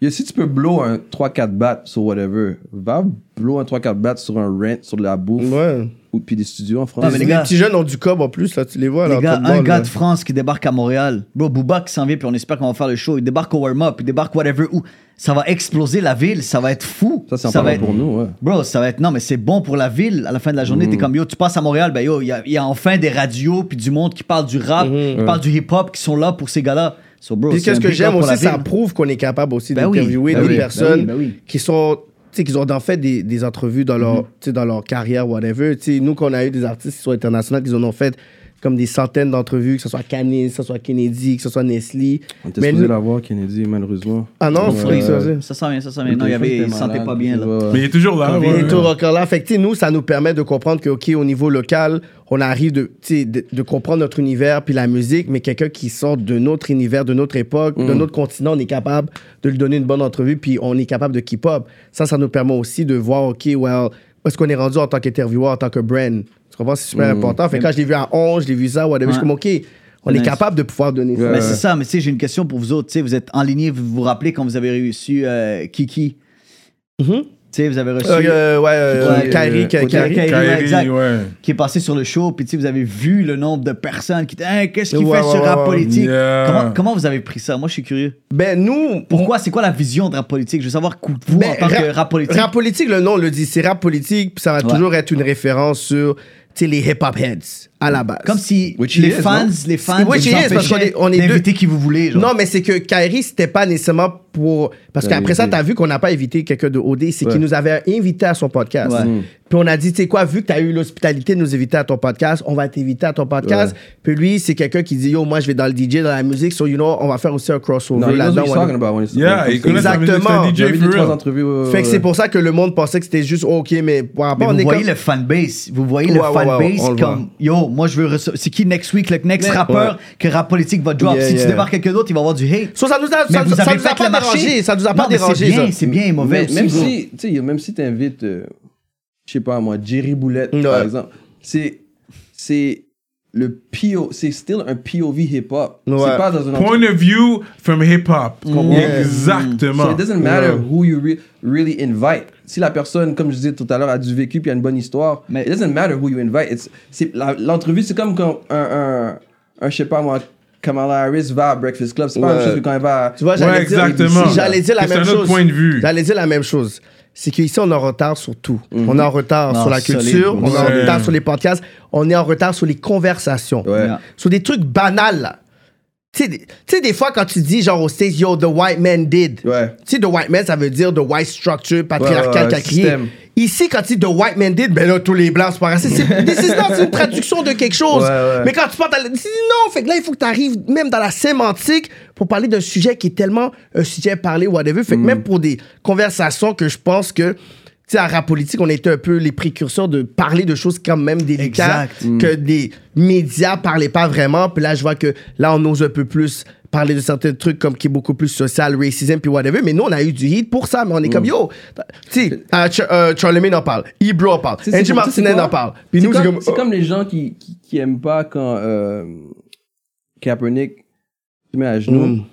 C: Yo, si tu peux blow un 3-4 bat sur whatever, va blow un 3-4 bat sur un rent, sur de la bouffe,
D: Ouais.
C: ou puis des studios en
B: Ah,
C: France.
B: mais
D: Les
B: les gars-
D: petits jeunes ont du cob en plus, là, tu les vois. là,
B: Les
D: en
B: gars,
D: train de
B: un
D: ball,
B: gars
D: là.
B: de France qui débarque à Montréal. Bro, Booba qui s'en vient, puis on espère qu'on va faire le show. Il débarque au warm-up, il débarque whatever où. Ça va exploser la ville, ça va être fou.
C: ça, c'est important
B: va être...
C: pour nous, Mm. ouais.
B: Bro, ça va être. Non, mais c'est bon pour la ville. À la fin de la journée, t'es comme yo, tu passes à Montréal, ben yo, il y, a- il y a enfin des radios, puis du monde qui parle du rap,
C: Mm-hmm.
B: qui parle du hip-hop, qui sont là pour ces gars-là. So, bro,
D: Puis
B: c'est
D: qu'est-ce
B: un
D: que
B: big up
D: j'aime
B: pour la
D: aussi, ça
B: ville.
D: prouve qu'on est capable aussi
B: Ben oui,
D: d'interviewer
B: ben
D: des
B: oui, ben
D: personnes
B: oui, ben oui. Mm-hmm.
D: qui sont tu sais qu'ils ont en fait des, des entrevues dans leur tu sais, dans leur carrière whatever tu sais nous qu'on a eu des artistes qui sont internationaux qui en ont fait comme des centaines d'entrevues que ce soit Canis que ce soit Kennedy que ce soit Nestlé
C: On était
D: mais
C: supposé
D: nous-
C: l'avoir, Kennedy, malheureusement.
D: ah non
C: Ouais.
D: faudrait que ça-
B: Ça sent bien, ça sent bien. Non, il, y avait, il se sentait pas bien, là.
C: Ouais, ouais.
A: Mais il est toujours là. Ah ouais.
D: Et tout record là. Fait que, tu sais, nous, ça nous permet de comprendre que, OK, au niveau local, on arrive de, tu sais, de, de comprendre notre univers puis la musique, mais quelqu'un qui sort de notre univers, de notre époque, de notre continent, on est capable de lui donner une bonne entrevue puis on est capable de keep-up. Ça, ça nous permet aussi de voir, OK, well, où est-ce qu'on est rendu en tant qu'intervieweur, en tant que brand? Tu comprends? C'est super important. Fait que quand je l'ai vu à 11, je l'ai vu ça, whatever, je suis comme, OK, on est
B: Nice.
D: capable de pouvoir donner ça.
C: Ouais.
B: Mais Ben, c'est ça, mais tu sais, j'ai une question pour vous autres. Tu sais, vous êtes en ligne, vous vous rappelez quand vous avez reçu euh, Kiki. Tu sais, vous avez reçu.
D: Mm-hmm. Euh, euh, ouais, euh,
B: Ouais,
D: Kyrie,
B: Kyrie,
D: Kyrie, Kyrie.
B: Kyrie,
A: Kyrie,
B: exact.
A: ouais.
B: qui est passé sur le show, puis tu sais, vous avez vu le nombre de personnes qui étaient Hey, qu'est-ce qu'il
D: Ouais,
B: fait
D: ouais,
B: sur
D: ouais,
B: rap
D: ouais.
B: politique
A: Yeah.
B: comment, comment vous avez pris ça Moi, je suis curieux.
D: Ben, nous,
B: Pourquoi C'est quoi la vision de rap politique Je veux savoir, cou- vous,
D: Ben,
B: en tant que
D: rap-
B: rap politique.
D: Rap politique, le nom le dit, c'est rap politique, puis ça va
B: Ouais.
D: toujours être une référence sur tu sais, les hip-hop heads. à la base.
B: Comme si
E: Which he
B: les
E: is,
B: fans,
E: non?
B: les fans,
D: Which
B: ils
D: he
B: vous
D: is, parce qu'on
B: empêchaient
D: est- on est
B: d'inviter
D: deux.
B: qui vous voulez. Genre.
D: Non, mais c'est que Kyrie, c'était pas nécessairement pour. Parce
E: T'avais
D: qu'après ça,
E: été.
D: t'as vu qu'on n'a pas évité quelqu'un de OD, c'est qu'il nous avait invité à son podcast.
B: Ouais.
D: Puis on a dit, tu sais quoi, vu que t'as eu l'hospitalité de nous éviter à ton podcast, on va t'éviter à ton podcast. Puis lui, c'est quelqu'un qui dit, yo, moi, je vais dans le DJ, dans la musique, so you know, on va faire aussi un crossover
E: No, he knows
D: là-dedans.
E: what he's
D: On a-
C: ah,
E: talking about when he's
A: Yeah, il connaît sa musique, c'est
D: Exactement.
A: un
E: J'ai
A: DJ
E: vu deux,
A: for
E: trois
A: real.
E: entrevues. ouais,
D: Fait que c'est
E: ouais.
D: pour ça que le monde pensait que c'était juste oh, OK, mais par rapport
B: Mais vous
D: on est
B: voyez
D: comme-
B: le fanbase, vous voyez le
D: Ouais, ouais, ouais,
B: fanbase
D: on le
B: comme yo, moi je veux recevoir. C'est qui next week, le next rappeur que rap politique va drop
D: Yeah,
B: Si
D: yeah.
B: tu démarres quelqu'un d'autre, il va avoir du hate.
D: So, ça nous a,
B: Mais
D: ça,
B: vous
D: ça
B: avez
D: nous a
B: fait
D: pas
B: le marché.
D: dérangé, ça nous a pas
B: Non, mais
D: dérangé.
B: C'est bien,
D: ça.
B: c'est bien et mauvais.
E: Mais-
B: aussi,
E: même
B: bro.
E: si, tu sais, même si t'invites, euh, je sais pas moi, Jerry Boulette, par
D: Ouais.
E: exemple, c'est, c'est le PO, c'est still un POV hip-hop.
D: Ouais.
E: C'est pas dans un
A: Point of view from hip hop.
E: So
B: Ah,
A: Exactement.
E: it doesn't matter who you re- really invite. Si la personne, comme je disais tout à l'heure, a du vécu puis a une bonne histoire,
B: Mais-
E: it doesn't matter who you invite. It's- c'est- la- L'entrevue, c'est comme quand un, un, un, je sais pas moi, Kamala Harris va à Breakfast Club. C'est pas la même
D: Ouais.
E: chose que quand elle va à-
D: Tu vois, j'allais
A: Ouais,
D: dire,
A: exactement.
D: j'allais dire la
A: C'est
D: même
A: un
D: chose.
A: autre point de vue.
D: J'allais dire la même chose. C'est qu'ici, on est en retard sur tout. On est en retard
B: Non,
D: sur la
B: solide,
D: culture,
B: bro.
D: on est en
A: Ouais.
D: retard sur les podcasts, on est en retard sur les conversations.
E: Ouais.
B: Yeah.
D: Sur des trucs banals. là. Tu sais, des- tu sais, des fois, quand tu dis, genre, au States, yo, the white man did.
E: Ouais.
D: Tu sais, the white man, ça veut dire the white structure
E: Ouais, ouais,
D: patriarcale
E: ouais,
D: qu'a créé.
E: système.
D: Ici, quand tu dis the white man did, ben là, tous les blancs, c'est pas raciste. C'est- This is not, c'est une traduction de quelque chose.
E: Ouais, ouais.
D: Mais quand tu parles, dans la- tu dis non, fait que là, il faut que tu arrives même dans la sémantique pour parler d'un sujet qui est tellement un sujet parlé, whatever. Fait que
E: Mm.
D: même pour des conversations que je pense que, tu sais, à rap politique, on était un peu les précurseurs de parler de choses quand même délicates
B: Exact.
D: que des médias parlaient pas vraiment. Puis là, je vois que là, on ose un peu plus parler de certains trucs comme qui est beaucoup plus social, racism, puis whatever. Mais nous, on a eu du hit pour ça. Mais on est comme, yo, tu sais, euh, Ch- euh, Charlemagne en parle, Ibro en parle,
E: Tu sais, c'est
D: Angie
E: comme- tu sais
D: Martinez
E: quoi?
D: en parle. Puis
E: C'est
D: nous,
E: comme- c'est
D: oh.
E: comme, les gens qui, qui, qui aiment pas quand euh, Kaepernick se met à genoux.
D: Mm.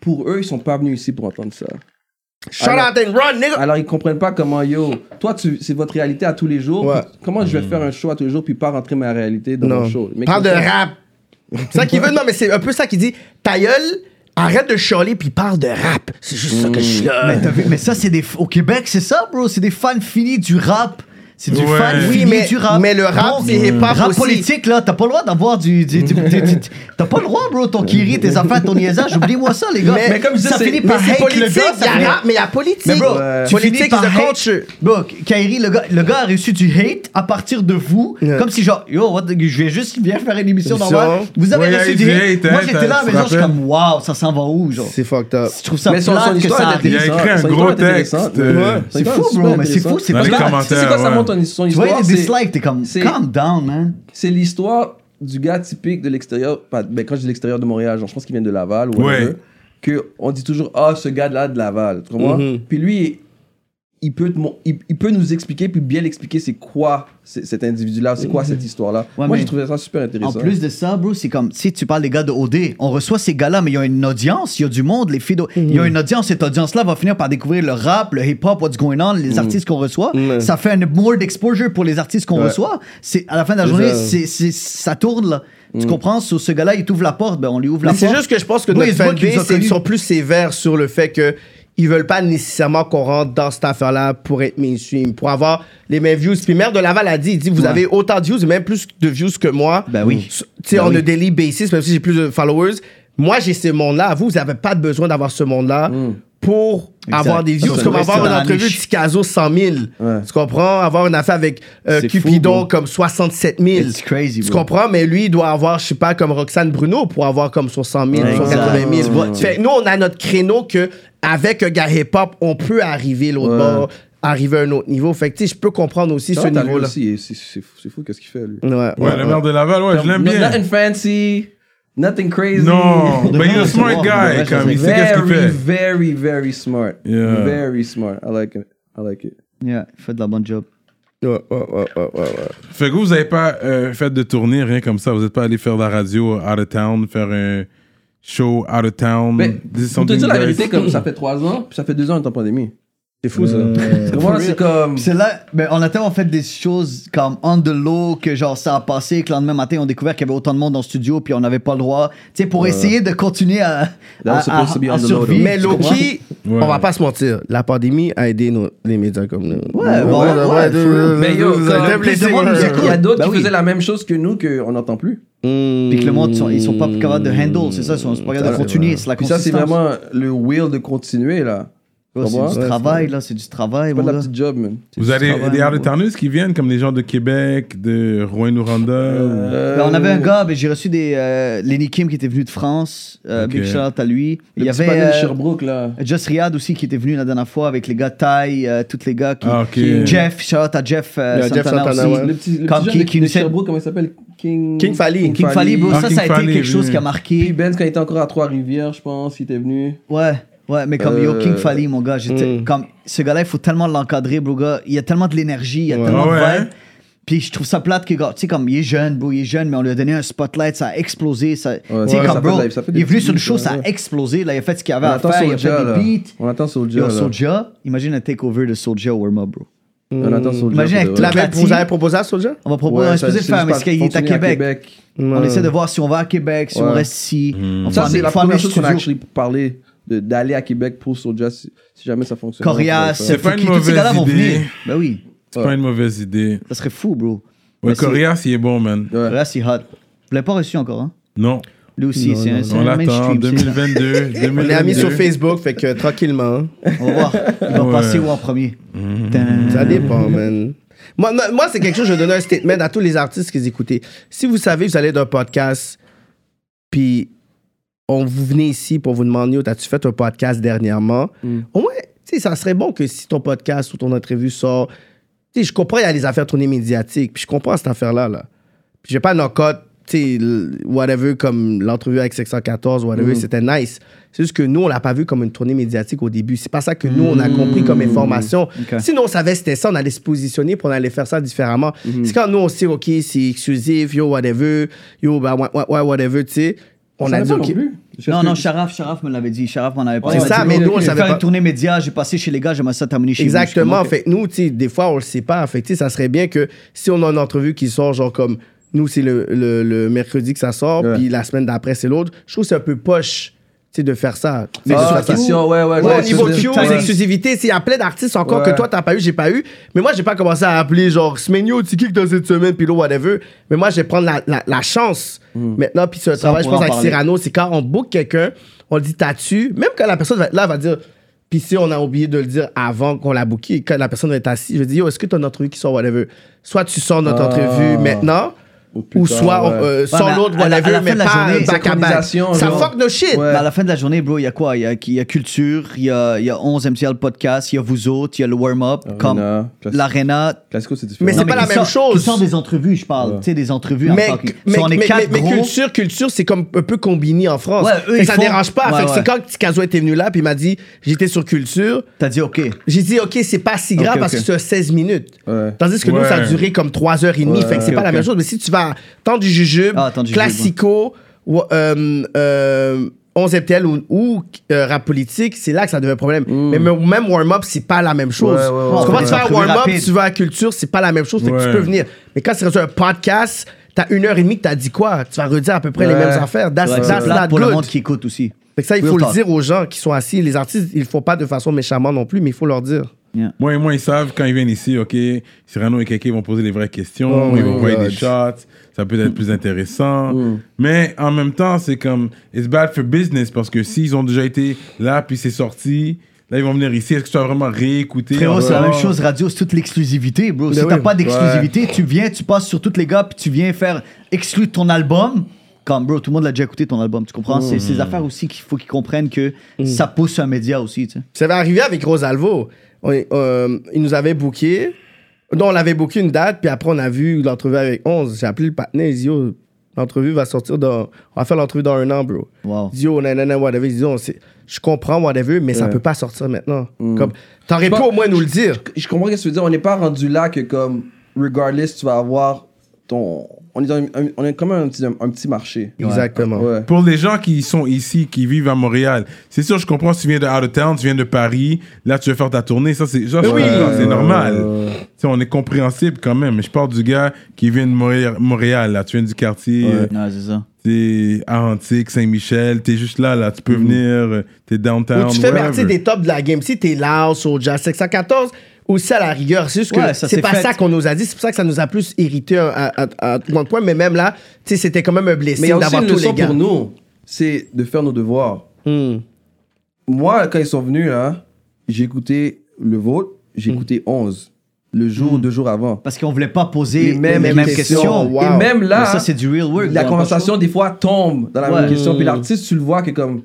E: Pour eux, ils sont pas venus ici pour entendre ça.
D: Shut out and run, nigga!
E: Alors, ils comprennent pas comment, yo, toi, tu, c'est votre réalité à tous les jours.
D: Ouais.
E: Puis Comment je vais faire un show à tous les jours puis pas rentrer ma réalité dans mon show? Mais
D: Parle de
E: comme ça,
D: rap. C'est ça qu'il veut. Non, mais c'est un peu ça qu'il dit. Ta gueule, arrête de chialer puis parle de rap. C'est juste ça que je
B: Mais,
D: chiale.
B: t'as vu- mais ça, c'est des. Au Québec, c'est ça, bro. C'est des fans finis du rap. C'est du
A: Ouais.
B: fan
A: Oui,
B: fini
D: mais-
B: du rap.
D: mais le rap,
B: Bro,
D: c'est hip-hop
B: Rap
D: aussi.
B: politique, là, t'as pas le droit d'avoir du. du- du- du- du- t'as pas le droit, bro. Ton kiri, tes affaires, ton niaisage. Oublie-moi ça, les gars.
D: Mais- mais
B: comme ça
D: c'est-
B: finit
D: mais
B: par
D: c'est
B: hate le
D: politique,
B: gars.
D: il y
B: ça
D: a
B: finit-
D: rap, mais il y a politique.
B: Mais bro,
D: Ouais.
B: tu
D: Politique
B: finis par
D: is a
B: hate.
D: culture.
B: Bro, Kyrie, le gars, le gars a reçu du hate à partir de vous.
D: Yeah.
B: Comme si genre, yo, what the- je vais juste bien faire une émission
D: Émission.
B: normale. Vous avez
A: Ouais, il y a
B: reçu
A: eu
B: du
A: du
B: hate.
A: hate,
B: Moi,
A: hein,
B: j'étais
A: t'as-
B: là à la
A: tu
B: maison,
A: te
B: je suis
A: rappelles?
B: comme, waouh, ça s'en va où, genre.
D: C'est fucked up.
B: Je trouve ça
E: Mais son, son
B: plate que
E: histoire
B: ça
E: est
B: arrive.
A: Il a écrit un
E: Son
A: gros
E: histoire est intéressante.
A: texte. euh,
E: Son
B: C'est
E: histoire
B: fou,
E: est super
B: bro, mais c'est fou,
E: intéressante.
B: c'est
A: Dans les
B: pas
E: Tu sais quoi, ça
A: ouais.
E: montre ton, son
B: Tu vois, il y a
E: histoire?
B: des
E: c'est-
B: dislikes, t'es comme,
E: c'est-
B: calm down, man.
E: c'est l'histoire du gars typique de l'extérieur. pas- Ben, quand je dis l'extérieur de Montréal, genre, je pense qu'il vient de Laval ou
A: Ouais.
E: whatever, que on dit toujours ah ce gars-là de Laval, tu comprends?
B: Mm-hmm.
E: Puis lui, il peut, te mon- il, il peut nous expliquer puis bien l'expliquer c'est quoi c- cet individu-là, c'est quoi cette histoire-là.
B: Ouais,
E: Moi
B: mais-
E: j'ai trouvé ça super
B: En
E: intéressant.
B: plus de ça, bro, c'est comme, si tu parles des gars de OD, on reçoit ces gars-là, mais il y a une audience, il y a du monde, les filles, d'O- il y a une audience, cette audience-là va finir par découvrir le rap, le hip-hop, what's going on,
D: Mhm.
B: les artistes qu'on reçoit. Ça fait un more d'exposure pour les artistes qu'on reçoit. C'est, à la fin de la journée, c'est, c'est- ça tourne, là. Tu comprends? Sur ce gars-là, il t'ouvre la porte, ben on lui ouvre la
D: Mhm. Mais c'est
B: porte.
D: juste que je pense que
B: Oui,
D: notre
B: il se voit qu'ils nous ont
D: fanbase, ils
B: connus.
D: sont plus sévères sur le fait que ils veulent pas nécessairement qu'on rentre dans cette affaire-là pour être mainstream, pour avoir les mêmes views. Puis Maire de Laval a dit, il dit, vous
B: Ouais.
D: avez autant de views, et même plus de views que moi.
B: Ben oui.
D: Tu sais,
B: Ben
D: on
B: oui.
D: a daily basis, même si j'ai plus de followers. Moi, j'ai ce monde-là. Vous, vous avez pas besoin d'avoir ce monde-là pour
B: Hmm. Exact.
D: avoir des views.
B: Ça, c'est
D: Comme
B: vrai, c'est
D: avoir une
B: dans la
D: entrevue de
B: niche.
D: Ticazo 100 000. Tu comprends? Avoir une affaire avec euh,
B: C'est fou,
D: Cupidon
B: bro.
D: comme 67 000.
B: It's crazy,
D: Tu
B: bro.
D: comprends? Mais lui, il doit avoir, je sais pas, comme Roxane Bruno pour avoir comme 100 000,
B: Exact.
D: 180
B: Tu
D: 000.
B: vois, tu-
D: Fait que nous, on a notre créneau que avec un gars hip-hop, on peut arriver l'autre bord, arriver à un autre niveau. Fait que, tu sais, je peux comprendre aussi
E: Ça,
D: ce
E: t'as lui
D: niveau-là.
E: aussi, et c'est- c'est fou, c'est fou qu'est-ce qu'il fait lui.
D: Ouais,
A: Ouais, le maire de Laval, ouais, je l'aime
E: No-
A: bien.
E: Nothing fancy, nothing crazy.
A: Non,
B: devrait
A: mais il est un
B: le
A: smart
B: savoir, on devrait
A: guy, comme, il sait qu'est-ce qu'il
E: Very,
A: fait.
E: very, very smart.
A: Yeah.
E: Very smart. I like it. I like it.
B: Yeah, il fait de la bonne job.
D: ouais, ouais, ouais, ouais, ouais, ouais.
A: Fait que vous, vous avez pas euh, fait de tournée, rien comme ça. Vous êtes pas allé faire de la radio out of town, faire un show out of town.
E: Mais,
A: This is
E: pour te
A: something Mm.
E: dire la
A: that-
E: vérité, comme ça fait trois ans, puis ça fait deux ans on est en pandémie.
H: C'est fou, ça.
E: Tu comprends? C'est comme.
B: C'est là, ben, on a tellement fait des choses comme on the low que genre ça a passé, que le lendemain matin on a découvert qu'il y avait autant de monde dans le studio puis on n'avait pas le droit. Tu sais, pour essayer de continuer à, à,
E: was supposed
B: à-
E: to be
B: à
E: on the low,
B: survivre.
D: Mais
B: tu comprends?
D: Loki, on va pas se mentir, la pandémie a aidé nos, les médias comme nous.
B: Ouais, bon, ouais, for real.
E: Mais yo,
D: vous
E: comme-
D: avez
E: plus
B: de monde nous
D: blessé.
B: écoute.
E: Il y a d'autres
B: Bah
E: qui
B: oui.
E: faisaient la même chose que nous qu'on n'entend plus.
D: Hmm.
B: Puis que le monde, ils sont, ils sont pas capables de handle, c'est ça, ils sont pas capables de continuer, c'est la
E: Puis ça,
B: consistance.
E: c'est vraiment le will de continuer, là.
B: Ouais,
E: Ouais,
B: c'est du
E: c'est
B: travail, là, c'est du travail.
E: Pas
B: mon
E: de la
B: gars.
E: petite job, man.
B: C'est
A: Vous
B: du
A: avez
B: travail,
A: des
B: mon
A: hard
B: gars.
A: qui viennent, comme des gens de Québec, de Rouen-Noranda.
B: Ben, on avait un gars, ben, j'ai reçu des euh, Lenny Kim qui était venu de France. Euh,
A: Ok.
B: Big shout out à lui.
E: Il
B: Il y avait
E: de
B: euh,
E: Sherbrooke, là.
B: Just Riyad aussi qui était venu la dernière fois avec les gars Thai, euh, tous les gars qui.
A: Ah, ok.
B: qui- Jeff, shout out à Jeff, euh,
D: Yeah, Jeff
B: Santana
D: Santana,
B: aussi.
D: ouais.
E: Le petit, le
B: Comme
E: petit jeune
B: qui-
E: de-
B: qui
E: de
B: nous sait-
E: Sherbrooke, comment il s'appelle King.
D: King Fally.
E: King
B: King Fally, bro,
A: Ah,
B: ça,
A: King
B: ça a été
A: Fally,
B: quelque chose
A: oui.
B: qui a
E: Puis
B: marqué.
E: Ben, quand il était encore à Trois-Rivières, je pense, il était venu.
B: Ouais, ouais, mais comme Yo
E: Euh, hmm.
B: King Fally, mon gars, j'étais comme ce gars-là, il faut tellement l'encadrer, bro, gars. Il y a tellement de l'énergie, il y a tellement
A: Ouais.
B: de vibe. Puis je trouve ça plate que, gars, tu sais, comme il est jeune, bro, il est jeune, mais on lui a donné un spotlight, ça a explosé. Ça, tu sais,
E: ouais,
B: comme,
E: ça
B: bro,
E: fait- ça fait
B: il
E: des
B: est venu
E: petits
B: sur le
E: beats,
B: show, ça a
E: ouais.
B: explosé, là, il a fait ce qu'il avait
E: On
B: à
E: attend
B: faire, il a
E: Soulja,
B: fait
E: là.
B: des beats.
E: On attend Soulja,
B: Yo,
E: là.
B: Soulja, imagine un takeover de Soulja au warm-up, bro.
E: On attend Soulja.
B: Imagine avec
E: pour de
B: tout
E: vrai.
B: la-
D: L'avez-
B: Cathy.
D: Vous avez proposé à Soulja?
B: On va proposer, on va
E: ça,
B: supposer
E: c'est
B: le faire,
E: juste
B: mais
E: pas
B: ce qu'il est à
E: continuer
B: Québec. On essaie de voir si on va à Québec, si on
E: euh, Ouais. Hmm.
B: reste ici. On
E: Ça,
B: fait un-
E: c'est la
B: faut un
E: première
B: mix
E: chose qu'on a
B: studio.
E: actually parlé, de- d'aller à Québec pour Soulja, si si jamais ça fonctionne.
B: Corias,
E: Ouais.
A: C'est pas
B: Fouki,
A: une
B: tous ces gars-là
A: mauvaise
B: vont
A: idée.
B: venir. Ben oui,
A: C'est pas une mauvaise idée.
B: ça serait fou, bro.
A: Ouais,
B: Mais c'est-
A: Corias, il est bon, man.
B: Là, c'est hot. Vous l'avez pas reçu encore, hein?
A: Non.
B: Lui aussi, c'est un, c'est
A: On
B: un
A: l'attend.
B: mainstream. c'est-
A: 2022.
D: On est
A: 2022.
D: amis sur Facebook, fait que tranquillement. hein.
B: On va voir. Il va
A: Ouais.
B: passer où en premier?
E: Hmm.
D: Ça dépend, man. Moi, moi- moi, c'est quelque chose, je donne un statement à tous les artistes qui écoutaient. Si vous savez, vous allez d'un podcast, puis on vous venez ici pour vous demander, as tu fait un podcast dernièrement? Au moins, tu sais, ça serait bon que si ton podcast ou ton entrevue sort, tu sais, je comprends, il y a les affaires tournées médiatiques, puis je comprends cette affaire-là, là. Puis j'ai pas knock-out, tu sais, l- whatever, comme l'entrevue avec 714, whatever, c'était nice. C'est juste que nous, on l'a pas vu comme une tournée médiatique au début. C'est pas ça que nous, on a compris comme information.
B: Ok.
D: Sinon, on savait c'était ça, on allait se positionner pour on allait faire ça différemment. C'est quand nous, on sait, OK, c'est exclusif, yo, whatever, yo, bah, ouais, ouais, ouais, whatever, tu sais. On a dit, OK.
B: Non, non, Sharaf, Sharaf me l'avait dit. Sharaf m'en avait parlé.
D: C'est
B: Il m'a
D: ça,
B: dit,
D: mais
B: bro,
D: nous, on
B: je vais
D: savait
B: faire
D: pas.
B: une tournée média, j'ai passé chez les gars, j'aimerais ça terminer chez vous.
D: Exactement.
B: Je suis
D: Fait que nous, tu sais, des fois, on le sait pas. Fait que, tu sais, ça serait bien que si on a une entrevue qui sort, genre comme nous, c'est le, le- le mercredi que ça sort, puis la semaine d'après, c'est l'autre. Je trouve que c'est un peu poche, tu sais, de faire ça. Mais
E: Ah, question, ouais,
D: Ouais,
E: ouais. ouais,
D: au niveau
E: c'est-
D: Q,
E: ouais.
D: les exclusivités, s'il y a plein d'artistes encore
E: Ouais.
D: que toi t'as pas eu, j'ai pas eu. Mais moi, j'ai pas commencé à appeler genre Smenio, tu kicks dans cette semaine, puis l'eau, whatever. Mais moi, je vais prendre la, la, la chance
E: Hmm.
D: maintenant. Puis ce travail, je
B: pourra
D: pense,
B: en parler.
D: avec Cyrano, c'est quand on book quelqu'un, on le dit t'as-tu, même quand la personne va être là, elle va dire. Puis si on a oublié de le dire avant qu'on l'a booké, quand la personne va être assise, je vais dire Yo, est-ce que ton entrevue qui sort, whatever Soit tu sors notre
E: Ah.
D: entrevue maintenant.
E: Oh, putain,
D: ou soit on,
E: ouais.
D: euh,
B: mais
D: sans
B: à-
D: l'autre,
B: à la- à
D: whatever,
B: la fin
D: mais
B: de la
D: pas
B: journée,
D: euh, back à back.
E: synchronisation,
D: Ça
E: genre.
D: fuck nos shit.
B: Mais Bah, à la fin de la journée, bro, il y a quoi? Il y a, il y a culture, il y a, il y a 11 MTL podcast, il y a vous autres, il y a le warm-up, comme
E: Arena, classique.
B: l'arena.
E: Classico, c'est différent.
D: Mais c'est
B: Non,
D: pas la
B: qui
D: même
B: sort-
D: chose.
B: Qui sort des entrevues, je parle. Tu sais, des entrevues. en
D: Mais,
B: talking.
D: mais,
B: Si on est
D: mais-
B: quatre
D: mais- mais
B: gros,
D: culture, culture, c'est comme un peu combiné en France.
B: Ouais, eux,
D: Fait que
B: ils
D: ça
B: font-
D: dérange pas.
B: Ouais,
D: fait que
B: ouais.
D: c'est quand Tikazo était venu là, puis il m'a dit, j'étais sur culture.
B: t'as dit OK.
D: J'ai dit, OK, c'est pas si grave
B: Ok,
D: parce
B: ok.
D: que c'est 16 minutes.
E: Ouais.
D: Tandis que nous,
A: Ouais.
D: ça a duré comme 3 heures et demie.
E: Ouais,
D: fait que c'est
E: ok,
D: pas la
E: ok.
D: même chose. Mais si tu vas à temps du jujube,
B: Ah, Temps du Jujube,
D: classico, ou, euh, euh, 11 MTL ou, ou, euh, rap politique, c'est là que ça devient un problème. Mais me- même warm-up, c'est pas la même chose.
E: Ouais, ouais, ouais,
D: Tu comprends,
B: Mm. ouais.
D: tu vas à
B: Entrevue
D: warm-up,
B: rapide.
D: tu vas à culture, c'est pas la même chose. Fait que
A: Ouais.
D: tu peux venir. Mais quand c'est sur un podcast, t'as une heure et demie que t'as dit quoi Tu vas redire à peu près les
E: Ouais.
D: mêmes affaires. That's,
B: Ouais,
D: that's
B: c'est plate
D: not
B: pour le monde
D: good.
B: qui écoute aussi.
D: Fait que ça, il
B: Real
D: faut le
B: talk.
D: dire aux gens qui sont assis. Les artistes, ils le font pas de façon méchamment non plus, mais il faut leur dire.
A: Moi et moi, ils savent quand ils viennent ici, OK, Cyrano et Kéké vont poser les vraies questions,
D: my
B: Oh
A: ils vont envoyer
D: God.
A: des shots, ça peut être plus intéressant.
B: Mm.
A: Mais en même temps, c'est comme, it's bad for business parce que s'ils ont déjà été là, puis c'est sorti, là, ils vont venir ici, est-ce que tu vas vraiment réécouter
B: Frérot, c'est la
A: encore?
B: même chose, radio, c'est toute l'exclusivité, bro. Si
D: Ben
B: t'as
D: oui.
B: pas d'exclusivité, tu viens, tu passes sur tous les gars, puis tu viens faire exclure ton album. Comme, bro, tout le monde l'a déjà écouté, ton album, tu comprends? C'est ces affaires aussi qu'il faut qu'ils comprennent que
D: Mm.
B: ça pousse un média aussi, tu sais.
D: Ça avait arrivé avec Rosalvo. On est- euh, il nous avait booké. Non, on l'avait booké une date, puis après, on a vu l'entrevue avec 11. J'ai appelé le patinet, il dit Yo, l'entrevue va sortir dans. On va faire l'entrevue dans un an, bro.
B: Wow.
D: Il dit Yo, nanana, whatever. Il dit On sait- Je comprends, whatever, mais ça peut pas sortir maintenant. Comme, T'aurais pu
E: pas-
D: au moins nous le dire.
E: Je comprends ce que tu veux dire. On n'est pas rendu là que, comme, regardless, tu vas avoir
C: ton. On est, dans un- un- on est comme un petit, un, petit marché.
D: Exactement.
C: Ouais.
A: Pour les gens qui sont ici, qui vivent à Montréal, c'est sûr, je comprends, si tu viens de out of town, tu viens de Paris, là, tu veux faire ta tournée, ça, c'est ça, je comprends, c'est normal.
B: Euh.
A: Tu sais, on est compréhensible quand même. Mais je parle du gars qui vient de Montréal, Montréal, là, tu viens du quartier, euh,
B: Ouais, c'est ça.
A: t'es à Antique, Saint-Michel, t'es juste là, là, tu peux venir, euh, t'es
D: Ou
A: downtown,
D: tu fais
A: whatever.
D: partie des tops de la game. Si t'es là, Soulja, 714, ou ça, à la rigueur, c'est juste que
B: Ouais, ça
D: c'est
B: s'est
D: pas
B: fait.
D: ça qu'on nous a dit. C'est pour ça que ça nous a plus irrité à, à, à tout le point. Mais même là, tu sais, c'était quand même un
C: Mais
D: blessing
C: il y a aussi
D: d'avoir
C: une
D: tous les
C: leçon
D: gars.
C: pour nous c'est de faire nos devoirs.
D: Hmm.
C: Moi, quand ils sont venus, là, j'ai écouté le vôtre,
E: Hmm.
C: j'ai écouté 11. Le jour, deux jours avant.
B: Parce qu'on voulait pas poser les mêmes, questions.
D: Wow.
C: Et même là,
B: Mais ça, c'est du real work.
C: la
B: dans le
C: conversation, des fois, tombe dans la
B: Ouais.
C: même question.
E: Hmm.
C: Puis l'artiste, tu le vois, qui est comme.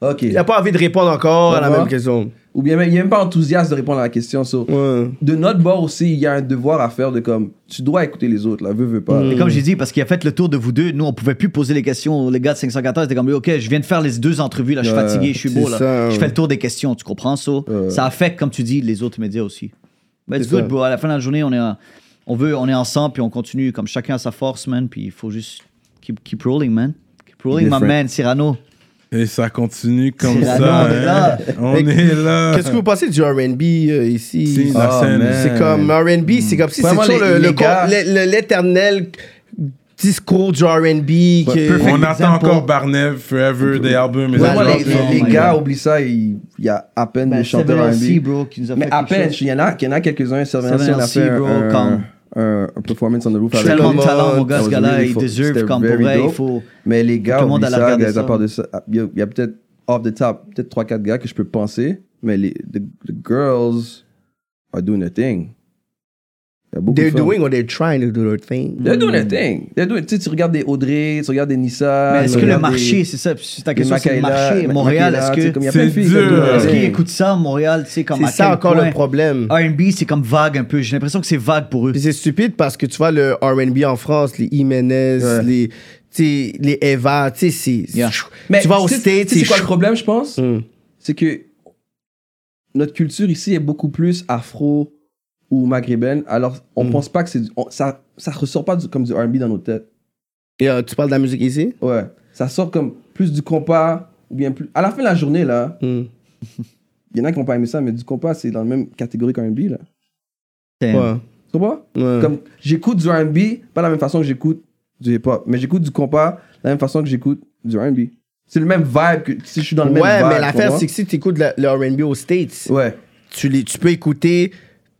C: Ok.
D: Il a pas envie de répondre encore à la
C: Ouais.
D: même question.
C: Ou bien même- il n'est même pas enthousiaste de répondre à la question. so.
D: Ouais.
C: De notre bord aussi, il y a un devoir à faire de comme. Tu dois écouter les autres, là, veux, veux pas.
B: Et comme j'ai dit, parce qu'il a fait le tour de vous deux, nous, on pouvait plus poser les questions. Les gars de 514 étaient comme, OK, je viens de faire les deux entrevues, là, je suis
C: Ouais,
B: fatigué, je suis beau,
D: c'est
B: là.
D: ça,
B: je
D: ouais.
B: fais le tour des questions, tu comprends ça? Ça affecte, comme tu dis, les autres médias aussi. Mais it's
D: C'est
B: good,
D: ça.
B: bro. À la fin de la journée, on est, en- on veut, on est ensemble, puis on continue, comme chacun a sa force, man, puis il faut juste keep, keep rolling, man. Keep rolling, my
C: Different.
B: man, Cyrano.
A: Et ça continue comme
B: C'est
A: ça.
B: la- non, on est là.
A: hein. On est là.
D: Qu'est-ce que vous pensez du RB euh, ici?
A: C'est la
C: Oh,
A: scène.
C: man.
D: C'est comme RB, c'est comme si c'est
C: Vraiment,
D: toujours
C: les-
D: le-
C: les
D: le
C: gars-
D: con- le- le- l'éternel discours du RB. qui-
B: Perfect
A: On attend
B: example.
A: encore Barnev, Forever, des albums. et
C: Mais
A: ça,
C: moi,
A: genre,
C: les,
B: c'est
C: les-
B: vraiment-
C: les
B: ouais.
C: gars, oublie ça, il il y a à peine
B: Ben,
C: des chanteurs
B: Seven LC,
C: R&B.
B: bro, qui nous a
C: Mais
B: fait
C: à
B: quelque
C: peine,
B: chose.
C: il y en a, il y en a quelques-uns. Seven
B: Seven
C: LC, on a
B: LC,
C: fait un-
B: bro,
C: un,
B: comme-
C: un- un performance on the roof
B: Je suis
C: avec
B: tellement de
C: eux.
B: talent, mon gars, ce
C: That was
B: gars-là,
C: really
B: il
C: fo-
B: deserve,
C: c'était
B: comme pour
C: very
B: vrai, il
C: dope.
B: faut.
C: Mais les gars,
B: Tout le monde
C: oublie
B: a la
C: ça,
B: regarder
C: guys,
B: ça.
C: à part de ça, il y a, il y a peut-être off the top, peut-être 3-4 gars que je peux penser, mais les the, the girls are doing their thing. Il y a beaucoup
D: They're
C: de femmes.
D: doing or they're trying to do their thing.
C: They're doing their thing. They're doing, tu sais, tu regardes des Audrey, tu regardes des Nissa.
B: Mais est-ce
C: tu
B: que le
C: regardes
B: marché,
C: des-
B: c'est ça, c'est ta
C: des
B: question, c'est le
C: Macaela,
B: marché.
C: Ma-
B: Montréal,
C: Macaela,
B: est-ce
C: tu sais,
B: que.
C: comme il y a plein de
A: C'est
C: filles qui sont
A: dur.
C: doing their
B: Est-ce qu'ils
C: thing.
B: écoutent ça à Montréal? tu sais, comme
D: C'est
B: à
D: ça
B: quel
D: encore
B: point-
D: le problème.
C: Ah.
B: RB, c'est comme vague un peu. J'ai l'impression que c'est vague pour eux.
D: Puis c'est stupide parce que tu vois le R&B en France, les Jiménez,
C: Ouais.
D: les tu sais, les Eva, tu sais c'est
B: Yeah.
C: Mais
D: tu vas au
C: sais-
D: States,
C: tu sais
D: c'est
C: c'est quoi le
D: chou-
C: problème, je pense?
D: Hmm.
C: C'est que notre culture ici est beaucoup plus afro ou maghrébine, alors on
B: Mm.
D: Hmm.
C: pense pas que c'est du- on- ça, ça ressort pas du- comme du R&B dans nos têtes.
D: Et, euh, tu parles de la musique ici
C: Ouais. Ça sort comme plus du compas, ou bien plus... À la fin de la journée, là,
D: Hmm.
C: il y en a qui n'ont pas aimé ça, mais du compas, c'est dans la même catégorie qu'R&B, là.
D: Ouais.
C: Tu comprends?
D: ouais.
C: Comme j'écoute du R&B, pas de la même façon que j'écoute du hip-hop, mais j'écoute du compas de la même façon que j'écoute du R&B. C'est le même vibe que si je suis dans le même
D: ouais,
C: vibe.
D: mais
C: tu
D: l'affaire
C: comprends?
D: c'est que si tu écoutes le, le R&B aux States,
C: Ouais.
D: tu les tu peux écouter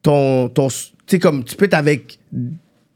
D: ton ton tu sais comme tu peux être avec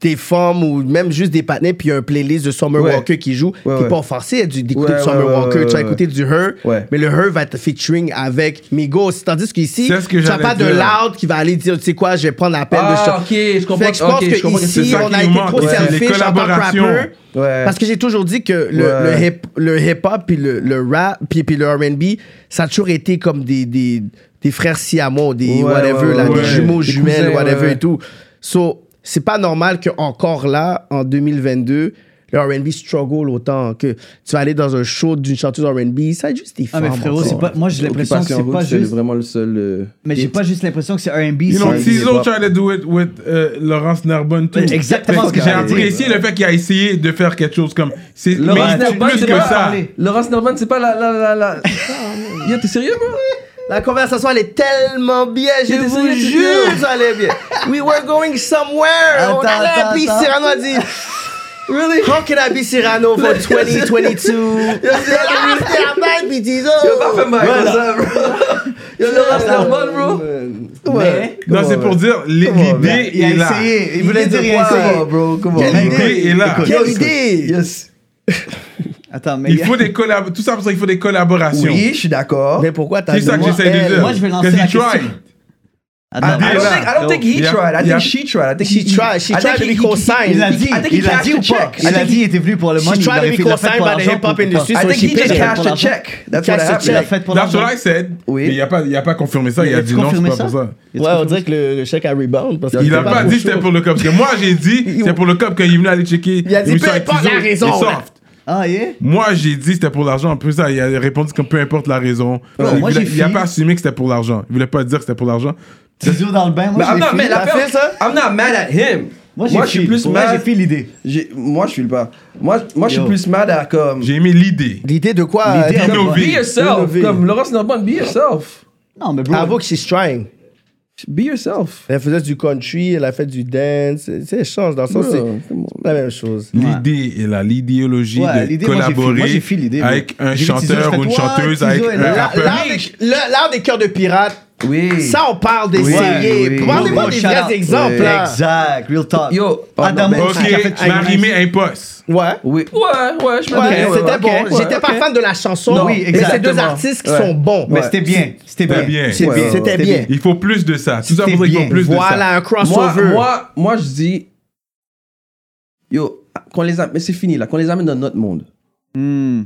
D: des femmes ou même juste des partenaires puis il y a un playlist de Summer
C: Ouais.
D: Walker qui joue
C: Ouais,
D: t'es
C: ouais.
D: pas forcé à du- d'écouter
C: Ouais,
D: du Summer
C: ouais, ouais,
D: Walker
C: ouais,
D: tu vas
C: ouais.
D: écouter du Her
C: Ouais.
D: mais le Her va être featuring avec Migos tandis qu'ici
A: C'est ce que
D: tu n'as
A: j'allais
D: pas de
A: dire.
D: loud qui va aller dire tu sais quoi je vais prendre la peine de
C: Ah,
D: ch-
C: ok, je comprends.
D: Fait que je pense
C: ok,
D: que
C: je comprends
D: ici,
C: c'est ça.
A: qui
D: on
A: nous
D: a été
A: manque,
D: trop
A: ouais, c'est les
D: selfish en tant que
A: collaborations.
D: rappeur.
C: Ouais.
D: Parce que j'ai toujours dit que le,
C: Ouais.
D: le hip, le hip-hop puis le, le rap puis, puis le R&B, ça a toujours été comme des, des, des frères siamois, des
C: Ouais,
D: whatever,
C: ouais,
D: là,
C: ouais,
D: des
C: ouais.
D: jumeaux,
C: Des
D: jumelles,
C: cousins,
D: whatever
C: ouais.
D: et tout. So, c'est pas normal que encore là, en 2022, le R&B struggle autant que tu vas aller dans un show d'une chanteuse R&B, ça va être juste des
B: Ah,
D: femmes
B: mais frérot,
D: encore.
B: c'est pas, moi j'ai l'impression que
C: Occupation
B: c'est
C: Route,
B: pas
C: c'est
B: juste.
C: vraiment le seul. euh,
B: Mais j'ai pas juste l'impression que c'est RB.
A: You know,
C: Ouais, il est
A: Tizo
C: pas-
A: tried to do it with euh, Laurence Narbonne too.
B: Mais exactement
A: Fait
B: ce que
A: J'ai
B: j'allais dire.
A: apprécié le fait qu'il a essayé de faire quelque chose comme. C'est mais
C: Laurence
A: c'est
C: Narbonne,
A: plus
C: c'est
A: que
C: pas-
A: ça.
B: parler.
C: Laurence Norman, c'est pas la. la, la, la... Yo, t'es sérieux, bro?
D: La conversation, elle est tellement bien, je
C: Il était
D: vous
C: sérieux, tu
D: jure,
C: dis,
D: ça allait bien. We were going somewhere. on
B: Attends,
D: allait,
B: attends,
D: puis
B: attends.
D: Cyrano a dit... Really? How can I be Cyrano for 2022? Yo, Amsterdam, puis oh. Tizo.
C: Yo, pas fait mal comme ça, bro. Yo, Laurence Norman, bro.
D: Ouais.
A: Non, c'est pour dire l'i- l'idée
B: Il a
A: est là.
B: essayé. Il voulait dire il a essayé.
C: bro, comment?
D: Quelle
A: L'idée est là.
D: Quelle idée!
C: Yes.
B: Attends, mais.
A: Il faut des collab tout ça pour ça, il faut des collaborations.
C: Oui, je suis d'accord.
D: Mais pourquoi t'as
A: C'est ça que
D: moi,
A: j'essaie de
D: elle-
A: dire.
B: moi, je vais lancer
A: Cause he
B: la question.
A: tried.
D: Ah,
B: Attends,
C: I
A: Adèle.
C: don't
A: Là.
C: think, I don't think he
A: Yep.
C: tried. I
A: Yep.
C: think she tried. I think
D: She
C: he-
D: tried, she
C: I
D: tried
C: think
D: to
C: he-
D: be
C: he-
D: co-signed.
B: il l'a
C: I
B: dit.
C: think he
B: Il l'a
C: cashed
B: dit
C: the
B: ou pas
C: check.
B: Il
C: I
B: a
C: think
B: dit il était venu pour le
D: She
B: money. il
D: tried to
B: l'avait
D: be
B: fait- il l'a fait
D: co-signed
B: pour
D: by the
B: l'argent,
D: hip-hop
B: pour-
D: industry,
B: pour-
C: I
D: so
C: think he
D: she paid
C: just
D: it.
C: cashed
B: Pour
C: a check. That's what
D: Cashed a
B: Il l'a
C: happened.
B: fait pour
A: That's
B: l'argent.
A: what I said.
C: Oui.
A: Mais il a pas, il a pas confirmé ça. Il,
B: Il
A: a
B: a
A: dit non, c'est
B: confirmé
A: pas
B: ça
A: pour ça.
D: Ouais, on dirait que le, le chèque a rebound. Parce qu'il
A: Il a
D: était
A: pas
D: au
A: dit
D: show.
A: c'était pour le cop. Parce que moi, j'ai dit c'était pour le cop quand il est venu aller checker.
D: Il a dit,
A: l'émission
D: peu
A: avec
D: importe
A: Tizo,
D: la raison,
A: il est
D: là.
A: soft.
B: Ah, yeah?
A: Moi, j'ai dit c'était pour l'argent. En plus, ça, il a répondu comme peu importe la raison.
B: Non,
A: il,
B: moi,
A: voulait-
B: j'ai
A: il a
B: fini.
A: pas assumé que c'était pour l'argent. Il voulait pas dire que c'était pour l'argent.
B: Ciseaux dans le bain, moi
C: I'm
B: je l'ai
C: not
B: fini.
C: mad.
D: T'as fait ça?
C: I'm not mad at him.
B: Moi, j'ai
C: Moi, je suis
B: feel.
C: plus
B: Pour vrai,
C: mal-
B: J'ai fait l'idée.
C: J'ai- Moi, je suis pas. Moi, moi je suis
B: Yo.
C: plus mad à comme.
A: J'ai aimé l'idée.
D: L'idée de quoi
B: L'idée,
D: euh,
B: elle-
C: Be
A: Innover.
C: yourself.
D: Innover.
C: Comme Laurence Norman, be yourself.
B: Non, mais bro.
D: Avoue que she's trying.
C: Be yourself.
D: Elle faisait du country, elle a fait du dance. C'est- C'est change dans le sens,
C: Bro,
D: c'est
C: come on.
D: la même chose.
A: L'idée est là, l'idéologie
B: Ouais,
A: de
B: l'idée, moi, j'ai fait- moi, j'ai
A: collaborer
B: fait l'idée, moi.
A: avec un
B: J'ai vu Tizo,
A: chanteur
B: j'ai
A: ou une
B: fait, What,
A: chanteuse,
B: Tizo
A: avec
B: est
A: un
B: là.
D: L'art
A: rappeur.
D: l'art des, le- l'art des cœurs de pirates,
C: Oui.
D: ça on parle d'essayer.
B: oui,
D: Parlez-moi
B: oui.
D: des
B: Shout
D: vrais
B: out.
D: exemples
B: Oui,
D: là.
B: Exact, real talk.
C: Yo,
B: Adam
C: pardon,
B: Wilson.
A: Ok, tu m'as rimé impost.
D: Ouais.
C: Oui. Ouais, ouais, je me
D: Ouais,
C: dis-
D: c'était
C: ouais, ouais,
D: bon.
C: ok, ouais,
D: J'étais pas
C: ok.
D: fan de la chanson.
B: Non, oui,
D: mais c'est
B: exactement.
D: deux artistes qui
C: Ouais.
D: sont bons.
B: Mais c'était bien. C'était
A: C'était
B: bien.
A: bien.
B: C'est
C: Ouais, ouais,
D: C'était
B: C'était
D: bien.
A: Il faut plus de ça. Tout ça pour
B: C'était
A: dire qu'il faut
B: bien.
A: plus de ça.
D: Voilà,
C: Moi,
D: un crossover.
C: moi, moi, je dis. Yo, qu'on les amène. Mais c'est fini, là. Qu'on les amène dans notre monde.
B: Hmm.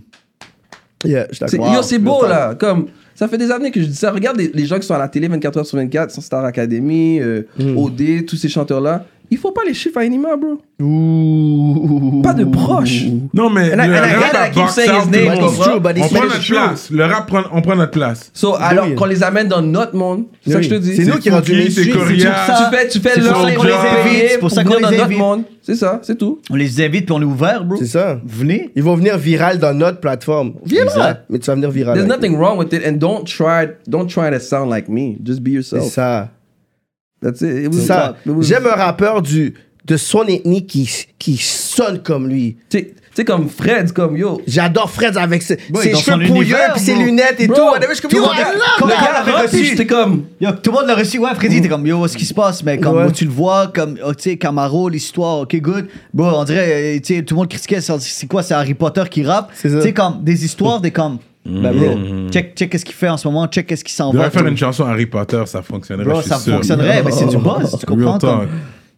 D: Yeah, je suis
C: C'est-
D: d'accord.
B: Ah,
C: Yo, c'est beau, là. Comme, ça fait des années que je dis ça. Regarde les, les gens qui sont à la télé 24 h sur 24, sans Star Academy, euh,
B: Hmm.
D: Mm.
C: OD, tous ces chanteurs-là. Il faut pas les chiffres à Anima, bro.
D: Ouh.
C: Pas de proches.
A: Non, mais
C: And I-
A: le
C: and I
A: rap
C: hate
A: a
C: I keep
A: boxed
C: saying his
A: out
C: name,
A: tout le
C: but
A: monde.
C: it's true,
D: but
A: On
D: it's
A: prend
D: true.
A: notre place. Le rap, prend- on prend notre place.
C: So, alors
D: oui.
C: qu'on les amène dans notre monde, c'est ça que je te dis.
D: C'est nous
C: Tu
D: qui rendons
A: Cookie, c'est Coria.
B: ça.
C: fais, tu fais
B: C'est
C: leur
A: pour ça qu'on les invite,
B: c'est pour ça qu'on
C: venir dans
B: les
C: notre
B: invite.
C: monde. C'est ça, c'est tout.
B: On les invite puis on est ouvert, bro.
D: C'est ça.
B: Venez.
D: Ils vont venir viral dans notre plateforme. Viens là.
B: Exact.
D: Mais tu vas venir viral.
C: There's
D: avec
C: nothing wrong with it, and don't try, don't try to sound like me. Just be
D: nous.
C: yourself.
D: C'est ça.
C: That's it. It
D: C'est
C: was-
D: ça.
C: it was-
D: J'aime un rappeur du, de son ethnie qui, qui sonne comme lui.
C: Tu sais- tu sais, comme Fred, comme yo.
D: J'adore Fred avec ses,
B: Bro,
D: ses
B: dans son
D: cheveux pouilleux
B: univers,
D: puis ses
B: bro.
D: lunettes et
C: Bro,
D: tout. Whatever. Je suis comme,
C: tout
D: yo, ah,
C: le
D: I
C: monde-
D: love
B: Comme
C: Le
B: quand
D: that.
C: gars
B: on l'avait
C: rentre, puis
B: reçu.
C: j'étais comme.
B: Yo, tout le monde l'a reçu. Ouais, Freddy, t'es comme, yo, ce qui se passe, mais comme
D: Ouais.
B: tu le vois, comme, oh, tu sais, Camaro, l'histoire, ok, good. Bon, on dirait, euh, tu sais, tout le monde critiquait, c'est- c'est quoi, c'est Harry Potter qui rappe.
D: C'est
B: Tu
D: ça.
B: sais, comme, des histoires, des comme,
C: Mm-hmm.
B: ben, bro, check, check qu'est-ce qu'il fait en ce moment, check qu'est-ce qu'il s'en
A: On
B: va.
A: devrait faire
B: tout.
A: une chanson Harry Potter, ça fonctionnerait.
B: Bro,
A: je suis
B: ça
A: sûr.
B: fonctionnerait, mais c'est du buzz,
A: Real
B: tu comprends?
A: talk.
B: Comme,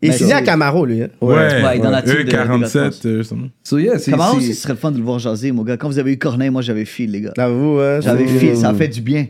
D: Il
B: Mais
D: s'est dit à
B: c'est-
D: Camaro, lui. hein.
B: Ouais,
A: Ouais,
B: dans la team de- de
A: E47.
B: Godfrey.
A: euh, something.
C: So yeah, c'est.
B: Camaro
C: c'est-
B: aussi, ce serait le fun de le voir jaser, mon gars. Quand vous avez eu Corneille, moi, j'avais fil, les gars.
D: J'avoue, hein.
B: J'avais
D: c'est-
B: fil, ça a fait du bien.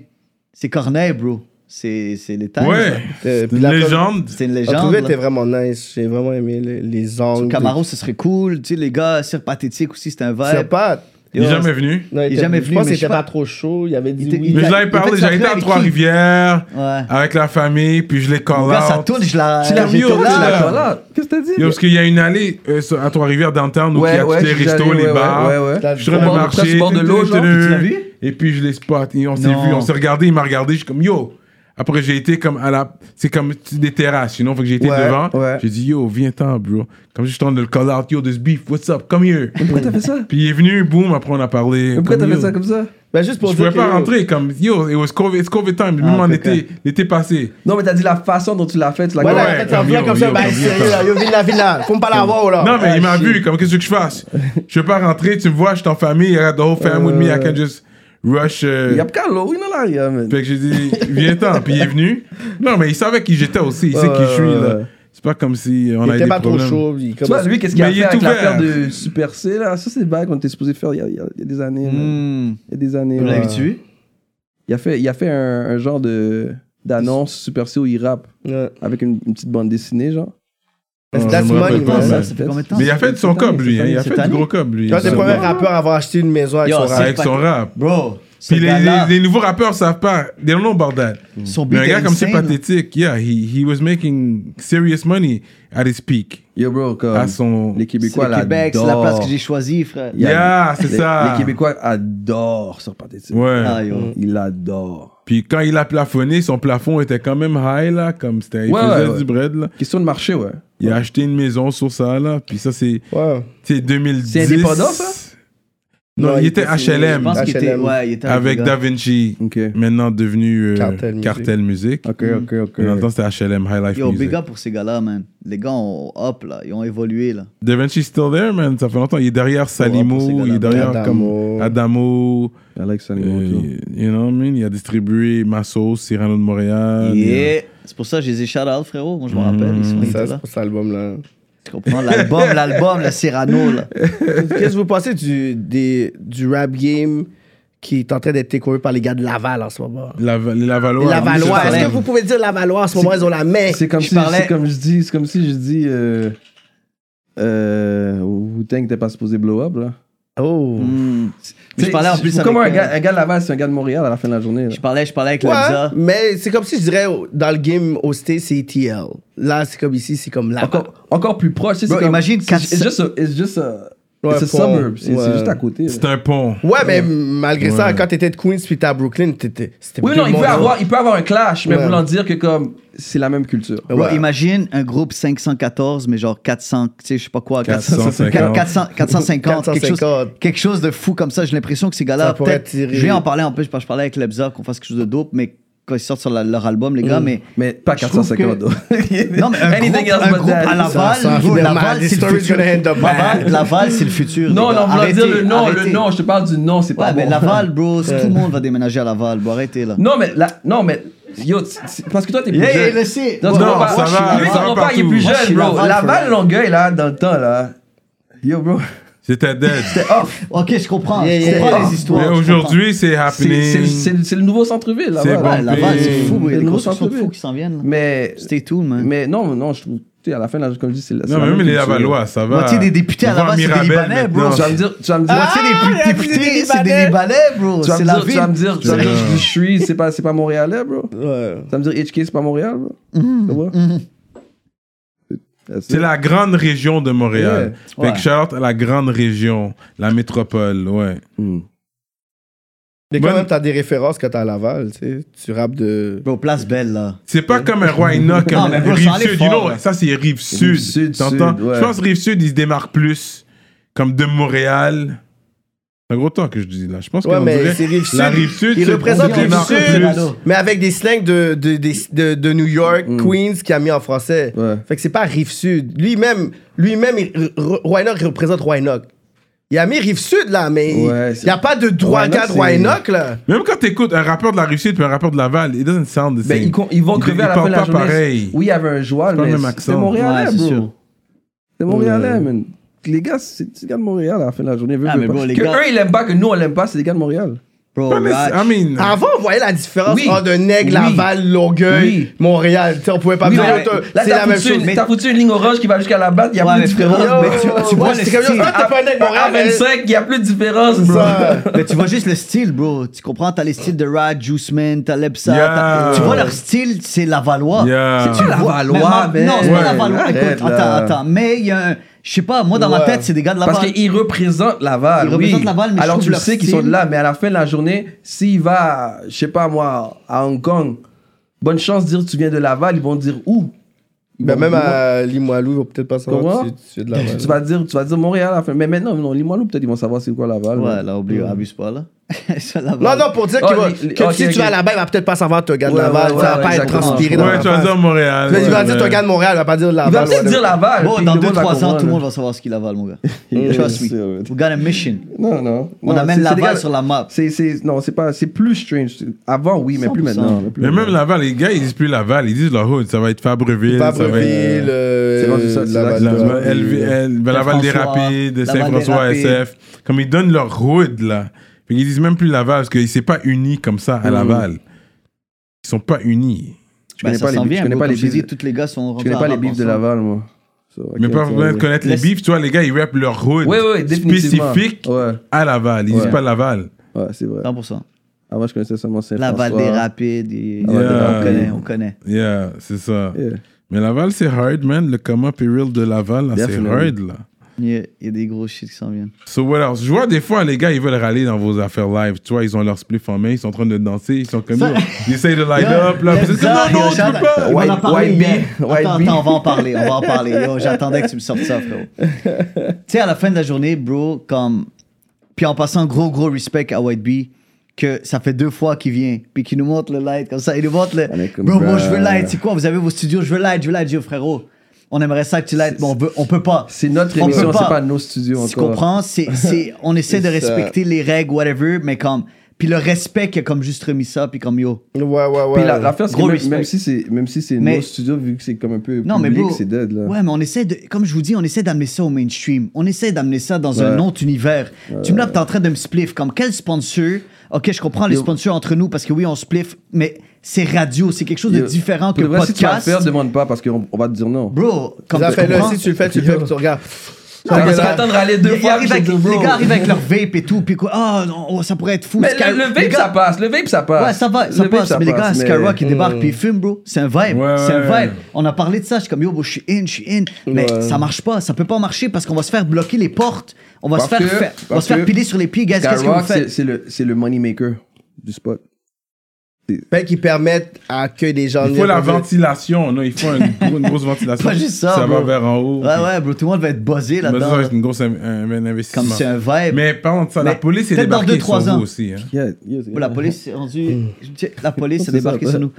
B: C'est Corneille, bro. C'est c'est les times. ça.
A: Ouais,
D: Euh,
A: c'est
D: puis
A: une
D: la-
A: légende.
B: C'est une
D: Je
B: légende.
D: trouvais
B: là.
D: que t'es vraiment nice. J'ai vraiment aimé les, les angles.
B: Camaro, ce serait cool. Tu sais, les gars, Sir Pathétique aussi, c'était un
D: C'est
B: vibe.
D: pas.
A: Il est
B: Yo,
A: jamais venu.
D: Non,
B: Il est jamais
D: Je
B: venu,
D: pense
B: mais
D: qu'il
B: je sais
D: était pas
B: pas.
D: trop chaud. Il avait dit
B: était-
D: oui.
B: il
A: Mais je
B: Il a-
A: l'avais
B: il a
A: parlé,
B: fait sa
A: j'avais été à
B: traite avec qui?
A: Trois-Rivières
B: Ouais.
A: avec la famille, puis je l'ai
B: Mon
A: call
B: gars, ça
A: out.
B: tourne, je la.
C: Tu l'as
B: j'étais
C: mis au- tu
B: là.
C: l'as- voilà. Qu'est-ce que t'as dit?
A: Yo, parce qu'il y a une allée euh, sur- à Trois-Rivières downtown où il y a tous les
C: je suis
A: restos,
C: allé,
A: les
C: ouais,
A: bars.
C: Ouais, ouais. ouais.
A: Je suis en train
C: Au
A: de
C: bord- presque
A: marcher.
C: au bord de l'eau, genre,
B: puis tu l'as vu?
A: Et puis je les spot. Et on s'est
B: Non.
A: vu, on s'est regardé, il m'a regardé. Je suis comme, yo. Après, j'ai été comme à la. C'est comme des terrasses, sinon, faut que j'ai été
C: Ouais,
A: devant.
C: ouais.
A: J'ai dit, yo, viens-t'en, bro. Comme je suis en train de le call out, yo, this beef, what's up, come here.
C: Pourquoi t'as fait ça?
A: Puis il est venu, boum, après on a parlé.
C: Pourquoi t'as
A: Comme,
C: fait
A: yo,
C: ça comme ça?
D: Ben, juste pour
A: Je
D: dire
A: pouvais pas
D: que-
A: rentrer, comme, yo, it was COVID, it's COVID time, même
B: Ah,
A: en
B: ok,
A: été, l'été passé.
C: Non, mais t'as dit la façon dont tu l'as fait, tu l'as
D: Voilà,
A: Ouais,
D: Ah, ouais,
A: comme yo,
D: comme ça,
A: yo,
D: ben,
A: comme yo,
D: sérieux,
A: comme-
D: là, yo, villa, villa, faut me pas l'avoir, là.
A: non, mais
D: Ah,
A: il m'a
D: shit.
A: vu, comme, qu'est-ce que je fasse? Je peux pas rentrer, tu me vois, je suis en famille, I got the whole family with me, I can just rush. euh,
C: Y'a pas l'eau, il en a rien, man.
A: Fait que j'ai dit, viens-t'en, puis il est venu. Non, mais il savait qui j'étais aussi, il sait qui je suis, là. C'est pas comme si on
D: Il
A: a eu
D: était
A: des
D: pas trop
A: problèmes.
D: chaud. Il
C: Tu vois,
D: commence-
C: lui, qu'est-ce qu'il a
A: Mais il
C: fait
A: est
C: avec
A: ouvert.
C: l'affaire de Super C, là? Ça, c'est des bagues qu'on était supposé faire il y a, il y a- il y a des années. man.
B: Hmm.
C: Il y a des années.
B: Vous
C: là.
B: l'avez-tu vu?
C: Il a fait, il a fait un, un genre de d'annonce Super C où il rappe
D: Ouais. Bah,
C: avec une, une petite bande dessinée, genre.
D: That's-
A: Ouais,
D: That's
A: je me
D: money,
A: rappelle pas,
D: man.
B: Ça,
A: mais-
B: ça fait combien de temps?
A: Mais il a fait de son
C: Cette année,
A: cob, lui, hein, il a
B: cette
A: fait du
B: année.
A: gros cob, lui.
D: L'un des
A: Ça-
D: premiers rappeurs à avoir acheté une maison avec
B: Yo,
D: son
B: c'est
D: rap.
A: Avec son rap.
B: Bro, ce
A: Puis les,
B: gars-là,
A: les- les nouveaux rappeurs savent pas. They don't know about that.
B: son
A: Mais
B: beat
A: un
B: est
A: gars comme c'est
B: insane, là.
A: pathétique, yeah, he, he was making serious money at his peak.
C: Yo, bro, comme.
D: Um,
A: à son.
C: Les Québécois,
B: Ah, C'est le Québec, c'est la place que j'ai choisie, frère.
C: Yeah,
A: Yeah, c'est
C: les,
A: ça.
C: les Québécois adorent sur Pathétique.
A: Ouais.
B: Ah, yo.
C: Ils l'adorent.
A: Puis quand il a plafonné, son plafond était quand même high, là, comme c'était. Il
C: Ouais,
A: faisait
C: ouais, ouais.
A: du bread, là.
C: Question de marché, ouais.
A: Il a acheté une maison sur ça, là. Puis ça, c'est
D: Ouais.
A: c'est 2010.
C: C'est indépendant, ça?
A: Non,
D: Non,
A: il
D: il
A: était
D: était signé,
B: Je
A: HLM
B: pense qu'il était,
D: HLM.
B: ouais, il était
A: avec
B: le gars.
A: Da Vinci,
C: Ok.
A: maintenant devenu euh,
D: Cartel Music.
A: Cartel Music.
C: Ok,
B: Hmm.
C: ok, ok.
A: Dans le temps, c'était HLM, High Life
B: Yo,
A: Music.
B: big up pour ces gars-là, man. Les gars ont hop, là. Ils ont évolué, là.
A: Da Vinci's still there, man. Ça fait longtemps. Il est derrière Salimo,
B: ces
A: il est
B: gars-là.
A: derrière
D: Adamo.
A: comme Adamo.
C: Alex
A: euh,
C: Salimon, tout.
A: you know what I mean? Il a distribué Ma Sauce, Cyrano de Montréal.
B: Yeah. C'est pour ça que je les ai shout-out, frérot.
A: Mm.
B: Moi, je me rappelle. Ils sont ils étaient
D: Ça,
B: là.
D: c'est pour cet album-là.
B: Tu comprends? L'album, l'album, la Cyrano, là.
D: Qu'est-ce que vous pensez du, des, du rap game qui est en train d'être takeover par les gars de Laval en ce moment?
A: La, hein, les
D: Les
A: Lavallois.
D: Lavalois.
B: je
D: Est-ce que
B: parlais.
D: vous pouvez dire Lavalois en ce moment? Ils ont la main.
C: C'est comme,
B: Je
C: si,
B: parlais-
C: c'est comme je dis, c'est comme si je dis, euh, euh, Wu-Tang t'es pas supposé blow up là.
D: Oh.
B: Mais Hmm. je parlais en
C: C'est-
B: plus
C: c'est
B: avec,
C: Comment un
B: euh,
C: gars, un gars de Laval, c'est un gars de Montréal à la fin de la journée. là.
B: Je parlais, je parlais avec
D: Ouais,
B: Labza.
D: mais c'est comme si je dirais au- dans le game au States, c'est ETL. Là, c'est comme ici, c'est comme là.
C: Encore, encore plus proche. tu sais,
B: Bro,
C: c'est comme-
B: imagine
C: c'est-
B: quatre-
C: It's just a- it's just a-
D: Ouais,
C: it's a
D: faut-
C: suburb. C'est c'est
D: ouais.
C: juste à côté. là.
A: C'est un pont.
D: Ouais, mais malgré ça, quand t'étais de Queens puis t'es à Brooklyn, t'étais. c'était
C: Oui,
D: deux
C: non, il peut,
D: mondes.
C: avoir, il peut avoir un clash, mais
D: Ouais.
C: voulant dire que comme c'est la même culture.
D: Ouais.
B: Bro, Imagine un groupe 514, mais genre 400, tu sais, je sais pas quoi.
A: 450.
B: 400, 450. Quelque, chose,
D: 450.
B: quelque chose de fou comme ça. J'ai l'impression que ces gars-là.
D: Ça pourrait
B: peut-être-
D: tirer.
B: Je vais en parler en plus, parce que je parlais avec Lebza qu'on fasse quelque chose de dope, mais quand ils sortent sur la- leur album, les
C: Mm.
B: gars, mais.
C: Mais pas
B: je trouve
C: 450
B: que- Non, mais un
C: Anything
B: groupe,
C: else
B: un
C: but
B: groupe
C: that.
B: à Laval,
D: Ça, ça,
B: bro,
D: finalement,
B: Laval,
D: this
B: c'est le
D: story's
B: futur.
D: gonna end up
B: Laval, Laval, c'est le futur.
C: Non,
B: les gars.
C: non, voulant dire le
B: Arrêtez,
C: nom, le
B: arrêtez.
C: nom, je te parle du nom, c'est pas
B: Ouais, mais
C: bon.
B: Laval, bro, c'est- tout le monde va déménager à Laval, bro, arrêtez là.
C: Non, mais là, non, mais yo, c'est- c'est- parce que toi t'es plus
B: Hey, hey,
C: jeune.
B: laissez.
C: Non,
B: Moi,
C: tu
A: Non,
C: comprends pas.
A: ça va,
C: Lui, tu
A: ça va
C: comprends pas, il est
A: partout.
C: plus
B: Moi, je suis
C: jeune, bro.
B: Laval,
C: Laval,
B: frère.
C: Longueuil, là, dans le temps, là. Yo, bro.
A: C'était dead.
C: C'était off.
B: Ok, je comprends.
D: Yeah,
B: je
D: yeah,
B: comprends
D: yeah.
B: les histoires.
A: Mais
B: je
A: aujourd'hui, c'est happening.
C: C'est- C'est c'est le- c'est le nouveau centre-ville, là.
A: C'est
B: comprends.
A: bon.
B: Ouais, Laval, c'est fou, bro. Il y a
C: Le
B: des
C: nouveau
B: constructions de
C: centre-ville.
B: fous qui s'en viennent. là.
C: Mais,
B: Stay tuned, man.
C: mais non, non, je trouve, tu sais, à la fin, là, comme je dis, c'est la c'est
A: Non,
C: la
A: mais même les
C: culture.
A: Lavalois, ça va.
B: Moitié des députés à
A: On va
B: Laval, c'est des
A: Mirabel
B: Libanais, bro.
A: maintenant.
C: Tu vas me dire, tu vas me dire,
B: Moitié
C: Ah,
B: des députés, c'est des Libanais, bro.
C: tu vas
B: C'est
C: me
B: la
C: dire, tu vas me
B: ville.
C: dire, tu vas me dire,
A: C'est-
C: je suis- je suis, c'est pas, c'est pas Montréalais, bro.
D: Ouais.
C: Ça veut dire HK, c'est pas Montréal, bro.
B: Mm-hmm.
C: Tu vois? That's
A: C'est
C: it.
A: la grande région de Montréal.
B: Yeah.
A: Fait que
B: Ouais.
A: shout-out à la grande région, la métropole, ouais.
C: Hmm.
D: Mais quand
A: Bonne-
D: même, t'as des références quand t'es à Laval, tu sais. Tu rappes de.
B: Bro, place belle, là.
A: C'est pas comme un roi Enoch,
B: Non,
A: comme
B: mais bro,
A: Rive
B: ça allait
A: Sud.
B: fort,
A: You know,
B: là.
A: ça, c'est Rive Sud.
C: Sud,
A: T'entends?
C: Sud, ouais.
A: Je pense que Rive Sud, il se démarque plus, comme de Montréal. C'est un gros temps que je dis là. Je pense
D: Ouais,
A: qu'on
D: mais
A: dirait
D: c'est Rive Sud.
A: la Rive Sud,
D: Il
A: se
D: représente Rive
A: démarque
D: Sud.
A: plus.
D: Mais avec des slangs de, de, des- de, de New York,
C: Mm.
D: Queens, qui a mis en français.
C: Ouais.
D: Fait que c'est pas Rive-Sud. Lui-même, lui-même, il- R- R- Roanoke, il représente Roanoke. Il a mis Rive-Sud, là, mais il-
C: Ouais,
D: il n'y a pas de droit
C: Roanoke,
D: cadre
C: c'est-
D: Roanoke, là.
A: Même quand t'écoutes un rappeur de la Rive Sud et un rappeur de Laval, it doesn't sound the same.
C: Ben, ils, con- ils vont
A: Ils-
C: crever
A: ils
C: à la fin de la
A: parlent
C: journée.
A: pas pareil.
C: Oui, il y avait un joual,
A: pas le
C: mais
A: même
C: c'est-
A: accent.
C: c'est Montréalais,
B: Ouais, c'est
C: bro.
B: sûr.
C: C'est Montréalais, man. Les gars, c'est c'est des gars de Montréal à la fin de la journée. Veux,
B: Ah,
C: veux
B: mais
C: pas.
B: bro, les
C: que
B: gars-
C: eux, ils l'aiment pas, que nous, on l'aime pas, c'est des gars de Montréal.
B: Bro,
A: Pas, mais c'est-
B: relax.
A: I mean,
D: Avant, on voyait la différence
C: Oui.
D: entre Nègre,
C: Oui.
D: Laval, Longueuil,
C: Oui.
D: Montréal. Tu sais, on pouvait pas
C: Oui,
D: dire,
C: mais-
D: Attends,
C: là,
D: c'est
C: t'as
D: la même
C: foutu
D: chose.
C: une- T'as foutu une ligne orange qui va jusqu'à la batte, il y a
B: Ouais,
C: plus
B: mais
C: de
B: frérot,
C: différence.
B: mais tu, tu vois
D: Ouais,
B: le
D: c'est comme ça.
B: style.
D: Ah, t'es pas né de Montréal,
C: À
D: mais-
C: 25, il y a plus de différence, bro.
D: Ça.
B: Mais tu vois juste le style, bro. Tu comprends? T'as les styles de Rad, Juice Man, t'as Lebsa.
A: Yeah.
B: t'as- Tu vois leur style, c'est Lavalois.
A: Yeah.
B: C'est
C: Lavalois,
B: mais.
C: man.
B: Non, c'est
A: Ouais.
B: pas Lavalois.
C: Arrête,
B: Écoute,
C: là.
B: attends, attends. Mais il y a un. Je sais pas, moi dans ma
D: Ouais.
B: tête, c'est des gars de Laval.
C: Parce qu'ils représentent Laval.
B: Ils
C: oui.
B: représentent Laval, mais je
C: Alors
B: trouve
C: tu le
B: leur
C: sais qu'ils
B: style-
C: sont de là, mais à la fin de la journée, s'il va, je sais pas moi, à Hong Kong, bonne chance de dire tu viens de Laval, ils vont dire où Ils
D: Ben,
C: vont-
D: même
C: ils vont-
D: à Limoilou, ils vont peut-être pas savoir
C: Comment?
D: que tu- tu es de Laval.
C: Tu vas dire, tu vas dire Montréal à la fin. Ah, Mais maintenant, non, Limoilou, peut-être ils vont savoir c'est quoi Laval.
B: Ouais,
C: mais-
B: là, oublie, abuse pas, là. C'est
D: Non,
B: Laval.
D: non, pour dire
C: Oh,
D: qu'il va-
C: les- les-
D: que
C: ok,
D: si
C: ok.
D: tu vas là-bas, il va peut-être pas savoir que tu gars de
C: Ouais,
D: Laval.
C: ouais,
D: Ça va
C: ouais,
D: pas être
C: exactement.
D: transpiré dans
A: ouais,
D: la
A: tu vas
D: face.
A: dire Montréal.
D: Mais il va
A: ouais,
D: dire
A: ouais.
D: tu gars de Montréal, il va pas dire de
C: Il va
D: Laval.
C: peut-être dire Laval.
B: Bon,
C: puis
B: dans
C: le monde va
B: 2-3 ans,
C: comprendre,
B: tout le
C: là.
B: monde va savoir ce qu'il Laval, mon gars.
C: Yeah,
B: Trust
C: c'est vrai.
B: me. We got a mission.
C: Non, non.
B: On
C: Non,
B: amène
C: c'est- c'est des
B: Laval
C: gars-
B: sur la map.
C: C'est, c'est, non, c'est pas, c'est plus strange. Avant, oui, mais plus
B: 100%.
C: maintenant. mais plus
A: Mais
C: maintenant.
A: même Laval, les gars, ils disent plus Laval, ils disent leur hood. Ça va être Fabreville. ça va être-
D: Fabreville, euh,
C: C'est rendu ça, c'est
D: Laval. euh,
C: là que
A: Laval,
D: Laval.
A: LV, L- ben, Laval des
B: Saint-François,
A: Rapides,
B: Laval
A: Saint-François,
B: des Rapides.
A: SF. Comme ils donnent leur hood, là. Fait qu'ils disent même plus Laval, parce qu'ils s'est pas unis comme ça
C: Mm.
A: à Laval. Ils sont pas unis.
C: Je
B: Ben,
C: connais
B: ça
C: pas les
B: s'en
C: bifs.
B: vient,
C: Je connais
B: bro.
C: pas les
B: Comme je
C: bifs.
B: dis, toutes les gars sont
C: Je
B: rentrés
C: connais pas les bifs de Laval, moi. So, ok,
A: Mais pas
C: so,
A: besoin de
C: ouais.
A: connaître les
B: Laisse-
A: bifs, tu vois, les gars, ils rappent leur hood
C: Oui, oui, définitivement.
A: spécifique
C: Ouais,
A: à Laval. Ils
C: Ouais.
A: disent pas Laval.
C: ouais, c'est vrai.
B: 100%.
C: Avant, je connaissais seulement Saint-François.
B: Laval des rapides. et-
C: Laval
A: des
B: On
A: Rapides.
B: connaît, on connaît.
A: Yeah, c'est ça.
C: Yeah.
A: Mais Laval, c'est hard, man. Le coma péril de Laval, là, c'est
C: Definitely.
A: hard, là.
B: Il y a- il y a des gros shit qui s'en viennent.
A: So what else? Je vois des fois, les gars, ils veulent râler dans vos affaires live. Tu vois, ils ont leur spliff en main, ils sont en train de danser, ils sont comme nous. Ils essayent de light up, là. Puis c'est comme, non, non, tu peux pas.
B: On en a
C: White-
B: parlé
C: White
B: hier.
C: Bee. White
B: Attends,
C: Bee.
B: attends, on va en parler, on va en parler. Yo, j'attendais que tu me sortes ça, frérot. tu sais, à la fin de la journée, bro, comme... Puis en passant, gros, gros respect à White Bee, que ça fait deux fois qu'il vient, puis qu'il nous montre le light comme ça. Il nous montre le...
C: On est comme,
B: Bro, moi, je veux
C: bruh.
B: light. C'est quoi? Vous avez vos studios, je veux light, je veux light, je veux frérot. On aimerait ça que tu light, mais on, veut, on peut pas.
C: C'est notre
B: On
C: émission,
B: peut
C: c'est pas nos studios
B: tu
C: encore.
B: comprends? C'est, c'est, on essaie de respecter les règles, whatever, mais comme. Puis le respect qui a comme juste remis ça, puis comme yo.
D: Ouais, ouais, ouais.
C: Puis la- l'affaire, c'est que
B: Gros
C: même,
B: respect.
C: même si c'est, même si c'est
B: Mais-
C: nos studios, vu que c'est comme un peu
B: Non, mais
C: public,
B: bro,
C: c'est dead, là.
B: Ouais, mais on essaie de. Comme je vous dis, on essaie d'amener ça au mainstream. On essaie d'amener ça dans un autre univers. Tu me l'as, t'es en train de me spliff. Comme quel sponsor. Ok, je comprends les sponsors entre nous parce que oui, on spliff, mais c'est radio, c'est quelque chose de
C: Yo,
B: différent que
C: Pour le vrai, si tu vas le
B: podcast.
C: faire, demande pas, parce qu'on on va te dire non.
B: Bro, comme
D: Ça
B: tu
D: fait là,
B: comprends?
D: si tu le fais, tu le fais, puis tu regardes.
B: Ah,
C: Parce
B: mais là-
C: qu'attendre à aller
B: Il-
C: deux
B: il
C: fois,
B: arrive
C: je
B: avec-
C: te dis,
B: les
C: bro.
B: gars arrivent avec leur vape et tout, puis quoi, ah, non, oh, ça pourrait être fou.
C: Mais
B: Sky-
C: le, le vape,
B: les gars-
C: ça passe. Le vape, ça passe.
B: Ouais, ça va,
C: Le
B: ça
C: vape,
B: passe. mais les gars,
C: mais- hmm.
B: Skyrock, ils débarquent puis ils fument, bro. C'est un vibe.
A: Ouais,
B: c'est un
A: ouais.
B: vibe. On a parlé de ça. Je suis comme, yo, bro, je suis in, je suis in. Mais
D: Ouais.
B: ça marche pas. Ça peut pas marcher parce qu'on va se faire bloquer les portes. On va
C: Parce
B: se faire,
C: que-
B: faire- on va
C: parce
B: se faire
C: que
B: piler sur les pieds. Guys, qu'est-ce que vous
C: Skyrock, c'est
B: faites?
C: c'est le, c'est le money maker du spot.
D: Fait qu'ils permettent à que des gens...
A: Il faut la
D: viennent-
A: ventilation. Non, il faut une, gro- une grosse ventilation.
B: Pas juste ça,
A: va
B: bro.
A: vers en haut.
B: Ouais, ouais, bro, tout le monde va être buzzé
A: Mais ça,
B: là-dedans.
A: c'est une grosse in- un, un investissement.
B: Comme c'est un vibe.
A: Mais par contre, ça, la
B: Mais
A: police est
B: peut-être dans
A: débarquée
B: deux, trois
A: sur
B: ans.
A: vous aussi. hein.
C: Yeah, yeah, c'est-
B: Bro, la police est rendue. La police a débarqué
C: Hmm. ça.
B: sur nous.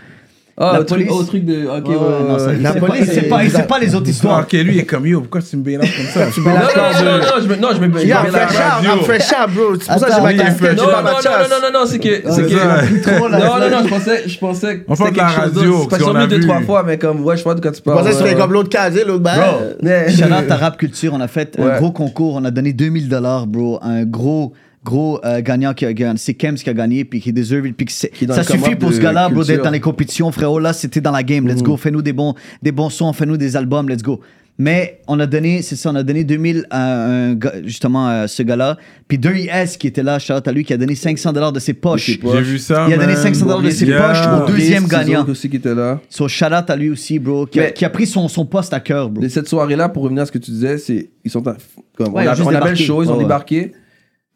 C: Ah,
B: la
C: le truc-
B: police-
C: oh, le truc de. Ok, ouais,
B: Ouais, ouais, non, ça-
C: ouais.
D: La
B: c'est pas-
D: police
B: c'est
D: est-
B: pas, c'est pas les autres histoires.
A: Ok, lui il est comme yo, pourquoi tu me bélas comme ça Tu me
C: Non, non, non, non, je me- non, je me je me
D: Yeah, I'm
C: mets la-
D: fresh out, I'm fresh out, bro. C'est pour ça que j'ai
B: Attends,
D: ma
B: oui,
D: casquette,
C: Non,
D: j'ai pas
C: non, non,
D: ma chasse.
C: non, non, non, c'est que. c'est
A: C'est
C: que-
A: ça.
B: Trop, là.
C: Non, non, non, je pensais, je pensais que
A: On parle
C: c'était
A: de la
C: quelque chose
A: radio,
C: d'autre.
A: parce
C: C'est pas
A: qu'on
C: sur
A: a
C: lui deux,
A: vu.
C: trois fois, mais comme, ouais, je vois de quoi tu
D: Je
C: parles.
D: pensais que
C: ouais,
D: c'était
C: ouais.
D: comme l'autre casé, l'autre bail.
C: Mais-
B: Shout out à Rap Culture, on a fait
C: Ouais.
B: un gros concours, on a donné 2000 dollars, bro, à un gros gros euh, gagnant qui a gagné, c'est Kems qui a gagné puis qui deserve it, puis que c'est-
C: Qui est dans
B: ça
C: le come-up
B: suffit pour ce
C: de
B: gars-là, bro,
C: Culture. Mm.
B: d'être dans les compétitions, frérot, là c'était dans la game, let's go, fais-nous des bons des bons sons, fais-nous des albums, let's go. Mais on a donné, c'est ça, on a donné 2000 à un gars- justement à ce gars-là, puis 2IS qui était là, shout out à lui qui a donné 500 dollars de ses poches.
A: J'ai vu ça.
B: Il a donné
A: man.
B: 500 dollars de ses
A: Yeah.
B: poches au deuxième
C: Maurice,
B: gagnant.
C: Ciseaux aussi qui était là.
B: So shout out à lui aussi, bro, qui, a,
C: Mais-
B: qui a pris son, son poste à cœur, bro.
C: Mais cette soirée-là, pour revenir à ce que tu disais, c'est ils sont à- comme on,
B: Ouais, ils ont
C: a,
B: juste
C: on appelle
B: débarqué.
C: show, ils ont
B: Ouais, ouais.
C: débarqué.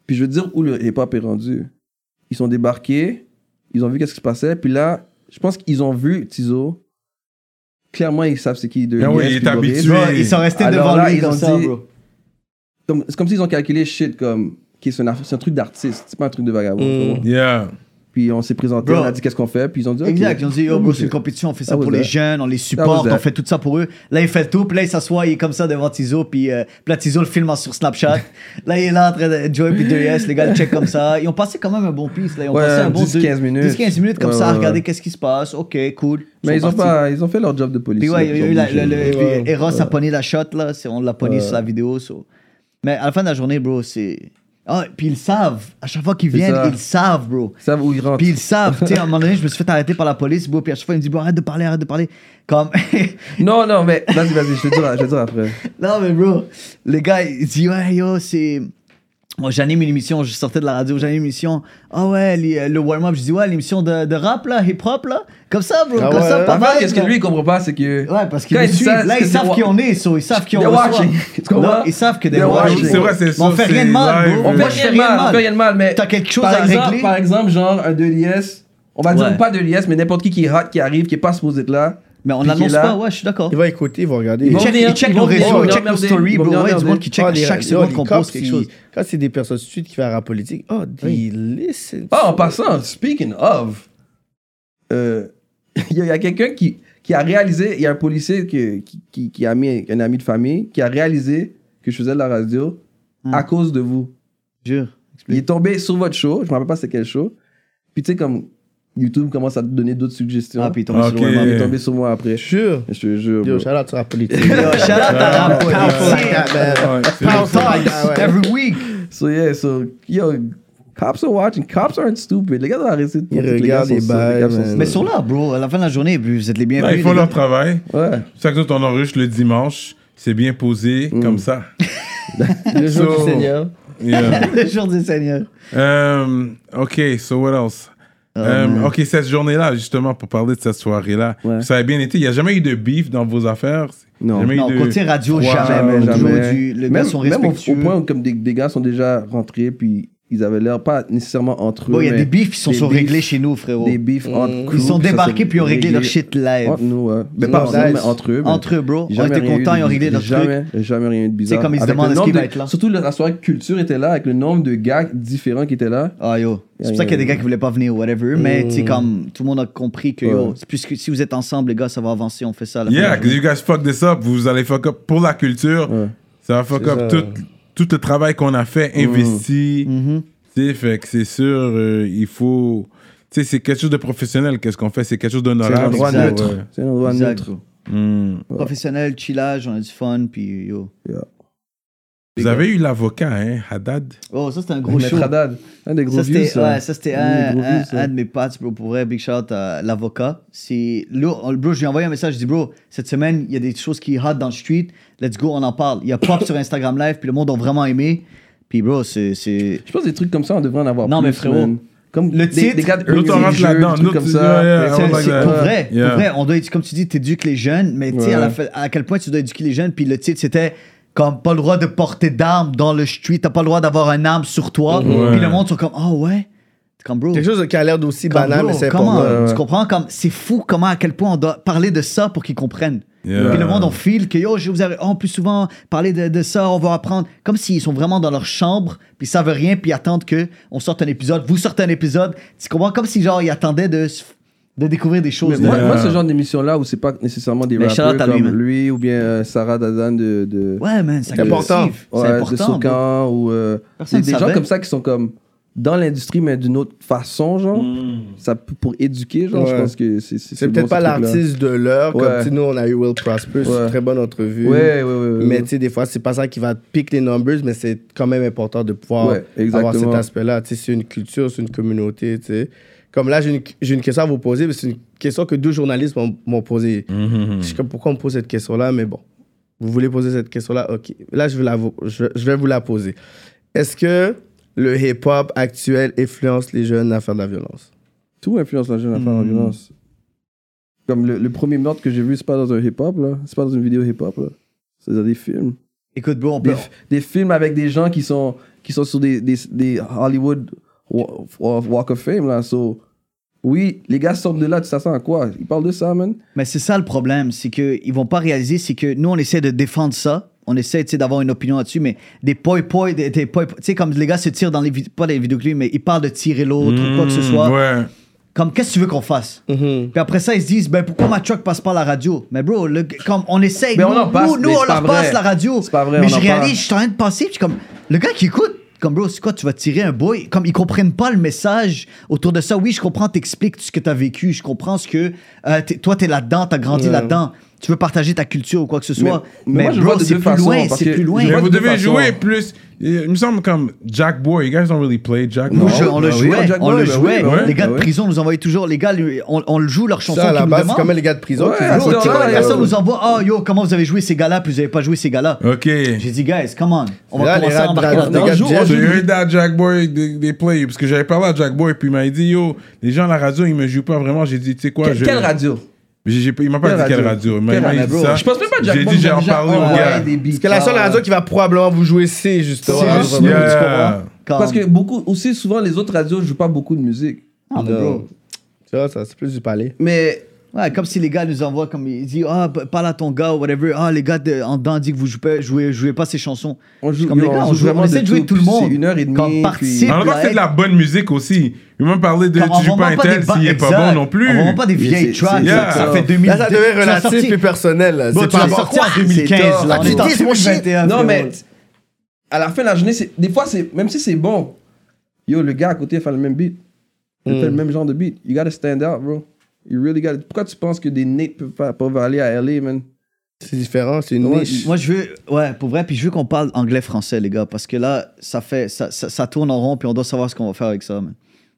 C: Puis je veux te dire où le hip-hop est rendu. Ils sont débarqués, ils ont vu qu'est-ce qui se passait, puis là, je pense qu'ils ont vu Tizo. Clairement, ils savent c'est qui de
A: Ah oui, il est habitué.
B: Bro, ils sont restés
C: Alors
B: devant
C: là,
B: lui
C: ils
B: comme
C: ont
B: ça,
C: dit-
B: bro.
C: Comme- C'est comme s'ils ont calculé shit comme qui c'est un, aff- c'est un truc d'artiste, c'est pas un truc de vagabond.
D: Mm.
C: tu vois.
A: Yeah.
C: Puis on s'est présenté,
B: Bro.
C: on a dit qu'est-ce qu'on fait, puis ils ont dit OK.
B: Exact, ils ont dit, yo, bro, c'est une
C: Ok.
B: compétition, on fait ça
C: That was
B: pour les
C: that.
B: jeunes, on les
C: That
B: supporte,
C: was that.
B: on fait tout ça pour eux. Là, il fait tout, puis là, il s'assoit, il est comme ça devant Tizo, puis euh, puis là, Tizo le filme en- sur Snapchat. là, il est là en train de Joey puis 2S, les gars le check comme ça. Ils ont passé quand même un bon piece, là. Ils ont
C: Ouais,
B: passé un bon
C: 10-15 minutes.
B: 10-15 minutes comme
C: Ouais,
B: ça, à
C: ouais,
B: regarder
C: ouais.
B: qu'est-ce qui se passe, ok, cool.
C: Mais ils
B: sont
C: ont,
B: partis.
C: pas, ils ont fait leur job de police.
B: Puis ouais, il y a eu la- le- le-
D: Ouais.
B: puis Eros a pogné la shot, là. c'est- On l'a pogné sur la vidéo. so. Mais à la fin de la journée, bro, c'est. Ah, puis ils savent. À chaque fois qu'ils
C: C'est
B: viennent,
C: ça.
B: ils savent, bro.
C: Ils savent où ils rentrent.
B: Puis ils le savent, tu sais, à un moment donné, je me suis fait arrêter par la police, bro, puis à chaque fois, ils me disent, bon, arrête de parler, arrête de parler. Comme,
C: Non, non, mais vas-y, vas-y, je te dirai, je te dirai après.
B: non, mais bro, les gars, ils disent, ouais, yo, c'est. Moi, j'anime une émission, je sortais de la radio, j'anime une émission. Ah ouais, les- le warm-up, je dis, ouais, l'émission de, de rap, là, hip-hop, là. Comme ça, bro,
D: Ah
B: comme
D: ouais,
B: ça,
D: ouais.
B: pas
C: L'affaire,
B: mal.
C: qu'est-ce que lui, il comprend pas, c'est que.
B: Ouais, parce qu'ils
C: Quand
B: nous
C: il dit
B: suivent.
C: ça,
B: Là,
C: c'est
B: ils
C: que
B: savent
C: c'est
B: qui on est, so, ils savent qui on
C: They're
B: reçoit.
C: watching. Tu comprends?
B: Là, ils savent que des
C: They're watching.
A: C'est vrai, c'est
B: Mais on
A: ça,
B: fait
A: c'est
B: rien de mal,
A: live,
B: bro.
A: On
C: On fait
B: Moi, je
C: rien
B: fais
C: de mal, on fait rien de mal, mais.
B: T'as quelque chose
C: par
B: à
C: exemple,
B: régler?
C: Par exemple, genre un 2IS, on va
B: Ouais.
C: dire pas 2IS, mais n'importe qui qui rate, qui arrive, qui est pas supposé être là.
B: Mais on
C: Puis qui est
B: l'annonce
C: là.
B: pas, ouais, je suis d'accord.
D: Ils vont écouter, ils vont regarder.
B: Ils
C: vont
B: checkent
C: venir,
B: ils checkent
C: ils
B: nos
C: vont venir, ils
B: réseaux, ils
C: vont
B: checkent nos
C: regarder,
B: stories,
C: ils vont
B: bro. Ouais, il y a du
C: regarder.
B: monde qui check
D: Ah,
B: à
D: les-
B: chaque
D: yo,
B: seconde
D: les
B: qu'on
D: cops,
B: pose quelque
D: ils-
B: chose.
D: Quand c'est des personnes suites qui font la politique, oh, they listen.
C: Ah, en passant, speaking of, euh, il y a, il y a quelqu'un qui, qui a réalisé, il y a un policier que- qui, qui, qui a mis un ami de famille, qui a réalisé que je faisais de la radio
B: Hmm.
C: à cause de vous.
B: Jure.
C: Il est tombé sur votre show, je me rappelle pas c'était quel show. Puis tu sais, comme YouTube commence à te donner d'autres suggestions.
B: Ah, puis il tombe sur
A: Ok.
B: le
C: Il
B: web.
C: est tombé sur moi après.
D: Jure.
C: Je te jure.
D: Yo,
C: bro.
D: shout out sur la politique.
B: Yo, shout out à Rap Culture.
A: Ouais, c'est-
B: Pound
D: Ah,
B: Talks
D: ouais.
B: every week.
C: So yeah, so yo, cops are watching. Cops aren't stupid. Les gars doivent arrêter de
D: Ils
C: penser que les
D: regardent
C: gars sont
D: les
C: stupides. Les
D: bails,
C: cops sont
D: man.
C: stupides.
B: Mais ils sont là, bro. À la fin de la journée, vous êtes les
A: Non, Ben, Ils
B: bienvenus.
A: font
B: les
A: leur
B: gars.
A: travail.
C: Ouais.
A: Chaque jour, on enregistre le dimanche. C'est bien posé, comme ça.
D: Mm. Le jour
A: So-
D: du Seigneur.
A: Yeah.
B: Le jour du Seigneur.
A: Um, OK, so what else?
D: Oh,
A: Um, OK, cette journée-là, justement, pour parler de cette soirée-là, ça a bien été. Il n'y a jamais eu de beef dans vos affaires?
C: Non.
A: Jamais eu
B: Non,
A: de-
B: côté radio,
A: Ouais,
B: jamais,
C: Jamais,
B: bro. Toujours
C: jamais.
B: du- Les
C: même,
B: gars sont
C: même au-
B: respectueux.
C: au, point où comme des, des gars sont déjà rentrés, puis ils avaient l'air pas nécessairement entre eux.
B: Bon, il y a
C: mais
B: des beefs qui sont
C: des
B: sont
C: beefs-
B: réglés chez nous, frérot.
C: Des beefs entre
B: Ils
C: crews,
B: sont
C: puis ça,
B: débarqués
C: c'est
B: puis ils ont réglé leur
C: réglé
B: shit live.
C: Entre nous, ouais. Mais pas
D: Non,
C: entre nous, mais
D: nice.
C: entre eux. mais-
B: Entre eux, bro.
C: J'ai
B: On
C: jamais
B: était
C: rien eu
B: contents,
C: de-
B: ils ont réglé
C: de-
B: leur truc.
C: jamais, Jamais rien eu de bizarre.
B: C'est comme ils se
C: Avec le
B: demandent est-ce
C: nombre
B: qu'il
C: de-
B: va être là.
C: Surtout la la soirée culture était là, avec le nombre de gars différents qui étaient là.
B: Ah yo, c'est pour ça qu'il y a des gars qui voulaient pas venir ou whatever, mais tu
C: Mm.
B: sais comme tout le monde a compris que yo, c'est plus que si vous êtes ensemble les gars, ça va avancer, on fait ça. à la fin de
A: Yeah,
B: la
A: 'cause
B: journée.
A: you guys fuck this up. Vous allez fuck up pour la culture.
C: Ouais.
A: Ça va fuck
D: C'est
A: up
D: ça. Mm.
A: tout, tout le travail qu'on a fait, investi.
B: Mhm.
A: Tu sais, fait que c'est sûr, euh, il faut... Tu sais, c'est quelque chose de professionnel, qu'est-ce qu'on fait. C'est quelque chose
C: C'est un
A: d'honorable.
C: endroit
B: Exact.
C: neutre. C'est un endroit
B: Exact.
C: neutre.
A: Mm.
B: Professionnel, chillage, on a du fun puis yo.
C: Yeah.
A: Vous avez eu l'avocat, hein, Haddad.
B: Oh, ça, c'était un gros show.
C: Maître Haddad, un des gros
B: Ça,
C: vieux,
B: c'était
C: ça.
B: ouais, ça, c'était
C: Un
B: un,
C: des gros
B: un-
C: vieux, ça.
B: un de mes potes, bro, pour vrai, Big Shout, à l'avocat. C'est, là, on- bro, je lui ai envoyé un message, je dis, bro, cette semaine, il y a des choses qui hot dans le street, let's go, on en parle. Il y a pop sur Instagram Live, puis le monde a vraiment aimé. Puis, bro, c'est. c'est...
C: Je pense que des trucs comme ça, on devrait en avoir
B: Non,
C: plus,
B: mais frérot,
C: man. Comme
B: le
C: des-
B: titre,
C: des gars de
A: nous,
C: Early
A: on rentre
C: Leisure, des
A: là-dedans.
C: trucs
A: Nous,
C: comme
A: tu- yeah,
C: ça.
A: yeah,
C: Mais
B: C'est,
A: on
C: ça,
B: c'est
A: va-
C: c'est-
B: pour vrai, pour
A: Yeah.
B: vrai, on doit, édu- comme tu dis, t'éduques les jeunes, mais tu sais, à, la fin- à quel point tu dois éduquer les jeunes, puis le titre, c'était comme pas le droit de porter d'armes dans le street, t'as pas le droit d'avoir une arme sur toi,
A: Ouais.
B: puis le monde sont comme, oh ouais, C'est comme bro.
D: Quelque chose qui a l'air d'aussi
B: Comme,
D: banal,
B: bro,
D: mais c'est
B: comment, euh,
D: important.
C: ouais.
B: Tu comprends? Comme, c'est fou comment, à quel point on doit parler de ça pour qu'ils comprennent.
A: Yeah.
B: Puis le monde, on file que, yo, je vous ai- on plus souvent parler de, de ça, on va apprendre. Comme s'ils sont vraiment dans leur chambre, puis ils savent rien, puis ils attendent que on sorte un épisode, vous sortez un épisode. Tu comprends? Comme si, genre, ils attendaient de, se- de découvrir des
C: Mais
B: choses.
C: moi,
A: Yeah.
C: moi, ce genre d'émission-là où c'est pas nécessairement des
B: Ah. Mais
C: rappeurs
B: shout-out à lui,
C: comme
B: man.
C: lui ou bien euh, Sarah Dadan de, de,
B: Ouais, man, ça
D: C'est important.
B: cultive.
C: ouais,
B: C'est important.
C: de Socan ou euh,
B: Personne
C: des, des
B: ne
C: gens
B: savait.
C: comme ça qui sont comme dans l'industrie mais d'une autre façon genre
B: Hmm.
C: ça peut- pour éduquer genre je
D: Ouais.
C: pense que c'est
D: C'est
C: bon,
D: peut-être
C: ce
D: pas
C: truc-là.
D: l'artiste de l'heure, comme
C: Ouais.
D: tu sais, nous, on a eu Will Prosper, c'est
C: Ouais.
D: une très bonne entrevue.
C: ouais ouais ouais, ouais,
D: Mais
C: ouais.
D: tu sais, des fois, c'est pas ça qui va te piquer les numbers, mais c'est quand même important de pouvoir
C: Ouais,
D: avoir cet
C: exactement.
D: aspect-là. Tu sais, c'est une culture, c'est une communauté, tu sais. Comme là, j'ai une, j'ai une question à vous poser, mais c'est une question que deux journalistes m'ont- m'ont posée. Je sais pas pourquoi on me pose cette question-là, mais bon. Vous voulez poser cette question-là? OK. Là, je vais, la, vo- je, je vais vous la poser. Est-ce que le hip-hop actuel influence les jeunes à faire de la violence?
C: tout influence la jeune à faire
D: Hmm.
C: en violence comme le, le premier meurtre que j'ai vu c'est pas dans un hip hop là c'est pas dans une vidéo hip hop là c'est dans des films
B: Écoute, bro, on
C: des,
B: peut.
C: des films avec des gens qui sont qui sont sur des, des, des Hollywood wa- wa- Walk of Fame là so oui les gars sortent de là tu t'attends à quoi ils parlent de ça man
B: Mais c'est ça le problème, c'est qu'ils vont pas réaliser, c'est que nous, on essaie de défendre ça. On essaie tu sais, d'avoir une opinion là-dessus, mais des poi-poi, des, des poi-poi- tu sais, comme les gars se tirent dans les vid- pas les vidéoclips, mais ils parlent de tirer l'autre ou quoi que ce soit.
A: Hmm, Mm, Ouais.
B: Comme, qu'est-ce que tu veux qu'on fasse?
C: Mhm.
B: Puis après ça, ils se disent, ben pourquoi ma truck passe pas la radio? Mais bro, le- comme on essaye,
C: Mais on
B: nous,
C: en passe,
B: nous, nous,
C: mais
B: on
C: c'est pas
B: leur passe
C: vrai.
B: la radio.
C: C'est pas vrai,
B: mais
C: on
B: je
C: en
B: réalise,
C: parle.
B: je suis en train de passer, puis je suis comme, le gars qui écoute, comme bro, c'est quoi, tu vas tirer un boy? Comme ils comprennent pas le message autour de ça. Oui, je comprends, t'expliques ce que t'as vécu, je comprends ce que euh, t'es- toi t'es là-dedans, t'as grandi là-dedans, tu veux partager ta culture ou quoi que ce soit.
C: mais
B: Mais,
C: moi, je le vois
B: bro,
C: de
B: c'est
C: deux
B: plus
C: façons,
B: loin,
C: parce
B: c'est
C: que
B: plus
C: je
B: loin.
C: vois
A: Mais
C: de
A: vous
C: toute
A: devez
C: façon.
A: jouer plus. euh, Il me semble comme Jack Boy. You guys don't really play Jack
B: Nous,
A: Boy.
B: je- on le
C: bah oui,
B: jouait,
C: on Jack
B: on
C: Boy,
B: le
C: bah oui,
B: jouait.
C: bah oui,
B: les gars
C: bah
B: de
C: oui.
B: prison nous envoyaient toujours, les gars, lui- on, on le joue leur chanson.
D: Ça, à la
B: qu'ils nous
D: base, c'est quand
B: demandent.
D: même les gars de prison
C: Ouais,
D: qui
C: à
D: jouent.
C: ce
D: Tu
C: temps-là, il
D: vois,
C: y a-
B: La Ah, personne nous envoie Ah yo, comment vous avez joué ces gars-là, puis vous avez pas joué ces gars-là.
A: OK.
B: J'ai dit, guys, come on, on
D: Là,
B: va
D: les
B: commencer à
D: rats-
B: embarquer
D: les
C: Dans
B: là-dedans.
C: le
D: gars de
C: jour,
D: Jeff,
C: on
A: J'ai
C: joue-
A: heard that Jack Boy des, des plays parce que j'avais parlé à Jack Boy puis il m'a dit yo les gens à la radio ils me jouent pas vraiment j'ai dit tu sais quoi
C: Quelle-
A: je-
C: quelle radio
A: J'ai- j'ai- il m'a pas
C: Quelle
A: dit quelle
C: radio?
A: radio il m'a- il
C: Quelle
A: m'a
C: radio?
A: dit ça
C: Je pense même pas que Jack
A: j'ai
C: Boy
A: dit j'ai
C: a
A: en
C: déjà
A: parlé au
C: envoyé
A: gars
C: des beats.
D: Parce que la seule radio qui va probablement vous jouer, c'est justement.
B: C'est juste-
D: Ouais.
B: tu
A: Yeah.
B: comprends? Comme-
C: Parce que beaucoup, aussi souvent, les autres radios jouent pas beaucoup de musique.
B: Ah, mais bro.
D: Tu vois, ça, c'est plus du palais.
C: Mais
B: Ouais, comme si les gars nous envoient, comme ils disent, ah, p- parle à ton gars ou whatever. Ah, les gars de, en dedans disent que vous jouez, pas- jouez, jouez pas ces chansons.
C: on joue
B: Comme les gars, on joue- on essaie de jouer tout le
C: puis
B: monde.
C: C'est une heure et demie.
B: Comme
C: puis-
B: participe.
A: en même temps c'est de la bonne musique aussi il m'a même parlé de
B: Comme on
A: tu joues
B: vend
A: pas un tel
B: ba-
A: s'il est
B: Exact.
A: pas bon non plus
B: On vend pas des
C: Mais
B: vieilles
C: c'est-
B: tracks.
C: c'est-
A: Yeah.
B: Ça fait 2000.
D: Là, ça devient
B: tu l'as sorti-
D: relatif et personnel. là.
B: Bon,
D: C'est
B: tu
D: pas
B: l'as
D: bon.
B: sorti en
C: C'est
B: 2015.
C: tort.
B: Là, on est en
D: Ah, tu dis, mon shit.
B: 2021.
C: Non,
B: frérot.
C: mais à la fin de la journée, c'est- des fois, c'est même si c'est bon, yo, le gars à côté fait le même beat.
D: Mm.
C: Il
B: Mm.
C: fait le même genre de beat. You gotta stand out, bro. You really gotta. Pourquoi tu penses que des Nate peuvent pas, peuvent aller à LA, man?
D: C'est différent, c'est une
C: Ouais.
D: niche.
B: Moi, je veux, ouais, pour vrai, puis je veux qu'on parle anglais-français, les gars, parce que là, ça fait, ça, ça, ça tourne en rond, puis on doit savoir ce qu'on va faire avec ça. man.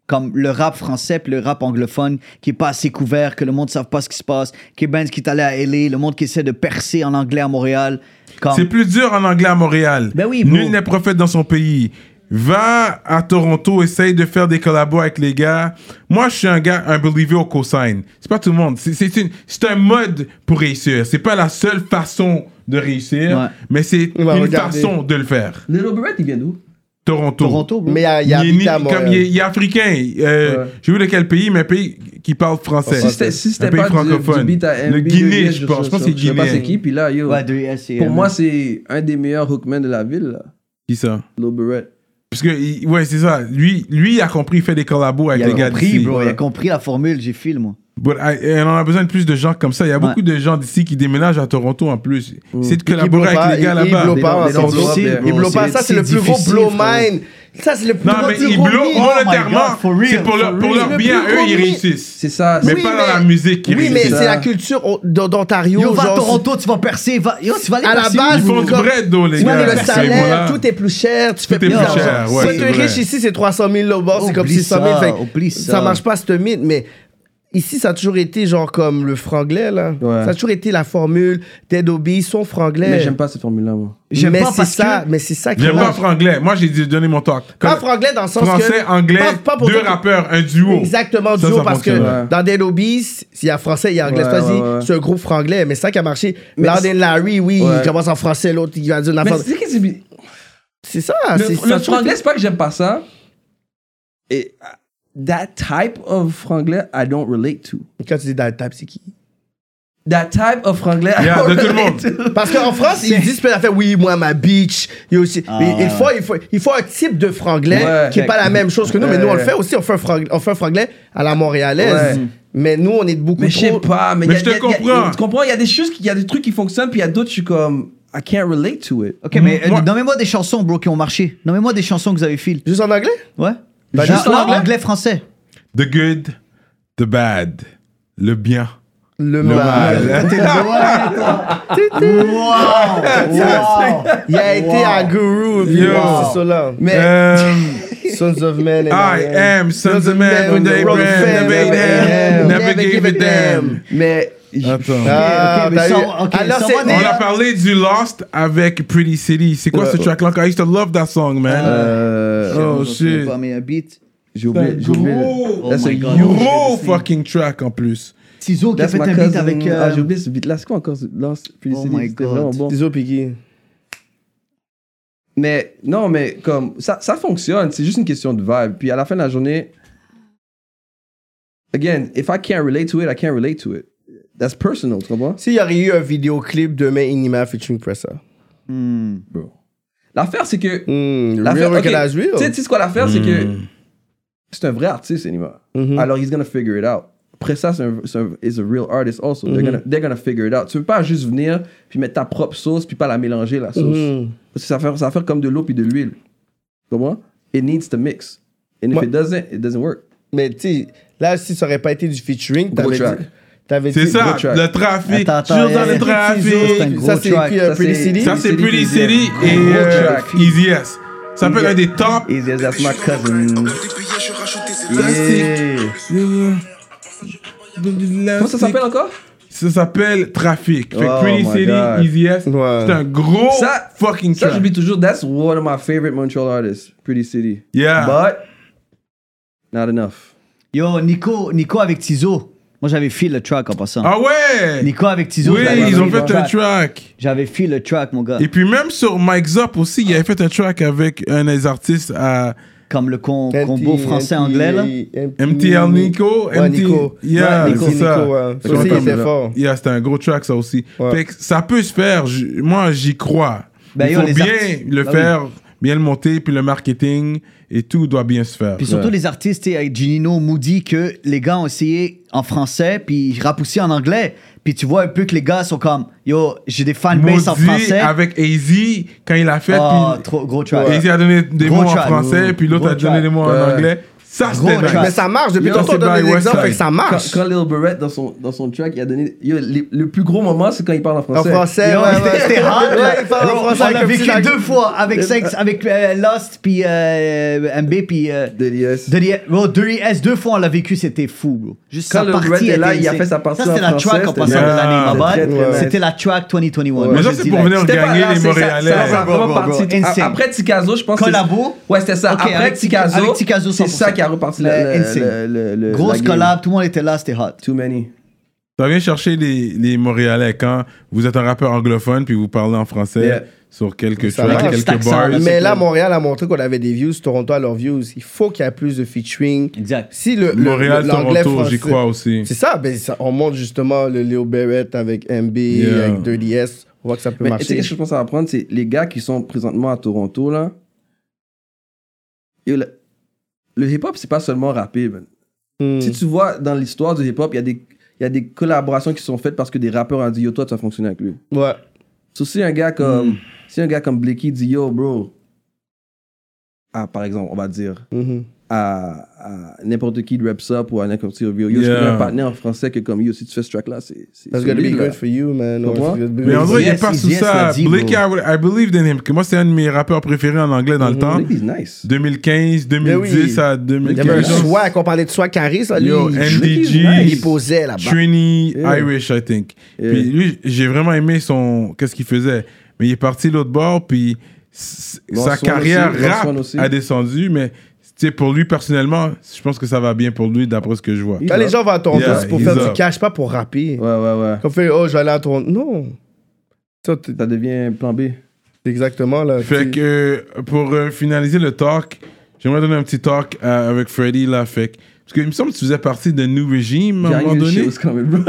B: Comme le rap français, puis le rap anglophone, qui est pas assez couvert, que le monde ne savent pas ce qui se passe, que Benz qui est allé à LA, le monde qui essaie de percer en anglais à Montréal. Comme,
A: C'est plus dur en anglais à Montréal.
B: Ben oui, bro.
A: Nul n'est prophète dans son pays. Va à Toronto, essaye de faire des collabos avec les gars. Moi, je suis un gars, un believer au cosign. C'est pas tout le monde. C'est- C'est une- c'est un mode pour réussir. C'est pas la seule façon de réussir,
B: Ouais.
A: mais c'est
D: On
A: une
D: va regarder.
A: façon de le faire.
C: Little Beret, il vient d'où?
A: Toronto.
B: Toronto, bro.
D: Mais il y a, Ah, il y a
A: il, est
D: habité
A: ni-
D: à
A: comme
D: Montréal.
A: il est, il est africain. Euh,
C: Ouais.
A: Je sais pas de quel pays, mais un pays qui parle français.
C: Si c'était si c'était
A: Un pays
C: pas du,
A: francophone.
C: du beat à
A: Le
C: MB,
E: E,
A: Guinée,
C: yes,
A: je pense. Je pense que c'est
C: Je sais pas
A: Guinée.
C: c'est qui, puis là, yo.
B: Ouais, de US et
C: Pour
B: euh,
C: moi, c'est un des meilleurs hookmen de la ville, là.
A: Qui ça?
C: Lil Beret.
A: Parce que, il- ouais, c'est ça. Lui, lui, il a compris, il fait des collabos
B: il
A: avec
B: a
A: les gars
B: compris,
A: d'ici.
B: bro, il a compris la formule, j'ai filmé, moi.
A: But I- et on en a besoin de plus de gens comme ça. Il y a beaucoup de gens d'ici qui déménagent à Toronto en plus. C'est de
D: Ils Mm. bloquent
A: collaborer
D: pas,
A: avec les gars
D: ils- ils
A: là-bas.
D: bloquent pas
C: Des- des
D: ensemble.
C: Toronto,
D: Ils
C: bro,
D: bloquent pas.
C: c'est-
D: Ça, c'est le
C: c'est
D: plus gros
C: difficile,
D: blow
C: frérot.
D: mind Ça, c'est oh, le plus
A: Non,
D: gros
A: mais
D: du
A: ils
D: gros
A: bloquent
C: Oh
D: mythe.
A: volontairement.
B: for real,
A: C'est pour, leur-
B: for
A: pour leur
D: real.
A: bien,
D: Le plus
A: eux,
D: gros
A: ils
D: mythe.
A: réussissent.
C: C'est ça.
A: Mais
C: c'est-
A: pas dans la musique qu'ils
D: Oui, mais
A: réussissent.
D: c'est la culture au- d'o- d'Ontario.
B: Yo, va à
D: genre,
B: Toronto, tu vas percer. Va, yo, tu vas aller
D: À la
B: percer
D: base,
B: où?
A: Ils font du
D: comme-
A: bread, though, les
D: c'est- Ouais,
A: gars.
D: mais le
A: ces
D: salaire,
A: mots-là.
D: tout est plus cher, tu
A: Tout
D: fais
A: est
D: plus
A: plus
D: d'argent.
A: cher, ouais,
D: Si tu
A: c'est
D: es
A: vrai.
D: riche ici, c'est 300 000 là-bas, c'est comme
B: Oublie
D: 600 000.
B: ça,
D: fait que
B: oublie
D: ça
B: ça.
D: marche pas, ce mythe, mais ici, ça a toujours été genre comme le franglais, là. Ça a toujours été la formule Ted Obi, son franglais.
E: Mais j'aime pas cette formule-là, moi.
B: J'aime
D: Mais
B: pas
D: c'est
B: parce
D: ça,
B: que-
D: mais c'est ça qui
A: J'aime pas
D: marche.
A: franglais. Moi, j'ai dit, donnez mon talk.
D: Pas
A: Comme-
D: franglais dans le sens que...
A: Français, anglais,
D: pas- pas pour
A: deux
D: dire que-
A: rappeurs, un duo.
D: Exactement,
A: Ça,
D: duo,
A: ça
D: parce que
A: fonctionne,
D: dans des lobbies, s'il y a français, il y a anglais.
E: Ouais,
D: Toi,
E: ouais,
D: dis,
E: ouais.
D: c'est un groupe franglais, mais c'est ça qui a marché. Loud and Larry, oui,
E: Ouais.
D: il commence en français, l'autre, il va dire une
E: Mais
D: affaire-
E: c'est que c'est bi-
D: C'est ça,
E: le,
C: Ah,
D: c'est
E: le
D: ça.
E: franglais, c'est pas que j'aime pas ça. Et
C: ah,
E: uh, that type of franglais, I don't relate to.
D: Quand tu dis dans le table, c'est qui
E: That type of franglais, I
A: Yeah,
E: don't
A: de tout le
E: relate
A: monde.
E: to.
D: Parce qu'en France, ils disent plein d'affaires. Oui, moi, ma bitch. Il y a aussi- il, il faut, il, faut, il faut un type de franglais
E: Ouais.
D: qui n'est pas la même chose que nous, mais nous, on le
E: Ouais.
D: fait aussi. On fait un franglais, on fait un franglais à la montréalaise.
E: Ouais.
D: Mais nous, on est beaucoup
E: Mais je sais
D: trop...
E: pas, mais,
A: Mais
E: y a-
A: je te
E: y a- y a-
A: comprends.
E: Tu comprends, il y a des choses, qui- il y a des trucs qui fonctionnent, puis il y a d'autres, je suis comme, I can't relate to it.
B: Ok, mais euh,
A: Moi-
B: nommez-moi des chansons, bro, qui ont marché. Nommez-moi des chansons que vous avez feel.
D: Juste en anglais
B: Ouais.
D: Bah,
B: Juste
D: juste en
B: en
D: anglais.
B: anglais, français.
A: The good, the bad, le bien,
D: Le
A: le
D: mal.
A: mal.
D: Il a été un guru.
A: Yo.
D: C'est ça, là.
A: Um,
D: Sons of Men. and
A: I am sons of man with
D: the road of
A: Abraham.
D: fame,
A: Never ate ham,
D: Abraham.
A: never gave a damn.
E: Mais
A: Attends.
B: Ok, ok,
D: Ah, t'as
B: mais
D: eu-
B: sans- ok,
D: Alors,
B: sans
D: c'est-
B: bonne-
A: On a parlé du Lost avec Pretty City. C'est
E: Euh,
A: quoi ce track là I used to love that song, man.
C: Euh,
A: oh shit.
B: Pas, mais Euh, un beat.
E: j'ai
A: C'est un
E: oublié. j'ai oublié le-
A: Gros,
E: That's a
B: my God.
E: huge-
A: gros fucking track en plus.
B: Tizo qui a
E: That's
B: fait
E: my
B: un beat
E: cousin.
B: avec. euh,
E: Ah, j'ai oublié ce beat là. C'est quoi encore ce Lost Felicity,
B: Oh my
E: c'était
B: God.
E: vraiment bon.
D: Tizo Piggy.
E: Mais non, mais comme ça, ça fonctionne. C'est juste une question de vibe. Puis à la fin de la journée, again, if I can't relate to it, I can't relate to it. That's personal, tu comprends?
D: S'il y aurait eu un vidéoclip de May Inima featuring Pressa.
B: hmm.
E: L'affaire, c'est que.
D: Hmm,
E: L'affaire,
D: real
E: ok,
D: recognize real.
E: Tu sais- tu sais, c'est quoi l'affaire? C'est que. C'est un vrai artiste, Anima.
D: Mhm.
E: Alors, he's gonna figure it out. Après ça, c'est un, c'est un- is a real artist also. They're, gonna, they're gonna figure it out. Tu peux pas juste venir, puis mettre ta propre sauce, puis pas la mélanger, la sauce.
D: Mhm.
E: Parce que ça va faire, ça va faire comme de l'eau puis de l'huile. Tu comprends? It needs to mix. And if
D: Ouais.
E: it doesn't, it doesn't work.
D: Mais tu sais, là, si ça aurait pas été du featuring,
E: Gros
D: t'avais
E: track.
D: dit. T'avais
A: C'est
D: dit-
A: ça,
E: gros track.
A: le trafic.
B: Attends, attends,
A: Toujours dans
B: yeah,
A: le
B: yeah.
A: trafic.
B: un gros
D: Ça, c'est
B: track.
D: puis, euh,
E: Ça,
D: Pretty
E: c'est-
D: City.
A: Ça, c'est
E: City,
A: Pretty
E: Easy
A: City
E: Yes.
A: et
E: hein. Gros
A: euh,
E: track.
A: Easy Yes. Ça peut être un des top.
E: Easy as that's my cousin.
A: classiques.
E: Comment ça s'appelle encore?
A: Ça s'appelle Trafic. Fait que
E: Oh
A: Pretty
E: my
A: City,
E: God.
A: Easy Yes,
D: Ouais.
A: c'est un gros
E: Ça-
A: fucking
E: Ça,
A: track.
E: j'oublie toujours. That's one of my favorite Montreal artists. Pretty City.
A: Yeah.
E: But, not enough.
B: Yo, Nico, Nico avec Tizo. Moi, j'avais feel le track en passant.
A: Ah ouais!
B: Nico avec Tizo.
A: Oui,
B: j'avais
A: ils ont
B: feel le
A: fait un track.
B: J'avais feel le track, mon gars.
A: Et puis même sur Mike Zop aussi, il avait fait un track avec un des artistes à
B: Comme le con-
D: NT,
B: combo français-anglais, là.
D: NT,
A: MTL Nico.
D: Ouais, Nico.
A: Yeah,
D: Ouais, Nico,
A: c'est ça.
D: Nico, ouais. Ça
A: Sur
D: aussi,
A: un
D: il était
A: tableau.
D: fort.
A: Yeah, c'était un gros track, ça aussi.
D: Ouais.
A: Fait que ça peut se faire. J- Moi, j'y crois.
B: Ben,
A: Il
B: yo,
A: faut
B: les
A: bien
B: artistes-
A: le
B: Bah oui.
A: faire, bien le monter, puis le marketing et tout doit bien se faire.
B: Puis surtout les artistes, tu sais, avec Ginino, Moody, que les gars ont essayé en français, puis rap aussi en anglais. Puis tu vois un peu que les gars sont comme, yo, j'ai des fanbase en
A: Maudit
B: français.
A: avec AZ, quand il l'a fait,
D: Ah,
B: Oh,
A: puis
B: trop gros track.
A: AZ a donné des
B: Gros
A: mots en
B: track.
A: français, puis l'autre
B: Gros
A: a donné
B: track.
A: des mots en
E: Ouais.
A: anglais. Ça,
B: Gros
A: c'était
B: track.
D: Mais
A: nice.
D: ça marche, depuis
A: Yo,
D: tantôt,
A: c'est
D: on donne
A: by
D: des exemples,
A: Westside.
D: fait que ça
E: Quand,
D: marche.
E: quand Lil Barrett, dans son, dans son track, il a donné. yo, les- le plus gros moment, c'est quand il parle en
D: En
E: français.
D: français,
B: Yo,
D: ouais, ouais.
B: c'était hard, là.
D: Ouais, il parle en
B: Bro,
D: français
B: on l'a
D: comme
B: vécu
D: si la-
B: deux fois avec Sex, avec euh, Lost, puis euh, MB, puis euh,
E: DDS.
B: Dirty S- bro, Dirty S, deux fois on l'a vécu, c'était fou, bro. Juste
E: Quand
B: sa
E: le
B: partie
E: Red est là,
B: était
E: il a
B: insane.
E: fait sa partie
B: Ça, c'était
E: en
B: la
E: français,
B: track en
E: c'était Ah,
B: passant de
A: bien.
B: l'année, ma
E: C'était
B: bad.
E: très, très
B: C'était la track 2021.
A: Mais ça,
B: Je
A: c'est
B: dis
A: pour
B: là.
A: venir
E: C'était pas-
A: gagner
E: non,
A: les
E: c'est-
A: Montréalais.
E: ça- ça- ça
B: Bro, bro,
E: vraiment
B: bro,
E: parti-
B: bro, insane.
E: a- Après Ticazo, je pense. que
B: Collabo.
E: c'est- Ouais, c'était ça.
B: Ok,
E: Après
B: avec Ticazo,
E: Ticazo,
B: Ticazo,
E: c'est
B: 100%.
E: ça qui a reparti le-
B: Ouais, insane.
E: le- le- le- la
B: Grosse
E: game.
B: collab, tout le monde était là, c'était hot.
E: Too many.
A: Ça vient chercher les, les Montréalais quand vous êtes un rappeur anglophone, puis vous parlez en français
E: Yeah.
A: sur quelques
D: Ça
A: tracks,
D: marche.
B: Avec
A: quelques
B: cet accent,
A: bars.
B: là,
D: Mais
B: c'est
D: là,
B: cool.
D: Montréal a montré qu'on avait des views, Toronto a leurs views. Il faut qu'il y ait plus de featuring.
B: Exact.
D: Si le, le-
A: Montréal,
D: le- l'anglais
A: Toronto, j'y
D: français-
A: crois aussi.
D: C'est ça, ben, ça- on montre justement le Léo Barrett avec MB,
A: Yeah.
D: avec Dirty S. On voit que ça peut
E: Mais tu sais,
D: marcher.
E: qu'est-ce que je pense à apprendre, c'est les gars qui sont présentement à Toronto, là. yo, le le hip-hop, c'est pas seulement rapper, man.
D: Hmm.
E: Si tu vois dans l'histoire du hip-hop, il y, a des- il y a des collaborations qui sont faites parce que des rappeurs ont dit Yo, toi, tu as fonctionné avec lui.
D: Ouais. Hmm.
E: So, si un gars comme, si un gars comme Blicky dit Yo, bro, à, ah, par exemple, on va dire,
D: Mhm.
E: à, à n'importe qui de Reps Up ou à n'importe qui de Yo, je
A: Yeah.
E: connais un partenaire en français que comme, yo, si tu fais ce track-là, c'est. c'est-
D: That's
E: c'est
D: gonna be
E: big, là.
D: good for you, man. Or it's
E: Comprends?
D: gonna be-
A: Mais en vrai, il est
B: Yes,
A: pas sous
B: yes,
A: ça.
B: l'a dit,
A: Blake, I,
B: bro.
A: I believed in him. Que moi, c'est un de mes rappeurs préférés en anglais
D: Mm-hmm.
A: dans le temps.
E: Big is nice.
A: 2015, 2010
D: oui.
A: à
D: Il y avait un
A: 2015.
D: swag, qu'on parlait de swag Caris, là, lui,
A: Yo,
D: il-
A: MDG.
D: il posait
E: Ah, bah.
D: là-bas.
A: Trini Irish, I think. Puis lui, j'ai vraiment aimé son. Qu'est-ce qu'il faisait. Mais il est parti l'autre bord, puis s-
E: Lost
A: sa
E: One
A: carrière
E: aussi, Lost
A: rap
E: One aussi.
A: a descendu. Mais tu sais, pour lui, personnellement, je pense que ça va bien pour lui, d'après ce que je vois.
D: Quand les gens vont à Toronto,
A: Yeah,
D: c'est pour
A: he's
D: faire
A: up.
D: du cash, pas pour rapper.
E: Ouais, ouais, ouais.
D: Comme fait, oh, je vais aller à Toronto. Non. Ça, t-
E: Ça devient plan B.
D: c'est exactement là.
A: Fait
D: tu-
A: que euh, pour euh, finaliser le talk, j'aimerais donner un petit talk à- avec Freddy là. Fait que- parce qu'il me semble que tu faisais partie d'un New Régime à un
E: Gang
A: moment
E: the
A: donné.
E: shit was coming, bro.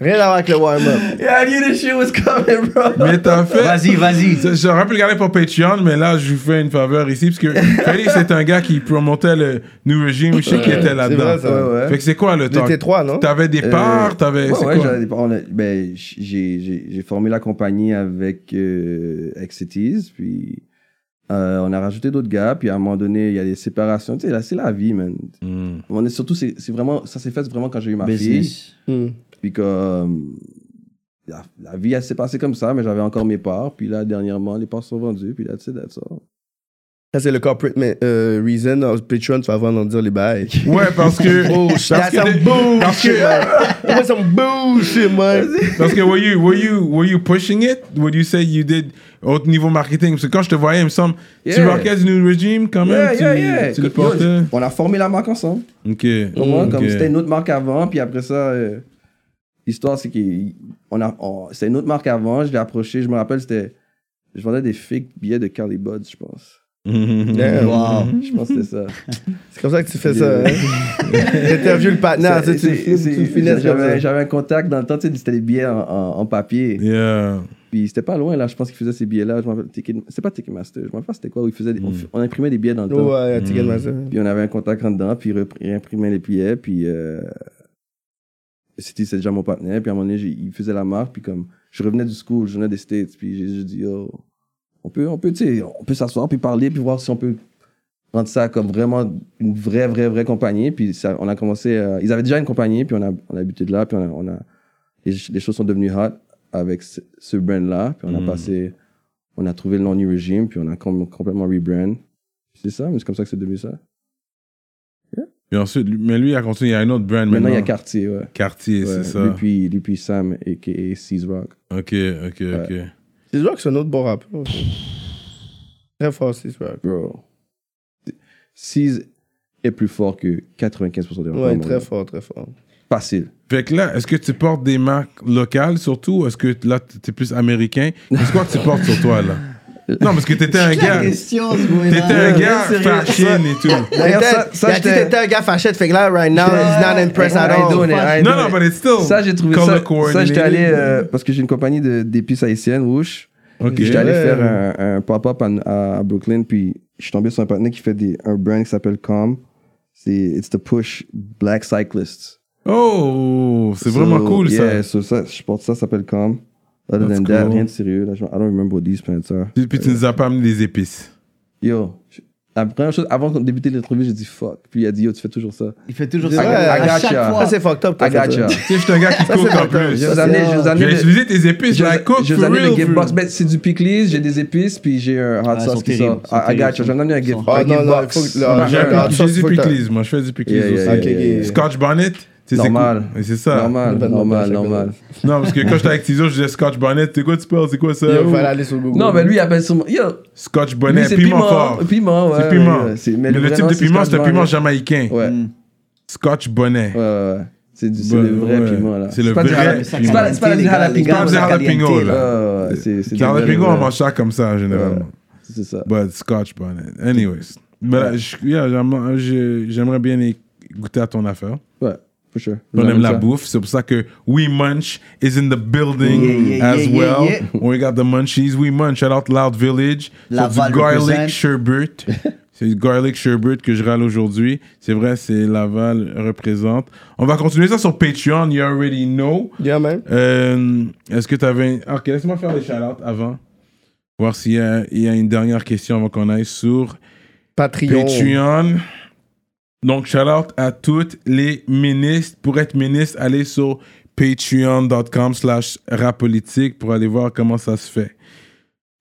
D: Rien à voir avec le warm-up.
E: Yeah, I knew this shit was coming, bro.
A: Mais t'as fait.
B: Vas-y,
E: Ah,
B: vas-y.
A: Ça, J'aurais pu le garder pour Patreon, mais là, je vous fais une faveur ici, parce que Freddy, c'est un gars qui promotait le New Régime. Je sais qu'il était là-dedans.
D: vrai, ça.
E: Ouais, ouais.
A: Fait que c'est quoi le talk?
D: J'étais trois, non?
A: T'avais des parts, t'avais. c'est
E: Ouais, ouais,
A: quoi?
E: j'en ai- on a- ben, j- j'ai, j'ai, j'ai formé la compagnie avec, euh, avec Cities, puis euh, on a rajouté d'autres gars, puis à un moment donné, il y a des séparations. Tu sais, là, c'est la vie, man.
A: Mm.
E: On est surtout, c'est, c'est vraiment, ça s'est fait vraiment quand j'ai eu ma fille.
B: Business.
D: Hmm.
E: Puis comme. La, la vie, elle s'est passée comme ça, mais j'avais encore mes parts. Puis là, dernièrement, les parts sont vendues, puis là, tu sais, that's ça.
D: Ça, c'est le corporate mais, euh, reason. Alors, Patreon, tu vas avant d'en dire les bails. Oh,
A: Ouais, parce que. parce
D: That's
A: que,
D: some bullshit,
A: que-
D: man. That's some bullshit, man.
A: Parce que were you, were you, were you pushing it? Would you say you did au niveau marketing? Parce que quand je te voyais, il me semble, tu
E: Yeah.
A: marquais du New Regime quand même?
E: Yeah,
A: tu,
E: yeah, yeah.
A: tu le
E: Yo,
A: portais?
E: On a formé la marque ensemble.
A: Ok.
E: Pour moi, comme
A: Ok.
E: c'était une autre marque avant, puis après ça, euh, l'histoire, c'est qu'il- on a, on- c'était une autre marque avant, je l'ai approché, je me rappelle, c'était, je vendais des fake billets de Carly Buds, je pense. Euh,
D: Damn.
B: Wow.
E: Je pense que c'était ça.
D: C'est comme ça que tu fais ça. Hein? T'interviews le partenaire, tu,
E: C'est-
D: sais, tu,
E: c'est-
D: finis-
E: c'est-
D: tu finisses comme
E: j'avais,
D: ça.
E: j'avais un contact dans le temps, tu sais, c'était des billets en, en- en papier.
A: Yeah.
E: Puis c'était pas loin, là, je pense qu'il faisait ces billets-là. Je m'en rappelle, Ticket- C'était pas Ticketmaster, je me rappelle pas c'était quoi, où il faisait des- on, f- on imprimait des billets dans le temps.
D: Oh, ouais, Ticketmaster.
E: Puis on avait un contact en dedans, puis il repr- il imprimait les billets, puis euh, c'était c'était déjà mon partenaire. Puis à un moment donné, j'ai- il faisait la marque, puis comme je revenais du school, je venais des States, puis j'ai j'ai dit, oh, on peut, on peut, tu sais, on peut s'asseoir, puis parler, puis voir si on peut rendre ça comme vraiment une vraie, vraie, vraie compagnie. Puis ça, on a commencé, euh, ils avaient déjà une compagnie, puis on a, on a buté de là, puis on a, on a- les, ch- les choses sont devenues hot avec ce, ce brand-là, puis on
A: Mm.
E: a passé, on a trouvé le nom New Regime, puis on a com- complètement rebrand. Puis C'est ça, mais c'est comme ça que c'est devenu ça.
A: Puis ensuite, lui- mais lui, il a continué, il y a un autre brand maintenant.
E: Maintenant, il y a Cartier, ouais.
A: Cartier,
E: Ouais,
A: c'est ça.
E: Lui puis, lui puis Sam, a.k.a. Seas Rock.
A: Ok, ok, ok.
D: C'est sûr que c'est un autre bon rap. Très fort, c'est sûr.
E: Bro. Seas est plus fort que 95% des rappeurs
D: Ouais,
E: au
D: très
E: monde.
D: fort, très fort.
E: Facile.
A: Fait que là, est-ce que tu portes des marques locales surtout? ou Est-ce que là, t'es plus américain? C'est quoi que tu portes sur toi, là? Non, parce que t'étais un gars.
B: question,
A: T'étais un gars fashion et tout.
E: D'ailleurs, ça,
D: Il
E: ça,
D: a dit
E: j'étais-
D: t'étais un gars fâché, fait que là, right now, he's not impressed at
E: I ain't
D: all.
E: doing it, I ain't
A: Non,
E: doing
A: non,
E: it.
A: but it's still.
E: Ça, j'ai trouvé
A: color
E: ça. Ça,
A: coordinated.
E: j'étais allé, euh, parce que j'ai une compagnie de- d'épices haïtiennes, rouge.
A: Ok.
E: J'étais allé
D: Ouais.
E: faire un, un pop-up à, à Brooklyn, puis je suis tombé sur un partenaire qui fait des, un brand qui s'appelle Calm. C'est It's the Push Black Cyclists.
A: Oh, c'est vraiment cool ça.
E: yeah, so ça, je pense que ça s'appelle comme. Other
A: That's
E: than that,
A: cool.
E: rien de sérieux. Là, je- I don't remember these plans are.
A: Puis, puis tu nous as pas amené des épices.
E: Yo, je- la première chose, avant qu'on débute l'entrevue, j'ai dit fuck. Puis il a dit yo, tu fais toujours ça.
B: Il fait toujours
D: Ouais,
B: ça. à
E: I
B: chaque
E: gotcha.
B: fois.
D: Ça, c'est fucked up.
E: I
D: t'as fait
E: gotcha.
D: ça.
A: Tu sais, je suis un gars qui cook en plus.
E: Je vous amenais, je vous
A: J'ai
E: amenais. le-
A: utilisé tes épices,
E: Je vous
A: like cook
E: je vous
A: for
E: amenais
A: real.
E: le gift
A: bro.
E: box. Ben, c'est du pickles, j'ai des épices, puis j'ai un hot
B: Ah,
E: sauce
B: sont
E: qui
B: terribles,
E: sort.
B: sont
E: I I
B: terribles,
E: gotcha. J'en ai amené un gift
D: Ah,
E: un
D: non,
E: gift
D: non,
E: box.
D: faut que- là,
E: Ah,
A: J'ai
E: j'ai un
D: là,
E: hot-
A: j'ai
D: ça,
A: du
D: faut que t'as-
A: pickles, moi. Je fais du pickles
E: Yeah,
A: aussi.
E: yeah,
D: yeah, yeah, yeah.
A: Scotch bonnet. tu sais, c'est
E: Normal.
A: cool. Et C'est ça.
E: Normal,
D: Complètement
E: normal,
D: pas,
E: normal.
A: Non, parce que quand j'étais avec Tizo, je disais Scotch bonnet. C'est quoi tu parles? C'est quoi ça?
D: Il fallait aller sur Google.
E: Non, mais lui, il appelle sûrement. Yo,
A: Scotch
E: lui,
A: bonnet,
E: c'est
A: piment fort.
E: Piment, ouais.
A: C'est piment.
E: ouais, c'est-
A: Mais le
E: vrai
A: type
E: nom,
A: de piment, c'est un
E: Scotch
A: piment
E: Bonnet.
A: jamaïcain.
E: Ouais.
A: Scotch bonnet.
E: Ouais, ouais, ouais. C'est du- c'est
A: Ouais,
E: le vrai
A: Bah, ouais.
E: piment, là.
A: C'est le
E: pas du
A: vrai
E: jala-
A: piment.
E: C'est pas, c'est pas
B: Les
E: du
B: gars, les
E: jalapeno.
B: gars,
A: Pas
B: la
A: du jalapeno,
B: caliente.
E: Ouais,
A: là.
E: ouais, ouais, c'est- c'est du
A: Dans
E: vrai,
A: le pingo,
E: ouais.
A: on Bah, mange ça comme ça, généralement.
E: C'est ça.
A: But scotch bonnet. Anyways. Mais là, je- yeah, j'aime- je- j'aimerais bien é- goûter à ton affaire.
E: Ouais, for sure.
A: On
E: J'aime
A: aime la
E: ça.
A: bouffe. C'est pour ça que We Munch is in the building
B: Yeah, yeah,
A: as
B: yeah,
A: well.
B: yeah,
A: We got the munchies. We Munch. Shout out Loud Village.
B: La
A: c'est
B: Val
A: du garlic
B: représente.
A: sherbet. c'est du garlic sherbet que je râle aujourd'hui. C'est vrai, c'est Laval représente. On va continuer ça sur Patreon. You already know.
D: Yeah, man.
A: Euh, Est-ce que tu avais. Ok, laisse-moi faire les shout avant. Voir s'il y a, il y a une dernière question avant qu'on aille sur
D: Patreon.
A: Patreon. Donc, shout out à toutes les ministres. Pour être ministre, allez sur patreon.com slash rapolitique pour aller voir comment ça se fait.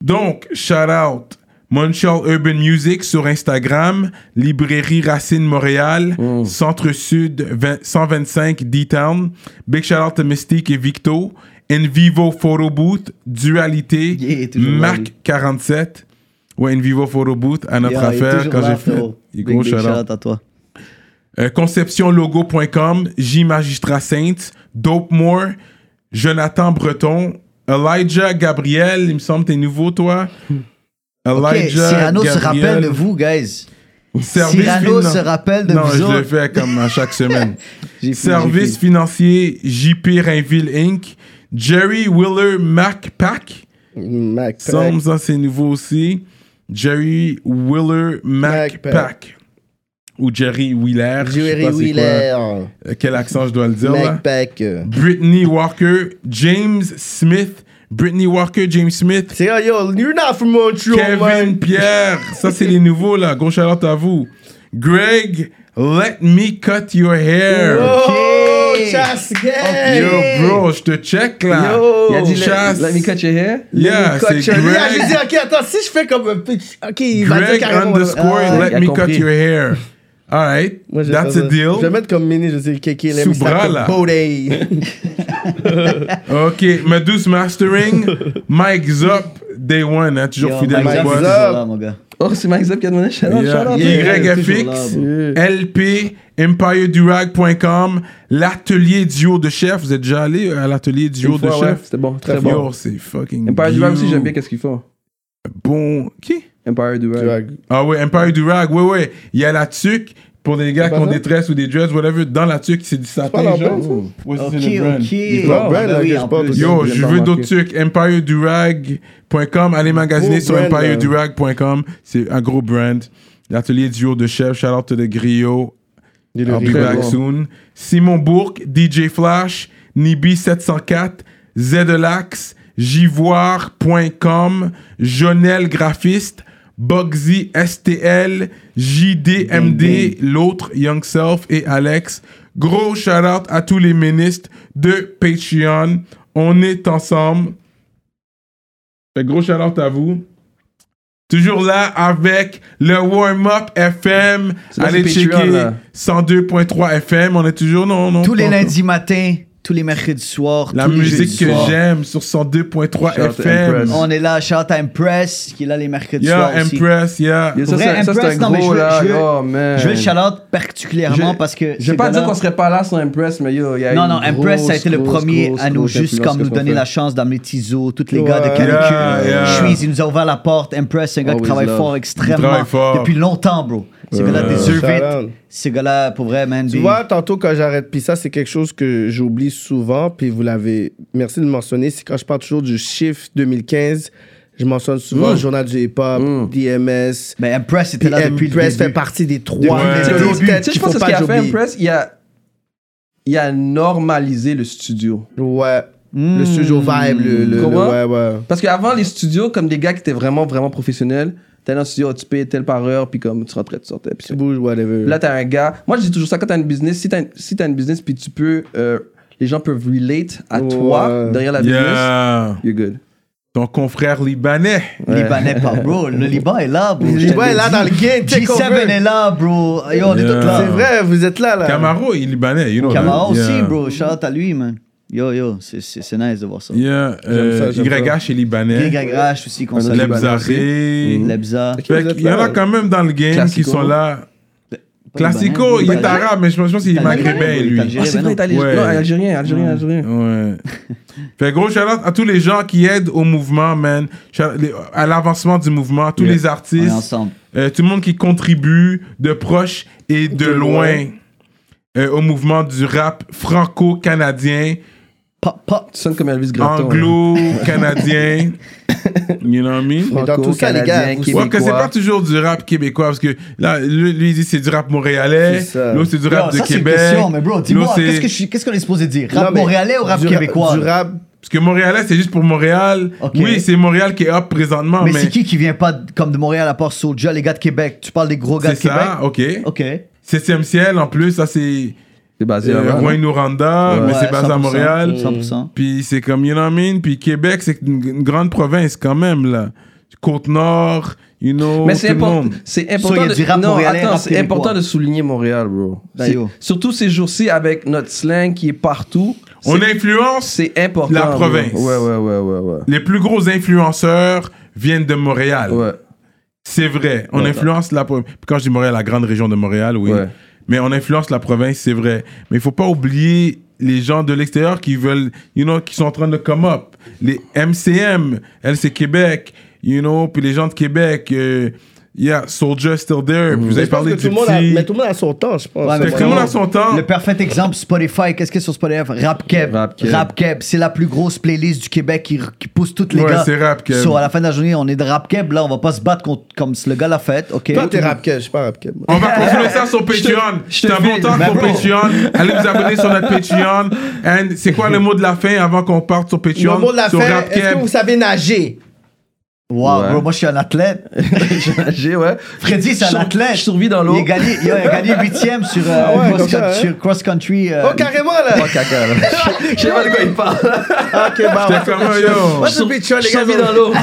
A: Donc, shout out Montreal Urban Music sur Instagram, Librairie Racine Montréal,
B: Mm.
A: Centre Sud 20 125 D-Town. Big shout out à Mystique et Victo, Envivo Photo Booth, Dualité,
B: Yeah, toujours là, lui.
A: Marc 47. Ouais, Envivo Photo Booth à notre
B: Yeah, il est
A: affaire
B: toujours
A: quand
B: là,
A: j'ai fait.
B: frérot.
A: Et
B: Big,
A: gros
B: big
A: shout-out.
B: shout-out à toi.
A: Euh, ConceptionLogo.com, J Magistrat Saint, Dope Moore, Jonathan Breton, Elijah Gabriel, il me semble que t'es nouveau toi.
B: Ok,
A: Elijah
B: Cyrano se
A: Gabriel,
B: rappelle de vous, guys.
A: Service
B: Cyrano
A: finan-
B: se rappelle de
A: non,
B: vous
A: je le
B: autres.
A: fais comme à chaque semaine.
B: J'ai fini, j'ai
A: Service
B: fini.
A: financier JP Rainville Inc. Jerry Wheeler Mac Pack.
D: Mac Pack.
A: Somme, ça c'est nouveau aussi. Jerry Wheeler Mac
D: Mac Pack.
A: Pack. Ou Jerry Wheeler. je sais
D: Jerry
A: pas c'est quoi,
D: Wheeler.
A: euh, quel accent je dois le dire là.
D: Mac Pack. euh.
A: Brittany Walker, James Smith, Brittany Walker, James Smith,
D: C'est oh, yo, you're not from Montreal,
A: Kevin
D: man.
A: Pierre. Ça, c'est les nouveaux, là. Gros shout-out à vous. Greg, let me cut your hair.
D: Oh,
B: Ok.
D: chasse gay.
A: Yo, bro, je te check, là.
D: Yo.
A: Il a dit Oh, chasse.
E: Let me cut your hair.
A: Yeah, c'est
D: Ah, Je lui ai dit,
A: Greg,
D: ok, attends, si je fais comme un pitch, ok, il va dire
A: Greg
D: carrément.
A: underscore,
D: Ah,
A: let
E: il a
A: me cut
E: compris.
A: your hair. All right,
D: moi, je vais
A: that's
D: faire
A: a
D: ça.
A: deal.
D: Je vais mettre comme mini, je sais, Kiki, let me
A: Sous bras,
D: start
A: là.
D: the booty.
A: OK, Medus Mastering, Mike's up, day one, hein, toujours
B: Yo,
A: fidèle.
B: Mike
A: au
B: Zap,
A: pote.
B: toujours là, mon gars.
E: Oh, c'est Mike Zep qui a demandé shout out, shout
A: Yeah.
E: out.
B: Yeah,
A: YFX,
B: toujours là,
A: LP, EmpireDurag.com, l'atelier duo de chef. Vous êtes déjà allé à l'atelier duo
E: Une
A: de
E: fois, ouais,
A: chef?
E: C'était bon, très
A: Yo,
E: bon.
A: c'est fucking.
E: Empire Duval aussi,
A: you.
E: j'aime bien qu'est-ce qu'ils font.
A: Bon. Qui?
E: Empire Duval.
A: Ah ouais, Empire Durag, ouais, ouais. Il y a la tuque pour les gars qui
D: pas
A: ont
D: ça?
A: des tresses ou des dreads, whatever. Dans la tuque, c'est du satin,
D: pas leur
A: genre.
D: brand, ça?
A: Ouais,
B: Ok,
A: Oh. c'est le brand.
B: ok.
D: leur
B: Ah,
D: brand,
B: bah
D: là,
B: oui,
D: que je
B: en
D: porte
B: plus.
D: aussi.
A: Yo,
E: J'ai
A: je
E: pas
A: veux d'autres
E: remarqué.
A: trucs. EmpireDurag.com. Allez magasiner
D: Gros
A: sur
D: brand, là.
A: EmpireDurag.com. C'est un gros brand. L'atelier duo de chef. Shout out to the griot. I'll be
E: Très
A: back
E: bon.
A: soon. Simon Bourque, DJ Flash, Nibi704, Zedelax, Jivoire.com, Jonel Graphiste, Bugsy STL, JDMD, l'autre Young Self et Alex. Gros shout out à tous les ministres de Patreon. On est ensemble. Fait gros shout out à vous. Toujours là avec le Warm Up FM.
E: là,
A: Allez
E: c'est
A: checker
E: Patreon, là.
A: 102.3 FM. On est toujours non non.
B: Tous les
A: pas-
B: lundis matins, tous les mercredis soirs.
A: La
B: tous les
A: musique
B: jeudis
A: que
B: soirs.
A: j'aime sur 102.3
E: Shout out to
A: FM.
E: Empress.
B: On est là, shout out à Impress, qui est là les mercredis soirs.
A: Yeah,
B: aussi.
A: Empress, yeah.
E: Yo, Ça,
B: Vrai
E: c'est- ça, c'est un
B: Impress, non, mais je
E: gros
B: veux-
E: là.
B: je veux-
E: Oh man.
B: Je veux le shout out particulièrement
E: Je-
B: parce que.
E: Je vais
B: ces
E: pas dire
B: gars-là-
E: qu'on serait pas là sans Impress, mais yo, il y a
B: Non,
E: une
B: non, Impress, ça a été le
E: grosse,
B: premier
E: grosse,
B: à nous
E: grosse
B: juste
E: influence
B: comme nous
E: sur ce qu'on
B: donner
E: fait.
B: la chance d'amener Tizo, tous les gars de
D: Ouais. Oh,
B: Canicule.
A: Yeah, yeah.
B: Suisse, il nous a ouvert la porte. Impress, c'est un gars qui
E: Always
B: travaille
E: love.
B: fort extrêmement
A: travaille fort.
B: depuis longtemps, bro. Ces gars-là
D: Shout
B: des
D: out.
B: Ces gars-là, pour vrai, man.
D: Tu
B: des-
D: vois, tantôt quand j'arrête, puis ça, c'est quelque chose que j'oublie souvent, puis vous l'avez. Merci de le mentionner. C'est quand je parle toujours du chiffre 2015, je mentionne souvent le journal du hip-hop, DMS.
B: Mais Impress était
D: Puis
B: là depuis le
D: Empress fait
B: début.
D: partie des trois
A: Ouais.
D: des
A: Depuis le
D: grosses
A: début.
D: têtes
E: Tu sais, je
D: qu'il
E: pense
D: faut
E: que ce
D: pas
E: qu'il a fait
D: oublier.
E: Impress, il a, il a normalisé le studio.
D: Ouais. Le studio vibe, le. le- le-
E: Comment?
D: ouais, ouais.
E: Parce qu'avant, les studios, comme des gars qui étaient vraiment, vraiment professionnels, t'allais dans le studio, tu payais tel par heure, puis comme tu rentrais, tu sortais. Puis
D: Tu bouges, whatever.
E: là, t'as un gars. Moi, je dis toujours ça quand t'as une business, si t'as une, si t'as une business, puis tu peux. euh, les gens peuvent relate à toi
D: Ouais.
E: derrière la business,
A: Yeah. Ah,
E: you're good.
A: Ton confrère libanais.
B: Libanais, pas, bro. Le Liban est là, bro.
D: Le Liban est là dans le game, check
B: G7
D: over.
B: est là, bro. Yo, on est
A: Yeah.
B: tous là.
D: C'est vrai, vous êtes là, là.
A: Camaro, il est libanais, you know.
B: Camara
A: right?
B: Ah. aussi,
A: Yeah.
B: bro. Shout out à lui, man. Yo, yo, c'est- c'est c'est nice de voir ça.
A: Yeah. euh,
D: ça, j'aime
A: YH est libanais.
B: Greg Agrache aussi, Mm. qu'on salue.
A: Lebzaré.
B: Lebza.
A: Fait qu'il y en a quand même dans le game
E: Classico.
A: qui sont là.
B: Pas
A: Classico, il
B: libanais,
A: est
B: bro.
A: arabe, mais je pense je pense qu'il est
B: Italien,
A: maghrébin,
B: bro,
A: lui.
B: Italien.
E: Ah, c'est vrai, t'as les-
A: Ouais.
E: Non, algérien, algérien, algérien.
A: Ouais. Fait gros shout out à tous les gens qui aident au mouvement, man. Shout- les- À l'avancement du mouvement, tous les
B: On est
A: artistes,
B: ensemble.
A: euh, tout le monde qui contribue de proche et de loin euh, au mouvement du rap franco-canadien,
B: Pop, pop.
E: Tu sonnes comme Elvis
B: hein.
C: hein.
E: Graton.
A: anglo-canadien. you know what I mean?
D: Mais dans tout ça, les gars,
E: Franco-canadien,
D: vous-
A: Ouais, que c'est
E: Québécois.
A: pas toujours du rap québécois, parce que là, lui, lui, il dit c'est du rap montréalais,
D: C'est ça.
A: l'autre c'est du rap
B: Yo,
A: de
B: ça, c'est une
A: Québec.
B: question, mais bro, dis-moi,
A: l'autre, c'est-
B: qu'est-ce que je suis- qu'est-ce qu'on est supposé dire
D: Non,
B: Rap
D: mais
B: montréalais ou rap
D: du ra-
B: québécois
D: Du rap
A: Parce que Montréalais, c'est juste pour Montréal.
B: Ok.
A: Oui, c'est Montréal qui est up présentement, mais,
B: Mais, c'est qui qui vient pas de- comme de Montréal à part Soulja, les gars de Québec Tu parles des gros gars
A: c'est
B: de
A: ça, ok.
B: Québec Ok.
A: Septième ciel, en plus, ça c'est
C: C'est basé
A: euh,
C: là-bas, non?
A: Wayne Ouranda, mais
B: Ouais,
A: c'est basé à
B: 100%,
A: Montréal.
B: 100%.
A: Puis c'est comme, you know what I mean? Puis Québec, c'est une, une grande province quand même, là. Côte-Nord, you know,
C: Mais c'est
A: Oh, tout le
C: important.
A: monde.
C: C'est
B: So, il
C: important.
B: y a
C: de-
B: du rap
C: non,
B: montréalais,
C: attends,
B: rap
C: c'est
B: québécois.
C: important de souligner Montréal, bro.
B: Ben
C: C'est-
B: yo.
C: Surtout ces jours-ci avec notre slang qui est partout.
A: On
C: c'est-
A: influence,
C: C'est important.
A: la
C: bro.
A: province.
C: Ouais, ouais, ouais, ouais, ouais.
A: les plus gros influenceurs viennent de Montréal.
C: Ouais.
A: C'est vrai. On influence la province. Quand je dis Montréal, la grande région de Montréal, oui.
C: Ouais.
A: Mais on influence la province, c'est vrai. Mais il faut pas oublier les gens de l'extérieur qui veulent, you know, qui sont en train de come up. Les MCM, elle c'est Québec, you know, puis les gens de Québec, euh, yeah, Soldier Still There. Puis Vous
D: Mais
A: avez
D: je pense
A: parlé
D: que
A: de
D: tout le monde a- mais tout le monde a son temps, je pense.
B: Ouais, mais
A: Tout le monde a son temps.
B: Le parfait exemple, Spotify. Qu'est-ce qu'il y a sur Spotify Rap Keb.
C: Rap Keb.
B: Rap Keb. C'est la plus grosse playlist du Québec qui, qui pousse toutes les
A: Ouais,
B: gars.
A: c'est Rap Keb.
B: So, à la fin de la journée, on est de Rap Keb. Là, on va pas se battre contre, comme le gars l'a fait. Ok.
D: Toi, t'es rap je suis pas rap moi.
A: On va continuer ça sur Patreon. C'est un bon temps
B: Ben,
A: pour
B: bro.
A: Patreon. Allez vous abonner sur notre Patreon. And c'est quoi le mot de la fin avant qu'on parte sur Patreon?
D: Le mot de la
A: sur
D: fin,
A: Rap
D: est-ce
A: Keb.
D: que vous savez nager?
B: Wow,
C: Ouais.
B: bro, moi je suis un athlète.
C: J'ai, ouais.
B: Freddy, c'est un
C: Sur-
B: athlète.
C: Je survis dans
B: Il
C: l'eau.
B: a gagné, il a gagné 8 sur, euh,
D: Ah ouais,
B: cross,
D: comme ça, hein.
B: sur cross country. euh,
D: Oh, carrément, là!
C: Oh, caca, là. Je sais pas de quoi il parle.
D: Ok, bah,
A: J'étais comme, oh, yo.
D: Moi, je suis Patreon, les
C: Je
D: gars.
C: survis dans l'eau.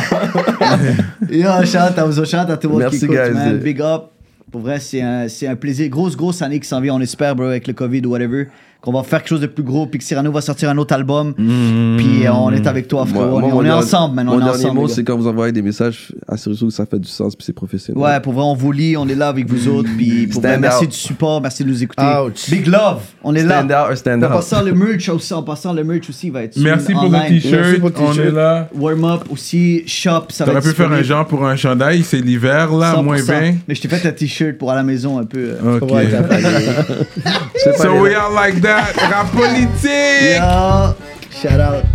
B: Yo, shout out aux shout out à tout le monde qui
C: Merci,
B: écoute,
C: guys.
B: man. Big up. Pour vrai, c'est un, c'est un plaisir. Grosse, grosse année qui s'en vient, on espère, bro, avec le COVID ou whatever, qu'on va faire quelque chose de plus gros, puis que Cyrano va sortir un autre album. Puis euh, on est avec toi, frérot.
C: Moi- Mm-hmm. moi,
B: on est,
C: mon
B: on est
C: dernier-
B: ensemble, man.
C: Mon
B: On est
C: dernier
B: ensemble.
C: mot,
B: les
C: c'est
B: gà.
C: quand vous envoyez des messages, assurez-vous que ça fait du sens puis c'est professionnel.
B: Ouais, pour vrai, on vous lit, on est là avec vous autres. Puis pour vrai,
C: Mm-hmm. Stand
B: merci
C: out.
B: du support, merci de nous écouter.
D: Ouch.
B: Big love, on est
C: Stand
B: là.
C: out or stand
B: En
C: out.
B: passant, le merch aussi, en passant, le merch aussi va être soon
A: Merci pour
B: online.
A: le
D: Merci pour
A: t-shirt.
D: le
A: On
D: t-shirt.
A: est là.
B: Warm up aussi, shop, ça va
A: T'aurais
B: être
A: pu faire un
B: disponible.
A: genre pour un chandail, c'est l'hiver là,
B: 100%.
A: moins 20.
B: Mais je t'ai fait un t-shirt pour à la maison un peu. euh,
A: Ok.
D: Ouais, t'as fait.
C: C'est pas
A: So
C: les-
A: we are like that. Rap politique!
B: Yo, Ah, shout out.